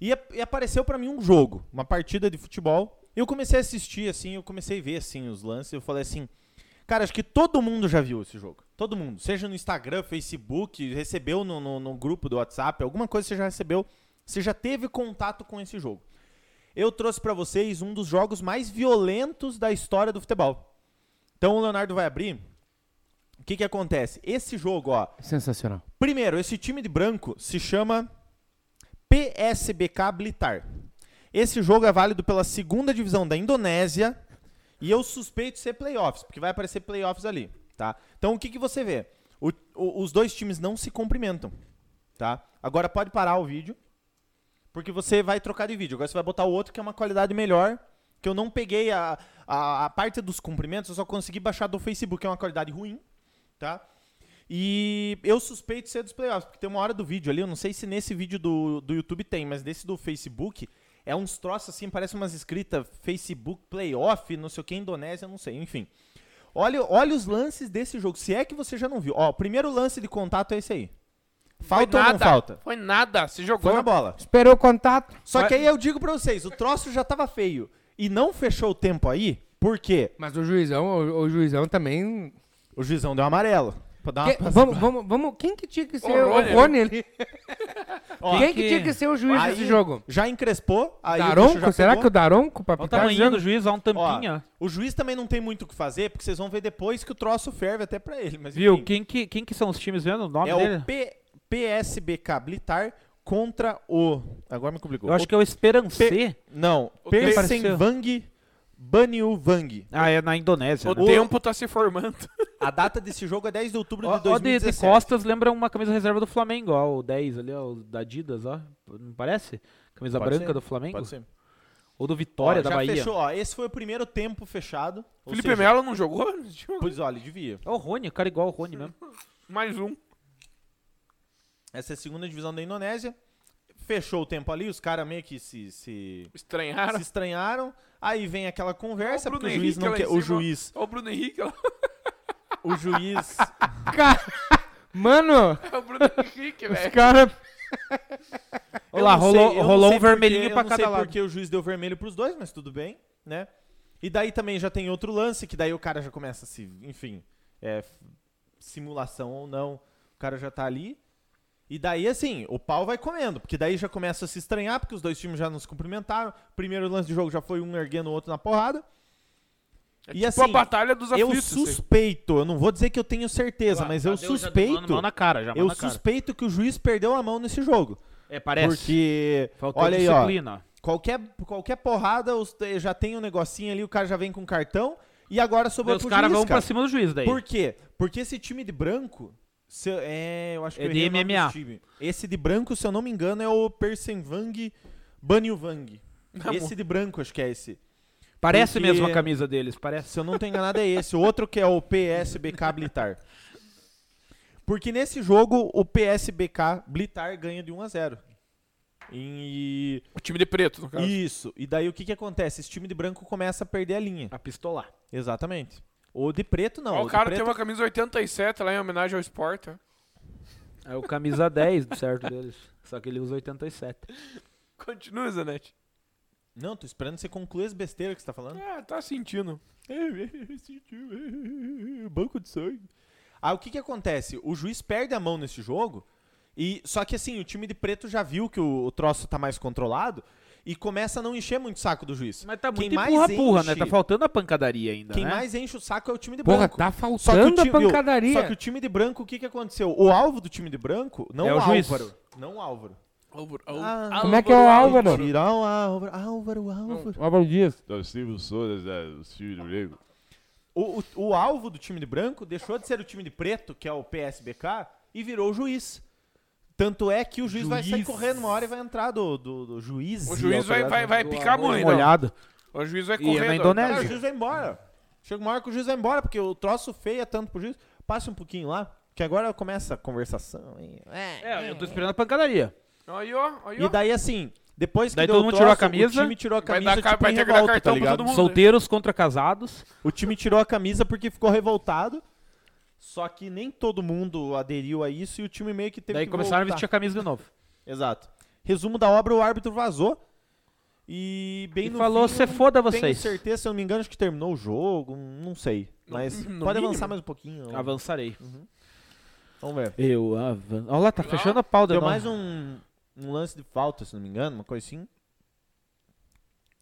[SPEAKER 2] e, ap- e apareceu pra mim um jogo, uma partida de futebol. Eu comecei a assistir assim, eu comecei a ver assim os lances, eu falei assim: "Cara, acho que todo mundo já viu esse jogo. Todo mundo, seja no Instagram, Facebook, recebeu no, no, no grupo do WhatsApp, alguma coisa você já recebeu, você já teve contato com esse jogo. Eu trouxe pra vocês um dos jogos mais violentos da história do futebol. Então o Leonardo vai abrir. O que que acontece? Esse jogo, ó,
[SPEAKER 3] Sensacional.
[SPEAKER 2] Primeiro, esse time de branco se chama PSBK Blitar. Esse jogo é válido pela segunda divisão da Indonésia e eu suspeito ser playoffs, porque vai aparecer playoffs ali, tá? Então o que, que você vê? O- o- os dois times não se cumprimentam, tá? Agora pode parar o vídeo, porque você vai trocar de vídeo. Agora você vai botar o outro que é uma qualidade melhor, que eu não peguei a, a, a parte dos cumprimentos, eu só consegui baixar do Facebook, que é uma qualidade ruim, tá? E eu suspeito ser dos playoffs, porque tem uma hora do vídeo ali, eu não sei se nesse vídeo do, do YouTube tem, mas nesse do Facebook é uns troços assim, parece umas escritas Facebook playoff, não sei o que, Indonésia, não sei, enfim. Olha, olha os lances desse jogo, se é que você já não viu. Ó, o primeiro lance de contato é esse aí. Falta
[SPEAKER 5] Foi
[SPEAKER 2] ou não
[SPEAKER 5] nada.
[SPEAKER 2] falta?
[SPEAKER 5] Foi nada, se jogou.
[SPEAKER 2] Foi na bola.
[SPEAKER 3] Esperou o contato.
[SPEAKER 2] Só que aí eu digo pra vocês, o troço já tava feio e não fechou o tempo aí, por quê?
[SPEAKER 3] Mas o juizão, o, o juizão também.
[SPEAKER 2] O juizão deu amarelo. Pra dar uma
[SPEAKER 3] Que-
[SPEAKER 2] passada.
[SPEAKER 3] vamos, vamos, vamos. Quem que tinha que ser
[SPEAKER 5] O
[SPEAKER 3] o
[SPEAKER 5] Rony,
[SPEAKER 3] Rony, ali?
[SPEAKER 2] Ó,
[SPEAKER 3] Quem que
[SPEAKER 4] que-
[SPEAKER 3] tinha que ser o juiz
[SPEAKER 4] é
[SPEAKER 2] Aí
[SPEAKER 3] desse jogo?
[SPEAKER 2] Já encrespou, aí o bicho
[SPEAKER 3] Daronco?
[SPEAKER 2] já
[SPEAKER 3] Será
[SPEAKER 2] pegou.
[SPEAKER 3] que o Daronco, pra
[SPEAKER 4] Olha o
[SPEAKER 3] pitar esse
[SPEAKER 4] tamanho
[SPEAKER 3] jogo?
[SPEAKER 4] do juiz, olha um
[SPEAKER 2] Tá Ó,
[SPEAKER 4] tampinha.
[SPEAKER 2] o juiz também não tem muito o que fazer, porque vocês vão ver depois que o troço ferve até pra ele. Mas
[SPEAKER 4] Viu?
[SPEAKER 2] enfim,
[SPEAKER 4] Quem que, quem que são os times vendo? O nome
[SPEAKER 2] é
[SPEAKER 4] dele?
[SPEAKER 2] o P, PSBK Blitar contra o. Agora me complicou.
[SPEAKER 4] Eu acho que é o Esperancê.
[SPEAKER 2] Não,
[SPEAKER 5] O que
[SPEAKER 2] Persenvang Baniuvang.
[SPEAKER 4] Ah, é na Indonésia.
[SPEAKER 5] O
[SPEAKER 4] né?
[SPEAKER 5] tempo tá se formando.
[SPEAKER 2] A data desse jogo é 10 de outubro de
[SPEAKER 4] Ó, ó, de, de
[SPEAKER 2] 2017.
[SPEAKER 4] costas lembra uma camisa reserva do Flamengo, ó, o 10 ali, ó, o da Adidas, ó, não parece? Camisa
[SPEAKER 2] Pode
[SPEAKER 4] branca
[SPEAKER 2] ser,
[SPEAKER 4] do Flamengo?
[SPEAKER 2] Pode ser.
[SPEAKER 4] Ou do Vitória,
[SPEAKER 2] Ó,
[SPEAKER 4] da
[SPEAKER 2] já
[SPEAKER 4] Bahia?
[SPEAKER 2] fechou, ó. Esse foi o primeiro tempo fechado. ou
[SPEAKER 5] Felipe
[SPEAKER 2] seja,
[SPEAKER 5] Melo não jogou? nesse jogo?
[SPEAKER 2] Pois olha, devia.
[SPEAKER 4] É o Rony, o cara igual o Rony mesmo.
[SPEAKER 5] Mais um.
[SPEAKER 2] Essa é a segunda divisão da Indonésia. Fechou o tempo ali, os caras meio que se, se,
[SPEAKER 5] Estranharam.
[SPEAKER 2] se estranharam. Aí vem aquela conversa,
[SPEAKER 5] Ó, o
[SPEAKER 2] porque o
[SPEAKER 5] Bruno
[SPEAKER 2] juiz não
[SPEAKER 5] Henrique
[SPEAKER 2] quer.
[SPEAKER 5] lá em
[SPEAKER 2] O
[SPEAKER 5] cima.
[SPEAKER 2] juiz.
[SPEAKER 5] Ó, o Bruno Henrique lá.
[SPEAKER 2] O juiz.
[SPEAKER 3] Mano,
[SPEAKER 5] É o Bruno Henrique,
[SPEAKER 3] os
[SPEAKER 5] velho.
[SPEAKER 3] caras.
[SPEAKER 2] Eu
[SPEAKER 4] Olha lá,
[SPEAKER 2] não sei-
[SPEAKER 4] rolou,
[SPEAKER 2] eu não
[SPEAKER 4] rolou
[SPEAKER 2] sei
[SPEAKER 4] um vermelhinho
[SPEAKER 2] porque,
[SPEAKER 4] pra
[SPEAKER 2] eu
[SPEAKER 4] cada
[SPEAKER 2] Não sei
[SPEAKER 4] lado.
[SPEAKER 2] porque o juiz deu vermelho pros dois, mas tudo bem, né? E daí também já tem outro lance, que daí o cara já começa a se. Enfim, é, f- simulação ou não, o cara já tá ali. E daí, assim, o pau vai comendo, porque daí já começa a se estranhar, porque os dois times já não se cumprimentaram. Primeiro lance de jogo já foi um erguendo o outro na porrada.
[SPEAKER 5] É
[SPEAKER 2] E
[SPEAKER 5] tipo
[SPEAKER 2] assim,
[SPEAKER 5] a batalha dos
[SPEAKER 2] eu
[SPEAKER 5] aflitos. assim. isso aí.
[SPEAKER 2] suspeito, eu não vou dizer que eu tenho certeza, mas
[SPEAKER 4] Tá,
[SPEAKER 2] eu suspeito.
[SPEAKER 4] Mão na cara, já mão
[SPEAKER 2] Eu
[SPEAKER 4] na cara.
[SPEAKER 2] suspeito que o juiz perdeu a mão nesse jogo.
[SPEAKER 4] É, parece.
[SPEAKER 2] Porque.
[SPEAKER 4] Faltou
[SPEAKER 2] olha aí, ó.
[SPEAKER 4] disciplina.
[SPEAKER 2] Qualquer, qualquer porrada, os- já tem um negocinho ali, o cara já vem com cartão. E agora sobrou
[SPEAKER 4] Os
[SPEAKER 2] pro
[SPEAKER 4] caras
[SPEAKER 2] juiz,
[SPEAKER 4] vão pra
[SPEAKER 2] cara.
[SPEAKER 4] cima do juiz daí.
[SPEAKER 2] Por quê? Porque esse time de branco. se eu- é, eu acho que
[SPEAKER 4] É
[SPEAKER 2] eu
[SPEAKER 4] de
[SPEAKER 2] errei o nome
[SPEAKER 4] MMA.
[SPEAKER 2] do time. Esse de branco, se eu não me engano, é o Persenvang Banyuvang. Esse de branco, acho que é esse.
[SPEAKER 4] Parece
[SPEAKER 2] porque-
[SPEAKER 4] mesmo a camisa deles, parece.
[SPEAKER 2] Se eu não tô enganado, é esse. O outro que é o PSBK Blitar. Porque nesse jogo, o PSBK Blitar ganha de 1 a 0 E
[SPEAKER 5] O time de preto, no caso.
[SPEAKER 2] isso. E daí o que que acontece? Esse time de branco começa a perder a linha.
[SPEAKER 4] A pistolar.
[SPEAKER 2] Exatamente. O de preto não.
[SPEAKER 5] Ó,
[SPEAKER 2] o
[SPEAKER 5] o
[SPEAKER 2] de
[SPEAKER 5] cara
[SPEAKER 2] preto- é-
[SPEAKER 5] tem uma camisa 87 lá em homenagem ao Sport. né? ó.
[SPEAKER 4] É o camisa 10, do certo, deles. Só que ele usa 87.
[SPEAKER 5] Continua, Zanetti.
[SPEAKER 2] Não, tô esperando você concluir as besteiras que você tá falando.
[SPEAKER 5] Ah, tá sentindo. é,
[SPEAKER 2] Banco de sangue. Ah, o que que acontece? O juiz perde a mão nesse jogo. E só que assim, o time de preto já viu que o, o troço tá mais controlado e começa a não encher muito o saco do juiz.
[SPEAKER 4] Mas tá
[SPEAKER 2] Quem
[SPEAKER 4] muito
[SPEAKER 2] mais
[SPEAKER 4] empurra-purra, né?
[SPEAKER 2] enche-
[SPEAKER 4] Tá faltando a pancadaria ainda,
[SPEAKER 2] Quem
[SPEAKER 4] né?
[SPEAKER 2] mais enche o saco é o time de
[SPEAKER 3] Porra,
[SPEAKER 2] branco.
[SPEAKER 3] tá
[SPEAKER 2] Só que, o
[SPEAKER 3] faltando
[SPEAKER 2] time,
[SPEAKER 3] a
[SPEAKER 2] viu?
[SPEAKER 3] pancadaria.
[SPEAKER 2] Só que o time de branco, o que que aconteceu? O alvo do time de branco, não
[SPEAKER 4] É
[SPEAKER 2] o,
[SPEAKER 4] o juiz.
[SPEAKER 2] Álvaro. Não o Álvaro.
[SPEAKER 5] Álvaro,
[SPEAKER 2] Ah.
[SPEAKER 3] Como é que é o Álvaro?
[SPEAKER 2] Tirar o Álvaro. Álvaro, Álvaro.
[SPEAKER 3] Ó, bom dia.
[SPEAKER 1] Nós temos todas as filhos do Lego.
[SPEAKER 2] O, o, o alvo do time de branco deixou de ser o time de preto, que é o PSBK, e virou o juiz. Tanto é que o juiz, vai sair
[SPEAKER 4] Juiz.
[SPEAKER 2] correndo uma hora e vai entrar do, do, do juiz.
[SPEAKER 5] O juiz vai, vai, vai picar muito. não.
[SPEAKER 4] molhado.
[SPEAKER 5] O juiz vai
[SPEAKER 4] E é
[SPEAKER 5] correr.
[SPEAKER 4] na
[SPEAKER 5] não.
[SPEAKER 4] Indonésia.
[SPEAKER 2] Cara, o juiz vai embora. Chega uma hora que o juiz vai embora, porque o troço feia tanto pro juiz. Passa um pouquinho lá, que agora começa a conversação. hein?
[SPEAKER 4] É, eu tô esperando a pancadaria.
[SPEAKER 5] Aí, ó, aí, ó.
[SPEAKER 2] E daí, assim, depois que
[SPEAKER 4] Daí
[SPEAKER 2] deu
[SPEAKER 4] todo
[SPEAKER 2] o
[SPEAKER 4] mundo
[SPEAKER 2] troço,
[SPEAKER 4] tirou a camisa.
[SPEAKER 2] o time tirou a
[SPEAKER 5] Vai
[SPEAKER 2] camisa,
[SPEAKER 5] dar ca-
[SPEAKER 2] tipo,
[SPEAKER 5] vai
[SPEAKER 2] em
[SPEAKER 5] ter que dar
[SPEAKER 2] revolta,
[SPEAKER 5] cartão
[SPEAKER 2] tá
[SPEAKER 5] pra
[SPEAKER 2] ligado?
[SPEAKER 5] todo mundo.
[SPEAKER 4] Solteiros contra casados.
[SPEAKER 2] O time tirou a camisa porque ficou revoltado. Só que nem todo mundo aderiu a isso e o time meio que teve
[SPEAKER 4] Daí
[SPEAKER 2] que
[SPEAKER 4] começaram
[SPEAKER 2] voltar.
[SPEAKER 4] a vestir a camisa de novo.
[SPEAKER 2] Exato. Resumo da obra, o árbitro vazou. E bem
[SPEAKER 4] E
[SPEAKER 2] no
[SPEAKER 4] falou,
[SPEAKER 2] fim,
[SPEAKER 4] "Cê
[SPEAKER 2] eu não
[SPEAKER 4] foda
[SPEAKER 2] Tenho
[SPEAKER 4] vocês."
[SPEAKER 2] certeza, se eu não me engano, acho que terminou o jogo, não sei. Mas
[SPEAKER 5] no
[SPEAKER 2] pode
[SPEAKER 5] mínimo.
[SPEAKER 2] avançar mais um pouquinho. vamos-
[SPEAKER 4] Avançarei.
[SPEAKER 2] Vamos ver.
[SPEAKER 4] Eu avanço. Olha lá, tá fechando a pau de
[SPEAKER 2] Deu
[SPEAKER 4] novo.
[SPEAKER 2] mais um, um lance de falta, se não me engano, uma coisa assim.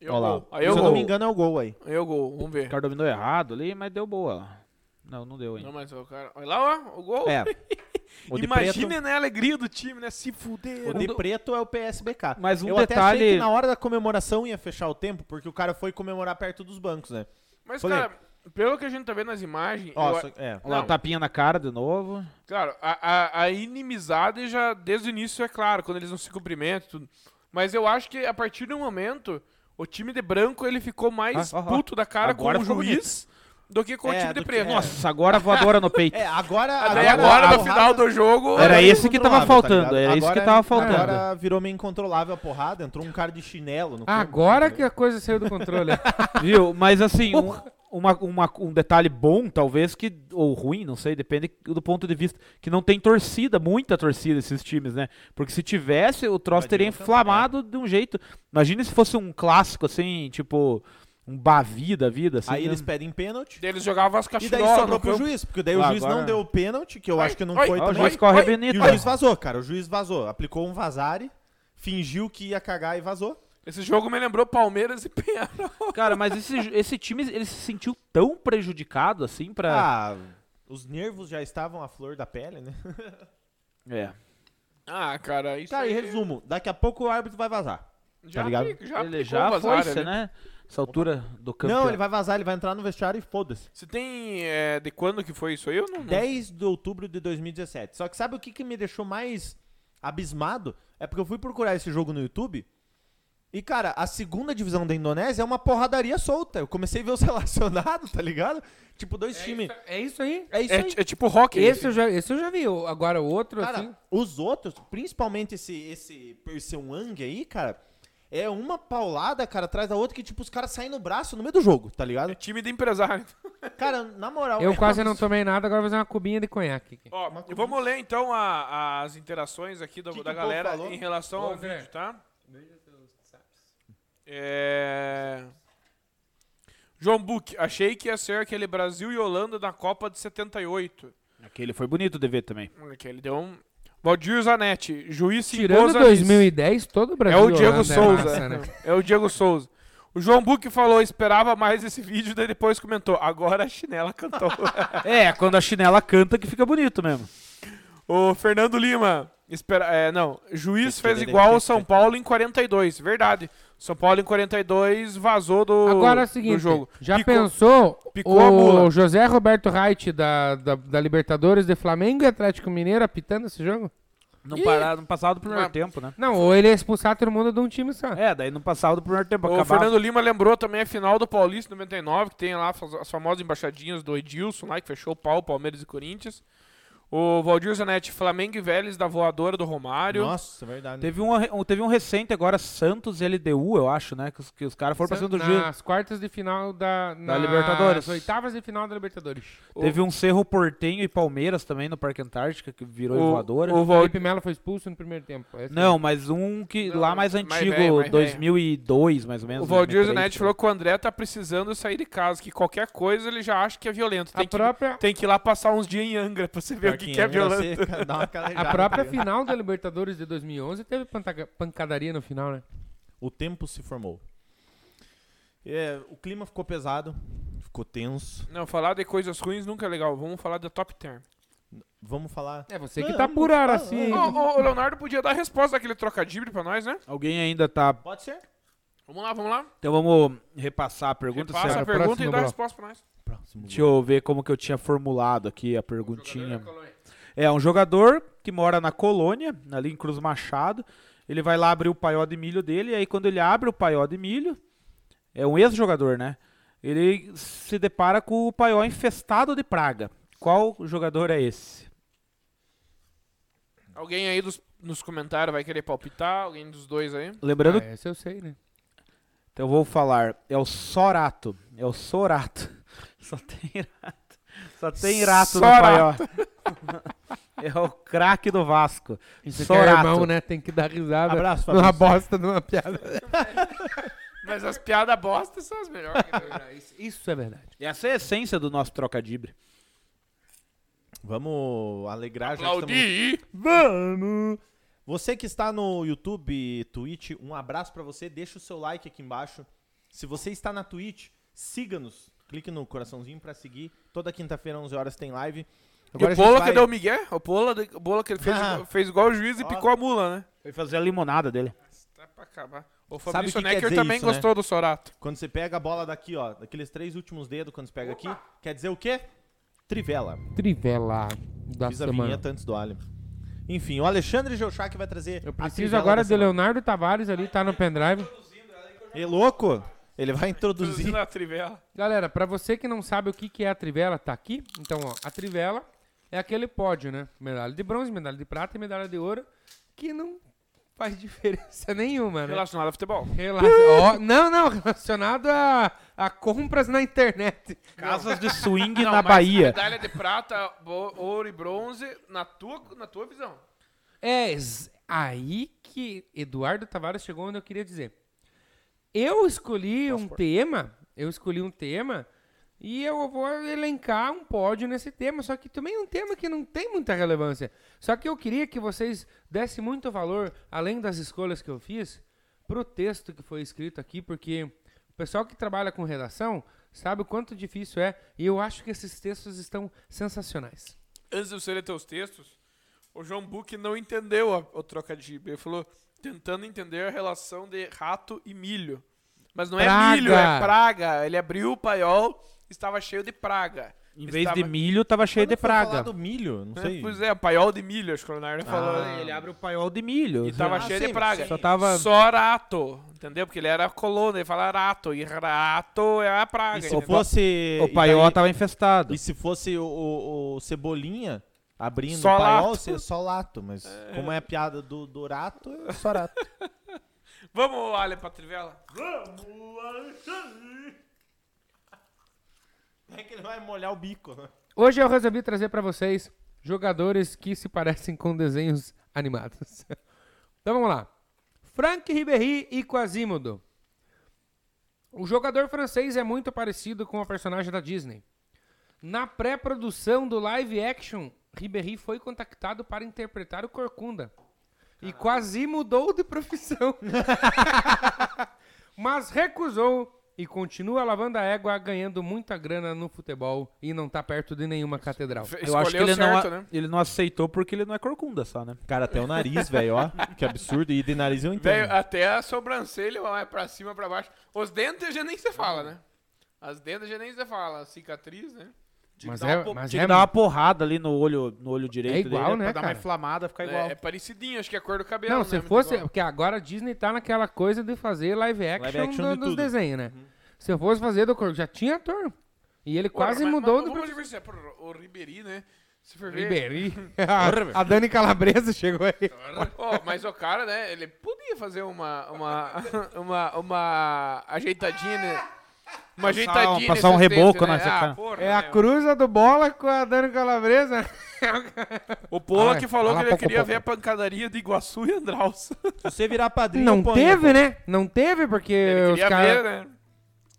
[SPEAKER 5] Eu
[SPEAKER 2] Olha lá.
[SPEAKER 5] gol. Aí eu
[SPEAKER 2] se eu
[SPEAKER 5] gol.
[SPEAKER 2] não me engano, é o gol aí.
[SPEAKER 5] Aí eu gol. Vamos
[SPEAKER 4] O
[SPEAKER 5] ver.
[SPEAKER 4] cara dominou errado ali, mas deu boa. lá. Não, não deu ainda.
[SPEAKER 5] Não, mas o cara. Olha lá, ó. O gol.
[SPEAKER 2] É. O de
[SPEAKER 5] Imagina né, a alegria do time, né? Se fuder.
[SPEAKER 2] O de preto é o PSBK.
[SPEAKER 4] Mas um
[SPEAKER 2] eu até achei
[SPEAKER 4] detalhe-
[SPEAKER 2] que na hora da comemoração ia fechar o tempo, porque o cara foi comemorar perto dos bancos, né?
[SPEAKER 5] Mas,
[SPEAKER 2] Falei.
[SPEAKER 5] cara, pelo que a gente tá vendo nas imagens,
[SPEAKER 2] Ó,
[SPEAKER 5] eu-
[SPEAKER 2] só- é.
[SPEAKER 4] Olha lá,
[SPEAKER 5] Não.
[SPEAKER 4] tapinha na cara de novo.
[SPEAKER 5] Claro, a, a, a inimizade já desde o início é claro, quando eles não se cumprimentam e tudo. Mas eu acho que a partir do momento, o time de branco ele ficou mais
[SPEAKER 4] Ah, ah, ah.
[SPEAKER 5] puto da cara
[SPEAKER 4] Agora
[SPEAKER 5] com o
[SPEAKER 4] ficou
[SPEAKER 5] juiz do que com o
[SPEAKER 2] É,
[SPEAKER 5] time
[SPEAKER 2] do
[SPEAKER 5] de
[SPEAKER 2] que-
[SPEAKER 5] preto.
[SPEAKER 2] é.
[SPEAKER 5] Nossa,
[SPEAKER 4] Nossa, agora a voadora no peito.
[SPEAKER 2] É, agora.
[SPEAKER 5] daí agora,
[SPEAKER 2] a
[SPEAKER 5] no
[SPEAKER 2] porrada-
[SPEAKER 5] final do jogo.
[SPEAKER 4] Era
[SPEAKER 2] agora é
[SPEAKER 4] esse que tava
[SPEAKER 2] incontrolável,
[SPEAKER 4] faltando,
[SPEAKER 2] ligado?
[SPEAKER 4] era isso que
[SPEAKER 2] Agora-
[SPEAKER 4] tava faltando.
[SPEAKER 2] Agora virou meio incontrolável a porrada, entrou um cara de chinelo no campo,
[SPEAKER 3] Agora
[SPEAKER 2] entendeu?
[SPEAKER 3] que a coisa saiu do controle.
[SPEAKER 4] Viu? Mas assim, um, uma- uma- um detalhe bom, talvez, que. Ou ruim, não sei, depende do ponto de vista. Que não tem torcida, muita torcida esses times, né? Porque se tivesse, o troço
[SPEAKER 2] Imagina
[SPEAKER 4] teria
[SPEAKER 2] o campo,
[SPEAKER 4] inflamado de um jeito. Imagina se fosse um clássico, assim, tipo. Um Bavi da vida, assim.
[SPEAKER 2] Aí
[SPEAKER 4] né?
[SPEAKER 2] eles pedem pênalti.
[SPEAKER 5] Daí Eles jogavam as
[SPEAKER 2] E daí
[SPEAKER 5] cachirolas
[SPEAKER 2] sobrou
[SPEAKER 5] no
[SPEAKER 2] pro
[SPEAKER 5] campo.
[SPEAKER 2] juiz, porque daí
[SPEAKER 4] Ah,
[SPEAKER 2] o juiz
[SPEAKER 4] agora-
[SPEAKER 2] não deu o pênalti, que eu
[SPEAKER 5] Ai,
[SPEAKER 2] acho que não
[SPEAKER 5] ai,
[SPEAKER 2] foi
[SPEAKER 5] ó,
[SPEAKER 4] Ó, o
[SPEAKER 2] também.
[SPEAKER 4] juiz corre
[SPEAKER 5] Oi,
[SPEAKER 4] bonito. né?
[SPEAKER 2] E o juiz vazou, cara. O juiz vazou. Aplicou um vazare, fingiu que ia cagar e vazou.
[SPEAKER 5] Esse jogo me lembrou Palmeiras e Penharol.
[SPEAKER 4] Cara, mas esse, esse time, ele se sentiu tão prejudicado, assim,
[SPEAKER 5] Ah,
[SPEAKER 4] pra.
[SPEAKER 2] Ah, os nervos já estavam à flor da pele, né?
[SPEAKER 4] É.
[SPEAKER 5] Ah, cara, isso
[SPEAKER 2] Cara,
[SPEAKER 5] aí...
[SPEAKER 2] em resumo, daqui a pouco o árbitro vai vazar.
[SPEAKER 5] já,
[SPEAKER 2] tá ligado?
[SPEAKER 5] pe- já
[SPEAKER 4] ele
[SPEAKER 5] pegou
[SPEAKER 4] já foi,
[SPEAKER 5] o Vazara
[SPEAKER 4] cê,
[SPEAKER 5] ali.
[SPEAKER 4] né? Essa altura do campeão.
[SPEAKER 2] Não, ele vai vazar, ele vai entrar no vestiário e foda-se.
[SPEAKER 5] Você tem... é, de quando que foi isso aí? Eu
[SPEAKER 3] Hum.
[SPEAKER 5] não... não-
[SPEAKER 2] 10 de outubro de 2017. Só que sabe o que, que me deixou mais abismado? É porque eu fui procurar esse jogo no YouTube. E, cara, a segunda divisão da Indonésia é uma porradaria solta. Eu comecei a ver os relacionados, tá ligado? Tipo, dois times.
[SPEAKER 3] É isso aí.
[SPEAKER 2] É isso
[SPEAKER 5] É,
[SPEAKER 2] aí.
[SPEAKER 5] ti- é tipo rock.
[SPEAKER 3] Esse eu, já, esse eu já vi. o- Agora o outro,
[SPEAKER 2] Cara, tá
[SPEAKER 3] assim.
[SPEAKER 2] os outros, principalmente esse, esse Perseuang aí, cara, é uma paulada, cara, atrás da outra que, tipo, os caras saem no braço no meio do jogo, tá ligado?
[SPEAKER 5] É time de empresário.
[SPEAKER 2] Cara, na moral.
[SPEAKER 3] Eu
[SPEAKER 2] é
[SPEAKER 3] quase
[SPEAKER 2] um
[SPEAKER 3] não
[SPEAKER 2] absurdo.
[SPEAKER 3] tomei nada, agora vou fazer uma cubinha de conhaque. aqui.
[SPEAKER 5] Ó,
[SPEAKER 2] Uma
[SPEAKER 5] vamos ler então a- as interações aqui do-
[SPEAKER 2] Que que
[SPEAKER 5] da
[SPEAKER 2] o povo
[SPEAKER 5] galera
[SPEAKER 2] falou?
[SPEAKER 5] em relação
[SPEAKER 3] Ô,
[SPEAKER 5] ao
[SPEAKER 3] André.
[SPEAKER 5] vídeo, tá? É... João Buck, achei que ia ser aquele Brasil e Holanda na Copa de 78.
[SPEAKER 4] Aquele foi bonito de ver também.
[SPEAKER 5] Que ele deu um. Valdir Zanetti, juiz
[SPEAKER 3] Tirando
[SPEAKER 5] impôs a
[SPEAKER 3] 2010, todo o
[SPEAKER 5] É
[SPEAKER 3] Brasil.
[SPEAKER 5] o Diego
[SPEAKER 3] Holanda é
[SPEAKER 5] Souza.
[SPEAKER 3] massa, né?
[SPEAKER 5] É o Diego Souza. O João Buck falou, esperava mais esse vídeo, daí depois comentou, agora a chinela cantou.
[SPEAKER 4] É, quando a chinela canta que fica bonito mesmo.
[SPEAKER 5] o Fernando Lima, espera, é, não, juiz fez igual ao São Paulo em 42, verdade. São Paulo em 42 vazou do,
[SPEAKER 3] Agora é o
[SPEAKER 5] do
[SPEAKER 3] seguinte,
[SPEAKER 5] jogo.
[SPEAKER 3] já
[SPEAKER 5] Picou-
[SPEAKER 3] pensou
[SPEAKER 5] picou a
[SPEAKER 3] o
[SPEAKER 5] mula.
[SPEAKER 3] José Roberto Reit da, da, da Libertadores de Flamengo e Atlético Mineiro apitando esse jogo?
[SPEAKER 4] Não, parar, não passava do primeiro
[SPEAKER 5] Mas-
[SPEAKER 4] tempo, né?
[SPEAKER 3] Não, ou ele ia expulsar todo mundo de um time só.
[SPEAKER 4] É, daí não passava do primeiro tempo.
[SPEAKER 5] O
[SPEAKER 4] acabava.
[SPEAKER 5] Fernando Lima lembrou também a final do Paulista 99, que tem lá as as famosas embaixadinhas do Edilson lá, que fechou o pau, Palmeiras e Corinthians. O Valdir Zanetti, Flamengo e Vélez da voadora do Romário.
[SPEAKER 2] Nossa, é verdade.
[SPEAKER 4] Teve um, um- teve um recente agora, Santos e LDU, eu acho, né? Que os, que os caras foram pra cima do
[SPEAKER 5] Ah,
[SPEAKER 4] Gil.
[SPEAKER 3] Nas quartas de final da, nas
[SPEAKER 4] Libertadores.
[SPEAKER 3] oitavas de final da Libertadores.
[SPEAKER 4] Teve um Cerro Portenho e Palmeiras também no Parque Antártica, que virou
[SPEAKER 5] O-
[SPEAKER 4] voadora.
[SPEAKER 5] o
[SPEAKER 3] O
[SPEAKER 5] Val-
[SPEAKER 3] Felipe Melo foi expulso no primeiro tempo. É assim. Esse-
[SPEAKER 4] Não, mas um que
[SPEAKER 5] Não,
[SPEAKER 4] lá mais
[SPEAKER 5] mais
[SPEAKER 4] antigo,
[SPEAKER 5] velho, mais velho.
[SPEAKER 4] 2002 mais ou menos. né,
[SPEAKER 5] O Valdir
[SPEAKER 4] 2003,
[SPEAKER 5] Zanetti falou que o André tá precisando sair de casa, que qualquer coisa ele já acha que é violento. Tem,
[SPEAKER 3] a
[SPEAKER 5] que,
[SPEAKER 3] própria,
[SPEAKER 5] tem que ir lá passar uns dias em Angra pra você ver o que, que é violento.
[SPEAKER 3] a própria final da Libertadores de 2011 teve pantaca- pancadaria no final, né?
[SPEAKER 2] O tempo se formou. É, o clima ficou pesado, ficou tenso.
[SPEAKER 5] Não, falar de coisas ruins nunca é legal. Vamos falar da top term.
[SPEAKER 2] Vamos falar.
[SPEAKER 3] É você que
[SPEAKER 2] Não,
[SPEAKER 3] tá
[SPEAKER 2] não
[SPEAKER 3] por ar
[SPEAKER 2] fala-
[SPEAKER 3] assim.
[SPEAKER 5] Ô, ô, ô, Leonardo podia dar a resposta daquele trocadilho pra nós, né?
[SPEAKER 4] Alguém ainda tá.
[SPEAKER 2] Pode ser?
[SPEAKER 5] Vamos lá, vamos lá.
[SPEAKER 4] Então vamos repassar a pergunta.
[SPEAKER 5] Repassa
[SPEAKER 4] será?
[SPEAKER 5] a
[SPEAKER 3] Sérgio.
[SPEAKER 5] pergunta e
[SPEAKER 3] Próximo
[SPEAKER 5] dá a
[SPEAKER 3] bloco.
[SPEAKER 5] resposta pra nós.
[SPEAKER 2] Próximo.
[SPEAKER 4] Deixa eu ver como que eu tinha formulado aqui a perguntinha.
[SPEAKER 5] Colônia.
[SPEAKER 4] É um jogador que mora na colônia, ali em Cruz Machado. Ele vai lá abrir o paió de milho dele, e aí quando ele abre o paió de milho, é um ex-jogador, né? Ele se depara com o paió infestado de praga. Qual jogador é esse?
[SPEAKER 5] Alguém aí dos- nos comentários vai querer palpitar? Alguém dos dois aí?
[SPEAKER 4] Lembrando,
[SPEAKER 3] Ah, esse eu sei, né?
[SPEAKER 4] então eu vou falar, é o Sorato, é o Sorato. Só tem rato. Só tem rato no paió.
[SPEAKER 5] Sorato.
[SPEAKER 4] É o craque do Vasco.
[SPEAKER 3] Isso aqui é
[SPEAKER 4] Sorato.
[SPEAKER 3] irmão, né? Tem que dar risada.
[SPEAKER 2] Abraço,
[SPEAKER 3] Numa
[SPEAKER 2] Fabrício.
[SPEAKER 3] bosta, numa piada.
[SPEAKER 5] Mas as piadas bosta são as melhores.
[SPEAKER 3] Isso é verdade.
[SPEAKER 4] Essa é a essência do nosso trocadibre.
[SPEAKER 2] Vamos alegrar já que estamos-
[SPEAKER 5] Aplaudi!
[SPEAKER 2] Vamos! Você que está no YouTube e Twitch, um abraço pra você. Deixa o seu like aqui embaixo. Se você está na Twitch, siga-nos. Clique no coraçãozinho pra seguir. Toda quinta-feira, 11 horas, tem live.
[SPEAKER 5] E
[SPEAKER 2] Agora a
[SPEAKER 5] o
[SPEAKER 2] gente
[SPEAKER 5] Bola que
[SPEAKER 2] vai-
[SPEAKER 5] deu o Miguel? O Bola, o Bola que ele fez,
[SPEAKER 2] Ah.
[SPEAKER 5] fez igual o juiz e
[SPEAKER 2] Ó.
[SPEAKER 5] picou a mula, né?
[SPEAKER 4] Foi fazer a limonada dele.
[SPEAKER 5] Tá pra acabar. O
[SPEAKER 2] Sabe
[SPEAKER 5] Fabrício
[SPEAKER 2] o que quer
[SPEAKER 5] Necker
[SPEAKER 2] dizer
[SPEAKER 5] também
[SPEAKER 2] isso, né?
[SPEAKER 5] gostou do Sorato.
[SPEAKER 2] Quando você pega a bola daqui, ó, daqueles três últimos dedos, quando você pega aqui, quer dizer o quê? Trivela.
[SPEAKER 3] Trivela da
[SPEAKER 2] Fiz a
[SPEAKER 3] semana.
[SPEAKER 2] vinheta antes do alho. Enfim, o Alexandre Geuchac vai trazer.
[SPEAKER 3] Eu
[SPEAKER 2] a
[SPEAKER 3] preciso
[SPEAKER 2] trivela
[SPEAKER 3] agora
[SPEAKER 2] da
[SPEAKER 3] de
[SPEAKER 2] semana.
[SPEAKER 3] Leonardo Tavares ali, tá no pendrive.
[SPEAKER 2] Ê, louco! Ele vai introduzir.
[SPEAKER 5] Produzindo a trivela.
[SPEAKER 3] Galera, pra você que não sabe o que, que é a trivela, tá aqui. Então, ó, a trivela é aquele pódio, né? Medalha de bronze, medalha de prata e medalha de ouro, que não faz diferença nenhuma,
[SPEAKER 2] É.
[SPEAKER 3] né?
[SPEAKER 5] Relacionado a futebol.
[SPEAKER 3] Rela- ó, não, não, relacionado a, a compras na internet.
[SPEAKER 4] Casas de swing
[SPEAKER 5] Não,
[SPEAKER 4] na
[SPEAKER 5] mas
[SPEAKER 4] Bahia.
[SPEAKER 5] Medalha de prata, bo- ouro e bronze, na tua, na tua visão.
[SPEAKER 3] É ex- aí que Eduardo Tavares chegou onde eu queria dizer. Eu escolhi um tema, eu escolhi um tema e eu vou elencar um pódio nesse tema, só que também é um tema que não tem muita relevância. Só que eu queria que vocês dessem muito valor, além das escolhas que eu fiz, pro texto que foi escrito aqui, porque o pessoal que trabalha com redação sabe o quanto difícil é, e eu acho que esses textos estão sensacionais.
[SPEAKER 5] Antes de você ler teus textos, ô O João Buck não entendeu a, o trocadilho. Ele falou, tentando entender a relação de rato e milho. Mas não é
[SPEAKER 3] Praga.
[SPEAKER 5] milho, é praga. Ele abriu o paiol, estava cheio de praga.
[SPEAKER 4] Em vez
[SPEAKER 5] Estava-
[SPEAKER 4] de milho, tava cheio
[SPEAKER 2] Quando
[SPEAKER 4] de
[SPEAKER 2] for
[SPEAKER 4] praga.
[SPEAKER 2] falar do milho, não sei.
[SPEAKER 5] Pois é, paiol de milho, acho que o Leonardo falou.
[SPEAKER 4] Ah, ele abre o paiol de milho.
[SPEAKER 5] E tava
[SPEAKER 4] Ah,
[SPEAKER 5] cheio
[SPEAKER 4] sim,
[SPEAKER 5] de praga.
[SPEAKER 4] Só tava...
[SPEAKER 5] Só rato, entendeu? Porque ele era colono, ele fala rato, e rato é a praga.
[SPEAKER 2] E se
[SPEAKER 5] entendeu?
[SPEAKER 2] fosse.
[SPEAKER 4] O paiol tá-
[SPEAKER 2] e, daí-
[SPEAKER 4] tava infestado.
[SPEAKER 2] e se fosse o, o- o Cebolinha abrindo
[SPEAKER 5] Só
[SPEAKER 2] o paiol,
[SPEAKER 5] lato.
[SPEAKER 2] seria só lato. Mas como é a piada do, do rato, é só rato.
[SPEAKER 5] Vamos, Ale, pra trivela.
[SPEAKER 2] é que ele vai molhar o bico, né?
[SPEAKER 3] Hoje eu resolvi trazer pra vocês jogadores que se parecem com desenhos animados. Então vamos lá. Frank Ribéry e Quasimodo. O jogador francês é muito parecido com o personagem da Disney. Na pré-produção do live action, Ribéry foi contactado para interpretar o Corcunda. E quase mudou de profissão. Mas recusou e continua lavando a égua, ganhando muita grana no futebol e não tá perto de nenhuma catedral.
[SPEAKER 4] Eu acho que
[SPEAKER 5] Escolheu
[SPEAKER 4] ele, não, a-
[SPEAKER 5] certo, né?
[SPEAKER 4] ele não aceitou porque ele não é corcunda só, né?
[SPEAKER 2] Cara, até o nariz, velho, ó. Que absurdo. E de nariz eu entendo.
[SPEAKER 5] Velho, até a sobrancelha vai pra cima, pra baixo. Os dentes já nem se fala, né? As dentes já nem se fala. A cicatriz, né?
[SPEAKER 3] Mas
[SPEAKER 4] Dá uma
[SPEAKER 3] é,
[SPEAKER 4] po-
[SPEAKER 3] mas
[SPEAKER 4] tinha
[SPEAKER 3] é,
[SPEAKER 4] que dar uma porrada ali no olho, no olho direito
[SPEAKER 3] É igual,
[SPEAKER 4] dele,
[SPEAKER 3] né,
[SPEAKER 4] pra dar uma
[SPEAKER 3] cara?
[SPEAKER 4] inflamada, ficar
[SPEAKER 5] É,
[SPEAKER 4] igual.
[SPEAKER 5] é parecidinho, acho que é a cor do cabelo.
[SPEAKER 3] Não,
[SPEAKER 5] né?
[SPEAKER 3] se
[SPEAKER 5] Muito
[SPEAKER 3] fosse.
[SPEAKER 5] igual.
[SPEAKER 3] Porque agora a Disney tá naquela coisa de fazer live action,
[SPEAKER 2] action
[SPEAKER 3] do-
[SPEAKER 2] de
[SPEAKER 3] dos
[SPEAKER 2] tudo.
[SPEAKER 3] desenhos, né?
[SPEAKER 5] Uhum.
[SPEAKER 3] Se eu fosse fazer do corpo, já tinha ator. E ele
[SPEAKER 5] Porra,
[SPEAKER 3] quase
[SPEAKER 5] mas-
[SPEAKER 3] mudou
[SPEAKER 5] mas
[SPEAKER 3] do
[SPEAKER 5] vamos
[SPEAKER 3] pro-
[SPEAKER 5] diversificar pro- O Ribeirinho, né? Se for ver.
[SPEAKER 3] Ribeirinho. a, a Dani Calabresa chegou aí.
[SPEAKER 5] Ó, mas o cara, né? Ele podia fazer uma. Uma. Uma. uma ajeitadinha, né? Uma ajeitadinha.
[SPEAKER 4] passar um
[SPEAKER 5] nesses
[SPEAKER 4] reboco
[SPEAKER 5] textos, né?
[SPEAKER 4] nessa
[SPEAKER 5] Ah,
[SPEAKER 4] cara.
[SPEAKER 5] porra,
[SPEAKER 3] É a
[SPEAKER 5] né?
[SPEAKER 3] cruza do bola com a Dani Calabresa.
[SPEAKER 5] O Pola
[SPEAKER 3] Ah,
[SPEAKER 5] que falou
[SPEAKER 3] fala
[SPEAKER 5] que ele
[SPEAKER 3] pouco,
[SPEAKER 5] queria
[SPEAKER 3] pouco.
[SPEAKER 5] ver a pancadaria de Iguaçu e Andraus.
[SPEAKER 2] Se você virar padrinho, eu
[SPEAKER 3] Não
[SPEAKER 2] ponho.
[SPEAKER 3] teve, né? Não teve, porque
[SPEAKER 5] Ele
[SPEAKER 3] É, os
[SPEAKER 5] queria ver,
[SPEAKER 3] caras.
[SPEAKER 5] né?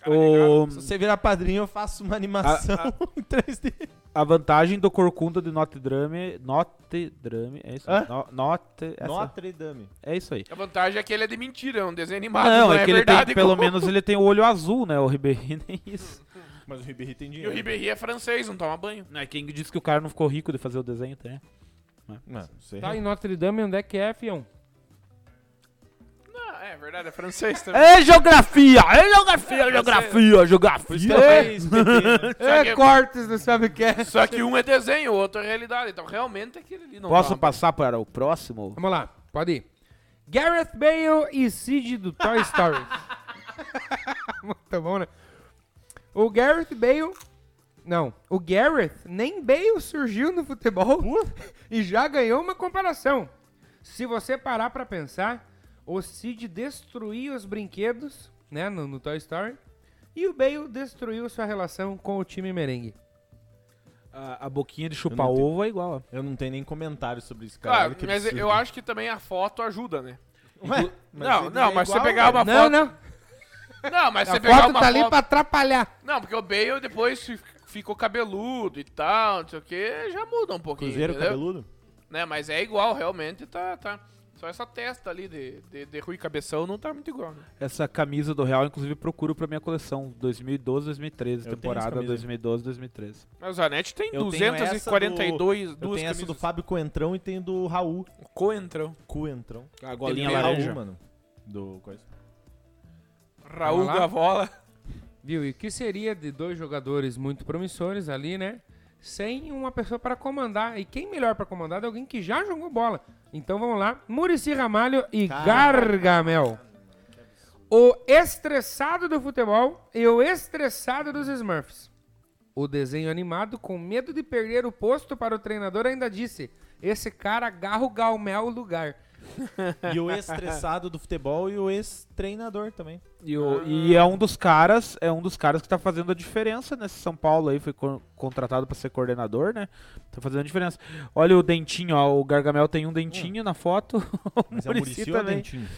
[SPEAKER 4] Tá O-
[SPEAKER 2] Se você virar padrinho, eu faço uma animação em 3D.
[SPEAKER 4] a vantagem do corcunda de Notre Dame... Notre Dame, é isso?
[SPEAKER 2] Hã?
[SPEAKER 4] No, Notre- essa-
[SPEAKER 2] Notre Dame.
[SPEAKER 4] É isso aí.
[SPEAKER 5] A vantagem é que ele é de mentira, é um desenho
[SPEAKER 4] Ah,
[SPEAKER 5] animado.
[SPEAKER 4] não, é, que ele
[SPEAKER 5] verdade,
[SPEAKER 4] tem, pelo
[SPEAKER 5] como-
[SPEAKER 4] menos ele tem o olho azul, né? O Ribeirinho nem isso.
[SPEAKER 2] Mas o Ribeirinho tem
[SPEAKER 5] E o
[SPEAKER 2] dinheiro.
[SPEAKER 5] Ribeirinho é francês, não toma banho.
[SPEAKER 4] Não, é quem disse que o cara não ficou rico de fazer o desenho, tá, né?
[SPEAKER 2] Não, não sei.
[SPEAKER 3] Tá em Notre Dame, onde é que é, fião?
[SPEAKER 5] Não, é verdade, é francês também.
[SPEAKER 4] É geografia! É geografia, geografia, É.
[SPEAKER 2] É.
[SPEAKER 4] geografia!
[SPEAKER 5] Só
[SPEAKER 3] É
[SPEAKER 5] que-
[SPEAKER 3] cortes do sabe que é.
[SPEAKER 5] Só que um é desenho, o outro é realidade. Então realmente aquele ali não
[SPEAKER 4] Posso
[SPEAKER 5] toma
[SPEAKER 4] passar para o próximo?
[SPEAKER 3] Vamos lá, pode ir. Gareth Bale e Sid do Toy Story. Muito bom, né? O Gareth Bale. Não, o Gareth nem Bale surgiu no futebol e já ganhou uma comparação. Se você parar pra pensar, o Sid destruiu os brinquedos, né, no, no Toy Story, e o Bale destruiu sua relação com o time merengue.
[SPEAKER 4] A, a boquinha de chupar
[SPEAKER 2] Eu não
[SPEAKER 4] ovo é igual, ó.
[SPEAKER 2] Eu não tenho nem comentário sobre esse cara. É
[SPEAKER 5] banho. Ah, mas eu acho que também a foto ajuda, né?
[SPEAKER 2] Ué,
[SPEAKER 5] não,
[SPEAKER 2] ele
[SPEAKER 5] não,
[SPEAKER 2] é
[SPEAKER 5] mas se você
[SPEAKER 2] igual,
[SPEAKER 5] pegar uma
[SPEAKER 3] né? Não,
[SPEAKER 5] foto.
[SPEAKER 3] não,
[SPEAKER 5] Não, mas se você
[SPEAKER 3] a
[SPEAKER 5] pegar
[SPEAKER 3] foto
[SPEAKER 5] uma
[SPEAKER 3] tá ali
[SPEAKER 5] foto.
[SPEAKER 3] pra atrapalhar.
[SPEAKER 5] Não, porque o Bale depois fi- ficou cabeludo e tal, não sei o que, já muda um pouquinho.
[SPEAKER 2] Cruzeiro
[SPEAKER 5] entendeu?
[SPEAKER 2] cabeludo?
[SPEAKER 5] Né, mas é igual, realmente tá. tá. Só essa testa ali de, de, de Rui Cabeção não tá muito igual. Né?
[SPEAKER 4] Essa camisa do Real, inclusive, procuro pra minha coleção. 2012,
[SPEAKER 2] Eu
[SPEAKER 4] 2013,
[SPEAKER 2] tenho essa
[SPEAKER 4] temporada
[SPEAKER 2] camisa.
[SPEAKER 4] 2012, 2013.
[SPEAKER 5] Mas o Zanetti tem
[SPEAKER 2] Eu tenho
[SPEAKER 5] 242,
[SPEAKER 2] Eu
[SPEAKER 5] duas
[SPEAKER 2] tenho essa do
[SPEAKER 5] camisas.
[SPEAKER 2] Fábio Coentrão e tem do Raul
[SPEAKER 5] Coentrão.
[SPEAKER 2] Coentrão.
[SPEAKER 4] A
[SPEAKER 2] Tem do Raul, mano. Do coisa.
[SPEAKER 5] Raul
[SPEAKER 3] Vamos lá?
[SPEAKER 5] Gavola.
[SPEAKER 3] Viu? E o que seria de dois jogadores muito promissores ali, né? Sem uma pessoa para comandar. E quem melhor para comandar é alguém que já jogou bola. Então vamos lá. Murici Ramalho e Gargamel. O estressado do futebol e o estressado dos Smurfs. O desenho animado, com medo de perder o posto para o treinador, ainda disse: Esse cara agarra o Galmel o lugar.
[SPEAKER 2] E o ex-estressado do futebol e o ex-treinador também.
[SPEAKER 4] E, o- e
[SPEAKER 5] Ah.
[SPEAKER 4] é um dos caras, é um dos caras que tá fazendo a diferença nesse São Paulo aí, foi co- contratado pra ser coordenador, né? Tá fazendo a diferença. Olha o dentinho, ó, o Gargamel tem um
[SPEAKER 5] Hum.
[SPEAKER 4] dentinho na foto. o
[SPEAKER 2] Mas é o
[SPEAKER 4] Muricy
[SPEAKER 2] Muricy ou é o
[SPEAKER 4] também.
[SPEAKER 2] Dentinho?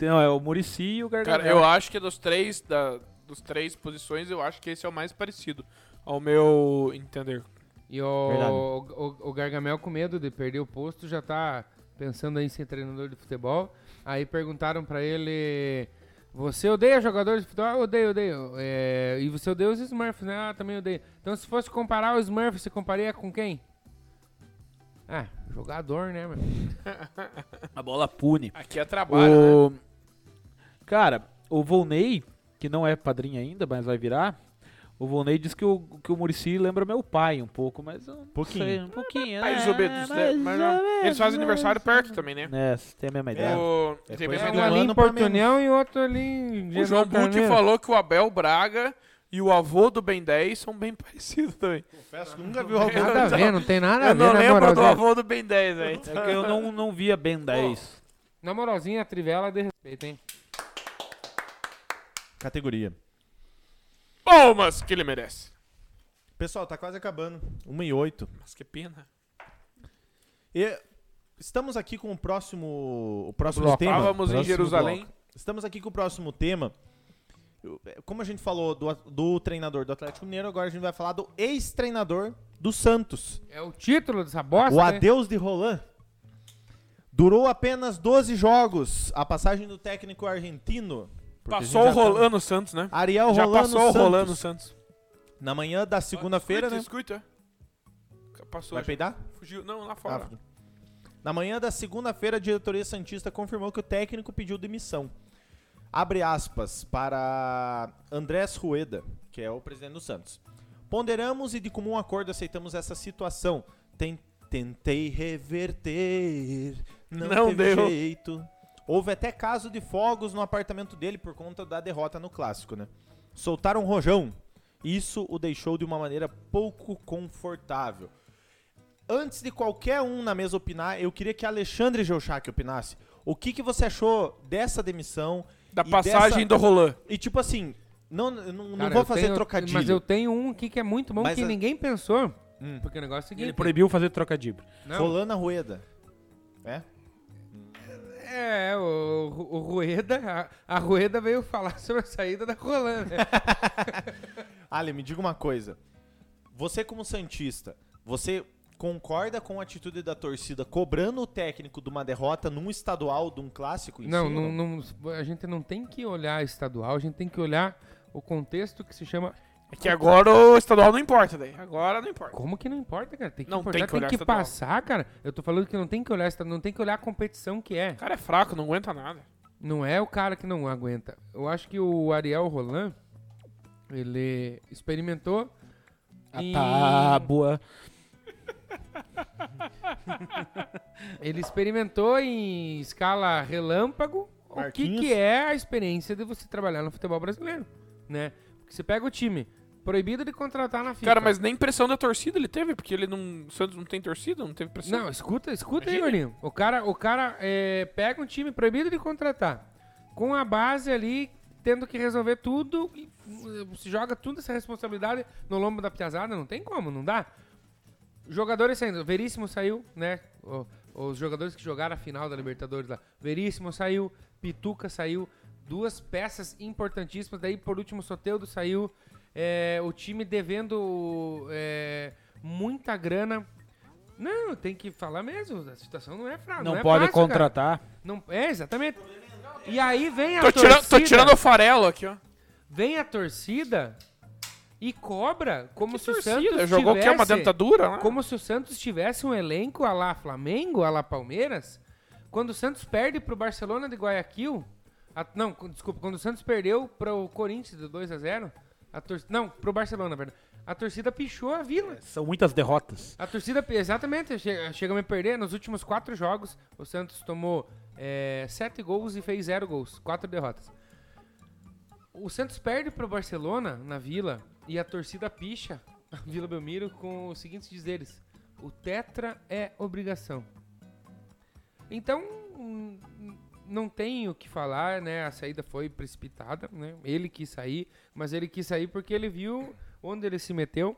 [SPEAKER 4] Não, é o Murici e o Gargamel.
[SPEAKER 5] Cara, eu acho que dos três, da, dos três posições, eu acho que esse é o mais parecido. Ao meu entender.
[SPEAKER 3] E o,
[SPEAKER 2] Verdade.
[SPEAKER 3] o, o Gargamel, com medo de perder o posto, já tá pensando em ser treinador de futebol. Aí perguntaram pra ele: Você odeia jogadores de futebol? Ah, odeio, odeio. É, e você odeia os Smurfs, né? Ah, também odeio. Então, se fosse comparar o Smurf, você comparia com quem? Ah, jogador, né, meu?
[SPEAKER 4] A bola pune.
[SPEAKER 5] Aqui é trabalho, né?
[SPEAKER 4] O... Cara, o Volney, que não é padrinho ainda, mas vai virar. O Volney diz que o, que o Murici lembra meu pai um pouco, mas eu não
[SPEAKER 2] Pouquinho.
[SPEAKER 4] sei, um pouquinho.
[SPEAKER 5] Mais
[SPEAKER 4] é,
[SPEAKER 5] ou menos, né?
[SPEAKER 4] mais
[SPEAKER 5] Mas,
[SPEAKER 4] ou
[SPEAKER 5] ó,
[SPEAKER 4] menos,
[SPEAKER 5] eles fazem
[SPEAKER 4] mas-
[SPEAKER 5] aniversário perto também, né?
[SPEAKER 4] É, você tem a mesma ideia.
[SPEAKER 5] O,
[SPEAKER 2] É
[SPEAKER 5] tem
[SPEAKER 2] coisa
[SPEAKER 5] mais
[SPEAKER 3] É,
[SPEAKER 2] de
[SPEAKER 3] um
[SPEAKER 5] idade.
[SPEAKER 2] ano
[SPEAKER 3] ali em
[SPEAKER 2] pra menos.
[SPEAKER 3] Portunhão e outro ali em
[SPEAKER 5] o João
[SPEAKER 3] General
[SPEAKER 5] Butti
[SPEAKER 3] Carneiro.
[SPEAKER 5] falou que o Abel Braga e o avô do Ben 10 são bem parecidos também.
[SPEAKER 2] Confesso que nunca viu
[SPEAKER 5] alguém-
[SPEAKER 2] alguém.
[SPEAKER 3] Nada a ver, não tem nada a
[SPEAKER 5] Eu
[SPEAKER 3] ver.
[SPEAKER 5] não
[SPEAKER 3] na
[SPEAKER 5] lembro do
[SPEAKER 3] moralzinha.
[SPEAKER 5] avô do Ben 10, velho.
[SPEAKER 4] É que eu não, não via é Ben 10.
[SPEAKER 3] Na moralzinha, a trivela é de respeito, hein?
[SPEAKER 2] Categoria.
[SPEAKER 5] Bom, mas que ele merece.
[SPEAKER 2] Pessoal, tá quase acabando. 1 e 8.
[SPEAKER 5] Mas que pena.
[SPEAKER 2] E estamos aqui com o próximo, o próximo
[SPEAKER 3] Bloco.
[SPEAKER 2] tema.
[SPEAKER 5] Estávamos em
[SPEAKER 2] Próximo
[SPEAKER 5] Jerusalém.
[SPEAKER 2] bloco. Estamos aqui com o próximo tema. Eu- é, Como a gente falou do, a- do treinador do Atlético Mineiro, agora a gente vai falar do ex-treinador do Santos.
[SPEAKER 3] É o título dessa bosta,
[SPEAKER 2] o
[SPEAKER 3] né?
[SPEAKER 2] adeus de Roland. Durou apenas 12 jogos a passagem do técnico argentino. Porque a gente
[SPEAKER 5] Passou o
[SPEAKER 2] já tá-
[SPEAKER 5] Rolando Santos, né?
[SPEAKER 2] Ariel
[SPEAKER 5] Já
[SPEAKER 2] Rolando
[SPEAKER 5] passou o
[SPEAKER 2] Santos.
[SPEAKER 5] Rolando Santos.
[SPEAKER 2] Na manhã da segunda-feira, né?
[SPEAKER 5] Escuta, escuta. Passou.
[SPEAKER 2] Vai
[SPEAKER 5] já.
[SPEAKER 2] peidar?
[SPEAKER 5] Fugiu. Não, lá fora.
[SPEAKER 2] Rápido. Na manhã da segunda-feira, a diretoria Santista confirmou que o técnico pediu demissão. Abre aspas para Andrés Rueda, que é o presidente do Santos. Ponderamos e de comum acordo aceitamos essa situação. Ten- tentei reverter, não,
[SPEAKER 5] Não
[SPEAKER 2] teve
[SPEAKER 5] deu.
[SPEAKER 2] jeito. Houve até caso de fogos no apartamento dele por conta da derrota no clássico, né? Soltaram um rojão. Isso o deixou de uma maneira pouco confortável antes de qualquer um na mesa opinar, eu queria que Alexandre Geuchac opinasse. O que, que você achou dessa demissão?
[SPEAKER 5] Da
[SPEAKER 2] E
[SPEAKER 5] passagem do
[SPEAKER 2] dessa-
[SPEAKER 5] Roland.
[SPEAKER 2] E tipo assim, não, eu não, não
[SPEAKER 3] Cara,
[SPEAKER 2] vou
[SPEAKER 3] eu
[SPEAKER 2] fazer
[SPEAKER 3] tenho-
[SPEAKER 2] trocadilho.
[SPEAKER 3] Mas eu tenho um aqui que é muito bom,
[SPEAKER 2] Mas
[SPEAKER 3] que
[SPEAKER 2] a-
[SPEAKER 3] ninguém pensou.
[SPEAKER 2] Hum.
[SPEAKER 3] Porque o negócio é o seguinte...
[SPEAKER 4] Ele proibiu fazer trocadilho.
[SPEAKER 3] Não,
[SPEAKER 2] Rolando a Rueda. É?
[SPEAKER 3] É, o, o Rueda... A, a Rueda veio falar sobre a saída da Roland, né?
[SPEAKER 2] Ale, me diga uma coisa. Você como Santista, você concorda com a atitude da torcida cobrando o técnico de uma derrota num estadual, de um clássico? em
[SPEAKER 3] Não,
[SPEAKER 2] si, ou
[SPEAKER 3] não, não- a gente não tem que olhar estadual, a gente tem que olhar o contexto que se chama...
[SPEAKER 5] É que agora o estadual não importa, daí. Agora não importa.
[SPEAKER 3] Como que não importa, cara? Tem que,
[SPEAKER 5] Não
[SPEAKER 3] importar,
[SPEAKER 5] tem que olhar estadual.
[SPEAKER 3] passar, cara. Eu tô falando que não tem que olhar estadual, não tem que olhar a competição que é.
[SPEAKER 5] O cara é fraco, não aguenta nada.
[SPEAKER 3] Não é o cara que não aguenta. Eu acho que o Ariel Roland, ele experimentou.
[SPEAKER 4] A
[SPEAKER 3] em-
[SPEAKER 4] tábua.
[SPEAKER 3] Ele experimentou em escala relâmpago o que,
[SPEAKER 2] Marquinhos.
[SPEAKER 3] que é a experiência de você trabalhar no futebol brasileiro, né? Porque você pega o time proibido de contratar na FIFA.
[SPEAKER 5] Cara, mas nem pressão da torcida ele teve, porque ele não. O Santos não tem torcida, não teve pressão.
[SPEAKER 3] Não, escuta, escuta aí,
[SPEAKER 5] Imagina.
[SPEAKER 3] Orlinho. O cara, o cara é, pega um time proibido de contratar, com a base ali, tendo que resolver tudo, e uh, se joga toda essa responsabilidade no lombo da piazada, não tem como, não dá. Jogadores saindo, Veríssimo saiu, né? O- os jogadores que jogaram a final da Libertadores lá. Veríssimo saiu, Pituca saiu, duas peças importantíssimas, daí por último Soteudo saiu. é, o time devendo é, muita grana não, tem que falar mesmo. A situação não é
[SPEAKER 5] Ah,
[SPEAKER 3] fraca.
[SPEAKER 4] Não,
[SPEAKER 3] é
[SPEAKER 4] pode
[SPEAKER 3] fácil, cara.
[SPEAKER 4] contratar.
[SPEAKER 3] Não, é, exatamente. E aí vem a
[SPEAKER 5] Tô
[SPEAKER 3] torcida.
[SPEAKER 5] tirando, tô tirando o farelo aqui, ó.
[SPEAKER 3] Vem a torcida e cobra como se o
[SPEAKER 5] Torcida,
[SPEAKER 3] Santos
[SPEAKER 5] jogou que
[SPEAKER 3] tivesse,
[SPEAKER 5] é uma dentadura? lá?
[SPEAKER 3] Como se o Santos tivesse um elenco a lá Flamengo, a lá Palmeiras. Quando o Santos perde pro Barcelona de Guayaquil. a- não, co- desculpa, quando o Santos perdeu pro Corinthians de 2 a 0 a torcida. Não, pro Barcelona, na verdade. A torcida pichou a vila.
[SPEAKER 4] São muitas derrotas.
[SPEAKER 3] A torcida, exatamente, chega, chega a me perder. Nos últimos quatro jogos, o Santos tomou é, sete gols e fez zero gols, quatro derrotas. O Santos perde pro Barcelona na Vila e a torcida picha a Vila Belmiro com os seguintes dizeres: o Tetra é obrigação. Então hum, não tem o que falar, né? A saída foi precipitada, né? Ele quis sair, mas ele quis sair porque ele viu onde ele se meteu.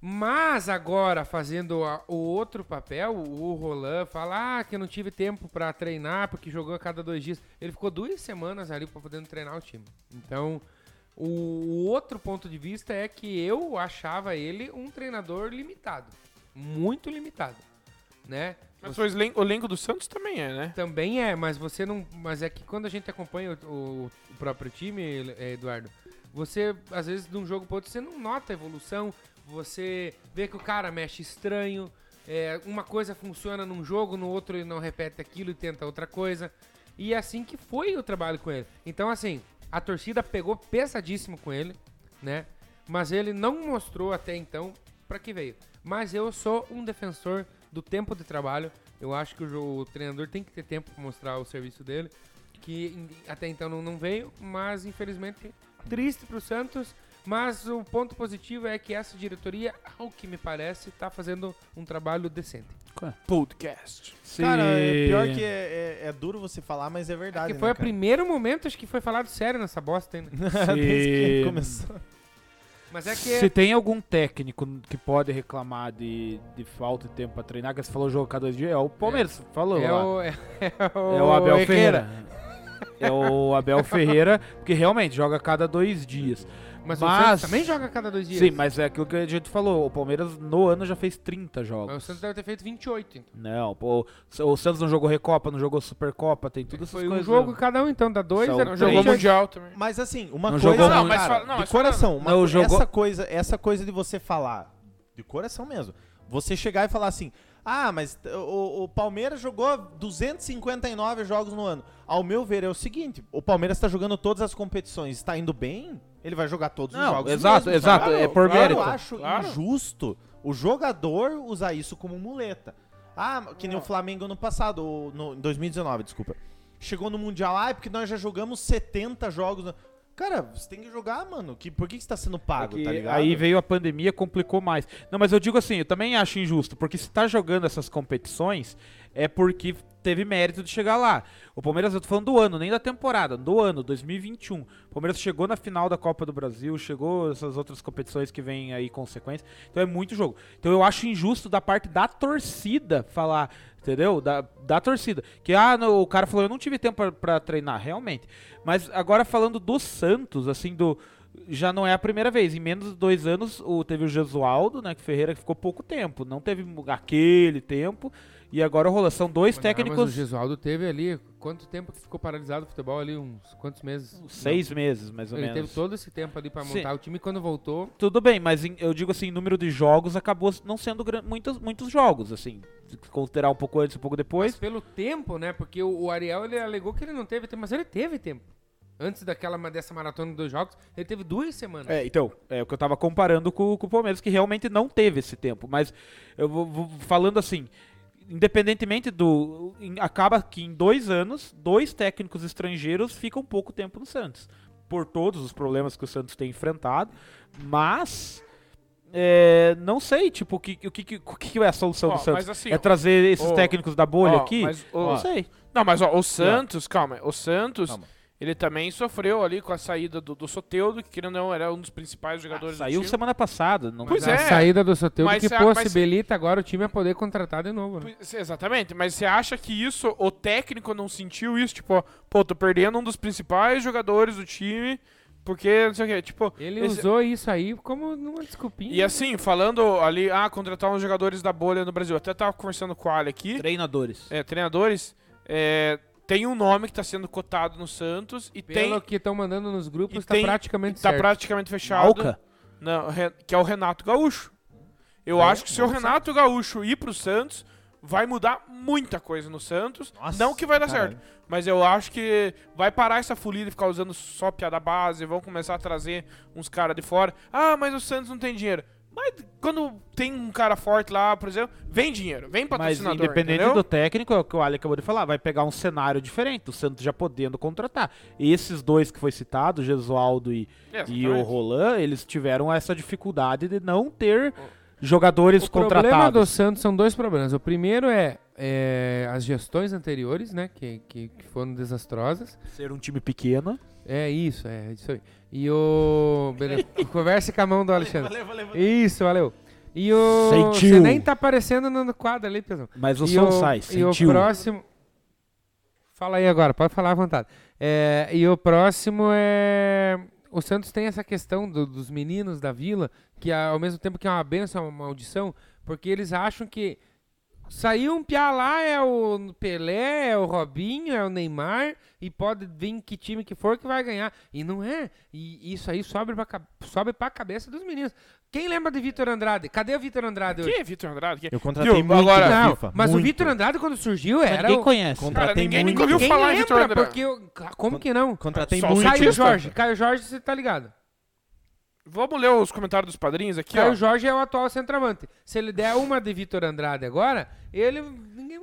[SPEAKER 3] Mas agora, fazendo a- o outro papel, o Roland fala ah, que eu não tive tempo pra treinar porque jogou a cada dois dias. Ele ficou duas semanas ali pra poder treinar o time. Então, o, o outro ponto de vista é que eu achava ele um treinador limitado. Muito limitado, né?
[SPEAKER 5] Mas o elen- o elenco do Santos também é, né?
[SPEAKER 3] Também é, mas você não. Mas é que quando a gente acompanha o, o- o próprio time, Ele- eh, Eduardo, você, às vezes, de um jogo pro outro, você não nota a evolução, você vê que o cara mexe estranho, É, uma coisa funciona num jogo, no outro ele não repete aquilo e tenta outra coisa. E é assim que foi o trabalho com ele. Então, assim, a torcida pegou pesadíssimo com ele, né? Mas ele não mostrou até então pra que veio. Mas eu sou um defensor do tempo de trabalho. Eu acho que o, jo- o treinador tem que ter tempo pra mostrar o serviço dele, que in- até então não, não veio, mas infelizmente triste pro Santos. Mas o ponto positivo é que essa diretoria, ao que me parece, tá fazendo um trabalho decente.
[SPEAKER 5] Podcast.
[SPEAKER 2] Cara, é pior que é, é- é duro você falar, mas é
[SPEAKER 4] Ah,
[SPEAKER 2] verdade.
[SPEAKER 3] Porque foi
[SPEAKER 2] né,
[SPEAKER 3] o
[SPEAKER 2] cara?
[SPEAKER 3] primeiro momento, acho que foi falado sério nessa bosta ainda.
[SPEAKER 2] Desde que
[SPEAKER 4] Se-
[SPEAKER 2] começou.
[SPEAKER 3] Mas é que.
[SPEAKER 4] Se tem algum técnico que pode reclamar de, de falta de tempo pra treinar, que você falou jogar dois dias, é o Palmeiras, falou
[SPEAKER 3] É
[SPEAKER 4] lá.
[SPEAKER 3] o, é,
[SPEAKER 4] É o Abel
[SPEAKER 3] Herrera.
[SPEAKER 4] Ferreira. É o Abel Ferreira, porque realmente joga a cada dois dias.
[SPEAKER 3] Mas, o
[SPEAKER 4] Mas-
[SPEAKER 3] Santos também joga a cada dois dias.
[SPEAKER 4] Sim, mas é aquilo que a gente falou, o Palmeiras no ano já fez 30 jogos.
[SPEAKER 3] Mas o Santos deve ter feito 28, então.
[SPEAKER 4] Não, pô, o Santos não jogou Recopa, não jogou Supercopa, tem tudo essas
[SPEAKER 3] Foi um
[SPEAKER 4] coisas. né?
[SPEAKER 3] jogo cada um, então, dá dois,
[SPEAKER 4] São
[SPEAKER 3] dá
[SPEAKER 5] Não
[SPEAKER 3] três.
[SPEAKER 4] três.
[SPEAKER 5] jogou Mundial também.
[SPEAKER 2] Mas assim, uma
[SPEAKER 4] Não
[SPEAKER 2] coisa.
[SPEAKER 4] jogou Não, muito.
[SPEAKER 5] mas
[SPEAKER 2] cara,
[SPEAKER 5] fala- não,
[SPEAKER 2] de
[SPEAKER 5] mas falando-
[SPEAKER 2] coração, uma
[SPEAKER 4] Não,
[SPEAKER 2] co-
[SPEAKER 4] jogou-
[SPEAKER 2] essa coisa, essa coisa de você falar, de coração mesmo. Você chegar e falar assim: "Ah, mas t- o, o Palmeiras jogou 259 jogos no ano". Ao meu ver é o seguinte, o Palmeiras tá jogando todas as competições, está indo bem, ele vai jogar todos os
[SPEAKER 4] Não,
[SPEAKER 2] jogos.
[SPEAKER 4] exato,
[SPEAKER 2] mesmo,
[SPEAKER 4] exato,
[SPEAKER 2] sabe?
[SPEAKER 4] é por
[SPEAKER 5] claro,
[SPEAKER 2] Eu
[SPEAKER 4] mérito.
[SPEAKER 2] acho
[SPEAKER 5] claro.
[SPEAKER 2] injusto o jogador usar isso como muleta. Ah, que nem o Flamengo no passado, ou no, em 2019, desculpa. Chegou no Mundial, ah, é porque nós já jogamos 70 jogos. no-" Cara, você tem que jogar, mano. Que, por que, que você tá sendo pago,
[SPEAKER 4] É que
[SPEAKER 2] tá ligado?
[SPEAKER 4] Aí veio a pandemia, complicou mais. Não, mas eu digo assim, eu também acho injusto, porque se tá jogando essas competições, é porque teve mérito de chegar lá. O Palmeiras, eu tô falando do ano, nem da temporada, do ano, 2021. O Palmeiras chegou na final da Copa do Brasil, chegou essas outras competições que vêm aí consequência. Então é muito jogo. Então eu acho injusto da parte da torcida falar, entendeu? Da, da torcida. Que, ah, não, o cara falou, eu não tive tempo pra- pra treinar, realmente. Mas agora falando do Santos, assim, do já não é a primeira vez. Em menos de dois anos, o, teve o Jesualdo, né? Que Ferreira que ficou pouco tempo. Não teve mu- aquele tempo. E agora rolou. São dois
[SPEAKER 3] Mas é o
[SPEAKER 4] técnicos.
[SPEAKER 3] Gesualdo teve ali, quanto tempo que ficou paralisado o futebol ali? Uns quantos meses?
[SPEAKER 4] Seis meses, mais ou
[SPEAKER 3] Ele
[SPEAKER 4] menos.
[SPEAKER 3] teve todo esse tempo ali pra
[SPEAKER 4] Sim.
[SPEAKER 3] montar o time. e Quando voltou,
[SPEAKER 4] Tudo bem, mas em- eu digo assim, número de jogos acabou não sendo gran- muitos, muitos jogos, assim. Se Considerar um pouco antes, um pouco depois.
[SPEAKER 3] mas pelo tempo, né? Porque o, o Ariel ele alegou que ele não teve tempo, mas ele teve tempo. Antes daquela ma- dessa maratona dos jogos, ele teve duas semanas.
[SPEAKER 4] É, então, é o que eu tava comparando com, com o Palmeiras, que realmente não teve esse tempo. Mas eu vou, vou falando assim, independentemente do. em- acaba que em dois anos, dois técnicos estrangeiros ficam pouco tempo no Santos. Por todos os problemas que o Santos tem enfrentado. Mas. é, não sei, tipo, o que, o que, que- o que que é a solução
[SPEAKER 5] Ó,
[SPEAKER 4] do Santos?
[SPEAKER 5] mas assim,
[SPEAKER 4] é trazer esses
[SPEAKER 5] ó,
[SPEAKER 4] técnicos da bolha
[SPEAKER 5] ó,
[SPEAKER 4] aqui?
[SPEAKER 5] mas, ó,
[SPEAKER 4] não sei.
[SPEAKER 5] Não, mas ó, o Santos, calma, o Santos,
[SPEAKER 2] Calma.
[SPEAKER 5] ele também sofreu ali com a saída do, do Soteudo, que querendo ou não era um dos principais jogadores
[SPEAKER 4] Saiu
[SPEAKER 5] do time.
[SPEAKER 4] semana passada. Não
[SPEAKER 5] Pois
[SPEAKER 3] a
[SPEAKER 5] é.
[SPEAKER 3] saída do Soteldo
[SPEAKER 5] Mas
[SPEAKER 3] que
[SPEAKER 5] será- mas-
[SPEAKER 3] possibilita agora o time a poder contratar de novo. Né?
[SPEAKER 5] Pois- Exatamente, mas você acha que isso, o técnico não sentiu isso? Tipo, ó, pô, tô perdendo um dos principais jogadores do time, porque não sei o quê, tipo...
[SPEAKER 3] Ele
[SPEAKER 5] esse-
[SPEAKER 3] usou isso aí como uma desculpinha.
[SPEAKER 5] E assim, falando ali, ah, contratar uns jogadores da bolha no Brasil, até tava conversando com o Ali aqui,
[SPEAKER 4] Treinadores.
[SPEAKER 5] é, treinadores, é, tem um nome que tá sendo cotado no Santos e
[SPEAKER 3] Pelo
[SPEAKER 5] tem...
[SPEAKER 3] que estão mandando nos grupos,
[SPEAKER 5] e
[SPEAKER 3] tá
[SPEAKER 5] tem-
[SPEAKER 3] praticamente
[SPEAKER 5] Tá
[SPEAKER 3] certo.
[SPEAKER 5] praticamente fechado.
[SPEAKER 4] Alca?
[SPEAKER 5] Não, Re- que é o Renato Gaúcho. Eu acho que se o Renato Gaúcho ir pro Santos, vai mudar muita coisa no Santos.
[SPEAKER 2] Nossa,
[SPEAKER 5] não que vai dar
[SPEAKER 2] caralho.
[SPEAKER 5] certo, mas eu acho que vai parar essa folia de ficar usando só piada base, vão começar a trazer uns caras de fora. Ah, mas o Santos não tem dinheiro. Mas quando tem um cara forte lá, por exemplo, vem dinheiro, vem
[SPEAKER 4] Mas
[SPEAKER 5] patrocinador,
[SPEAKER 4] independente
[SPEAKER 5] entendeu?
[SPEAKER 4] do técnico, é o que o Ali acabou de falar, vai pegar um cenário diferente, o Santos já podendo contratar. E esses dois que foi citado, o Gesualdo e,
[SPEAKER 5] É, exatamente.
[SPEAKER 4] e o Roland, eles tiveram essa dificuldade de não ter jogadores
[SPEAKER 3] O problema do
[SPEAKER 4] contratados.
[SPEAKER 3] Santos são dois problemas. O primeiro é, é, as gestões anteriores, né, que, que, que foram desastrosas.
[SPEAKER 4] Ser um time pequeno.
[SPEAKER 3] É isso, é isso aí. E o... Beleza, converse com a mão do Alexandre.
[SPEAKER 2] Valeu, valeu, valeu.
[SPEAKER 3] Isso, valeu. E o...
[SPEAKER 4] Sentiu.
[SPEAKER 3] Você nem tá aparecendo no no quadro ali, pessoal.
[SPEAKER 4] Mas o
[SPEAKER 3] E
[SPEAKER 4] Sonsai
[SPEAKER 3] E o
[SPEAKER 4] sentiu.
[SPEAKER 3] próximo... Fala aí agora, pode falar à vontade. É, e o próximo é... O Santos tem essa questão do- dos meninos da vila, que a- ao mesmo tempo que é uma benção, é uma maldição, porque eles acham que Saiu um piá lá, é o Pelé, é o Robinho, é o Neymar, e pode vir que time que for que vai ganhar. E não é. E isso aí sobe pra, ca- sobe pra cabeça dos meninos. Quem lembra de Vitor Andrade? Cadê o Vitor Andrade hoje?
[SPEAKER 5] Que Vitor Andrade? Que...
[SPEAKER 2] Eu contratei muito
[SPEAKER 5] agora-
[SPEAKER 2] na
[SPEAKER 3] Não,
[SPEAKER 2] FIFA.
[SPEAKER 3] mas
[SPEAKER 2] muito.
[SPEAKER 3] o Vitor Andrade, quando surgiu,
[SPEAKER 4] Mas
[SPEAKER 3] era.
[SPEAKER 4] Ninguém
[SPEAKER 3] o-
[SPEAKER 4] conhece.
[SPEAKER 2] Contra-
[SPEAKER 5] Cara,
[SPEAKER 2] Contratei
[SPEAKER 5] ninguém
[SPEAKER 2] muito.
[SPEAKER 5] nunca ouviu
[SPEAKER 3] Quem
[SPEAKER 5] falar em
[SPEAKER 3] lembra?
[SPEAKER 5] Vitor Andrade.
[SPEAKER 3] Porque eu- ca- Como que não?
[SPEAKER 2] Contratei
[SPEAKER 5] Só
[SPEAKER 2] muito.
[SPEAKER 5] o
[SPEAKER 3] Caio
[SPEAKER 5] cientista.
[SPEAKER 3] Jorge. Caio Jorge, você tá ligado.
[SPEAKER 5] Vamos ler os comentários dos padrinhos aqui,
[SPEAKER 3] Caio
[SPEAKER 5] ó.
[SPEAKER 3] Jorge é o atual centroavante. Se ele der uma de Vitor Andrade agora, ele. ninguém-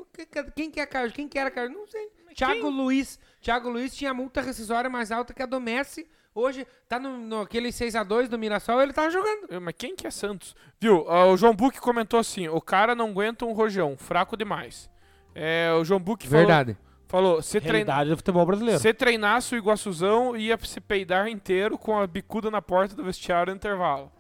[SPEAKER 3] Quem que é Caio? Quem que era Caio? Não sei. Thiago Luiz. Thiago Luiz tinha a multa rescisória mais alta que a do Messi. Hoje tá no, no aquele 6x2 do Mirassol, ele tá jogando.
[SPEAKER 5] Eh, Mas quem que é Santos? Viu? ah, o João Buck comentou assim: o cara não aguenta um rojão, fraco demais. É, o João Buck falou-
[SPEAKER 3] Verdade.
[SPEAKER 5] falou: se treinar.
[SPEAKER 4] Realidade do futebol brasileiro.
[SPEAKER 5] Se treinasse o Iguaçuzão, ia se peidar inteiro com a bicuda na porta do vestiário no intervalo.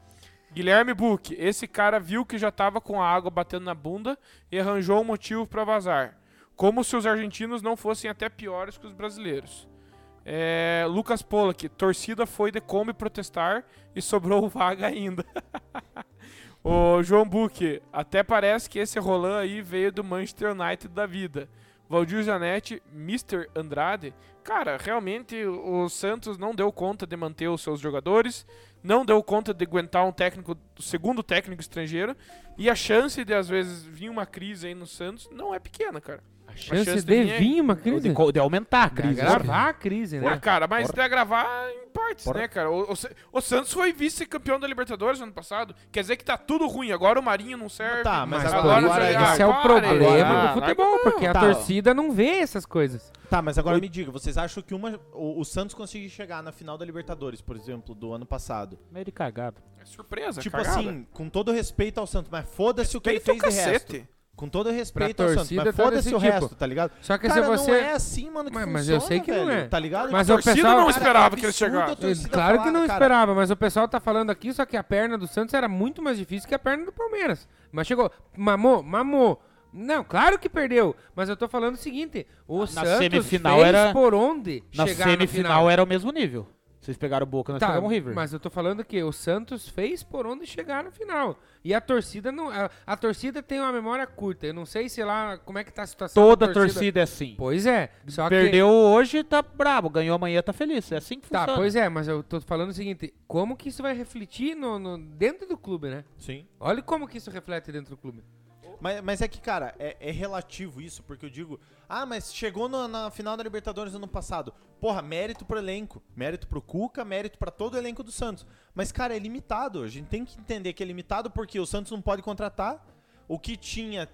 [SPEAKER 5] Guilherme Buck, esse cara viu que já tava com a água batendo na bunda e arranjou um motivo pra vazar. Como se os argentinos não fossem até piores que os brasileiros. É, Lucas Pollack, torcida foi de Kombi protestar e sobrou vaga ainda. o João Buck, até parece que esse Roland aí veio do Manchester United da vida. Valdir Zanetti, Mr. Andrade. Cara, realmente o Santos não deu conta de manter os seus jogadores, não deu conta de aguentar um técnico, o segundo técnico estrangeiro, e a chance de às vezes vir uma crise aí no Santos não é pequena, cara.
[SPEAKER 3] A
[SPEAKER 5] chance
[SPEAKER 3] chance,
[SPEAKER 5] de
[SPEAKER 3] de
[SPEAKER 5] vir é-
[SPEAKER 3] vir uma
[SPEAKER 4] Ou
[SPEAKER 3] crise.
[SPEAKER 4] de, co- de aumentar a
[SPEAKER 3] De
[SPEAKER 4] crise.
[SPEAKER 3] agravar a crise,
[SPEAKER 5] Ah,
[SPEAKER 3] né?
[SPEAKER 5] cara, mas de agravar em partes,
[SPEAKER 2] Bora.
[SPEAKER 5] né, cara? O, o Sa- o Santos foi vice-campeão da Libertadores ano passado. Quer dizer que tá tudo ruim. Agora o Marinho não serve.
[SPEAKER 2] Tá, mas
[SPEAKER 5] Mas
[SPEAKER 2] agora-
[SPEAKER 5] agora já-
[SPEAKER 3] esse é o
[SPEAKER 5] para,
[SPEAKER 3] problema
[SPEAKER 5] agora- é
[SPEAKER 3] do futebol, porque a
[SPEAKER 2] Tá.
[SPEAKER 3] torcida não vê essas coisas.
[SPEAKER 2] Tá, mas agora me diga, vocês acham que uma, o, o Santos conseguiu chegar na final da Libertadores, por exemplo, do ano passado?
[SPEAKER 4] Meio de cagado.
[SPEAKER 5] É surpresa,
[SPEAKER 2] tipo
[SPEAKER 5] cagada.
[SPEAKER 2] assim, com todo respeito ao Santos, mas foda-se o que ele
[SPEAKER 5] Feito o
[SPEAKER 2] fez de resto.
[SPEAKER 5] cacete.
[SPEAKER 2] Com todo respeito
[SPEAKER 3] Pra
[SPEAKER 2] ao Santos,
[SPEAKER 3] torcida
[SPEAKER 2] mas
[SPEAKER 3] tá
[SPEAKER 2] foda-se
[SPEAKER 3] desse
[SPEAKER 2] o
[SPEAKER 3] tipo.
[SPEAKER 2] resto, tá ligado?
[SPEAKER 3] Só que
[SPEAKER 2] Cara,
[SPEAKER 3] se você.
[SPEAKER 2] não é assim, mano, que
[SPEAKER 3] Mas-
[SPEAKER 2] funciona,
[SPEAKER 3] mas eu sei que não
[SPEAKER 2] velho,
[SPEAKER 3] é.
[SPEAKER 2] Tá ligado?
[SPEAKER 3] Mas
[SPEAKER 5] A
[SPEAKER 3] o
[SPEAKER 5] torcida
[SPEAKER 3] pessoal. é,
[SPEAKER 5] não
[SPEAKER 2] Cara,
[SPEAKER 5] esperava que ele
[SPEAKER 2] absurdo
[SPEAKER 5] chegasse.
[SPEAKER 2] a torcida
[SPEAKER 3] Claro
[SPEAKER 2] falar,
[SPEAKER 3] que não
[SPEAKER 2] cara.
[SPEAKER 3] esperava, mas o pessoal tá falando aqui, só que a perna do Santos era muito mais difícil que a perna do Palmeiras. Mas chegou, mamou, mamou. Não, claro que perdeu, mas eu tô falando o seguinte, o
[SPEAKER 4] Na
[SPEAKER 3] Santos
[SPEAKER 4] semifinal
[SPEAKER 3] fez
[SPEAKER 4] era-
[SPEAKER 3] por onde
[SPEAKER 4] Na
[SPEAKER 3] chegar na
[SPEAKER 4] semifinal
[SPEAKER 3] final.
[SPEAKER 4] era o mesmo nível. Vocês pegaram o Boca, nós
[SPEAKER 3] Tá,
[SPEAKER 4] pegamos o River.
[SPEAKER 3] mas eu tô falando que o Santos fez por onde chegar no final. E a torcida não, a, a torcida tem uma memória curta. Eu não sei sei lá como é que tá a situação
[SPEAKER 4] Toda
[SPEAKER 3] da
[SPEAKER 4] a torcida é assim.
[SPEAKER 3] Pois é, só que
[SPEAKER 4] Perdeu hoje, tá brabo. Ganhou amanhã, tá feliz. É assim que
[SPEAKER 3] Tá,
[SPEAKER 4] funciona.
[SPEAKER 3] pois é, mas eu tô falando o seguinte, como que isso vai refletir no- no, dentro do clube, né?
[SPEAKER 2] Sim.
[SPEAKER 3] Olha como que isso reflete dentro do clube.
[SPEAKER 2] Mas, mas é que, cara, é, é relativo isso, porque eu digo, ah, mas chegou na, na final da Libertadores ano passado. Porra, mérito pro elenco, mérito pro Cuca, mérito pra todo o elenco do Santos. Mas, cara, é limitado. A gente tem que entender que é limitado porque o Santos não pode contratar. O que tinha,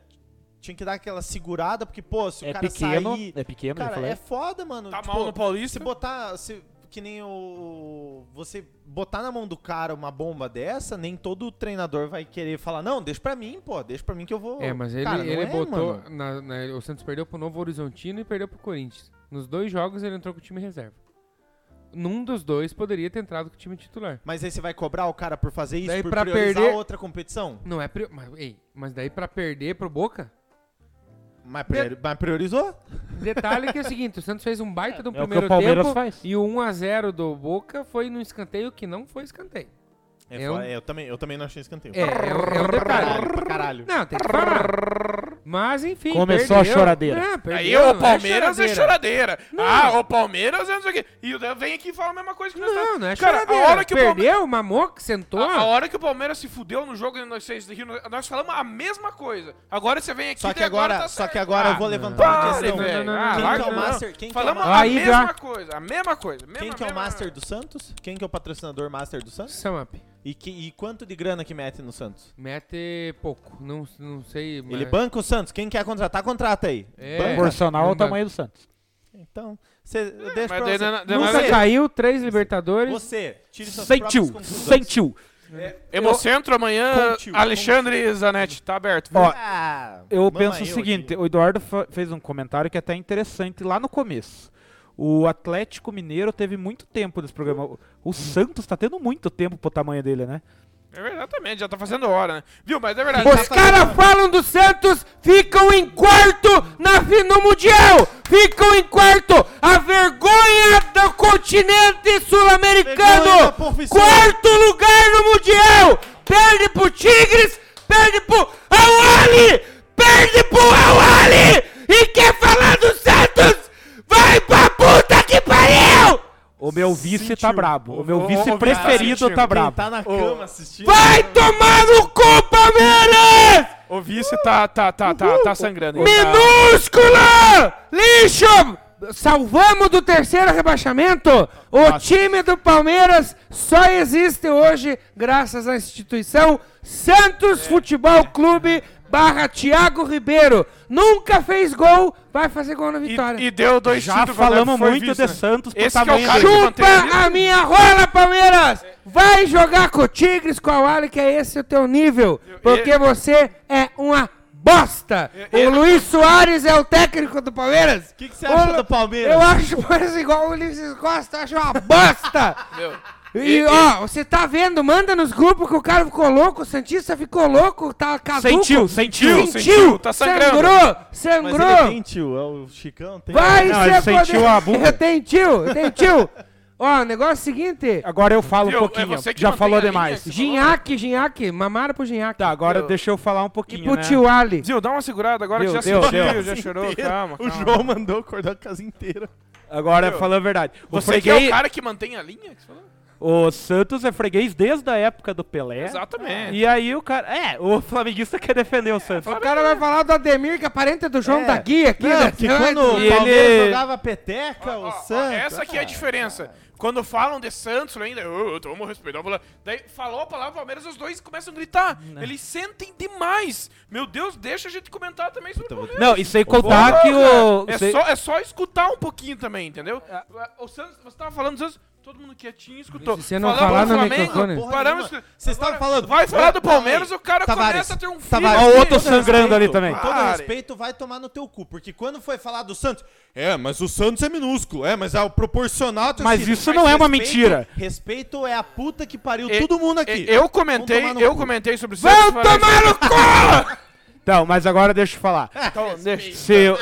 [SPEAKER 2] tinha que dar aquela segurada, porque, pô, se o
[SPEAKER 4] É
[SPEAKER 2] cara
[SPEAKER 4] pequeno,
[SPEAKER 2] sair.
[SPEAKER 4] é pequeno, já
[SPEAKER 2] Cara,
[SPEAKER 4] falei.
[SPEAKER 2] é foda, mano.
[SPEAKER 5] Tá
[SPEAKER 2] Tipo,
[SPEAKER 5] mal no
[SPEAKER 2] se
[SPEAKER 5] Paulista.
[SPEAKER 2] botar. Se, que nem o. Você botar na mão do cara uma bomba dessa, nem todo treinador vai querer falar, não, deixa pra mim, pô, deixa pra mim que eu vou.
[SPEAKER 3] É, mas ele,
[SPEAKER 2] Cara, não
[SPEAKER 3] ele
[SPEAKER 2] é,
[SPEAKER 3] botou.
[SPEAKER 2] mano.
[SPEAKER 3] na- na- o Santos perdeu pro Novo Horizontino e perdeu pro Corinthians. Nos dois jogos ele entrou com o time reserva. Num dos dois poderia ter entrado com o time titular.
[SPEAKER 2] Mas aí você vai cobrar o cara por fazer isso,
[SPEAKER 3] Daí
[SPEAKER 2] por
[SPEAKER 3] pra
[SPEAKER 2] priorizar
[SPEAKER 3] perder-
[SPEAKER 2] outra competição?
[SPEAKER 3] Não é. Pri... Mas, ei, mas daí pra perder pro Boca?
[SPEAKER 2] Mas, priori-
[SPEAKER 3] Né?
[SPEAKER 2] mas priorizou?
[SPEAKER 3] Detalhe que é o seguinte: o Santos fez um baita do
[SPEAKER 4] É o que
[SPEAKER 3] primeiro
[SPEAKER 4] o Palmeiras
[SPEAKER 3] tempo.
[SPEAKER 4] faz.
[SPEAKER 3] E o 1x0 do Boca foi num escanteio que não foi escanteio. É
[SPEAKER 2] foda.
[SPEAKER 3] um-
[SPEAKER 2] eu, também, eu também não achei escanteio.
[SPEAKER 3] É, é, um- é um
[SPEAKER 2] Caralho,
[SPEAKER 3] detalhe.
[SPEAKER 2] pra caralho.
[SPEAKER 3] Não, tem que falar. Mas enfim.
[SPEAKER 4] Começou a
[SPEAKER 3] perdeu.
[SPEAKER 4] choradeira.
[SPEAKER 3] Não,
[SPEAKER 5] Aí
[SPEAKER 3] perdeu,
[SPEAKER 5] o
[SPEAKER 3] não é
[SPEAKER 5] Palmeiras é
[SPEAKER 3] choradeira.
[SPEAKER 5] choradeira. Ah, o Palmeiras é não sei o quê. E o Dan vem aqui e fala a mesma coisa que nós
[SPEAKER 3] Não,
[SPEAKER 5] estamos-
[SPEAKER 3] não é
[SPEAKER 5] Cara,
[SPEAKER 3] choradeira.
[SPEAKER 5] a hora que o Palme-
[SPEAKER 3] Perdeu, mamou, que sentou.
[SPEAKER 2] ah.
[SPEAKER 5] A, a hora que o Palmeiras se fudeu no jogo, nós, seis daqui, nós falamos a mesma coisa. Agora você vem aqui
[SPEAKER 2] Só que
[SPEAKER 5] e agora,
[SPEAKER 2] agora,
[SPEAKER 5] tá
[SPEAKER 2] só que
[SPEAKER 5] certo.
[SPEAKER 2] agora eu vou
[SPEAKER 3] Ah,
[SPEAKER 2] levantar uma
[SPEAKER 5] Pare,
[SPEAKER 2] questão.
[SPEAKER 5] velho.
[SPEAKER 3] não, não,
[SPEAKER 5] Ah,
[SPEAKER 3] não,
[SPEAKER 2] Quem
[SPEAKER 5] larga,
[SPEAKER 2] que é o
[SPEAKER 5] não.
[SPEAKER 2] master? Quem que é o
[SPEAKER 5] Falamos
[SPEAKER 2] ma-
[SPEAKER 5] a
[SPEAKER 3] Aí,
[SPEAKER 5] mesma
[SPEAKER 3] já.
[SPEAKER 5] coisa, a mesma coisa. Mesma,
[SPEAKER 2] Quem que é o
[SPEAKER 5] mesma-
[SPEAKER 3] né?
[SPEAKER 2] master do Santos? Quem que é o patrocinador master do Santos?
[SPEAKER 3] Samap.
[SPEAKER 2] E, que, e quanto de grana que mete no Santos?
[SPEAKER 3] Mete pouco, não, não sei. Mas...
[SPEAKER 2] Ele banca o Santos. Quem quer contratar, tá, contrata aí.
[SPEAKER 3] É.
[SPEAKER 2] Banca.
[SPEAKER 4] Proporcional ao
[SPEAKER 3] Não dá.
[SPEAKER 4] tamanho do Santos.
[SPEAKER 2] Então, você deixa
[SPEAKER 5] mas
[SPEAKER 2] pra
[SPEAKER 5] daí
[SPEAKER 2] você.
[SPEAKER 5] não- é daí
[SPEAKER 3] Nunca
[SPEAKER 2] você,
[SPEAKER 3] caiu, três Libertadores.
[SPEAKER 2] você, tire suas próprias
[SPEAKER 4] Sentiu,
[SPEAKER 2] conclusões.
[SPEAKER 4] sentiu.
[SPEAKER 5] Hemocentro amanhã,
[SPEAKER 2] Contiu,
[SPEAKER 5] Alexandre Zanetti, tá aberto.
[SPEAKER 4] Ó,
[SPEAKER 2] Ah,
[SPEAKER 4] Eu
[SPEAKER 2] mama
[SPEAKER 4] penso o seguinte,
[SPEAKER 2] aqui.
[SPEAKER 4] o Eduardo fa- fez um comentário que é até interessante lá no começo. O Atlético Mineiro teve muito tempo nesse programa. O- O Santos tá tendo muito tempo pro tamanho dele, né?
[SPEAKER 5] É verdade, também, já tá fazendo hora, né? Viu, mas é verdade.
[SPEAKER 3] Os
[SPEAKER 2] Tá
[SPEAKER 3] caras falam do Santos, ficam em quarto na, fi- no Mundial! Ficam em quarto! A vergonha do continente
[SPEAKER 2] Vergonha da
[SPEAKER 3] sul-americano!
[SPEAKER 2] profissão.
[SPEAKER 3] Quarto lugar no Mundial! Perde pro Tigres, perde pro Awali! Perde perde pro Awali e quer falar do Santos, vai pra puta que pariu!
[SPEAKER 4] O meu vice tá
[SPEAKER 5] Sentiu.
[SPEAKER 4] brabo. O
[SPEAKER 5] Ô,
[SPEAKER 4] meu
[SPEAKER 5] ô,
[SPEAKER 4] vice
[SPEAKER 5] ô, Vitor,
[SPEAKER 4] preferido
[SPEAKER 5] sentiu.
[SPEAKER 4] tá
[SPEAKER 5] Quem
[SPEAKER 4] brabo.
[SPEAKER 2] tá na cama assistindo.
[SPEAKER 3] Vai tomar no cu, Palmeiras!
[SPEAKER 5] O vice tá, tá, tá, tá, tá sangrando. Ele tá-
[SPEAKER 3] Minúscula! Lixo! Salvamos do terceiro rebaixamento! O time do Palmeiras só existe hoje graças à instituição Santos
[SPEAKER 5] É.
[SPEAKER 3] Futebol Clube barra Thiago Ribeiro. Nunca fez gol, vai fazer gol na
[SPEAKER 5] E,
[SPEAKER 3] vitória.
[SPEAKER 5] e deu dois
[SPEAKER 4] Já
[SPEAKER 5] títulos,
[SPEAKER 4] falamos
[SPEAKER 5] foi
[SPEAKER 4] muito
[SPEAKER 5] vice,
[SPEAKER 4] de
[SPEAKER 5] né?
[SPEAKER 4] Santos por
[SPEAKER 5] Esse
[SPEAKER 4] tá
[SPEAKER 5] que é o
[SPEAKER 4] bem
[SPEAKER 5] cara
[SPEAKER 4] ali.
[SPEAKER 5] que mantém a
[SPEAKER 3] Chupa a minha rola, Palmeiras! Vai jogar com o Tigres, com a Wally, que é esse o teu nível. Porque você é uma bosta! O
[SPEAKER 5] eu-
[SPEAKER 3] Luiz Soares é o técnico do Palmeiras! O
[SPEAKER 2] que que você acha do Palmeiras?
[SPEAKER 3] Eu acho o Palmeiras igual o Ulisses Costa, eu acho uma bosta! E, ó, você tá vendo, manda nos grupos que o cara ficou louco, o Santista ficou louco, tá caduco.
[SPEAKER 4] Sentiu, sentiu.
[SPEAKER 5] Sentiu, sentiu, tá sangrando.
[SPEAKER 3] Sangrou,
[SPEAKER 2] Mas
[SPEAKER 3] sangrou.
[SPEAKER 2] ele tem tio, é o Chicão. Tem
[SPEAKER 3] Vai
[SPEAKER 4] um- Não,
[SPEAKER 3] ser
[SPEAKER 4] ele sentiu a bunda.
[SPEAKER 3] Eu tenho tio, eu tenho tio. Ó, o negócio é o seguinte.
[SPEAKER 4] Agora eu falo um
[SPEAKER 5] Viu? É
[SPEAKER 4] pouquinho.
[SPEAKER 5] você que
[SPEAKER 4] Já
[SPEAKER 5] mantém
[SPEAKER 4] falou
[SPEAKER 5] a linha,
[SPEAKER 4] demais.
[SPEAKER 5] esse-
[SPEAKER 3] Ginhaque, Ginhaque, mamaram pro Ginhaque.
[SPEAKER 4] Tá, agora
[SPEAKER 5] Viu?
[SPEAKER 4] deixa eu falar um pouquinho,
[SPEAKER 3] e pro
[SPEAKER 4] né?
[SPEAKER 3] tio Ali.
[SPEAKER 5] Zil, dá uma segurada agora
[SPEAKER 4] Deu,
[SPEAKER 5] que já
[SPEAKER 4] deu,
[SPEAKER 5] sentiu,
[SPEAKER 4] deu.
[SPEAKER 5] já chorou.
[SPEAKER 2] inteiro.
[SPEAKER 5] Calma,
[SPEAKER 2] O
[SPEAKER 5] calma.
[SPEAKER 2] João mandou acordar a casa inteira.
[SPEAKER 4] Agora falando a verdade. O,
[SPEAKER 5] Você que é o
[SPEAKER 4] freguês-
[SPEAKER 5] cara que mantém a linha? que você falou?
[SPEAKER 4] o Santos é freguês desde a época do Pelé.
[SPEAKER 5] Exatamente.
[SPEAKER 4] É? E aí o cara. É, o flamenguista quer defender o Santos.
[SPEAKER 3] O cara vai falar do Ademir, que é parente do João
[SPEAKER 2] É.
[SPEAKER 3] da Guia aqui. né?
[SPEAKER 2] porque quando o
[SPEAKER 4] E ele-
[SPEAKER 2] Palmeiras jogava peteca, o
[SPEAKER 5] Ó, ó,
[SPEAKER 2] Santos... Ah,
[SPEAKER 5] Essa aqui é a diferença. Quando falam de Santos ainda, eu, eu vamos respeitar. vamos lá." Daí falou a palavra Palmeiras, os dois começam a gritar. Eles sentem demais. Meu Deus, deixa a gente comentar também sobre o
[SPEAKER 2] então
[SPEAKER 5] Palmeiras.
[SPEAKER 4] Não, e sem contar Tá que o. É.
[SPEAKER 5] É
[SPEAKER 4] sem-
[SPEAKER 5] só, é só escutar um pouquinho também, entendeu? O Santos, você tava falando dos Santos, todo mundo quietinho escutou.
[SPEAKER 3] Se você não
[SPEAKER 5] Falamos
[SPEAKER 3] falar
[SPEAKER 5] do
[SPEAKER 3] no
[SPEAKER 5] Flamengo,
[SPEAKER 3] microfone.
[SPEAKER 2] Porra
[SPEAKER 5] Paramos.
[SPEAKER 2] nenhuma. Vocês
[SPEAKER 5] Agora
[SPEAKER 2] estavam falando...
[SPEAKER 5] Vai falar do
[SPEAKER 2] Não, aí.
[SPEAKER 5] Palmeiras, o cara
[SPEAKER 2] Tavares,
[SPEAKER 5] começa a ter um filho.
[SPEAKER 2] Tavares,
[SPEAKER 4] Ó, o outro
[SPEAKER 5] Todo
[SPEAKER 4] sangrando
[SPEAKER 5] né?
[SPEAKER 4] ali também.
[SPEAKER 2] Com todo
[SPEAKER 5] Pare.
[SPEAKER 2] respeito, vai tomar no teu cu. Porque quando foi falar do Santos, é, mas o Santos é minúsculo. É, mas é o proporcional... tem
[SPEAKER 4] Mas
[SPEAKER 2] sido.
[SPEAKER 4] isso não é uma
[SPEAKER 2] respeito-
[SPEAKER 4] mentira.
[SPEAKER 2] Respeito é a puta que pariu
[SPEAKER 5] E-
[SPEAKER 2] todo mundo aqui.
[SPEAKER 5] e- É, Eu comentei,
[SPEAKER 2] Vão tomar no
[SPEAKER 5] eu
[SPEAKER 2] cu.
[SPEAKER 5] comentei sobre o
[SPEAKER 3] Vão
[SPEAKER 5] Santos. falei,
[SPEAKER 3] tomar no cu!
[SPEAKER 4] Então, mas agora deixa eu falar.
[SPEAKER 5] "Então, deixa-
[SPEAKER 4] Se.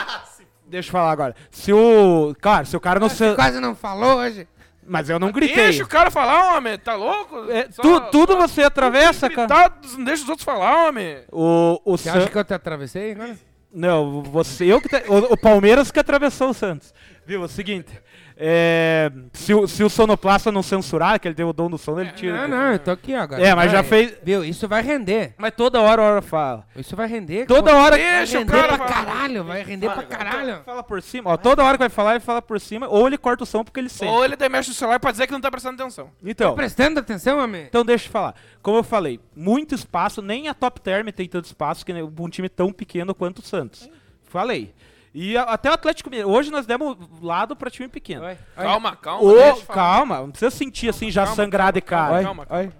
[SPEAKER 4] Deixa eu falar agora. Se o. Cara, se o cara não. se-
[SPEAKER 3] Quase não falou hoje.
[SPEAKER 4] Mas eu não gritei.
[SPEAKER 5] Deixa o cara falar, homem. Tá louco?
[SPEAKER 4] É,
[SPEAKER 5] Só-
[SPEAKER 4] tu- tudo
[SPEAKER 5] só-
[SPEAKER 4] você atravessa, cara.
[SPEAKER 5] Gritar, não deixa os outros falar, homem.
[SPEAKER 4] O, o
[SPEAKER 3] Você
[SPEAKER 4] San-
[SPEAKER 3] acha que eu te atravessei né? agora?
[SPEAKER 4] Não, você, eu que te- o, o Palmeiras que atravessou o Santos. Viu? É o seguinte. é, se, o, se o Sonoplasta não censurar, que ele deu o dom do sono, ele
[SPEAKER 3] Não,
[SPEAKER 4] tira.
[SPEAKER 3] não, eu tô aqui agora.
[SPEAKER 4] É, mas já
[SPEAKER 3] Vai.
[SPEAKER 4] fez-
[SPEAKER 3] Viu, isso vai render.
[SPEAKER 4] Mas toda hora, hora fala.
[SPEAKER 3] Isso vai render.
[SPEAKER 4] Toda
[SPEAKER 3] Pô,
[SPEAKER 4] hora.
[SPEAKER 3] Vai
[SPEAKER 5] Deixa o
[SPEAKER 3] render
[SPEAKER 5] cara
[SPEAKER 3] pra
[SPEAKER 5] falar.
[SPEAKER 3] caralho, vai render pra caralho.
[SPEAKER 4] Fala por cima. Ó, toda hora que vai falar, ele fala por cima. Ou ele corta o som porque ele sente.
[SPEAKER 5] Ou ele daí mexe no celular pra dizer que não tá prestando atenção.
[SPEAKER 4] Então.
[SPEAKER 3] Prestando atenção, homem.
[SPEAKER 4] Então deixa eu falar. Como eu falei, muito espaço, nem a Top Term tem tanto espaço que nem um time tão pequeno quanto o Santos. Falei. E a- até o Atlético Mineiro. Hoje nós demos lado pra time pequeno.
[SPEAKER 3] Vai, vai.
[SPEAKER 5] Calma, calma.
[SPEAKER 4] O,
[SPEAKER 5] deixa eu falar.
[SPEAKER 4] calma, não precisa sentir assim já
[SPEAKER 5] calma,
[SPEAKER 4] sangrar de
[SPEAKER 5] calma,
[SPEAKER 4] cara.
[SPEAKER 5] calma,
[SPEAKER 3] Oi.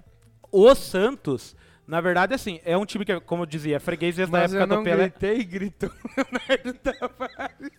[SPEAKER 4] O Santos, na verdade, assim, é um time que, como eu dizia, é freguês desde a
[SPEAKER 3] Mas
[SPEAKER 4] época
[SPEAKER 3] eu não
[SPEAKER 4] do Pelé.
[SPEAKER 3] gritei, gritou o Leonardo tá- Tavares.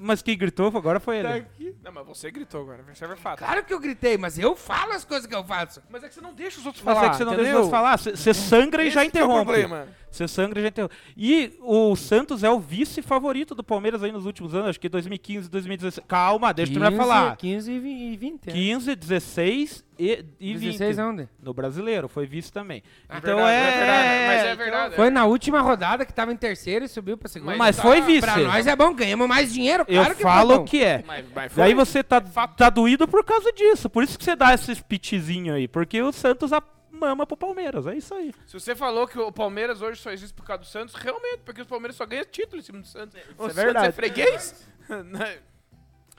[SPEAKER 4] Mas quem gritou agora foi ele.
[SPEAKER 5] Não, mas você gritou agora. Você vai fato.
[SPEAKER 3] Claro que eu gritei, mas eu falo as coisas que eu faço.
[SPEAKER 5] Mas é que você não deixa os outros
[SPEAKER 4] Mas
[SPEAKER 5] falar.
[SPEAKER 4] é que você não
[SPEAKER 5] entendeu?
[SPEAKER 4] deixa nós falar, você sangra e
[SPEAKER 5] Esse
[SPEAKER 4] já
[SPEAKER 5] que é o
[SPEAKER 4] interrompe.
[SPEAKER 5] problema.
[SPEAKER 4] Você sangra e já interrompe. E o Santos é o vice-favorito do Palmeiras aí nos últimos anos, acho que 2015, 2016. Calma, deixa eu terminar de falar.
[SPEAKER 3] 15 e vi- e
[SPEAKER 5] é.
[SPEAKER 3] né? 20.
[SPEAKER 4] 15, 16 e, e
[SPEAKER 3] 16
[SPEAKER 4] 20.
[SPEAKER 3] aonde?
[SPEAKER 4] No brasileiro, foi vice também.
[SPEAKER 5] É
[SPEAKER 4] então
[SPEAKER 5] verdade,
[SPEAKER 4] é.
[SPEAKER 5] é verdade, mas é
[SPEAKER 4] então-
[SPEAKER 5] verdade. é
[SPEAKER 3] Foi na última rodada que tava em terceiro e subiu pra segunda.
[SPEAKER 4] Mas foi vice.
[SPEAKER 3] Pra nós é bom, ganhamos mais dinheiro,
[SPEAKER 4] Eu
[SPEAKER 3] claro que
[SPEAKER 4] falo
[SPEAKER 3] é bom.
[SPEAKER 4] que é.
[SPEAKER 5] Mas, mas foi.
[SPEAKER 4] Daí você tá, tá doído por causa disso. Por isso que você dá esses pitizinho aí. Porque o Santos a- mama pro Palmeiras. É isso aí.
[SPEAKER 5] Se você falou que o Palmeiras hoje só existe por causa do Santos, realmente, porque o Palmeiras só ganha título em cima do Santos. o Santos
[SPEAKER 4] verdade.
[SPEAKER 5] é freguês? Né?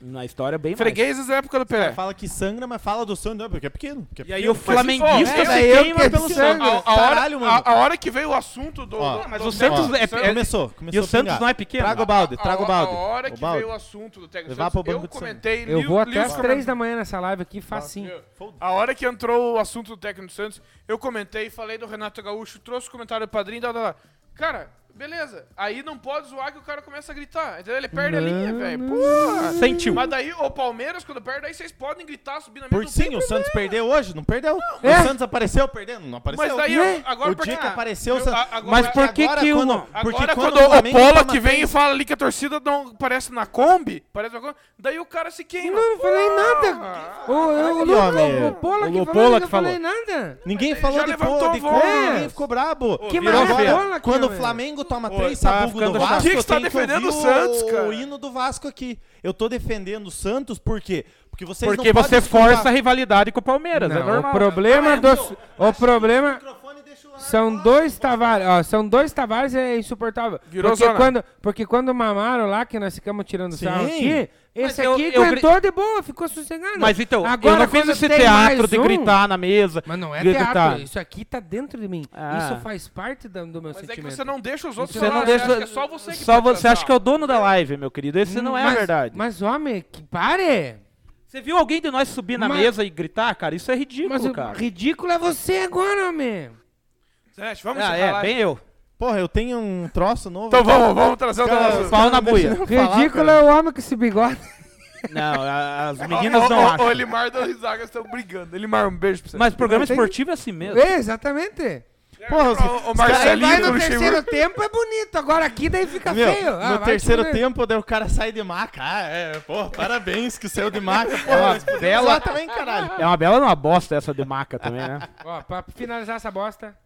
[SPEAKER 4] Na história, bem
[SPEAKER 5] freguês desde a época do Pelé.
[SPEAKER 2] Fala que sangra, mas fala do Santos, não, porque é pequeno. Porque é
[SPEAKER 4] E aí
[SPEAKER 2] pequeno.
[SPEAKER 4] o flamenguista
[SPEAKER 5] Mas,
[SPEAKER 4] se
[SPEAKER 5] ó, é,
[SPEAKER 2] eu
[SPEAKER 4] queima
[SPEAKER 2] que
[SPEAKER 4] pelo
[SPEAKER 2] absurdo.
[SPEAKER 4] Santos.
[SPEAKER 5] A, a
[SPEAKER 2] Caralho,
[SPEAKER 5] hora,
[SPEAKER 2] mano.
[SPEAKER 5] a, a hora que veio o assunto do.
[SPEAKER 2] Ó,
[SPEAKER 5] do-
[SPEAKER 4] mas
[SPEAKER 5] do
[SPEAKER 4] o Santos
[SPEAKER 5] Santos-
[SPEAKER 4] é-
[SPEAKER 5] Santos-
[SPEAKER 4] é-
[SPEAKER 2] Começou, começou
[SPEAKER 4] E o
[SPEAKER 2] a
[SPEAKER 4] Santos
[SPEAKER 2] pingar.
[SPEAKER 4] não é pequeno.
[SPEAKER 2] Traga o balde, traga o balde.
[SPEAKER 5] A hora
[SPEAKER 2] O
[SPEAKER 5] que
[SPEAKER 2] balde.
[SPEAKER 5] veio o assunto do técnico
[SPEAKER 2] Levar pro
[SPEAKER 5] Santos, eu
[SPEAKER 2] banco de
[SPEAKER 5] comentei,
[SPEAKER 3] Eu
[SPEAKER 5] li-
[SPEAKER 3] vou
[SPEAKER 5] li
[SPEAKER 3] até
[SPEAKER 5] os
[SPEAKER 3] as 3
[SPEAKER 5] comentários.
[SPEAKER 3] da manhã nessa live aqui, facinho.
[SPEAKER 5] A hora que entrou o assunto do técnico do Santos, eu comentei, falei do Renato Gaúcho, trouxe o comentário do padrinho, dá, dá, dá. Cara, beleza. Aí não pode zoar que o cara começa a gritar. Entendeu? Ele perde a linha, velho. Porra!
[SPEAKER 4] Sentiu.
[SPEAKER 5] Mas daí o Palmeiras, quando perde, aí vocês podem gritar, subir na mesa.
[SPEAKER 2] Por
[SPEAKER 5] não
[SPEAKER 2] sim,
[SPEAKER 5] tem
[SPEAKER 2] o Santos
[SPEAKER 5] problema.
[SPEAKER 2] perdeu hoje, não perdeu.
[SPEAKER 3] É.
[SPEAKER 2] O Santos apareceu perdendo, não apareceu.
[SPEAKER 5] Mas daí,
[SPEAKER 2] Né?
[SPEAKER 5] eu- agora
[SPEAKER 2] o dia
[SPEAKER 5] porque-
[SPEAKER 2] que apareceu, o
[SPEAKER 5] eu-
[SPEAKER 2] Santos...
[SPEAKER 5] a- agora-
[SPEAKER 4] Mas por que
[SPEAKER 2] agora
[SPEAKER 4] que
[SPEAKER 2] quando,
[SPEAKER 4] o-
[SPEAKER 5] Agora,
[SPEAKER 2] porque
[SPEAKER 5] quando,
[SPEAKER 2] o
[SPEAKER 5] o
[SPEAKER 2] Flamengo
[SPEAKER 5] Polo
[SPEAKER 2] toma
[SPEAKER 5] que vem e
[SPEAKER 2] três-
[SPEAKER 5] fala ali que a torcida não parece na Kombi, parece na Kombi, daí o cara se queima.
[SPEAKER 3] Não falei
[SPEAKER 5] nada.
[SPEAKER 3] O, o, o,
[SPEAKER 2] Caralho, homem.
[SPEAKER 3] Luca, o Pola
[SPEAKER 4] O
[SPEAKER 3] que falou,
[SPEAKER 4] Pola
[SPEAKER 3] eu não
[SPEAKER 4] que falou.
[SPEAKER 3] falei nada.
[SPEAKER 2] Ninguém
[SPEAKER 5] Já
[SPEAKER 2] falou de
[SPEAKER 5] levantou
[SPEAKER 2] pô,
[SPEAKER 5] o
[SPEAKER 2] de
[SPEAKER 5] voo.
[SPEAKER 2] como,
[SPEAKER 3] É.
[SPEAKER 2] ninguém ficou brabo.
[SPEAKER 3] Que
[SPEAKER 2] Virou
[SPEAKER 3] maravilha,
[SPEAKER 2] agora,
[SPEAKER 3] que
[SPEAKER 2] Quando o
[SPEAKER 3] é.
[SPEAKER 2] Flamengo toma
[SPEAKER 5] Ô,
[SPEAKER 2] três
[SPEAKER 5] tá
[SPEAKER 2] sabugos do
[SPEAKER 5] ficando
[SPEAKER 2] Vasco.
[SPEAKER 5] chato.
[SPEAKER 2] eu
[SPEAKER 5] Que que você tá
[SPEAKER 2] tenho
[SPEAKER 5] defendendo
[SPEAKER 2] ouvir
[SPEAKER 5] o Santos, cara?
[SPEAKER 2] O hino do Vasco aqui. Eu tô defendendo o Santos por quê? Porque vocês
[SPEAKER 4] Porque
[SPEAKER 2] não
[SPEAKER 4] você
[SPEAKER 2] podem escutar-
[SPEAKER 4] força a rivalidade com o Palmeiras, é
[SPEAKER 3] Não, o
[SPEAKER 4] normal.
[SPEAKER 3] problema
[SPEAKER 2] Não, é,
[SPEAKER 3] dos.
[SPEAKER 2] meu,
[SPEAKER 3] O problema.
[SPEAKER 2] microfone e deixa o Leonardo
[SPEAKER 3] São
[SPEAKER 2] falar.
[SPEAKER 3] dois Tavares, ó, são dois Tavares é insuportável.
[SPEAKER 5] Virou
[SPEAKER 3] porque
[SPEAKER 5] zona.
[SPEAKER 3] quando, porque quando mamaram lá, que nós ficamos tirando sarro
[SPEAKER 2] Sim.
[SPEAKER 3] aqui, esse
[SPEAKER 4] eu-
[SPEAKER 3] aqui
[SPEAKER 4] eu
[SPEAKER 3] aguentou de boa, ficou sossegado.
[SPEAKER 4] Mas então,
[SPEAKER 3] Agora,
[SPEAKER 4] eu não fiz
[SPEAKER 3] quando
[SPEAKER 4] esse
[SPEAKER 3] tem
[SPEAKER 4] teatro
[SPEAKER 3] mais
[SPEAKER 4] de
[SPEAKER 3] um-
[SPEAKER 4] gritar na mesa.
[SPEAKER 3] Mas não é
[SPEAKER 4] gritar.
[SPEAKER 3] teatro, isso aqui tá dentro de mim.
[SPEAKER 4] Ah.
[SPEAKER 3] Isso faz parte da- do, meu
[SPEAKER 5] Mas é que
[SPEAKER 3] sentimento.
[SPEAKER 5] você não deixa os outros
[SPEAKER 3] Você
[SPEAKER 4] Você
[SPEAKER 5] falar,
[SPEAKER 4] não
[SPEAKER 5] você acha
[SPEAKER 4] deixa.
[SPEAKER 5] que é só você que
[SPEAKER 4] só
[SPEAKER 5] pode
[SPEAKER 4] você acha
[SPEAKER 5] transar.
[SPEAKER 4] que é o dono da live, meu querido. Esse não é
[SPEAKER 3] mas,
[SPEAKER 4] a verdade.
[SPEAKER 3] Mas, homem, que pare!
[SPEAKER 4] Você viu alguém de nós subir na
[SPEAKER 3] Mas-
[SPEAKER 4] mesa e gritar, cara? Isso é
[SPEAKER 3] Mas
[SPEAKER 4] ridículo,
[SPEAKER 3] o
[SPEAKER 4] cara.
[SPEAKER 3] ridículo é você agora, homem.
[SPEAKER 5] Zanetti, vamos
[SPEAKER 4] Ah,
[SPEAKER 5] encerrar a
[SPEAKER 4] é,
[SPEAKER 5] live.
[SPEAKER 4] bem eu.
[SPEAKER 2] Porra, eu tenho um troço novo.
[SPEAKER 5] Então vamos, vamos trazer o
[SPEAKER 2] Cara,
[SPEAKER 5] nosso...
[SPEAKER 4] Pau na
[SPEAKER 2] deixa
[SPEAKER 4] buia.
[SPEAKER 2] eu falar,
[SPEAKER 3] Ridículo
[SPEAKER 2] cara.
[SPEAKER 3] é o homem com esse bigode.
[SPEAKER 4] Não, a- as
[SPEAKER 5] Ó,
[SPEAKER 4] meninas
[SPEAKER 5] ó,
[SPEAKER 4] não
[SPEAKER 5] ó, O
[SPEAKER 4] acham.
[SPEAKER 5] Elimar e o Rizaga estão brigando. Elimar, um beijo pra você.
[SPEAKER 4] Mas programa
[SPEAKER 3] Tem-
[SPEAKER 4] esportivo é assim mesmo.
[SPEAKER 3] É, exatamente.
[SPEAKER 2] Porra, os-
[SPEAKER 5] o, o
[SPEAKER 3] Aí
[SPEAKER 5] Marcelinho
[SPEAKER 3] vai
[SPEAKER 5] do
[SPEAKER 3] no terceiro
[SPEAKER 5] Luxemburgo.
[SPEAKER 3] tempo, é bonito. Agora aqui daí fica
[SPEAKER 2] Meu,
[SPEAKER 3] feio. Ah,
[SPEAKER 2] no
[SPEAKER 3] vai
[SPEAKER 2] terceiro
[SPEAKER 3] te fuder.
[SPEAKER 2] tempo, daí o cara sai de maca. Ah, é, porra, parabéns que saiu de maca. Porra,
[SPEAKER 4] uma
[SPEAKER 2] eles podiam
[SPEAKER 4] bela-
[SPEAKER 2] usar também, caralho.
[SPEAKER 4] É uma bela uma bosta essa de maca também, né?
[SPEAKER 3] Ó, pra finalizar essa bosta.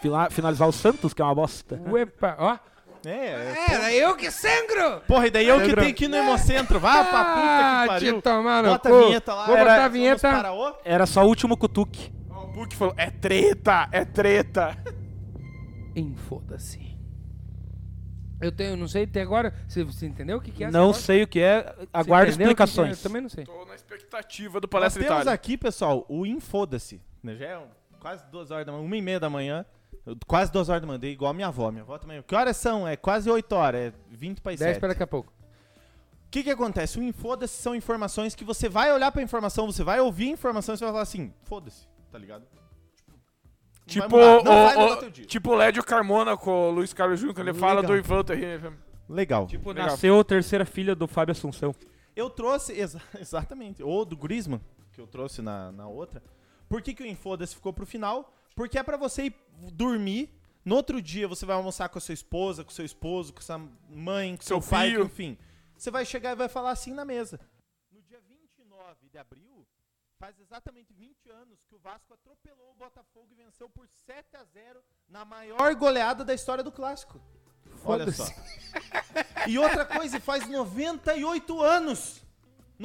[SPEAKER 4] Fila- Finalizar o Santos, que é uma bosta.
[SPEAKER 3] Uepa, ó.
[SPEAKER 2] É, é.
[SPEAKER 3] Era eu que sangro!
[SPEAKER 2] Porra, e daí eu que tenho que ir no Hemocentro. Vá pra puta
[SPEAKER 3] Ah,
[SPEAKER 2] que pariu.
[SPEAKER 3] te tomar no
[SPEAKER 2] Bota
[SPEAKER 3] cu.
[SPEAKER 2] a vinheta lá.
[SPEAKER 3] Vou
[SPEAKER 2] Era-
[SPEAKER 3] botar a
[SPEAKER 2] vamos
[SPEAKER 3] vinheta.
[SPEAKER 2] para o-
[SPEAKER 4] Era só o último cutuque.
[SPEAKER 5] Ó, O Puck falou, é treta, é treta.
[SPEAKER 3] Em foda-se. Eu tenho, não sei até agora. Você, você entendeu o que, que é?
[SPEAKER 4] Não
[SPEAKER 3] essa bosta?
[SPEAKER 4] sei o que assim, é,
[SPEAKER 3] Você
[SPEAKER 4] aguardo
[SPEAKER 3] entendeu o que que é?
[SPEAKER 4] explicações.
[SPEAKER 3] Eu também não sei.
[SPEAKER 5] Tô na expectativa do
[SPEAKER 2] Nós
[SPEAKER 5] Palestra
[SPEAKER 2] temos
[SPEAKER 5] Itália.
[SPEAKER 2] aqui, pessoal, o Infoda-se. né? Já é um- quase duas horas da manhã, uma e meia da manhã. eu- Quase duas horas da manhã, dei igual a minha avó. Minha avó também. Que horas são? É quase oito horas, é 20 para
[SPEAKER 3] 10
[SPEAKER 2] 7.
[SPEAKER 3] para daqui a pouco.
[SPEAKER 2] O que, que acontece? O infoda-se são informações que você vai olhar pra informação, você vai ouvir a informação e você vai falar assim, foda-se, tá ligado? Tipo,
[SPEAKER 5] Tipo,
[SPEAKER 2] não vai mudar, não vai
[SPEAKER 5] o,
[SPEAKER 2] mudar
[SPEAKER 5] o-
[SPEAKER 2] teu dia.
[SPEAKER 5] tipo o Lédio Carmona com o Luiz Carlos Júnior, quando ele fala
[SPEAKER 2] Legal.
[SPEAKER 5] do Ivan Terreno.
[SPEAKER 2] Legal.
[SPEAKER 4] Tipo,
[SPEAKER 5] Legal.
[SPEAKER 4] nasceu a terceira filha do Fábio Assunção.
[SPEAKER 2] Eu trouxe, exa- exatamente, ou do Griezmann, que eu trouxe na, na outra. Por que, que o Infoda-se ficou pro final? Porque é pra você ir dormir, no outro dia você vai almoçar com a sua esposa, com seu esposo, com sua mãe, com seu,
[SPEAKER 5] Seu
[SPEAKER 2] pai,
[SPEAKER 5] filho.
[SPEAKER 2] enfim. Você vai chegar e vai falar assim na mesa. No dia 29 de abril, faz exatamente 20 anos que o Vasco atropelou o Botafogo e venceu por 7 a 0 na maior goleada da história do Clássico. Olha só. E outra coisa, faz 98 anos,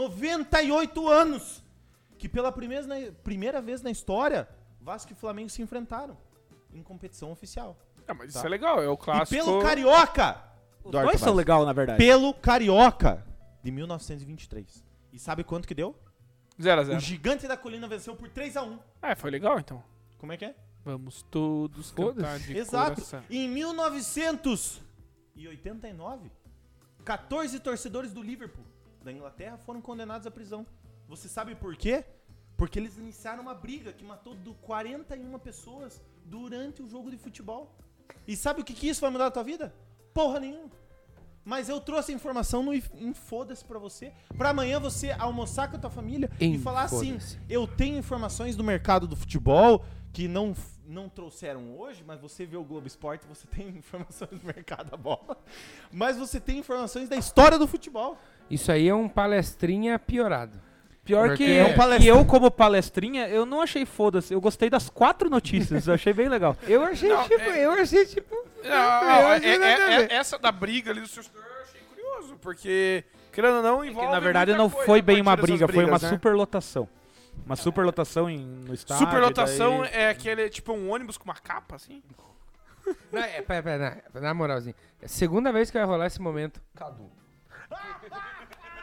[SPEAKER 2] 98 anos, que pela primeira, na- primeira vez na história, Vasco e Flamengo se enfrentaram em competição oficial.
[SPEAKER 5] Ah, mas isso é legal, é o clássico.
[SPEAKER 2] E pelo Carioca!
[SPEAKER 4] Os
[SPEAKER 2] do Arco
[SPEAKER 4] dois são
[SPEAKER 2] Vasco.
[SPEAKER 4] legal, na verdade.
[SPEAKER 2] Pelo Carioca de 1923. E sabe quanto que deu?
[SPEAKER 5] 0x0.
[SPEAKER 2] O Gigante da Colina venceu por 3 a 1
[SPEAKER 5] É, foi legal então.
[SPEAKER 2] Como é que é?
[SPEAKER 5] Vamos todos cantar de
[SPEAKER 2] Exato.
[SPEAKER 5] coração.
[SPEAKER 2] Em 1989, 14 torcedores do Liverpool da Inglaterra foram condenados à prisão. Você sabe por quê? Porque eles iniciaram uma briga que matou do 41 pessoas durante o jogo de futebol. E sabe o que, que isso vai mudar a tua vida? Porra nenhuma. Mas eu trouxe a informação no Inf- em foda-se pra você, pra amanhã você almoçar com a tua família
[SPEAKER 3] Em
[SPEAKER 2] e falar assim:
[SPEAKER 3] foda-se.
[SPEAKER 2] eu tenho informações do mercado do futebol que não, f- não trouxeram hoje, mas você vê o Globo Esporte, você tem informações do mercado da bola, mas você tem informações da história do futebol.
[SPEAKER 3] Isso aí é um palestrinha piorado.
[SPEAKER 4] Pior
[SPEAKER 3] Porque
[SPEAKER 4] que,
[SPEAKER 3] é um
[SPEAKER 4] que eu, como palestrinha, eu não achei foda-se. Eu gostei das quatro notícias, eu achei bem legal.
[SPEAKER 3] Eu achei
[SPEAKER 5] Não,
[SPEAKER 3] tipo,
[SPEAKER 5] é-
[SPEAKER 3] eu achei tipo.
[SPEAKER 5] Não, não, é-
[SPEAKER 3] achei
[SPEAKER 5] é-
[SPEAKER 3] nada a
[SPEAKER 5] é-
[SPEAKER 3] ver.
[SPEAKER 5] essa da briga ali do seu senhor eu achei curioso, porque, querendo ou não, envolve.
[SPEAKER 4] na verdade,
[SPEAKER 5] muita
[SPEAKER 4] não
[SPEAKER 5] coisa
[SPEAKER 4] foi
[SPEAKER 5] a
[SPEAKER 4] bem
[SPEAKER 5] partir
[SPEAKER 4] uma
[SPEAKER 5] dessas
[SPEAKER 4] briga, foi uma
[SPEAKER 5] brigas, né?
[SPEAKER 4] superlotação. Uma superlotação em, no estádio.
[SPEAKER 5] Superlotação
[SPEAKER 4] daí-
[SPEAKER 5] é aquele, tipo, um ônibus com uma capa, assim?
[SPEAKER 3] Não, é, pera, pera, na, na moralzinha. É a segunda vez que vai rolar esse momento.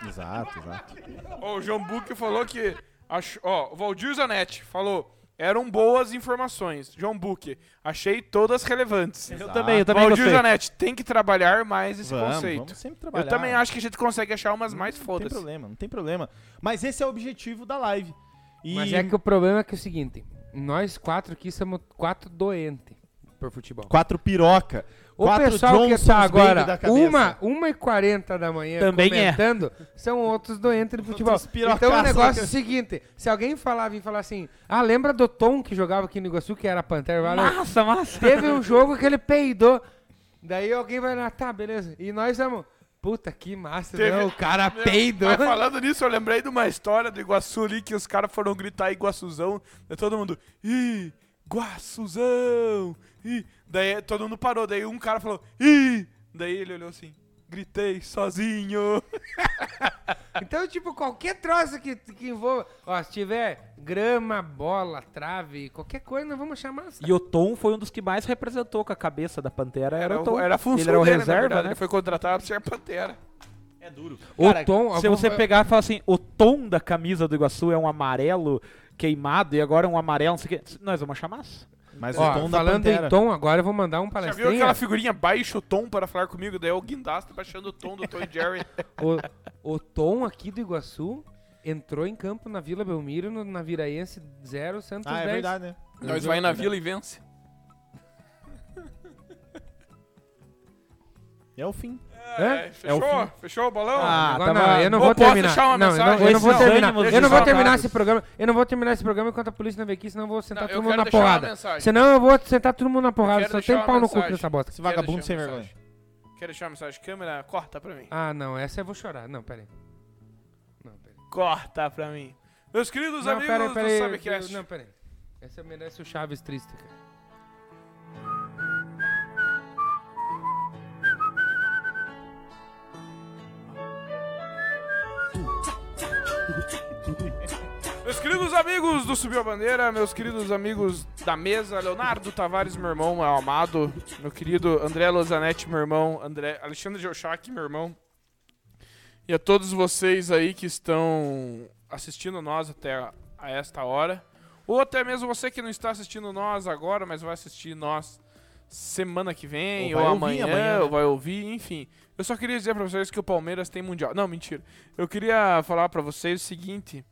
[SPEAKER 2] Exato, exato.
[SPEAKER 5] Ó, o João Buck falou que. ach- Ó, o Valdir Zanetti falou. Eram boas informações. João Buck, achei todas relevantes.
[SPEAKER 4] Eu também, eu também
[SPEAKER 5] Valdir
[SPEAKER 4] gostei.
[SPEAKER 5] Zanetti, tem que trabalhar mais esse
[SPEAKER 2] Vamos,
[SPEAKER 5] conceito.
[SPEAKER 2] vamos sempre
[SPEAKER 5] eu
[SPEAKER 2] trabalhar.
[SPEAKER 5] também acho que a gente consegue achar umas mais
[SPEAKER 2] Não tem
[SPEAKER 5] fodas.
[SPEAKER 2] problema, não tem problema. Mas esse é o objetivo da live. E
[SPEAKER 3] Mas é que o problema é que é o seguinte: nós quatro aqui somos quatro doentes por futebol.
[SPEAKER 2] quatro piroca.
[SPEAKER 3] O
[SPEAKER 2] quatro
[SPEAKER 3] pessoal que
[SPEAKER 2] Johnsons
[SPEAKER 3] tá
[SPEAKER 2] Baby
[SPEAKER 3] agora
[SPEAKER 2] da cabeça. Ah,
[SPEAKER 3] uma, uma e 40 da manhã
[SPEAKER 4] Também é.
[SPEAKER 3] comentando, são outros doentes de futebol.
[SPEAKER 2] Outros pirocaços
[SPEAKER 3] Então o negócio
[SPEAKER 2] da
[SPEAKER 3] é o seguinte, se alguém falar, vir falar assim, ah, lembra do Tom que jogava aqui no Iguaçu, que era Pantera, valeu?
[SPEAKER 4] Massa, massa.
[SPEAKER 3] Teve um jogo que ele peidou, daí alguém vai lá, tá, beleza. E nós vamos, puta, que massa,
[SPEAKER 5] Teve-
[SPEAKER 3] né? o cara
[SPEAKER 5] Meu,
[SPEAKER 3] peidou.
[SPEAKER 5] mas falando nisso, eu lembrei de uma história do Iguaçu ali que os caras foram gritar Iguaçuzão. E todo mundo. Ih, Guaçuzão! Ih! Daí todo mundo parou, daí um cara falou, ih! Daí ele olhou assim, gritei sozinho!
[SPEAKER 3] Então, tipo, qualquer troço que, que envolva. Ó, se tiver grama, bola, trave, qualquer coisa, nós vamos chamar. sabe?
[SPEAKER 4] E o Tom foi um dos que mais representou com a cabeça da Pantera. Era, o
[SPEAKER 5] o-
[SPEAKER 4] Tom.
[SPEAKER 5] era a função
[SPEAKER 4] Ele era o
[SPEAKER 5] dele, na
[SPEAKER 4] reserva,
[SPEAKER 5] verdade,
[SPEAKER 4] né?
[SPEAKER 5] Ele foi contratado pra ser pantera.
[SPEAKER 4] O
[SPEAKER 3] Cara,
[SPEAKER 4] tom,
[SPEAKER 5] um-
[SPEAKER 4] se
[SPEAKER 3] algum-
[SPEAKER 4] você pegar e falar assim, o tom da camisa do Iguaçu é um amarelo queimado e agora é um amarelo, não sei o que. Nós vamos chamar?
[SPEAKER 2] Mas
[SPEAKER 3] Ó,
[SPEAKER 2] o tom da
[SPEAKER 3] falando
[SPEAKER 2] Pantera.
[SPEAKER 3] em tom, agora eu vou mandar um
[SPEAKER 5] Já viu aquela
[SPEAKER 3] palestrinha.
[SPEAKER 5] figurinha baixa o tom para falar comigo? Daí é o guindaste baixando o tom do Tom e Jerry.
[SPEAKER 3] O, o tom aqui do Iguaçu entrou em campo na Vila Belmiro, no, na Viraense 0, 110.
[SPEAKER 2] Ah, é verdade, né?
[SPEAKER 5] Nós vai na vila e vence.
[SPEAKER 2] É o fim.
[SPEAKER 3] É?
[SPEAKER 5] fechou?
[SPEAKER 4] É o
[SPEAKER 5] fechou o balão?
[SPEAKER 4] Ah,
[SPEAKER 3] Agora,
[SPEAKER 4] tá
[SPEAKER 3] não,
[SPEAKER 4] na-
[SPEAKER 3] eu não
[SPEAKER 5] Ô,
[SPEAKER 3] vou
[SPEAKER 5] posso
[SPEAKER 3] terminar.
[SPEAKER 5] deixar uma
[SPEAKER 3] não, eu não-
[SPEAKER 5] mensagem?
[SPEAKER 3] eu não vou
[SPEAKER 4] Esses
[SPEAKER 3] terminar.
[SPEAKER 4] ânimos
[SPEAKER 3] Eu não vou terminar
[SPEAKER 5] desatados.
[SPEAKER 3] esse programa. Eu não vou terminar esse programa enquanto a polícia não vem aqui, senão eu vou sentar
[SPEAKER 5] Não, eu
[SPEAKER 3] todo mundo
[SPEAKER 5] quero
[SPEAKER 3] na
[SPEAKER 5] deixar uma
[SPEAKER 3] porrada.
[SPEAKER 5] mensagem.
[SPEAKER 3] Senão eu vou sentar todo mundo na porrada.
[SPEAKER 5] quero
[SPEAKER 3] Só
[SPEAKER 5] deixar
[SPEAKER 3] tem
[SPEAKER 5] uma
[SPEAKER 3] pau no cu
[SPEAKER 5] mensagem.
[SPEAKER 3] nessa bosta.
[SPEAKER 2] Esse vagabundo
[SPEAKER 5] deixar
[SPEAKER 2] sem
[SPEAKER 5] uma
[SPEAKER 2] vergonha.
[SPEAKER 5] mensagem. Quero deixar uma mensagem. Câmera, corta pra mim.
[SPEAKER 3] Ah, não, essa eu vou chorar. Não, peraí. Não, peraí.
[SPEAKER 5] Corta pra mim. Meus queridos
[SPEAKER 3] não,
[SPEAKER 5] amigos
[SPEAKER 3] peraí, peraí.
[SPEAKER 5] do Subcast.
[SPEAKER 3] Não, peraí. Essa merece o Chaves triste, cara.
[SPEAKER 5] Meus queridos amigos do Subiu a Bandeira, meus queridos amigos da mesa, Leonardo Tavares, meu irmão, meu amado, meu querido André Lozanetti, meu irmão, André Alexandre Joshak, meu irmão, e a todos vocês aí que estão assistindo nós até a- a esta hora, ou até mesmo você que não está assistindo nós agora, mas vai assistir nós semana que vem,
[SPEAKER 2] Ou
[SPEAKER 5] ou,
[SPEAKER 2] vai ouvir
[SPEAKER 5] amanhã,
[SPEAKER 2] amanhã, né?
[SPEAKER 5] ou vai ouvir, enfim. Eu só queria dizer pra vocês que o Palmeiras tem mundial. Não, mentira. Eu queria falar pra vocês o seguinte,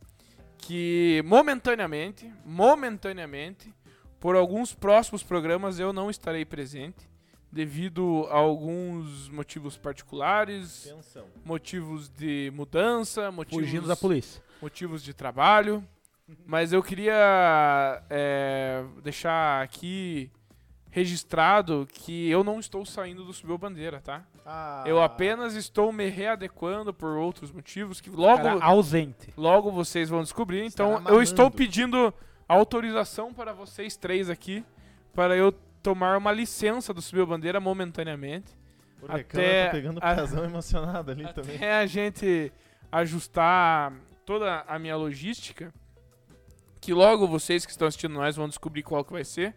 [SPEAKER 5] que momentaneamente, momentaneamente, por alguns próximos programas eu não estarei presente devido a alguns motivos particulares,
[SPEAKER 2] Atenção.
[SPEAKER 5] motivos de mudança, motivos
[SPEAKER 4] Fugindo da polícia.
[SPEAKER 5] motivos de trabalho. Mas eu queria é, deixar aqui registrado que eu não estou saindo do Subiu Bandeira, tá?
[SPEAKER 2] Ah,
[SPEAKER 4] Ah.
[SPEAKER 5] Eu apenas estou me readequando por outros motivos que logo,
[SPEAKER 4] Cara, ausente.
[SPEAKER 5] logo vocês vão descobrir. Então
[SPEAKER 2] Estará
[SPEAKER 5] eu estou
[SPEAKER 2] mamando.
[SPEAKER 5] pedindo autorização para vocês três aqui para eu tomar uma licença do Subiu Bandeira momentaneamente.
[SPEAKER 2] O Recão
[SPEAKER 5] até-
[SPEAKER 2] tá pegando
[SPEAKER 5] a-
[SPEAKER 2] pezão emocionado ali também.
[SPEAKER 5] É a gente ajustar toda a minha logística, que logo vocês que estão assistindo nós vão descobrir qual que vai ser.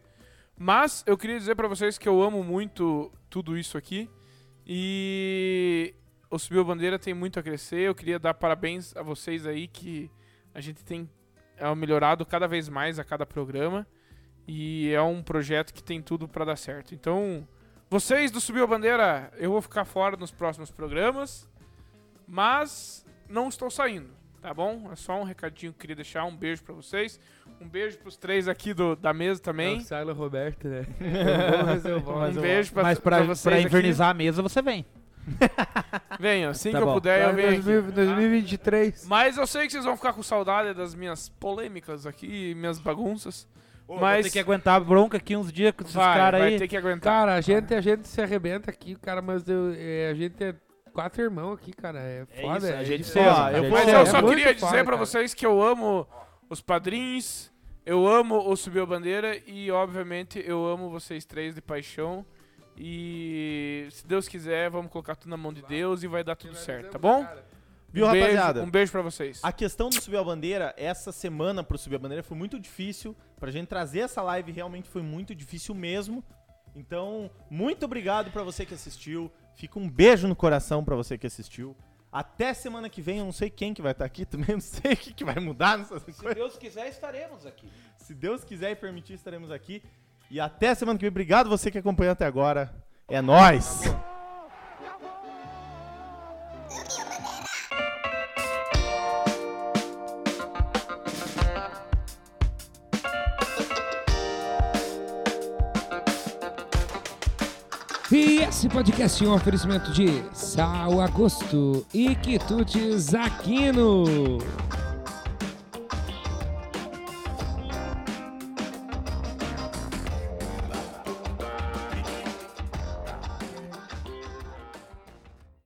[SPEAKER 5] Mas eu queria dizer pra vocês que eu amo muito tudo isso aqui e o Subiu a Bandeira tem muito a crescer. Eu queria dar parabéns a vocês aí que a gente tem é, melhorado cada vez mais a cada programa e é um projeto que tem tudo pra dar certo. Então, vocês do Subiu a Bandeira, eu vou ficar fora nos próximos programas, mas não estou saindo, tá bom? É só um recadinho que eu queria deixar, um beijo pra vocês, um beijo pros três aqui do, da mesa
[SPEAKER 3] É o
[SPEAKER 5] também.
[SPEAKER 3] Silo Roberto, né? Eu vou reservar
[SPEAKER 5] Um
[SPEAKER 3] mais uma.
[SPEAKER 5] beijo pra,
[SPEAKER 4] Mas pra,
[SPEAKER 5] pra vocês
[SPEAKER 4] pra
[SPEAKER 5] aqui.
[SPEAKER 4] invernizar a mesa, você vem.
[SPEAKER 5] Venha, assim
[SPEAKER 4] Tá
[SPEAKER 5] que eu
[SPEAKER 4] bom.
[SPEAKER 5] puder, eu venho aqui.
[SPEAKER 3] 2023.
[SPEAKER 5] Mas eu sei que vocês vão ficar com saudade das minhas polêmicas aqui, minhas bagunças.
[SPEAKER 4] Mas...
[SPEAKER 5] mas
[SPEAKER 3] é
[SPEAKER 4] Tem que aguentar a bronca aqui uns dias com esses
[SPEAKER 5] vai,
[SPEAKER 4] caras
[SPEAKER 5] vai
[SPEAKER 4] aí. tá
[SPEAKER 5] ter que aguentar.
[SPEAKER 3] Cara, a gente, a gente se arrebenta aqui, cara, mas eu- é, a gente é quatro irmãos aqui, cara. É foda.
[SPEAKER 4] isso, a
[SPEAKER 3] é
[SPEAKER 4] gente
[SPEAKER 3] isso.
[SPEAKER 4] se ama,
[SPEAKER 2] Ó,
[SPEAKER 4] a
[SPEAKER 2] eu
[SPEAKER 4] gente
[SPEAKER 2] vou-
[SPEAKER 5] mas
[SPEAKER 4] se
[SPEAKER 5] eu
[SPEAKER 4] ama.
[SPEAKER 5] só
[SPEAKER 3] muito
[SPEAKER 5] queria
[SPEAKER 3] foda,
[SPEAKER 5] dizer pra
[SPEAKER 3] cara.
[SPEAKER 5] vocês que eu amo os padrinhos, eu amo o Subiu a Bandeira e, obviamente, eu amo vocês três de paixão. E se Deus quiser, vamos colocar tudo na mão de Deus e vai dar tudo certo, tá bom?
[SPEAKER 2] Viu,
[SPEAKER 5] um beijo,
[SPEAKER 2] rapaziada?
[SPEAKER 5] Um beijo pra vocês.
[SPEAKER 2] A questão do Subir a Bandeira, essa semana pro Subir a Bandeira foi muito difícil. Pra gente trazer essa live realmente foi muito difícil mesmo. Então, muito obrigado pra você que assistiu. Fica um beijo no coração pra você que assistiu. Até semana que vem, eu não sei quem que vai estar aqui também, não sei o que, que vai mudar nessas coisas.
[SPEAKER 4] Deus quiser, estaremos aqui.
[SPEAKER 2] Se Deus quiser e permitir, estaremos aqui. E até semana que vem. Obrigado você que acompanhou até agora. É nóis!
[SPEAKER 3] E esse podcast é um oferecimento de Sal Agosto e Quitutes Aquino.